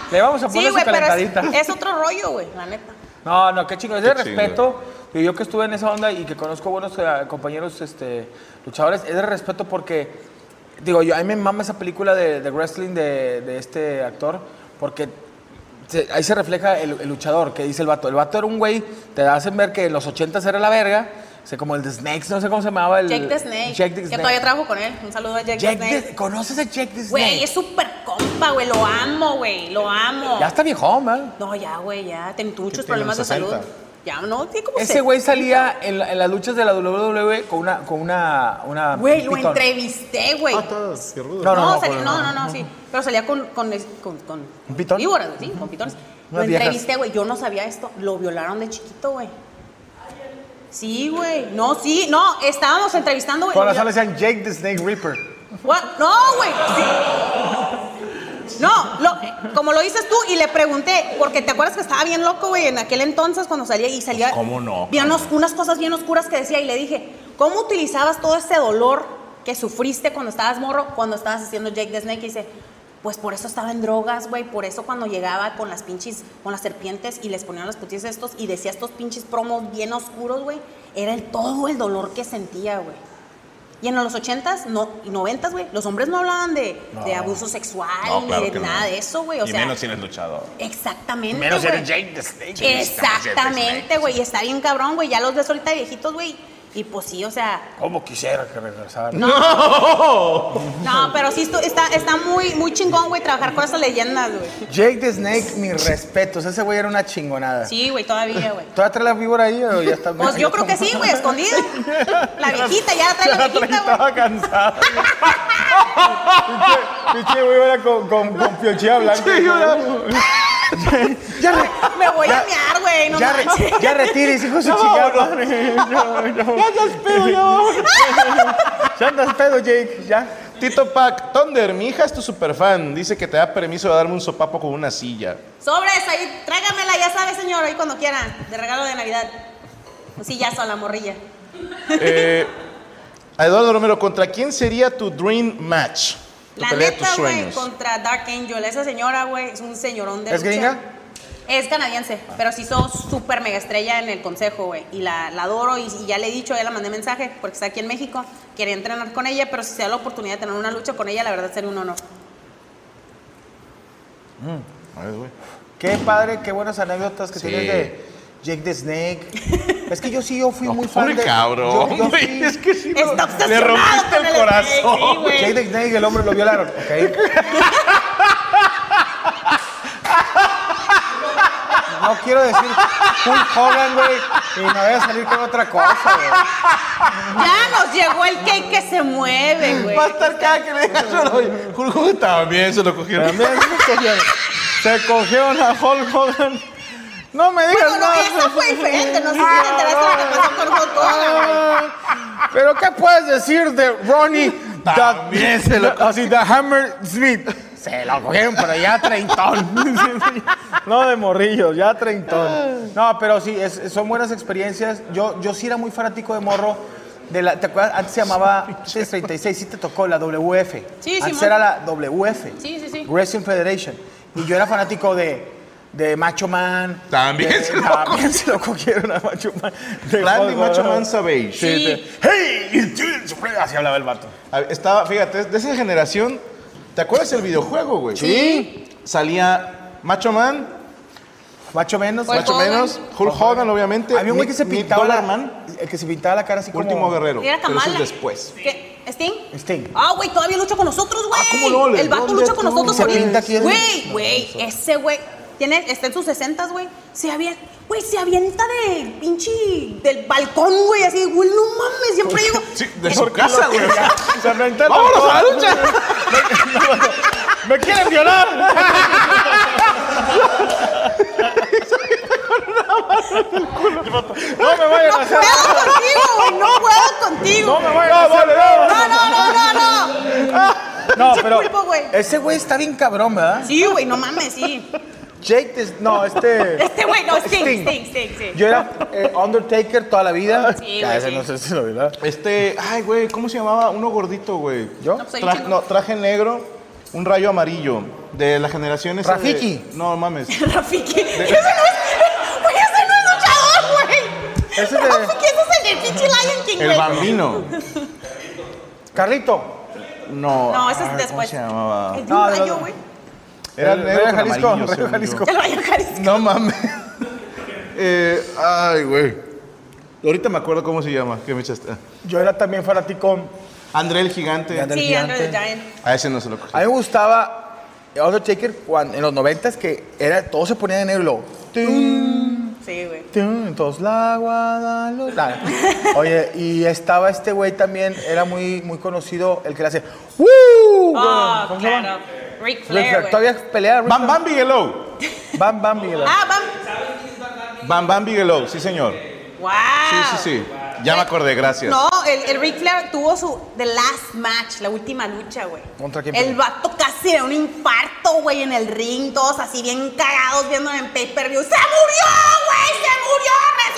Speaker 1: Le, le vamos a poner
Speaker 3: Sí, güey,
Speaker 1: su
Speaker 3: pero es,
Speaker 1: calentadita.
Speaker 3: es otro rollo, güey, la neta.
Speaker 1: No, no, qué chingo, es de
Speaker 5: Qué chingo.
Speaker 1: respeto. Y yo que estuve en esa onda y que conozco buenos eh, compañeros este, luchadores, es de respeto porque, digo, yo, a mí me mama esa película de, de wrestling de, de este actor, porque se- ahí se refleja el, el luchador, que dice el vato. El vato era un güey, te hacen ver que en los 80 era la verga, o sea, como el de Snakes, no sé cómo se llamaba. El,
Speaker 3: Jake the Snake.
Speaker 1: Jake the
Speaker 3: Que
Speaker 1: Snake.
Speaker 3: todavía trabajo con él. Un saludo a Jake,
Speaker 1: Jake
Speaker 3: the
Speaker 1: the-
Speaker 3: Snake.
Speaker 1: ¿Conoces a Jake the Snake?
Speaker 3: Güey, es súper compa, güey. Lo amo, güey. Lo amo.
Speaker 1: Ya está viejón, man.
Speaker 3: No, ya, güey, ya. Ten, tuvo muchos
Speaker 6: tiene,
Speaker 3: problemas de
Speaker 6: 60?
Speaker 3: salud. Ya, no, tiene como
Speaker 1: Ese
Speaker 3: se-
Speaker 1: güey salía en, la- en las luchas de la WWE con una. Con una, una
Speaker 3: Güey, lo
Speaker 1: pitón.
Speaker 3: entrevisté, güey.
Speaker 1: No, no, no,
Speaker 3: salía-
Speaker 1: con-
Speaker 3: no, no, no, sí. Pero salía con. con, es- con, con
Speaker 1: ¿Un pitón?
Speaker 3: Víboras, sí, con pitones. Lo
Speaker 1: Unas viejas.
Speaker 3: entrevisté, güey. Yo no sabía esto. Lo violaron de chiquito, güey. Sí, güey. No, sí, no. Estábamos entrevistando, güey.
Speaker 1: Con
Speaker 3: lo
Speaker 1: razón le
Speaker 3: viol-
Speaker 1: decían Jake the Snake Reaper.
Speaker 3: What? No, güey. sí. No, lo- eh, como lo dices tú, y le pregunté, porque te acuerdas que estaba bien loco, güey, en aquel entonces cuando salía y salía.
Speaker 6: Pues, ¿cómo no?
Speaker 3: Bien os- unas cosas bien oscuras que decía, y le dije, ¿cómo utilizabas todo ese dolor que sufriste cuando estabas morro, cuando estabas haciendo Jake the Snake? Y dice, pues por eso estaba en drogas, güey, por eso cuando llegaba con las pinches, con las serpientes y les ponían los putis estos y decía estos pinches promos bien oscuros, güey, era el todo el dolor que sentía, güey. Y en los 80s no, y 90s, güey, los hombres no hablaban de, de abuso sexual
Speaker 6: No, claro
Speaker 3: ni de
Speaker 6: que no.
Speaker 3: nada de eso, güey. O
Speaker 6: Y
Speaker 3: sea,
Speaker 6: menos si eres luchador.
Speaker 3: exactamente.
Speaker 1: Menos si eres
Speaker 3: güey.
Speaker 1: Jake the Snake.
Speaker 3: Exactamente, güey. Y está bien cabrón, güey. Ya los ves ahorita viejitos, güey. Y pues sí, o sea.
Speaker 1: ¿Cómo quisiera que regresara?
Speaker 3: No, pero sí estu- está, está muy, muy chingón, güey, trabajar con esas leyendas, güey.
Speaker 1: Jake the Snake, mis respetos. Ese güey era una chingonada.
Speaker 3: Sí, güey, todavía, güey.
Speaker 1: ¿Tú traes la víbora ahí o ya está?
Speaker 3: Pues yo creo que sí, güey, escondida. La viejita, ya la trae
Speaker 1: [LAUGHS]
Speaker 3: la viejita, güey.
Speaker 2: Estaba cansado. Piche, güey, era con, con, con piochilla blanca.
Speaker 1: [LAUGHS]
Speaker 3: Me voy a mear, güey. No
Speaker 1: Ya, re-
Speaker 3: manches.
Speaker 1: ya retires,
Speaker 2: [LAUGHS]
Speaker 1: hijo de su chingada madre.
Speaker 2: eh, Ya andas pedo, ya [LAUGHS]
Speaker 1: Ya andas pedo, Jake. Ya.
Speaker 2: Tito Pac, Thunder, mi hija es tu superfan. Dice que te da permiso de darme un sopapo con una silla.
Speaker 3: Sobres ahí, tráigamela, ya sabes, señor, ahí cuando quiera, de regalo de Navidad. Pues Un sillazo a la morrilla.
Speaker 2: Eh, a Eduardo Romero, ¿contra quién sería tu dream match? Tu
Speaker 3: La
Speaker 2: pelea de tus
Speaker 3: neta, güey,
Speaker 2: sueños.
Speaker 3: contra Dark Angel. Esa señora, güey, es un señorón de
Speaker 1: ¿Es
Speaker 3: lucha.
Speaker 1: gringa?
Speaker 3: Es canadiense, pero se hizo súper mega estrella en el consejo, güey. Y la, la adoro y, y ya le he dicho, ya la mandé mensaje, porque está aquí en México. Quería entrenar con ella, pero si se da la oportunidad de tener una lucha con ella, la verdad sería un honor.
Speaker 2: A ver, güey.
Speaker 1: Qué padre, qué buenas anécdotas que
Speaker 2: Sí.
Speaker 1: tienes de Jake the Snake. Es que yo sí, yo fui muy fan
Speaker 6: Pobre
Speaker 1: de...
Speaker 6: cabrón,
Speaker 1: yo- yo
Speaker 6: güey,
Speaker 1: fui-
Speaker 6: es que sí.
Speaker 3: Está
Speaker 6: Le
Speaker 3: obsesionado
Speaker 6: rompiste
Speaker 3: con
Speaker 6: el
Speaker 3: Snake, sí,
Speaker 6: corazón.
Speaker 3: güey.
Speaker 1: Jake the Snake, el hombre lo violaron, ¿ok? No quiero decir Hulk Hogan, güey, y no voy a salir con otra cosa, güey.
Speaker 3: Ya nos llegó el cake que se mueve, güey.
Speaker 2: Va a estar cada que le digas solo. Julio también se lo cogieron.
Speaker 1: También se cogieron, se cogieron a Hulk Hogan. No me digas
Speaker 3: Bueno, no,
Speaker 1: nada.
Speaker 3: esa fue diferente, no sé si te interesa lo que pasó con Hulk Hogan, güey.
Speaker 1: Ah, Pero ¿qué puedes decir de Ronnie? the-
Speaker 2: También se lo-
Speaker 1: [LAUGHS] Así, The Hammer Smith. Se lo cogieron, pero ya treintón. [LAUGHS] no de morrillos, ya treintón. No, pero sí, es- son buenas experiencias. Yo, yo sí era muy fanático de morro. De la, ¿Te acuerdas? Antes se llamaba antes 36, sí te tocó la WF.
Speaker 3: Sí,
Speaker 1: Antes
Speaker 3: Simón.
Speaker 1: era la WF.
Speaker 3: Sí, sí, sí.
Speaker 1: Wrestling Federation. Y yo era fanático de, de Macho Man.
Speaker 6: También
Speaker 1: de-
Speaker 6: se lo
Speaker 1: también se lo cogieron a Macho Man. De
Speaker 2: Randy
Speaker 1: Hulk
Speaker 2: Macho
Speaker 1: Hogan.
Speaker 2: Man Savage.
Speaker 3: Sí.
Speaker 1: ¡Hey! you did it, Fred! Así hablaba el vato.
Speaker 2: A- Estaba, fíjate, es de esa generación, ¿te acuerdas del videojuego, güey? Sí. Salía Macho Man,
Speaker 1: Macho menos.
Speaker 3: Hulk
Speaker 2: Macho
Speaker 3: Hogan.
Speaker 2: Menos, Hulk Hogan, obviamente.
Speaker 1: Había un güey que se
Speaker 2: Nick- Nick
Speaker 1: pintaba la,
Speaker 2: Dollar Man,
Speaker 1: el que se pintaba la cara así como...
Speaker 2: Último Guerrero.
Speaker 3: Era
Speaker 2: pero eso es
Speaker 3: Kamala.
Speaker 2: después.
Speaker 3: ¿Qué? ¿Sting?
Speaker 1: Sting.
Speaker 3: Ah, güey, todavía lucha con nosotros, güey.
Speaker 2: Ah, ¿cómo no? Le-
Speaker 3: El vato
Speaker 2: ¿dónde
Speaker 3: lucha con
Speaker 2: tú?
Speaker 3: nosotros
Speaker 1: Se
Speaker 3: ahorita.
Speaker 1: pinta aquí el-
Speaker 3: Güey, güey, ese güey tiene, está en sus sesentas, güey. Se avienta, güey, se avienta del pinche, del balcón, güey, así, güey, no mames, siempre digo.
Speaker 6: Sí, de su casa, güey.
Speaker 1: Se aventó el
Speaker 6: ¡Vámonos
Speaker 1: balcón.
Speaker 6: a la lucha!
Speaker 1: ¡Me quieren violar! ¡No me
Speaker 3: No
Speaker 1: vayan a hacer!
Speaker 3: puedo contigo, güey, no puedo contigo.
Speaker 1: ¡No me vayan a hacer!
Speaker 3: No, no, no, no, no.
Speaker 1: No,
Speaker 3: Pinche
Speaker 1: pero...
Speaker 3: pulpo, güey.
Speaker 1: Ese güey está bien cabrón, ¿verdad?
Speaker 3: Sí, güey, no mames, sí.
Speaker 1: Jake, des- no, este...
Speaker 3: [LAUGHS] Este güey, no, Sting,
Speaker 1: Sting.
Speaker 3: Sting, Sting, Sting.
Speaker 1: Yo era eh, Undertaker toda la vida.
Speaker 3: Sí,
Speaker 1: Ya,
Speaker 3: güey,
Speaker 1: ese
Speaker 3: sí.
Speaker 1: no sé si lo vi, ¿verdad?
Speaker 2: Este, ay, güey, ¿cómo se llamaba? Uno gordito, güey.
Speaker 1: ¿Yo?
Speaker 3: No, pues, soy
Speaker 2: Tra-
Speaker 3: chino.
Speaker 2: no, traje negro, un rayo amarillo. De la generación esa de-
Speaker 1: Rafiki.
Speaker 2: No, mames.
Speaker 3: Rafiki. [LAUGHS] Ese no es. Güey, ese no es luchador, güey.
Speaker 1: Ese es de-
Speaker 3: Rafiki, ese es el de pinche Lion King,
Speaker 2: El
Speaker 3: güey.
Speaker 2: bambino.
Speaker 1: Carlito.
Speaker 2: No.
Speaker 3: No, ese
Speaker 2: ay,
Speaker 3: es después.
Speaker 2: ah, ¿Cómo se llamaba?
Speaker 3: El de
Speaker 1: No,
Speaker 3: un
Speaker 1: no,
Speaker 3: rayo,
Speaker 1: no.
Speaker 3: güey.
Speaker 2: Era
Speaker 1: El
Speaker 2: negro
Speaker 1: Rayo
Speaker 2: con
Speaker 1: Jalisco,
Speaker 2: amarillo,
Speaker 1: Rayo
Speaker 2: según yo.
Speaker 1: Jalisco.
Speaker 3: El Rayo Jalisco.
Speaker 2: No mames. [LAUGHS] Eh, ay, güey. Ahorita me acuerdo cómo se llama. ¿Qué me echaste?
Speaker 1: Yo era también fanático.
Speaker 2: André el Gigante.
Speaker 1: André- del
Speaker 3: Sí, Andrew the
Speaker 1: gigante.
Speaker 3: Giant.
Speaker 2: A ese no se lo cogí.
Speaker 1: A mí me gustaba Undertaker cuando, en los noventas que era, todo se ponía de negro. y luego, tum,
Speaker 3: Sí, güey.
Speaker 1: tum, entonces la Guadalupe.
Speaker 3: [LAUGHS]
Speaker 1: Nah. Oye, y estaba este güey también, era muy, muy conocido, el que le hace. ¡Woo! güey.
Speaker 3: Oh,
Speaker 1: ¿Cómo se llama?
Speaker 3: claro. Ric
Speaker 1: Ric Flair.
Speaker 3: Flair, güey.
Speaker 1: Todavía pelea. Ric
Speaker 2: Bam Bam Bigelow.
Speaker 3: [LAUGHS]
Speaker 1: Flair? Bam Bam Miguel.
Speaker 3: Ah, vamos.
Speaker 2: Bam Bam Bigelow, sí, señor.
Speaker 3: Wow.
Speaker 2: Sí, sí, sí. Ya me acordé, gracias.
Speaker 3: No, el, el Ric Flair tuvo su The Last Match, la última lucha, güey.
Speaker 1: ¿Contra quién
Speaker 3: El
Speaker 1: peleó?
Speaker 3: vato casi de un infarto, güey, en el ring, todos así bien cagados viéndolo en pay-per-view. ¡Se murió,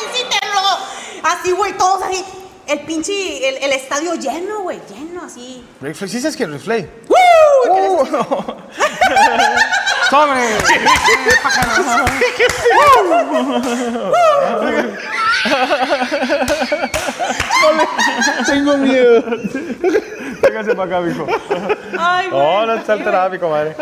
Speaker 3: güey! ¡Se murió! ¡Resucítenlo! Así, güey, todos así. El pinche, el, el estadio lleno, güey, lleno, así.
Speaker 1: Ric Flair, sí sabes que Ric Flair.
Speaker 3: [LAUGHS] ¡Woo! Que les-
Speaker 1: ¡Uh! ¡Sobre!
Speaker 2: tengo miedo.
Speaker 1: Véngase para acá, mijo.
Speaker 3: Ay, güey.
Speaker 1: No, no está alterada, mi comadre.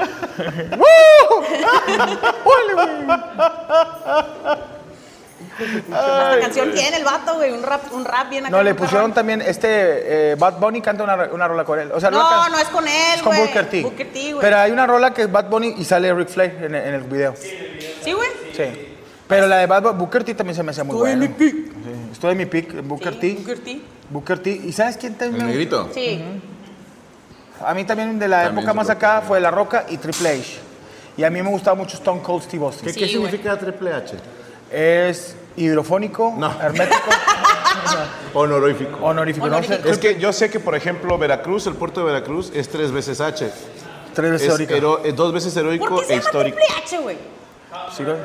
Speaker 3: La canción tiene el vato, güey, un rap, un rap bien acá.
Speaker 1: No, le
Speaker 3: un
Speaker 1: pusieron
Speaker 3: perrón.
Speaker 1: también este eh, Bad Bunny canta una, una rola con él. O sea, la
Speaker 3: No,
Speaker 1: can-
Speaker 3: no es con él,
Speaker 1: es con
Speaker 3: güey.
Speaker 1: Booker T.
Speaker 3: Booker T, güey.
Speaker 1: Pero hay una rola que es Bad Bunny y sale Ric Flair en, el- en el video.
Speaker 3: Sí, güey.
Speaker 1: Sí. Pero la de Bad Bu- Booker T también se me hacía muy
Speaker 3: Estoy en
Speaker 1: buena.
Speaker 3: mi pick.
Speaker 1: Sí, Estoy en mi pick, en Booker
Speaker 3: Sí,
Speaker 1: T.
Speaker 3: Booker T.
Speaker 1: Booker T. ¿Y sabes quién
Speaker 2: El
Speaker 1: también? me-
Speaker 2: negrito.
Speaker 3: Sí.
Speaker 1: A mí también de la
Speaker 2: También
Speaker 1: época
Speaker 2: se
Speaker 1: más
Speaker 2: lo-
Speaker 1: acá fue La Roca y Triple H. Y a mí me gustaba mucho Stone Cold Steve Austin.
Speaker 2: ¿Qué,
Speaker 3: Sí,
Speaker 2: qué
Speaker 3: güey.
Speaker 2: significa triple H?
Speaker 1: Es hidrofónico,
Speaker 2: No. [LAUGHS]
Speaker 1: hermético,
Speaker 2: Honorífico.
Speaker 1: honorífico. No sé,
Speaker 2: Es que yo sé que, por ejemplo, Veracruz, el puerto de Veracruz, es tres veces H.
Speaker 1: tres
Speaker 2: Es,
Speaker 1: veces ahorita.
Speaker 2: hero- es eh, dos veces
Speaker 3: ¿Por
Speaker 2: heroico
Speaker 3: qué se
Speaker 2: e
Speaker 3: llama
Speaker 2: histórico.
Speaker 3: Triple H, güey?
Speaker 1: Sí, ¿no?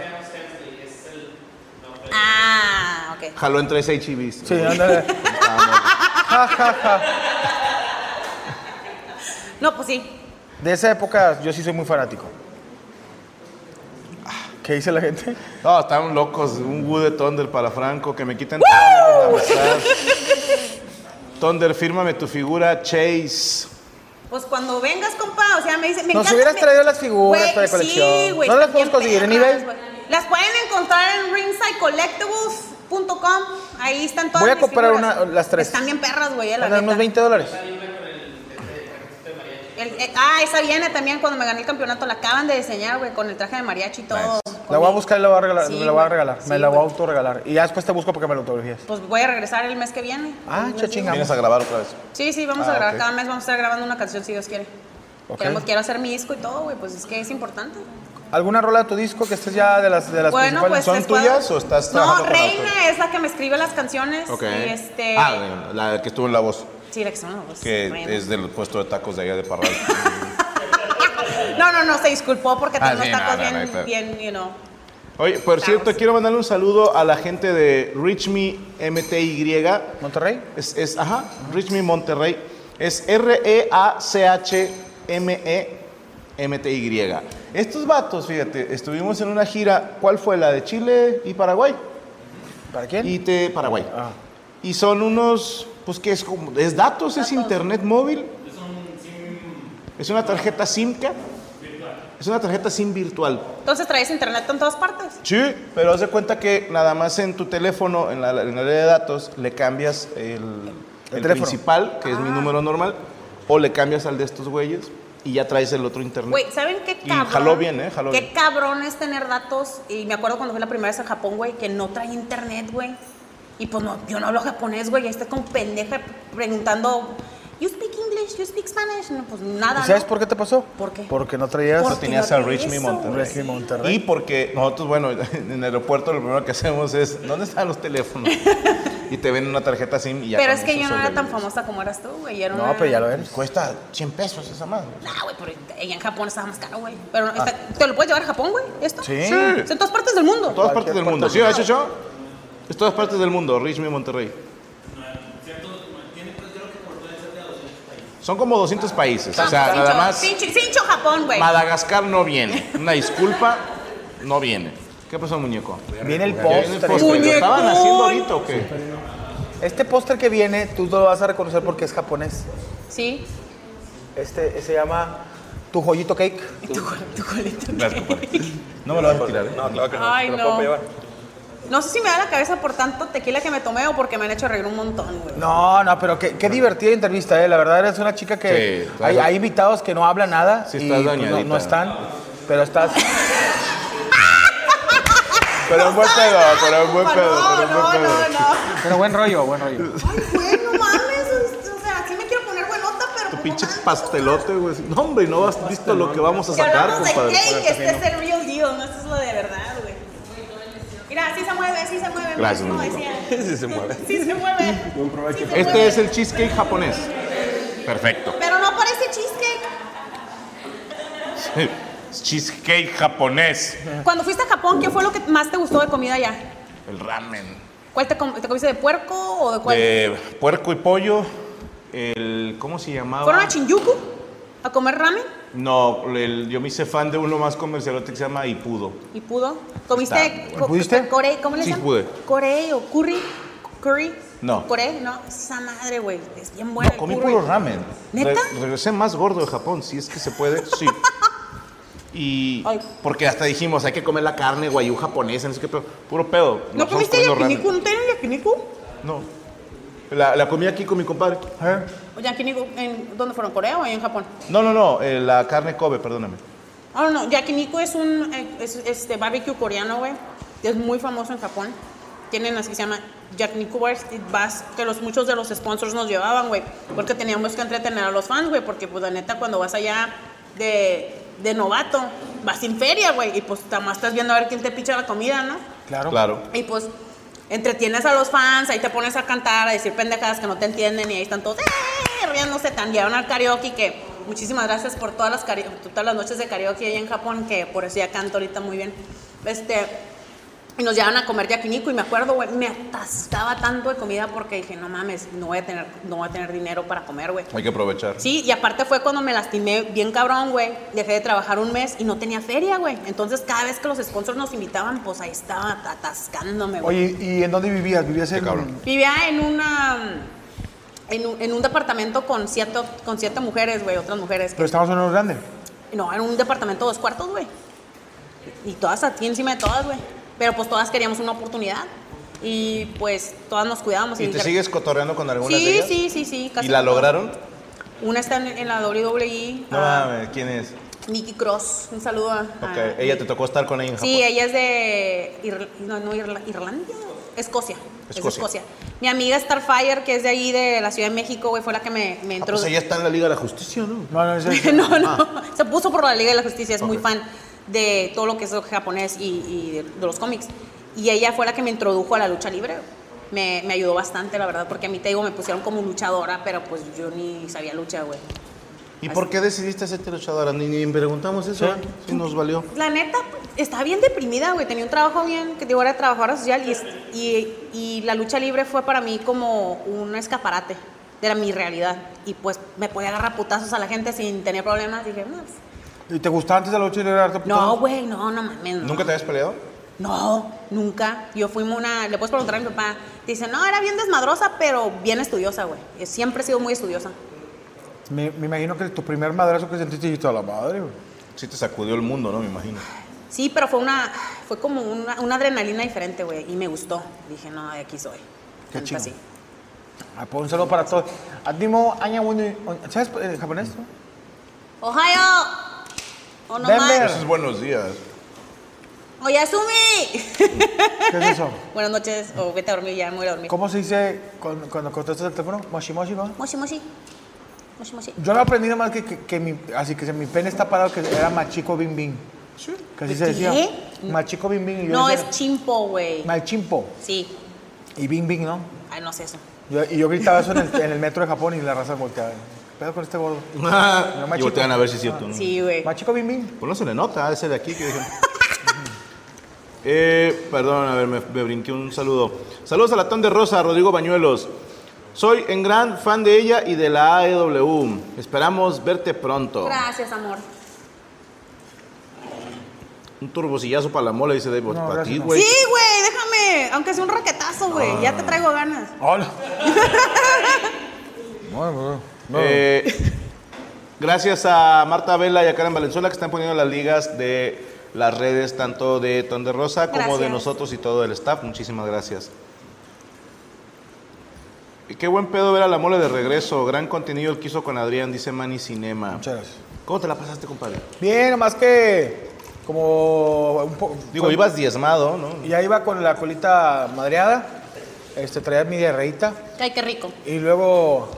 Speaker 3: Ah, ok.
Speaker 2: Jaló entre seis chivis.
Speaker 1: Sí, ándale. Ja, ja, ja.
Speaker 3: No, pues sí.
Speaker 1: De esa época yo sí soy muy fanático. ¿Qué dice la gente?
Speaker 2: No, estaban locos. Un Wood de Thunder para Franco, que me quiten todo, la verdad. Thunder, fírmame tu figura, Chase.
Speaker 3: Pues cuando vengas, compa, o sea, me dice, me
Speaker 1: Nos
Speaker 3: encanta-
Speaker 1: hubieras
Speaker 3: me-
Speaker 1: traído las figuras
Speaker 3: Güey,
Speaker 1: para colección.
Speaker 3: Sí, güey.
Speaker 1: ¿No las
Speaker 3: están
Speaker 1: puedes
Speaker 3: bien
Speaker 1: conseguir en
Speaker 3: perras,
Speaker 1: eBay?
Speaker 3: güey. Las pueden encontrar en ringsidecollectibles.com. Ahí están todas
Speaker 1: Voy a
Speaker 3: mis
Speaker 1: comprar
Speaker 3: figuras.
Speaker 1: una- las tres.
Speaker 3: Están bien perras, güey, eh, la
Speaker 1: Andan
Speaker 3: neta.
Speaker 1: unos 20 dólares.
Speaker 3: El- eh, ah, esa viene también cuando me gané el campeonato. La acaban de diseñar, güey, con el traje de mariachi y todo.
Speaker 1: La voy a buscar y la voy a regalar.
Speaker 3: Sí,
Speaker 1: me la voy a
Speaker 3: güey.
Speaker 1: regalar.
Speaker 3: Sí,
Speaker 1: me la voy a
Speaker 3: güey.
Speaker 1: autorregalar. Y ya después te busco porque me la autografías.
Speaker 3: Pues voy a regresar el mes que viene.
Speaker 1: Ah,
Speaker 3: El mes
Speaker 1: chachín.
Speaker 3: que viene.
Speaker 2: Vienes a grabar otra vez.
Speaker 3: Sí, sí, vamos
Speaker 2: Ah,
Speaker 3: a grabar.
Speaker 2: ok.
Speaker 3: Cada mes vamos a estar grabando una canción si Dios quiere.
Speaker 1: Ok.
Speaker 3: Queremos- quiero hacer mi disco y todo, güey, pues es que es importante.
Speaker 1: ¿Alguna rola de tu disco que estés ya de las, de las
Speaker 3: Bueno,
Speaker 1: principales?
Speaker 3: pues
Speaker 2: ¿Son
Speaker 3: les puedo-
Speaker 2: tuyas o estás trabajando
Speaker 3: No,
Speaker 2: con
Speaker 3: Reina es la que me escribe las canciones.
Speaker 2: Ok.
Speaker 3: Y este.
Speaker 2: Ah, la que estuvo en la voz,
Speaker 3: sí, la que son las dos,
Speaker 2: que
Speaker 3: Reina.
Speaker 2: es del puesto de tacos de allá de Parral.
Speaker 3: No, no, no, se disculpó porque
Speaker 2: Ah,
Speaker 3: tenemos
Speaker 2: sí, no,
Speaker 3: tacos
Speaker 2: no, no hay pedo.
Speaker 3: bien, bien, you know.
Speaker 2: Oye, por cierto, quiero mandarle un saludo a la gente de Reach Me MTY.
Speaker 1: ¿Monterrey?
Speaker 2: Es, es- ajá, Reach Me Monterrey. Es E R-E-A-C-H-M-E-M-T-Y. Estos vatos, fíjate, estuvimos en una gira, ¿cuál fue? La de Chile y Paraguay.
Speaker 1: ¿Para quién? Ah.
Speaker 2: Y te Paraguay. Y son unos, pues que es como, es datos, es internet móvil. Es una tarjeta SIMCA. Es una tarjeta SIM virtual.
Speaker 3: Entonces traes internet en todas partes.
Speaker 2: Sí, pero haz de cuenta que nada más en tu teléfono, en la en la área de datos, le cambias el, el
Speaker 1: teléfono.
Speaker 2: principal, que es
Speaker 3: Ah.
Speaker 2: mi número normal, o le cambias al de estos güeyes y ya traes el otro internet.
Speaker 3: Güey, ¿saben qué
Speaker 2: Y
Speaker 3: cabrón?
Speaker 2: jaló bien, ¿eh? Jaló
Speaker 3: qué
Speaker 2: bien.
Speaker 3: cabrón es tener datos. Y me acuerdo cuando fui la primera vez a Japón, güey, que no traía internet, güey. Y pues no, yo no hablo japonés, güey. Y ahí estoy con pendeja preguntando, ¿You speak English? ¿You speak Spanish? No, pues nada.
Speaker 1: ¿Y sabes
Speaker 3: ¿no?
Speaker 1: por qué te pasó?
Speaker 3: ¿Por qué?
Speaker 1: Porque no traías...
Speaker 3: Por-
Speaker 2: No tenías a Rich Me
Speaker 3: Eso,
Speaker 2: Monterrey.
Speaker 1: Rich Me Monterrey.
Speaker 2: Y porque nosotros, bueno, [LAUGHS] en el aeropuerto lo primero que hacemos es, ¿dónde están los
Speaker 3: [LAUGHS]
Speaker 2: teléfonos? y te ven una tarjeta SIM y ya
Speaker 3: Pero
Speaker 2: con
Speaker 3: es que
Speaker 2: eso
Speaker 3: yo no era tan
Speaker 2: sobrevives.
Speaker 3: famosa como eras tú, güey. Era
Speaker 1: No,
Speaker 3: una-
Speaker 1: pero ya lo eres.
Speaker 2: Cuesta 100 pesos esa madre.
Speaker 3: Nah, güey, pero ella en Japón estaba más caro, güey. Pero no, está- ¿te lo puedes llevar a Japón, güey? ¿Esto?
Speaker 1: Sí.
Speaker 2: Sí.
Speaker 3: Es en todas partes del mundo.
Speaker 2: En todas partes del
Speaker 1: parte
Speaker 2: mundo.
Speaker 1: del
Speaker 2: ¿Sí, ¿verdad, Chucho? En todas partes del mundo, Rich Me Monterrey. Son como 200 países, o sea,
Speaker 3: Vamos,
Speaker 2: nada
Speaker 3: cincho-
Speaker 2: más
Speaker 3: Cincho, cincho Japón, güey.
Speaker 2: Madagascar no viene. Una disculpa, no viene. ¿Qué pasó, muñeco?
Speaker 1: Viene el
Speaker 2: Ya viene el
Speaker 1: postre.
Speaker 2: postre. ¿Lo estaban
Speaker 3: ¡Muñecón!
Speaker 2: haciendo ahorita o qué?
Speaker 1: Este póster que viene, tú lo vas a reconocer porque es japonés.
Speaker 3: Sí.
Speaker 1: Este se llama
Speaker 6: Tu joyito cake.
Speaker 5: Gracias, compadre. No me lo vas a tirar, ¿eh?
Speaker 7: No, claro que no.
Speaker 3: Ay,
Speaker 7: te lo
Speaker 3: no.
Speaker 7: puedo llevar.
Speaker 3: No sé si me da la cabeza por tanto tequila que me tomé o porque me han hecho reír un montón, güey.
Speaker 6: No, no, pero qué, qué divertida entrevista, ¿eh? La verdad eres una chica que
Speaker 5: Sí, estás-
Speaker 6: hay, hay invitados que no hablan nada
Speaker 5: Sí,
Speaker 6: y
Speaker 5: estás
Speaker 6: pues, no,
Speaker 5: dañadita.
Speaker 6: no están, pero estás...
Speaker 5: Pero es buen pedo, pero es buen
Speaker 3: No,
Speaker 5: pedo, pero es
Speaker 3: no,
Speaker 5: buen pedo.
Speaker 3: no, no.
Speaker 6: Pero buen rollo, buen rollo.
Speaker 3: Ay, güey, no mames. O sea, sí me quiero poner buenota, pero.
Speaker 5: Tu
Speaker 3: pues,
Speaker 5: pinche
Speaker 3: no mames.
Speaker 5: pastelote, güey. No, hombre, no has visto lo que vamos a
Speaker 3: Si
Speaker 5: sacar,
Speaker 3: hablamos de
Speaker 5: compadre.
Speaker 3: cake, este es el real deal, no esto es lo de verdad, güey. Mira, sí se mueve, sí se mueve.
Speaker 5: Gracias,
Speaker 3: no,
Speaker 5: mi
Speaker 3: decía.
Speaker 5: [LAUGHS]
Speaker 7: Sí se mueve.
Speaker 3: Sí se mueve. Sí se
Speaker 5: Este
Speaker 3: mueve.
Speaker 5: es el cheesecake japonés. Perfecto.
Speaker 3: Pero no parece cheesecake.
Speaker 5: Cheesecake japonés.
Speaker 3: Cuando fuiste a Japón, ¿qué fue lo que más te gustó de comida allá?
Speaker 5: El ramen.
Speaker 3: ¿Cuál te, com- te comiste de puerco o de cuál?
Speaker 5: De puerco y pollo. El, ¿Cómo se llamaba?
Speaker 3: ¿Fueron a Shinjuku a comer ramen?
Speaker 5: No, el- yo me hice fan de uno más comercial que se llama Ipudo.
Speaker 3: ¿Y pudo? ¿Comiste?
Speaker 5: Está bueno.
Speaker 3: co-
Speaker 6: ¿Pudiste?
Speaker 3: Core, ¿Cómo le
Speaker 5: Sí,
Speaker 3: llaman?
Speaker 5: pude.
Speaker 3: Core o curry. ¿Curry?
Speaker 5: No.
Speaker 3: ¿Core? No, esa madre, güey. Es bien buena.
Speaker 5: No,
Speaker 3: el
Speaker 5: comí
Speaker 3: curry.
Speaker 5: puro ramen.
Speaker 3: ¿Neta?
Speaker 5: regresé más gordo de Japón, si es que se puede, sí. Y
Speaker 3: Ay.
Speaker 5: porque hasta dijimos, hay que comer la carne guayú japonesa, no sé qué, pero puro pedo.
Speaker 3: ¿No
Speaker 5: Nosotros
Speaker 3: comiste
Speaker 5: comiendo ramen.
Speaker 3: yakiniku? ¿No tienen yakiniku?
Speaker 5: No. La, la comí aquí con mi compadre.
Speaker 3: ¿O yakiniku en dónde fueron? ¿Corea o en Japón?
Speaker 5: No, no, no, eh, la carne Kobe, perdóname.
Speaker 3: Ah, no, yakiniku es un eh, es, este barbecue coreano, güey. Es muy famoso en Japón. Tienen así se llama yakiniku bars, y vas- que los muchos de los sponsors nos llevaban, güey, porque teníamos que entretener a los fans, güey, porque pues la neta cuando vas allá de, de novato vas sin feria, güey, y pues más estás viendo a ver quién te picha la comida, ¿no?
Speaker 5: Claro.
Speaker 3: Y pues entretienes a los fans, ahí te pones a cantar, a decir pendejadas que no te entienden y ahí están todos ¡eh! riéndose, tan llegaron al karaoke que muchísimas gracias por todas las, karaoke- todas las noches de karaoke ahí en Japón, que por eso ya canto ahorita muy bien. Este, y nos llevaban a comer yakiniku y me acuerdo, güey, me atascaba tanto de comida porque dije, no mames, no voy a tener, no voy a tener dinero para comer, güey.
Speaker 5: Hay que aprovechar.
Speaker 3: Sí, y aparte fue cuando me lastimé bien cabrón, güey. Dejé de trabajar un mes y no tenía feria, güey. Entonces, cada vez que los sponsors nos invitaban, pues ahí estaba atascándome, güey.
Speaker 6: Oye, ¿y en dónde vivías? ¿Vivías en...?
Speaker 5: cabrón.
Speaker 3: Vivía en una... En un, en un departamento con siete, con siete mujeres, güey, otras mujeres.
Speaker 6: Pero estamos en un grande.
Speaker 3: No, era un departamento de dos cuartos, güey. Y todas aquí encima de todas, güey. Pero pues todas queríamos una oportunidad. Y pues todas nos cuidábamos.
Speaker 5: ¿Y te
Speaker 3: inter-
Speaker 5: sigues cotorreando con algunas de
Speaker 3: Sí,
Speaker 5: ellas?
Speaker 3: sí, sí, sí. casi
Speaker 5: ¿Y la
Speaker 3: con todas.
Speaker 5: lograron?
Speaker 3: Una está en, en la WWE.
Speaker 5: No
Speaker 3: ah,
Speaker 5: mames, ¿quién es?
Speaker 3: Nikki Cross, un saludo a.
Speaker 5: Ok,
Speaker 3: a-
Speaker 5: ella te tocó estar con ella en Japón. Ah,
Speaker 3: Sí, ella es de. Ir- no, no, Irla- Irlandia. Escocia. Es de
Speaker 5: Escocia.
Speaker 3: Escocia. Mi amiga Starfire, que es de ahí, de la Ciudad de México, güey, fue la que me, me
Speaker 5: Ah, pues
Speaker 3: introdujo.
Speaker 5: ella está en la Liga de la Justicia, ¿no?
Speaker 3: [LAUGHS]
Speaker 5: Ah,
Speaker 6: No, no, es...
Speaker 3: no, no. Se puso por la Liga de la Justicia, es muy fan de todo lo que es lo japonés y, y de, de los cómics. Y ella fue la que me introdujo a la lucha libre. Me, me ayudó bastante, la verdad, porque a mí te digo, me pusieron como luchadora, pero pues yo ni sabía lucha, güey.
Speaker 5: ¿Y por qué decidiste hacerte luchadora? Ni, ni preguntamos eso, ¿eh? sí nos valió.
Speaker 3: La neta, estaba bien deprimida, güey. Tenía un trabajo bien, que digo, era trabajadora social y, es- y, y la lucha libre fue para mí como un escaparate de la- mi realidad. Y pues me podía agarrar putazos a la gente sin tener problemas. Dije, no, pues,
Speaker 6: ¿Y te gustaba antes de la lucha libre darte
Speaker 3: no,
Speaker 6: putazos?
Speaker 3: güey, no, no mames. no.
Speaker 5: ¿Nunca te habías peleado?
Speaker 3: No, nunca. Yo fui una. Le puedes preguntar a mi papá. Dice, no, era bien desmadrosa, pero bien estudiosa, güey. Yo Siempre he sido muy estudiosa.
Speaker 6: Me, me imagino que tu primer madrazo que sentiste dijiste a la madre, güey.
Speaker 5: Sí te sacudió el mundo, ¿no? Me imagino.
Speaker 3: Sí, pero fue una, fue como una, una adrenalina diferente, güey, y me gustó. Dije, no, de aquí soy.
Speaker 6: Qué
Speaker 3: Neta,
Speaker 6: chido.
Speaker 3: sí.
Speaker 6: Ah, pues un saludo para todos. Adimo Aña Wuni- ¿Sabes eh, japonés?
Speaker 3: Ohio. O no
Speaker 6: Denver.
Speaker 3: más.
Speaker 5: Eso es buenos
Speaker 6: [LAUGHS]
Speaker 5: días.
Speaker 3: Oyasumi.
Speaker 6: ¿Qué es eso?
Speaker 3: Buenas noches. O vete a dormir, ya me voy a dormir.
Speaker 6: ¿Cómo se dice cuando, cuando contestas el teléfono? Moshi moshi, ¿no?
Speaker 3: Moshi, moshi. Moshi, moshi.
Speaker 6: Yo lo aprendí nomás que, que, que mi, así que se- mi pene está parado, que era machico bim bim. Sí. Que así se
Speaker 3: ¿Qué?
Speaker 6: decía. Machico bim bim. y yo
Speaker 3: No,
Speaker 6: decía,
Speaker 3: es chimpo, güey.
Speaker 6: Machimpo
Speaker 3: Sí.
Speaker 6: y bim bim, ¿no?
Speaker 3: Ay, no sé eso.
Speaker 6: Yo- y yo gritaba eso en el, en el metro de Japón y la raza volteaba. ¿Qué pedo con este gordo?
Speaker 5: y voltean a ver si es cierto, ¿no?
Speaker 3: Sí, güey.
Speaker 6: Machico bim bim.
Speaker 5: Pues no se le nota, ese de aquí que dijeron. [LAUGHS] Eh, perdón, a ver, me, me brinqué un saludo. Saludos a la Ton de Rosa, Rodrigo Bañuelos. Soy en gran fan de ella y de la AEW. Esperamos verte pronto.
Speaker 3: Gracias, amor.
Speaker 5: Un turbocillazo para la mole, dice David. para
Speaker 6: gracias,
Speaker 5: ti,
Speaker 6: no.
Speaker 5: güey.
Speaker 3: Sí, güey, déjame. Aunque sea un raquetazo, güey. Ya te
Speaker 6: Ah.
Speaker 3: traigo
Speaker 6: [LAUGHS]
Speaker 3: ganas.
Speaker 6: Hola.
Speaker 5: Eh,
Speaker 2: Gracias a Marta Vela y a Karen Valenzuela que están poniendo las ligas de las redes, tanto de Ton de Rosa como de
Speaker 3: Gracias.
Speaker 2: nosotros y todo el staff. Muchísimas gracias. Y qué buen pedo ver a la mole de regreso. Gran contenido el que hizo con Adrián, dice Manny Cinema.
Speaker 6: Muchas gracias.
Speaker 2: ¿Cómo te la pasaste, compadre?
Speaker 6: Bien, nomás que como un poco...
Speaker 2: Digo, ibas diezmado, ¿no?
Speaker 6: Ya iba con la colita madreada, este, traía mi diarreíta
Speaker 3: Ay, qué rico.
Speaker 6: y luego,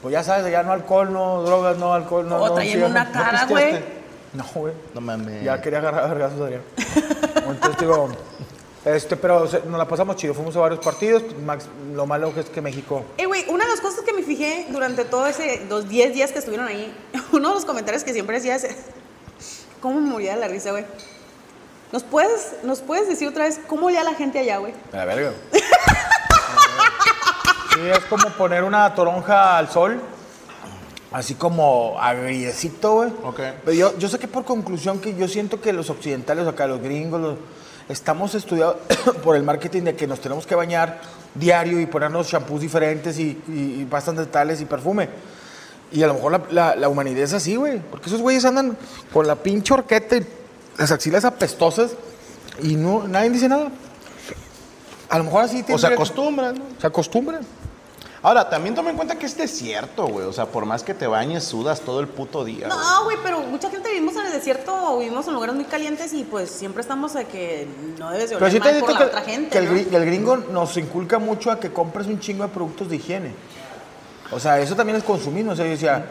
Speaker 6: pues ya sabes, ya no alcohol, no drogas, no alcohol, no...
Speaker 3: Oh,
Speaker 6: no,
Speaker 3: traía en
Speaker 6: cigarro.
Speaker 3: una
Speaker 6: ¿No
Speaker 3: cara,
Speaker 6: pisteaste?
Speaker 3: güey.
Speaker 6: No, güey.
Speaker 2: No mames.
Speaker 6: este, Ya quería agarrar a vergazos, Adrián. Entonces digo, este, pero se- nos la pasamos chido, fuimos a varios partidos, Max, lo malo que es que México...
Speaker 3: Eh, güey, una de las cosas que me fijé durante todos los 10 días que estuvieron ahí, [LAUGHS] uno de los comentarios que siempre decías es, [LAUGHS] ¿cómo me moría de la risa, güey? ¿Nos puedes, ¿Nos puedes decir otra vez cómo olía la gente allá, güey?
Speaker 2: A la verga.
Speaker 6: Sí, es como poner una toronja al sol. Así como agriecito, güey.
Speaker 2: Ok.
Speaker 6: Pero yo, yo saqué por conclusión que yo siento que los occidentales, acá los gringos, los- estamos estudiados [COUGHS] por el marketing de que nos tenemos que bañar diario y ponernos champús diferentes y, y, y pastas dentales y perfume. Y a lo mejor la, la- la humanidad es así, güey. Porque esos güeyes andan con la pinche horqueta y las axilas apestosas y no, nadie dice nada. A lo mejor así
Speaker 2: O se
Speaker 6: tendría-
Speaker 2: acostumbran, ¿no?
Speaker 6: Se acostumbran.
Speaker 2: Ahora, también toma en cuenta que es desierto, güey. O sea, por más que te bañes, sudas todo el puto día. güey.
Speaker 3: No, güey, pero mucha gente vivimos en el desierto o vivimos en lugares muy calientes y pues siempre estamos de que no debes de
Speaker 6: Pero
Speaker 3: oler
Speaker 6: sí te
Speaker 3: mal
Speaker 6: digo
Speaker 3: por la
Speaker 6: que,
Speaker 3: otra gente,
Speaker 6: que el,
Speaker 3: ¿no?
Speaker 6: gri- que el gringo nos inculca mucho a que compres un chingo de productos de higiene. O sea, eso también es consumismo. O sea, yo decía,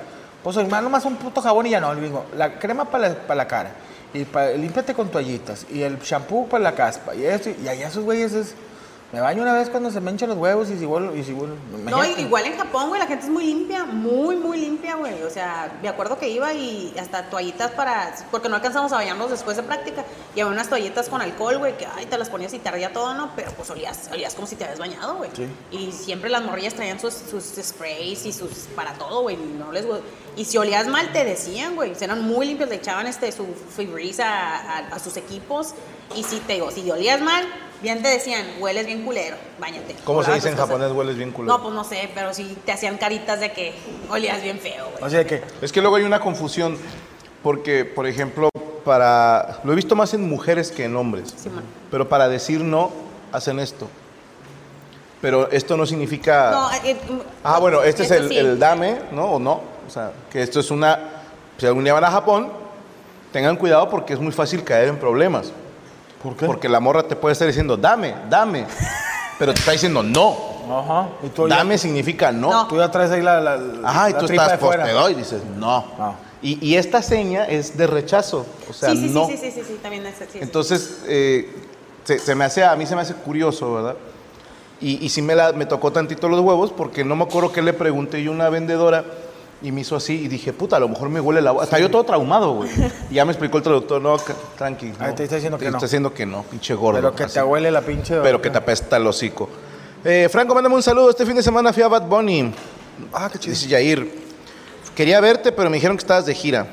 Speaker 6: pues hermano, nomás un puto jabón y ya no, el gringo. La crema para la, pa' la cara. Y pa- límpiate con toallitas. Y el shampoo para la caspa. Y esto. Y allá esos güeyes es. Me baño una vez cuando se me hinchan los huevos y si vuelvo. Y si vuelvo.
Speaker 3: No,
Speaker 6: Imagínate.
Speaker 3: y- igual en Japón, güey, la gente es muy limpia, muy, muy limpia, güey. O sea, me acuerdo que iba y hasta toallitas para. Porque no alcanzamos a bañarnos después de práctica. Y había unas toallitas con alcohol, güey, que ay, te las ponías y te ardía todo, ¿no? Pero pues olías, olías como si te habías bañado, güey. Y siempre las morrillas traían sus, sus sprays y sus. para todo, güey. y No les gu- Y si olías mal, te decían, güey. O sea, Eran muy limpios, le echaban este, su fibriza a, a sus equipos. Y si te digo, si olías mal, bien te decían, hueles bien culero, bañate.
Speaker 2: ¿Cómo se
Speaker 3: Ah,
Speaker 2: dice en
Speaker 3: pues, o sea,
Speaker 2: japonés? Hueles bien culero.
Speaker 3: no, pues no sé, pero sí te hacían caritas de que olías bien feo, güey.
Speaker 6: O sea que.
Speaker 2: Es que luego hay una confusión porque, por ejemplo, para lo he visto más en mujeres que en hombres.
Speaker 3: Simón.
Speaker 2: pero para decir no hacen esto. Pero esto no significa
Speaker 3: No, eh,
Speaker 2: Ah, bueno, este es
Speaker 3: esto
Speaker 2: el,
Speaker 3: sí.
Speaker 2: el dame, ¿no? O no. O sea, que esto es una si algún día van a Japón, tengan cuidado porque es muy fácil caer en problemas.
Speaker 6: ¿Por qué?
Speaker 2: Porque la morra te puede estar diciendo dame, dame, pero te está diciendo no.
Speaker 6: Ajá. Y tú ya,
Speaker 2: Dame significa no.
Speaker 3: No.
Speaker 6: tú ya traes ahí la. la, la-
Speaker 2: Ajá, y
Speaker 6: la
Speaker 2: tú
Speaker 6: tripa
Speaker 2: estás,
Speaker 6: de
Speaker 2: pues
Speaker 6: fuera.
Speaker 2: te doy, dices, no.
Speaker 6: No.
Speaker 2: Y, y esta seña es de rechazo, o sea,
Speaker 3: sí, sí,
Speaker 2: no.
Speaker 3: sí, sí, sí, sí, sí, también es sí, sí.
Speaker 2: Entonces, eh, se, se me hace, a mí se me hace curioso, ¿verdad? Y, y sí me, la, me tocó tantito los huevos porque no me acuerdo que le pregunté yo a una vendedora y me hizo así y dije, puta, a lo mejor me huele la boca. Está yo todo traumado, güey. Y ya me explicó el traductor, no, ca- tranqui.
Speaker 6: Ah,
Speaker 2: no,
Speaker 6: te está diciendo que no.
Speaker 2: Te está diciendo que no, pinche gordo.
Speaker 6: Pero que
Speaker 2: así.
Speaker 6: te huele la pinche.
Speaker 2: Pero que te apesta el hocico. Eh, Franco, mándame un saludo. Este fin de semana fui a Bad Bunny.
Speaker 6: Ah, qué chido.
Speaker 2: Dice Yair, quería verte, pero me dijeron que estabas de gira.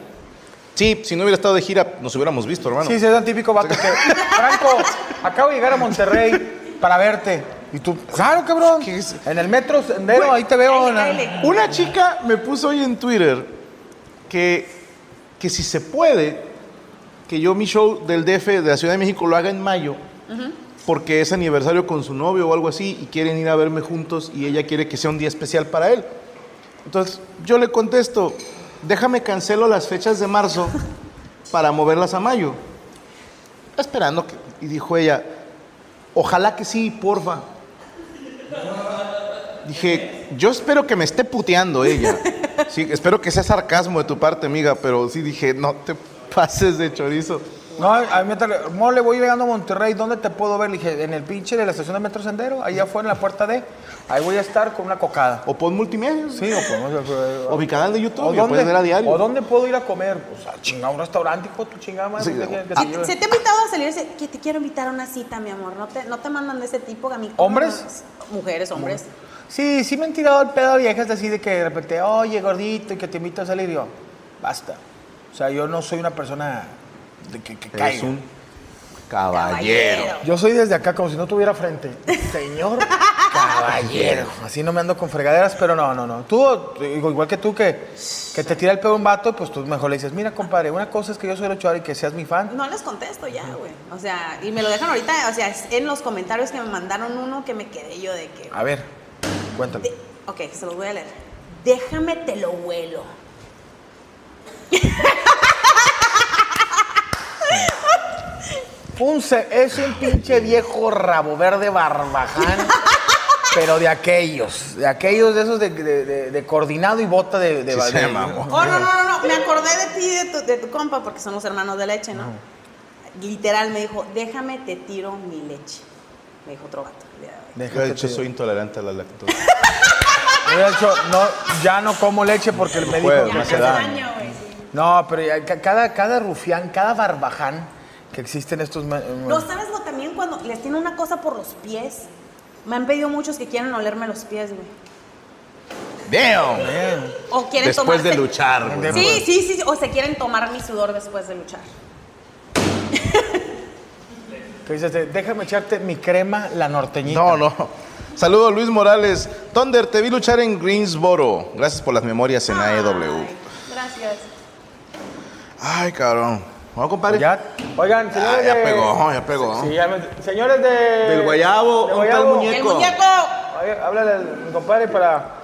Speaker 2: Sí, si no hubiera estado de gira, nos hubiéramos visto, hermano.
Speaker 6: Sí, sí, es el típico vato que, Franco, acabo de llegar a Monterrey para verte. Y tú, claro, cabrón.
Speaker 2: ¿Qué es?
Speaker 6: En el metro sendero, ahí te veo.
Speaker 3: Cáele,
Speaker 6: na-
Speaker 2: [LAUGHS]
Speaker 3: cáele.
Speaker 2: Una chica me puso hoy en Twitter que, que si se puede, que yo mi show del DF de la Ciudad de México lo haga en mayo, porque es aniversario con su novio o algo así, y quieren ir a verme juntos y ella quiere que sea un día especial para él. Entonces yo le contesto, déjame cancelo las fechas de marzo para moverlas a mayo. Esperando que... Y dijo ella, ojalá que sí, porfa. Dije, yo espero que me esté puteando ella. Sí, espero que sea sarcasmo de tu parte, amiga, pero sí dije, no te pases de chorizo.
Speaker 6: No, a mí me tra- mole, voy llegando a Monterrey, ¿dónde te puedo ver? Le dije, en el pinche de la estación de metro sendero, ahí afuera en la puerta de. Ahí voy a estar con una cocada.
Speaker 2: O pon multimedia.
Speaker 6: Sí, o con-
Speaker 2: O mi canal de
Speaker 6: ¿O
Speaker 2: YouTube, lo
Speaker 6: dónde,
Speaker 2: puedes ver a diario.
Speaker 6: ¿O dónde puedo ir a comer? O sea, chinga, un restaurante, hijo, de tu chingada madre.
Speaker 2: Sí,
Speaker 6: ¿dónde
Speaker 2: o-
Speaker 6: quieres que te
Speaker 3: Sí,
Speaker 6: lleve?
Speaker 3: Ah, Se te ha invitado a salir, se- que te quiero invitar a una cita, mi amor. No te, no te mandan de ese tipo que a mí.
Speaker 6: ¿Hombres?
Speaker 3: Mujeres, hombres.
Speaker 6: Sí, sí me han tirado el pedo a viejas así de que de repente, oye, gordito, y que te invito a salir. Y yo, basta. O sea, yo no soy una persona de que, que
Speaker 2: Eres
Speaker 6: caiga.
Speaker 2: un
Speaker 3: pues,
Speaker 2: caballero.
Speaker 6: [LAUGHS] Yo soy desde acá como si no tuviera frente. Señor, Caballero. Así no me ando con fregaderas, pero no, no, no. Tú, digo, igual que tú, que, que te tira el pedo un vato, pues tú mejor le dices, mira, compadre, una cosa es que yo soy luchador y que seas mi fan.
Speaker 3: No les contesto ya, güey. O sea, y me lo dejan ahorita, o sea, es en los comentarios que me mandaron uno que me quedé yo de
Speaker 2: Ah.
Speaker 3: que.
Speaker 6: A ver, cuéntame.
Speaker 3: de- ok, se los voy a leer. Déjame te lo huelo.
Speaker 6: Un se- es un pinche viejo rabo verde barbaján, pero de aquellos, de aquellos de esos de, de- de- de coordinado y bota de... de
Speaker 2: Sí se
Speaker 6: de-
Speaker 2: mamó.
Speaker 3: Oh, no, no, no, no. Me acordé de ti, de tu, de tu compa, porque son los hermanos de leche, ¿no? Literal me dijo, déjame te tiro mi leche. Me dijo otro gato.
Speaker 6: Déjate
Speaker 2: Yo de hecho
Speaker 6: te-
Speaker 2: soy intolerante a la
Speaker 6: [LAUGHS]
Speaker 2: lactosa.
Speaker 6: Hubiera dicho, no, ya no como leche porque el médico
Speaker 2: puedo,
Speaker 6: me
Speaker 2: no
Speaker 6: dijo
Speaker 2: se da.
Speaker 3: daño, güey. sí.
Speaker 6: No, pero ya ca- cada, cada rufián, cada barbaján que existe en estos... ma- eh,
Speaker 3: No, ¿sabes lo también cuando les tiene una cosa por los pies? Me han pedido muchos que quieren olerme los pies, güey.
Speaker 2: Damn.
Speaker 3: O quieren
Speaker 2: Después de
Speaker 3: tomarse-
Speaker 2: luchar, güey.
Speaker 3: Sí, sí, sí, sí, o se quieren tomar mi sudor después de luchar.
Speaker 6: que dices, de, déjame echarte mi crema, la norteñita.
Speaker 2: No, no. Saludos Luis Morales. Thunder, te vi luchar en Greensboro. Gracias por las memorias en E AEW.
Speaker 3: Ay, Gracias.
Speaker 2: Ay, cabrón. No, compadre. Ah,
Speaker 6: Ya, oigan, señores
Speaker 2: ya
Speaker 6: de-
Speaker 2: pegó, ya pegó.
Speaker 6: Sí, ya me- señores de...
Speaker 1: Del guayabo,
Speaker 6: de
Speaker 1: un tal
Speaker 6: guayabo.
Speaker 1: muñeco.
Speaker 3: El muñeco,
Speaker 6: Oye, háblale al- mi compadre para...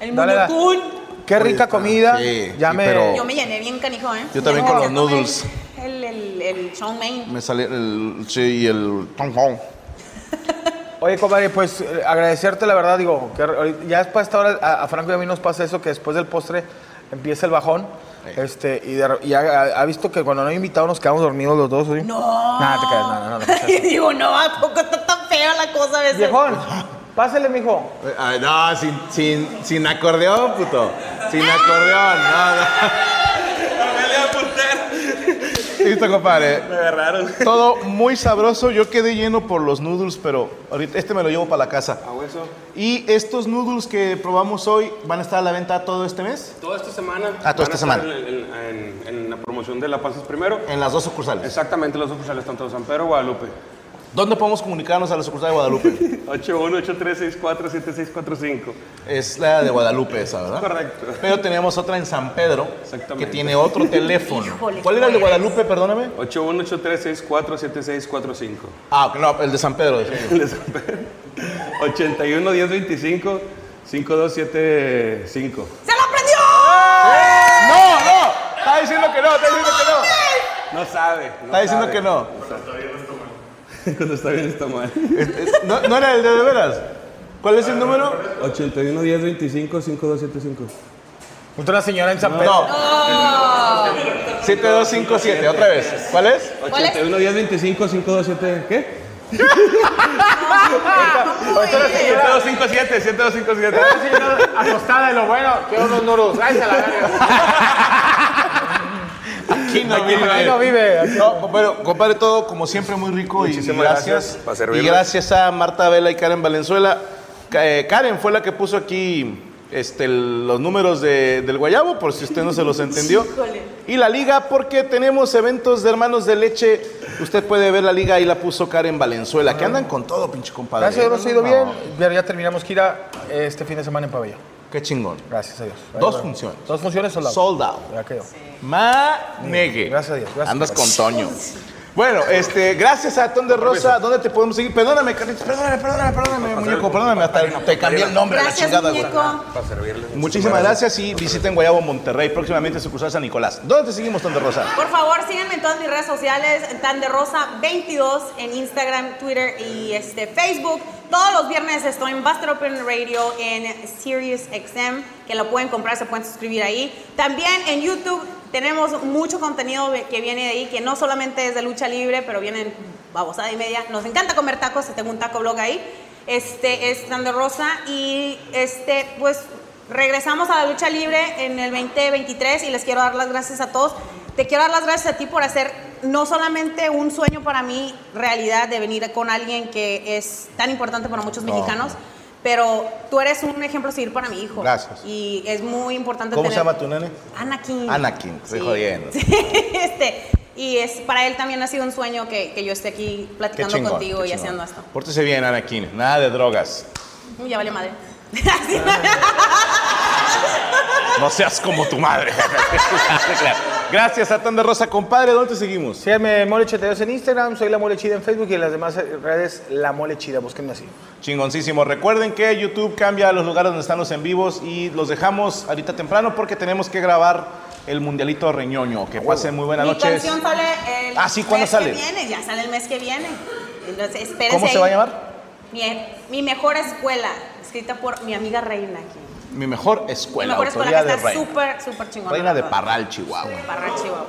Speaker 3: el
Speaker 6: Dale la-
Speaker 3: muñecún.
Speaker 6: Qué
Speaker 2: Oye,
Speaker 6: rica
Speaker 2: está-
Speaker 6: comida.
Speaker 2: sí,
Speaker 6: ya
Speaker 2: sí,
Speaker 6: me...
Speaker 2: pero-
Speaker 3: Yo me llené bien canijo, ¿eh?
Speaker 2: Yo también
Speaker 3: Ya
Speaker 2: con
Speaker 3: me
Speaker 2: los
Speaker 3: tomé
Speaker 2: noodles.
Speaker 3: El, el, el Shawn Main.
Speaker 2: Me sale el. Sí, y el. Tom Hong.
Speaker 6: Oye, compadre, pues eh, agradecerte la verdad, digo, que ahorita- ya después esta hora a, a Franco y a mí nos pasa eso, que después del postre empieza el bajón. Este, y, de- y ha, ha visto que cuando no hay invitado nos quedamos dormidos los dos, ¿sí?
Speaker 3: No.
Speaker 6: Nada, te quedas, no, no, no, no.
Speaker 3: [LAUGHS]
Speaker 6: no.
Speaker 3: Y digo, no, ¿a poco está tan fea la cosa a veces?
Speaker 6: Viejón, pásale, mijo.
Speaker 1: Ay, Ah, no, sin, sin, sin acordeón, puto. Sin acordeón, no, no.
Speaker 2: Listo,
Speaker 1: [LAUGHS]
Speaker 2: compadre. Me agarraron. Todo muy sabroso. Yo quedé lleno por los noodles, pero ahorita este me lo llevo para la casa.
Speaker 4: A hueso.
Speaker 2: Y estos noodles que probamos hoy van a estar a la venta todo este mes.
Speaker 4: Toda esta semana.
Speaker 2: Ah, toda
Speaker 4: van a
Speaker 2: esta semana.
Speaker 4: estar En, en- en- en la promoción de La Paz es primero.
Speaker 2: En las dos sucursales.
Speaker 4: Exactamente, los oficiales están todos San Pedro, Guadalupe.
Speaker 2: ¿Dónde podemos comunicarnos a la sucursal
Speaker 1: [LAUGHS]
Speaker 2: de Guadalupe?
Speaker 4: 8183647645.
Speaker 2: es la de Guadalupe esa, ¿verdad?
Speaker 4: Correcto.
Speaker 2: Pero tenemos otra en San Pedro
Speaker 4: Exactamente.
Speaker 2: que tiene otro teléfono.
Speaker 3: Híjole,
Speaker 2: ¿Cuál era el de
Speaker 3: ¿cómo eres?
Speaker 2: Guadalupe, perdóname?
Speaker 4: 8183647645.
Speaker 2: Ah, no, el de San Pedro.
Speaker 4: Les- 81 10 25 5275.
Speaker 3: ¡Se lo aprendió!
Speaker 2: [LAUGHS] ¡No, no! Está diciendo que no, está diciendo que no.
Speaker 4: No sabe. no
Speaker 2: Está diciendo
Speaker 4: sabe.
Speaker 2: que no.
Speaker 4: [LAUGHS] Cuando está bien está mal.
Speaker 2: Es- es- [LAUGHS] ¿No, no era el de de veras? ¿Cuál es el número?
Speaker 4: 81 10 25 5275.
Speaker 6: Junto a una señora en San Pedro.
Speaker 2: No. 7257, otra vez. ¿Cuál es?
Speaker 4: 81 10 25 527 ¿Qué?
Speaker 3: Oye,
Speaker 4: 7257, 7257.
Speaker 6: Acostada de lo bueno, quiero unos nuros. Gracias a la verga.
Speaker 2: Aquí no
Speaker 6: Ahí no vive. aquí.
Speaker 2: No, pero compadre, todo como siempre muy rico y
Speaker 4: Muchísimas
Speaker 2: gracias.
Speaker 4: gracias por
Speaker 2: y
Speaker 4: servirnos.
Speaker 2: gracias a Marta Vela y Karen Valenzuela. Ca- eh, Karen fue la que puso aquí este, el- los números de- del guayabo, por si usted no se los entendió. Y la liga, porque tenemos eventos de hermanos de leche. Usted puede ver la liga, ahí la puso Karen Valenzuela, que andan con todo, pinche compadre. ¿eh?
Speaker 6: Gracias a Dios ha ido
Speaker 2: No,
Speaker 6: bien. Pero ya terminamos gira eh, este fin de semana en Pabellón.
Speaker 2: Qué chingón.
Speaker 6: Gracias a Dios. Ahí
Speaker 2: Dos
Speaker 6: va.
Speaker 2: funciones.
Speaker 6: Dos funciones sold out.
Speaker 2: Sold out.
Speaker 6: Ya quedó.
Speaker 2: Manegue.
Speaker 6: Gracias a Dios, gracias.
Speaker 2: Andas con Toño. Bueno, este, gracias a Ton de Rosa, ¿dónde te podemos seguir? Perdóname, Carlitos, perdóname, perdóname, perdóname, muñeco, perdóname, hasta te cambié el nombre, a la
Speaker 3: Gracias,
Speaker 2: chingada, güey.
Speaker 3: muñeco.
Speaker 2: Muchísimas gracias y visiten Guayabo Monterrey, próximamente sucursal San Nicolás. ¿Dónde te seguimos, Ton de Rosa?
Speaker 3: Por favor, síganme en todas mis redes sociales, en Tan de Rosa 22 en Instagram, Twitter y este Facebook. Todos los viernes estoy en Buster Open Radio en Sirius XM, que lo pueden comprar, se pueden suscribir ahí. También en YouTube tenemos mucho contenido que viene de ahí, que no solamente es de lucha libre, pero vienen babosada y media. Nos encanta comer tacos, tengo un taco blog ahí. Este es Tan de Rosa y este pues Regresamos a la lucha libre en el 2023 y les quiero dar las gracias a todos. Te quiero dar las gracias a ti por hacer no solamente un sueño para mí, realidad de venir con alguien que es tan importante para muchos mexicanos, pero tú eres un ejemplo a seguir para mi hijo.
Speaker 2: Gracias.
Speaker 3: Y es muy importante
Speaker 2: ¿Cómo se
Speaker 3: tener-
Speaker 2: llama tu nene?
Speaker 3: Anakin.
Speaker 2: Anakin, estoy jodiendo.
Speaker 3: Sí, [LAUGHS] este, y es, para él también ha sido un sueño que, que yo esté aquí
Speaker 2: Qué
Speaker 3: platicando
Speaker 2: chingón.
Speaker 3: contigo
Speaker 2: qué
Speaker 3: y
Speaker 2: chingón.
Speaker 3: haciendo esto.
Speaker 2: Pórtese bien, Anakin, nada de drogas.
Speaker 3: Ya vale madre.
Speaker 2: No seas como tu madre. [LAUGHS] Claro. Gracias, Satán de Rosa. Compadre, ¿dónde te seguimos?
Speaker 6: Síganme Mole82 en Instagram, soy La Mole Chida en Facebook y en las demás eh, redes La Mole Chida. Búsquenme así.
Speaker 2: Chingoncísimo. Recuerden que YouTube cambia los lugares donde están los en vivos y los dejamos ahorita temprano porque tenemos que grabar el Mundialito Reñoño. Que pasen muy buenas
Speaker 3: Mi
Speaker 2: noches.
Speaker 3: canción sale el
Speaker 2: Ah, sí, ¿cuándo
Speaker 3: mes
Speaker 2: sale?
Speaker 3: que viene, ya sale el mes que viene. Entonces, espérense
Speaker 2: ¿Cómo se
Speaker 3: ahí.
Speaker 2: va a llamar?
Speaker 3: Mi, mi mejor escuela, escrita por mi amiga Reina aquí.
Speaker 2: Mi mejor
Speaker 3: Mi
Speaker 2: escuela,
Speaker 3: mejor
Speaker 2: autoría
Speaker 3: escuela que
Speaker 2: de
Speaker 3: está
Speaker 2: Reina.
Speaker 3: súper, súper chingona.
Speaker 2: Reina de
Speaker 3: ¿verdad?
Speaker 2: Parral, Chihuahua.
Speaker 3: Parral, Chihuahua.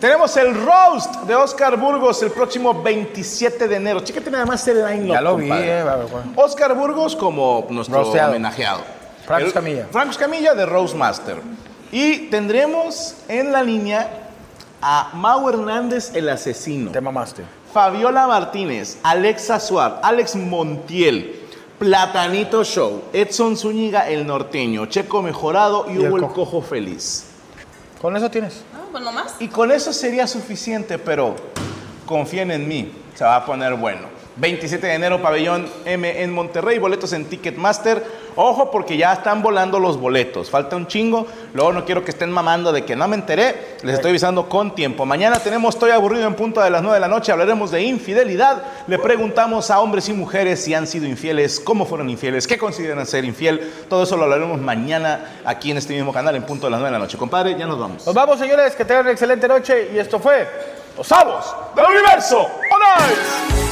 Speaker 2: Tenemos el roast de Oscar Burgos el próximo 27 de enero. Chécate nada más el line
Speaker 6: Ya lo vi, eh, va, va, va.
Speaker 2: Oscar Burgos como nuestro
Speaker 6: Rosteado.
Speaker 2: homenajeado.
Speaker 6: Franco
Speaker 2: El-
Speaker 6: Escamilla.
Speaker 2: Franco Escamilla de Roastmaster. Y tendremos en la línea a Mau Hernández el asesino.
Speaker 6: Te mamaste.
Speaker 2: Fabiola Martínez, Alexa Suárez, Alex Montiel, Platanito Show, Edson Zúñiga el norteño, Checo Mejorado y,
Speaker 6: Y el
Speaker 2: Hugo el
Speaker 6: Cojo.
Speaker 2: Cojo Feliz.
Speaker 6: Con eso tienes.
Speaker 3: No, pues nomás.
Speaker 2: Y con eso sería suficiente, pero confíen en mí, se va a poner bueno. 27 de enero, pabellón M en Monterrey, boletos en Ticketmaster. Ojo porque ya están volando los boletos, falta un chingo. Luego no quiero que estén mamando de que no me enteré, les estoy avisando con tiempo. Mañana tenemos Estoy aburrido en punto de las 9 de la noche, hablaremos de infidelidad. Le preguntamos a hombres y mujeres si han sido infieles, cómo fueron infieles, qué consideran ser infiel. Todo eso lo hablaremos mañana aquí en este mismo canal en punto de las 9 de la noche. Compadre, ya nos vamos.
Speaker 6: Nos vamos, señores, que tengan una excelente noche y esto fue Los Sabos
Speaker 2: del universo. ¡Hola!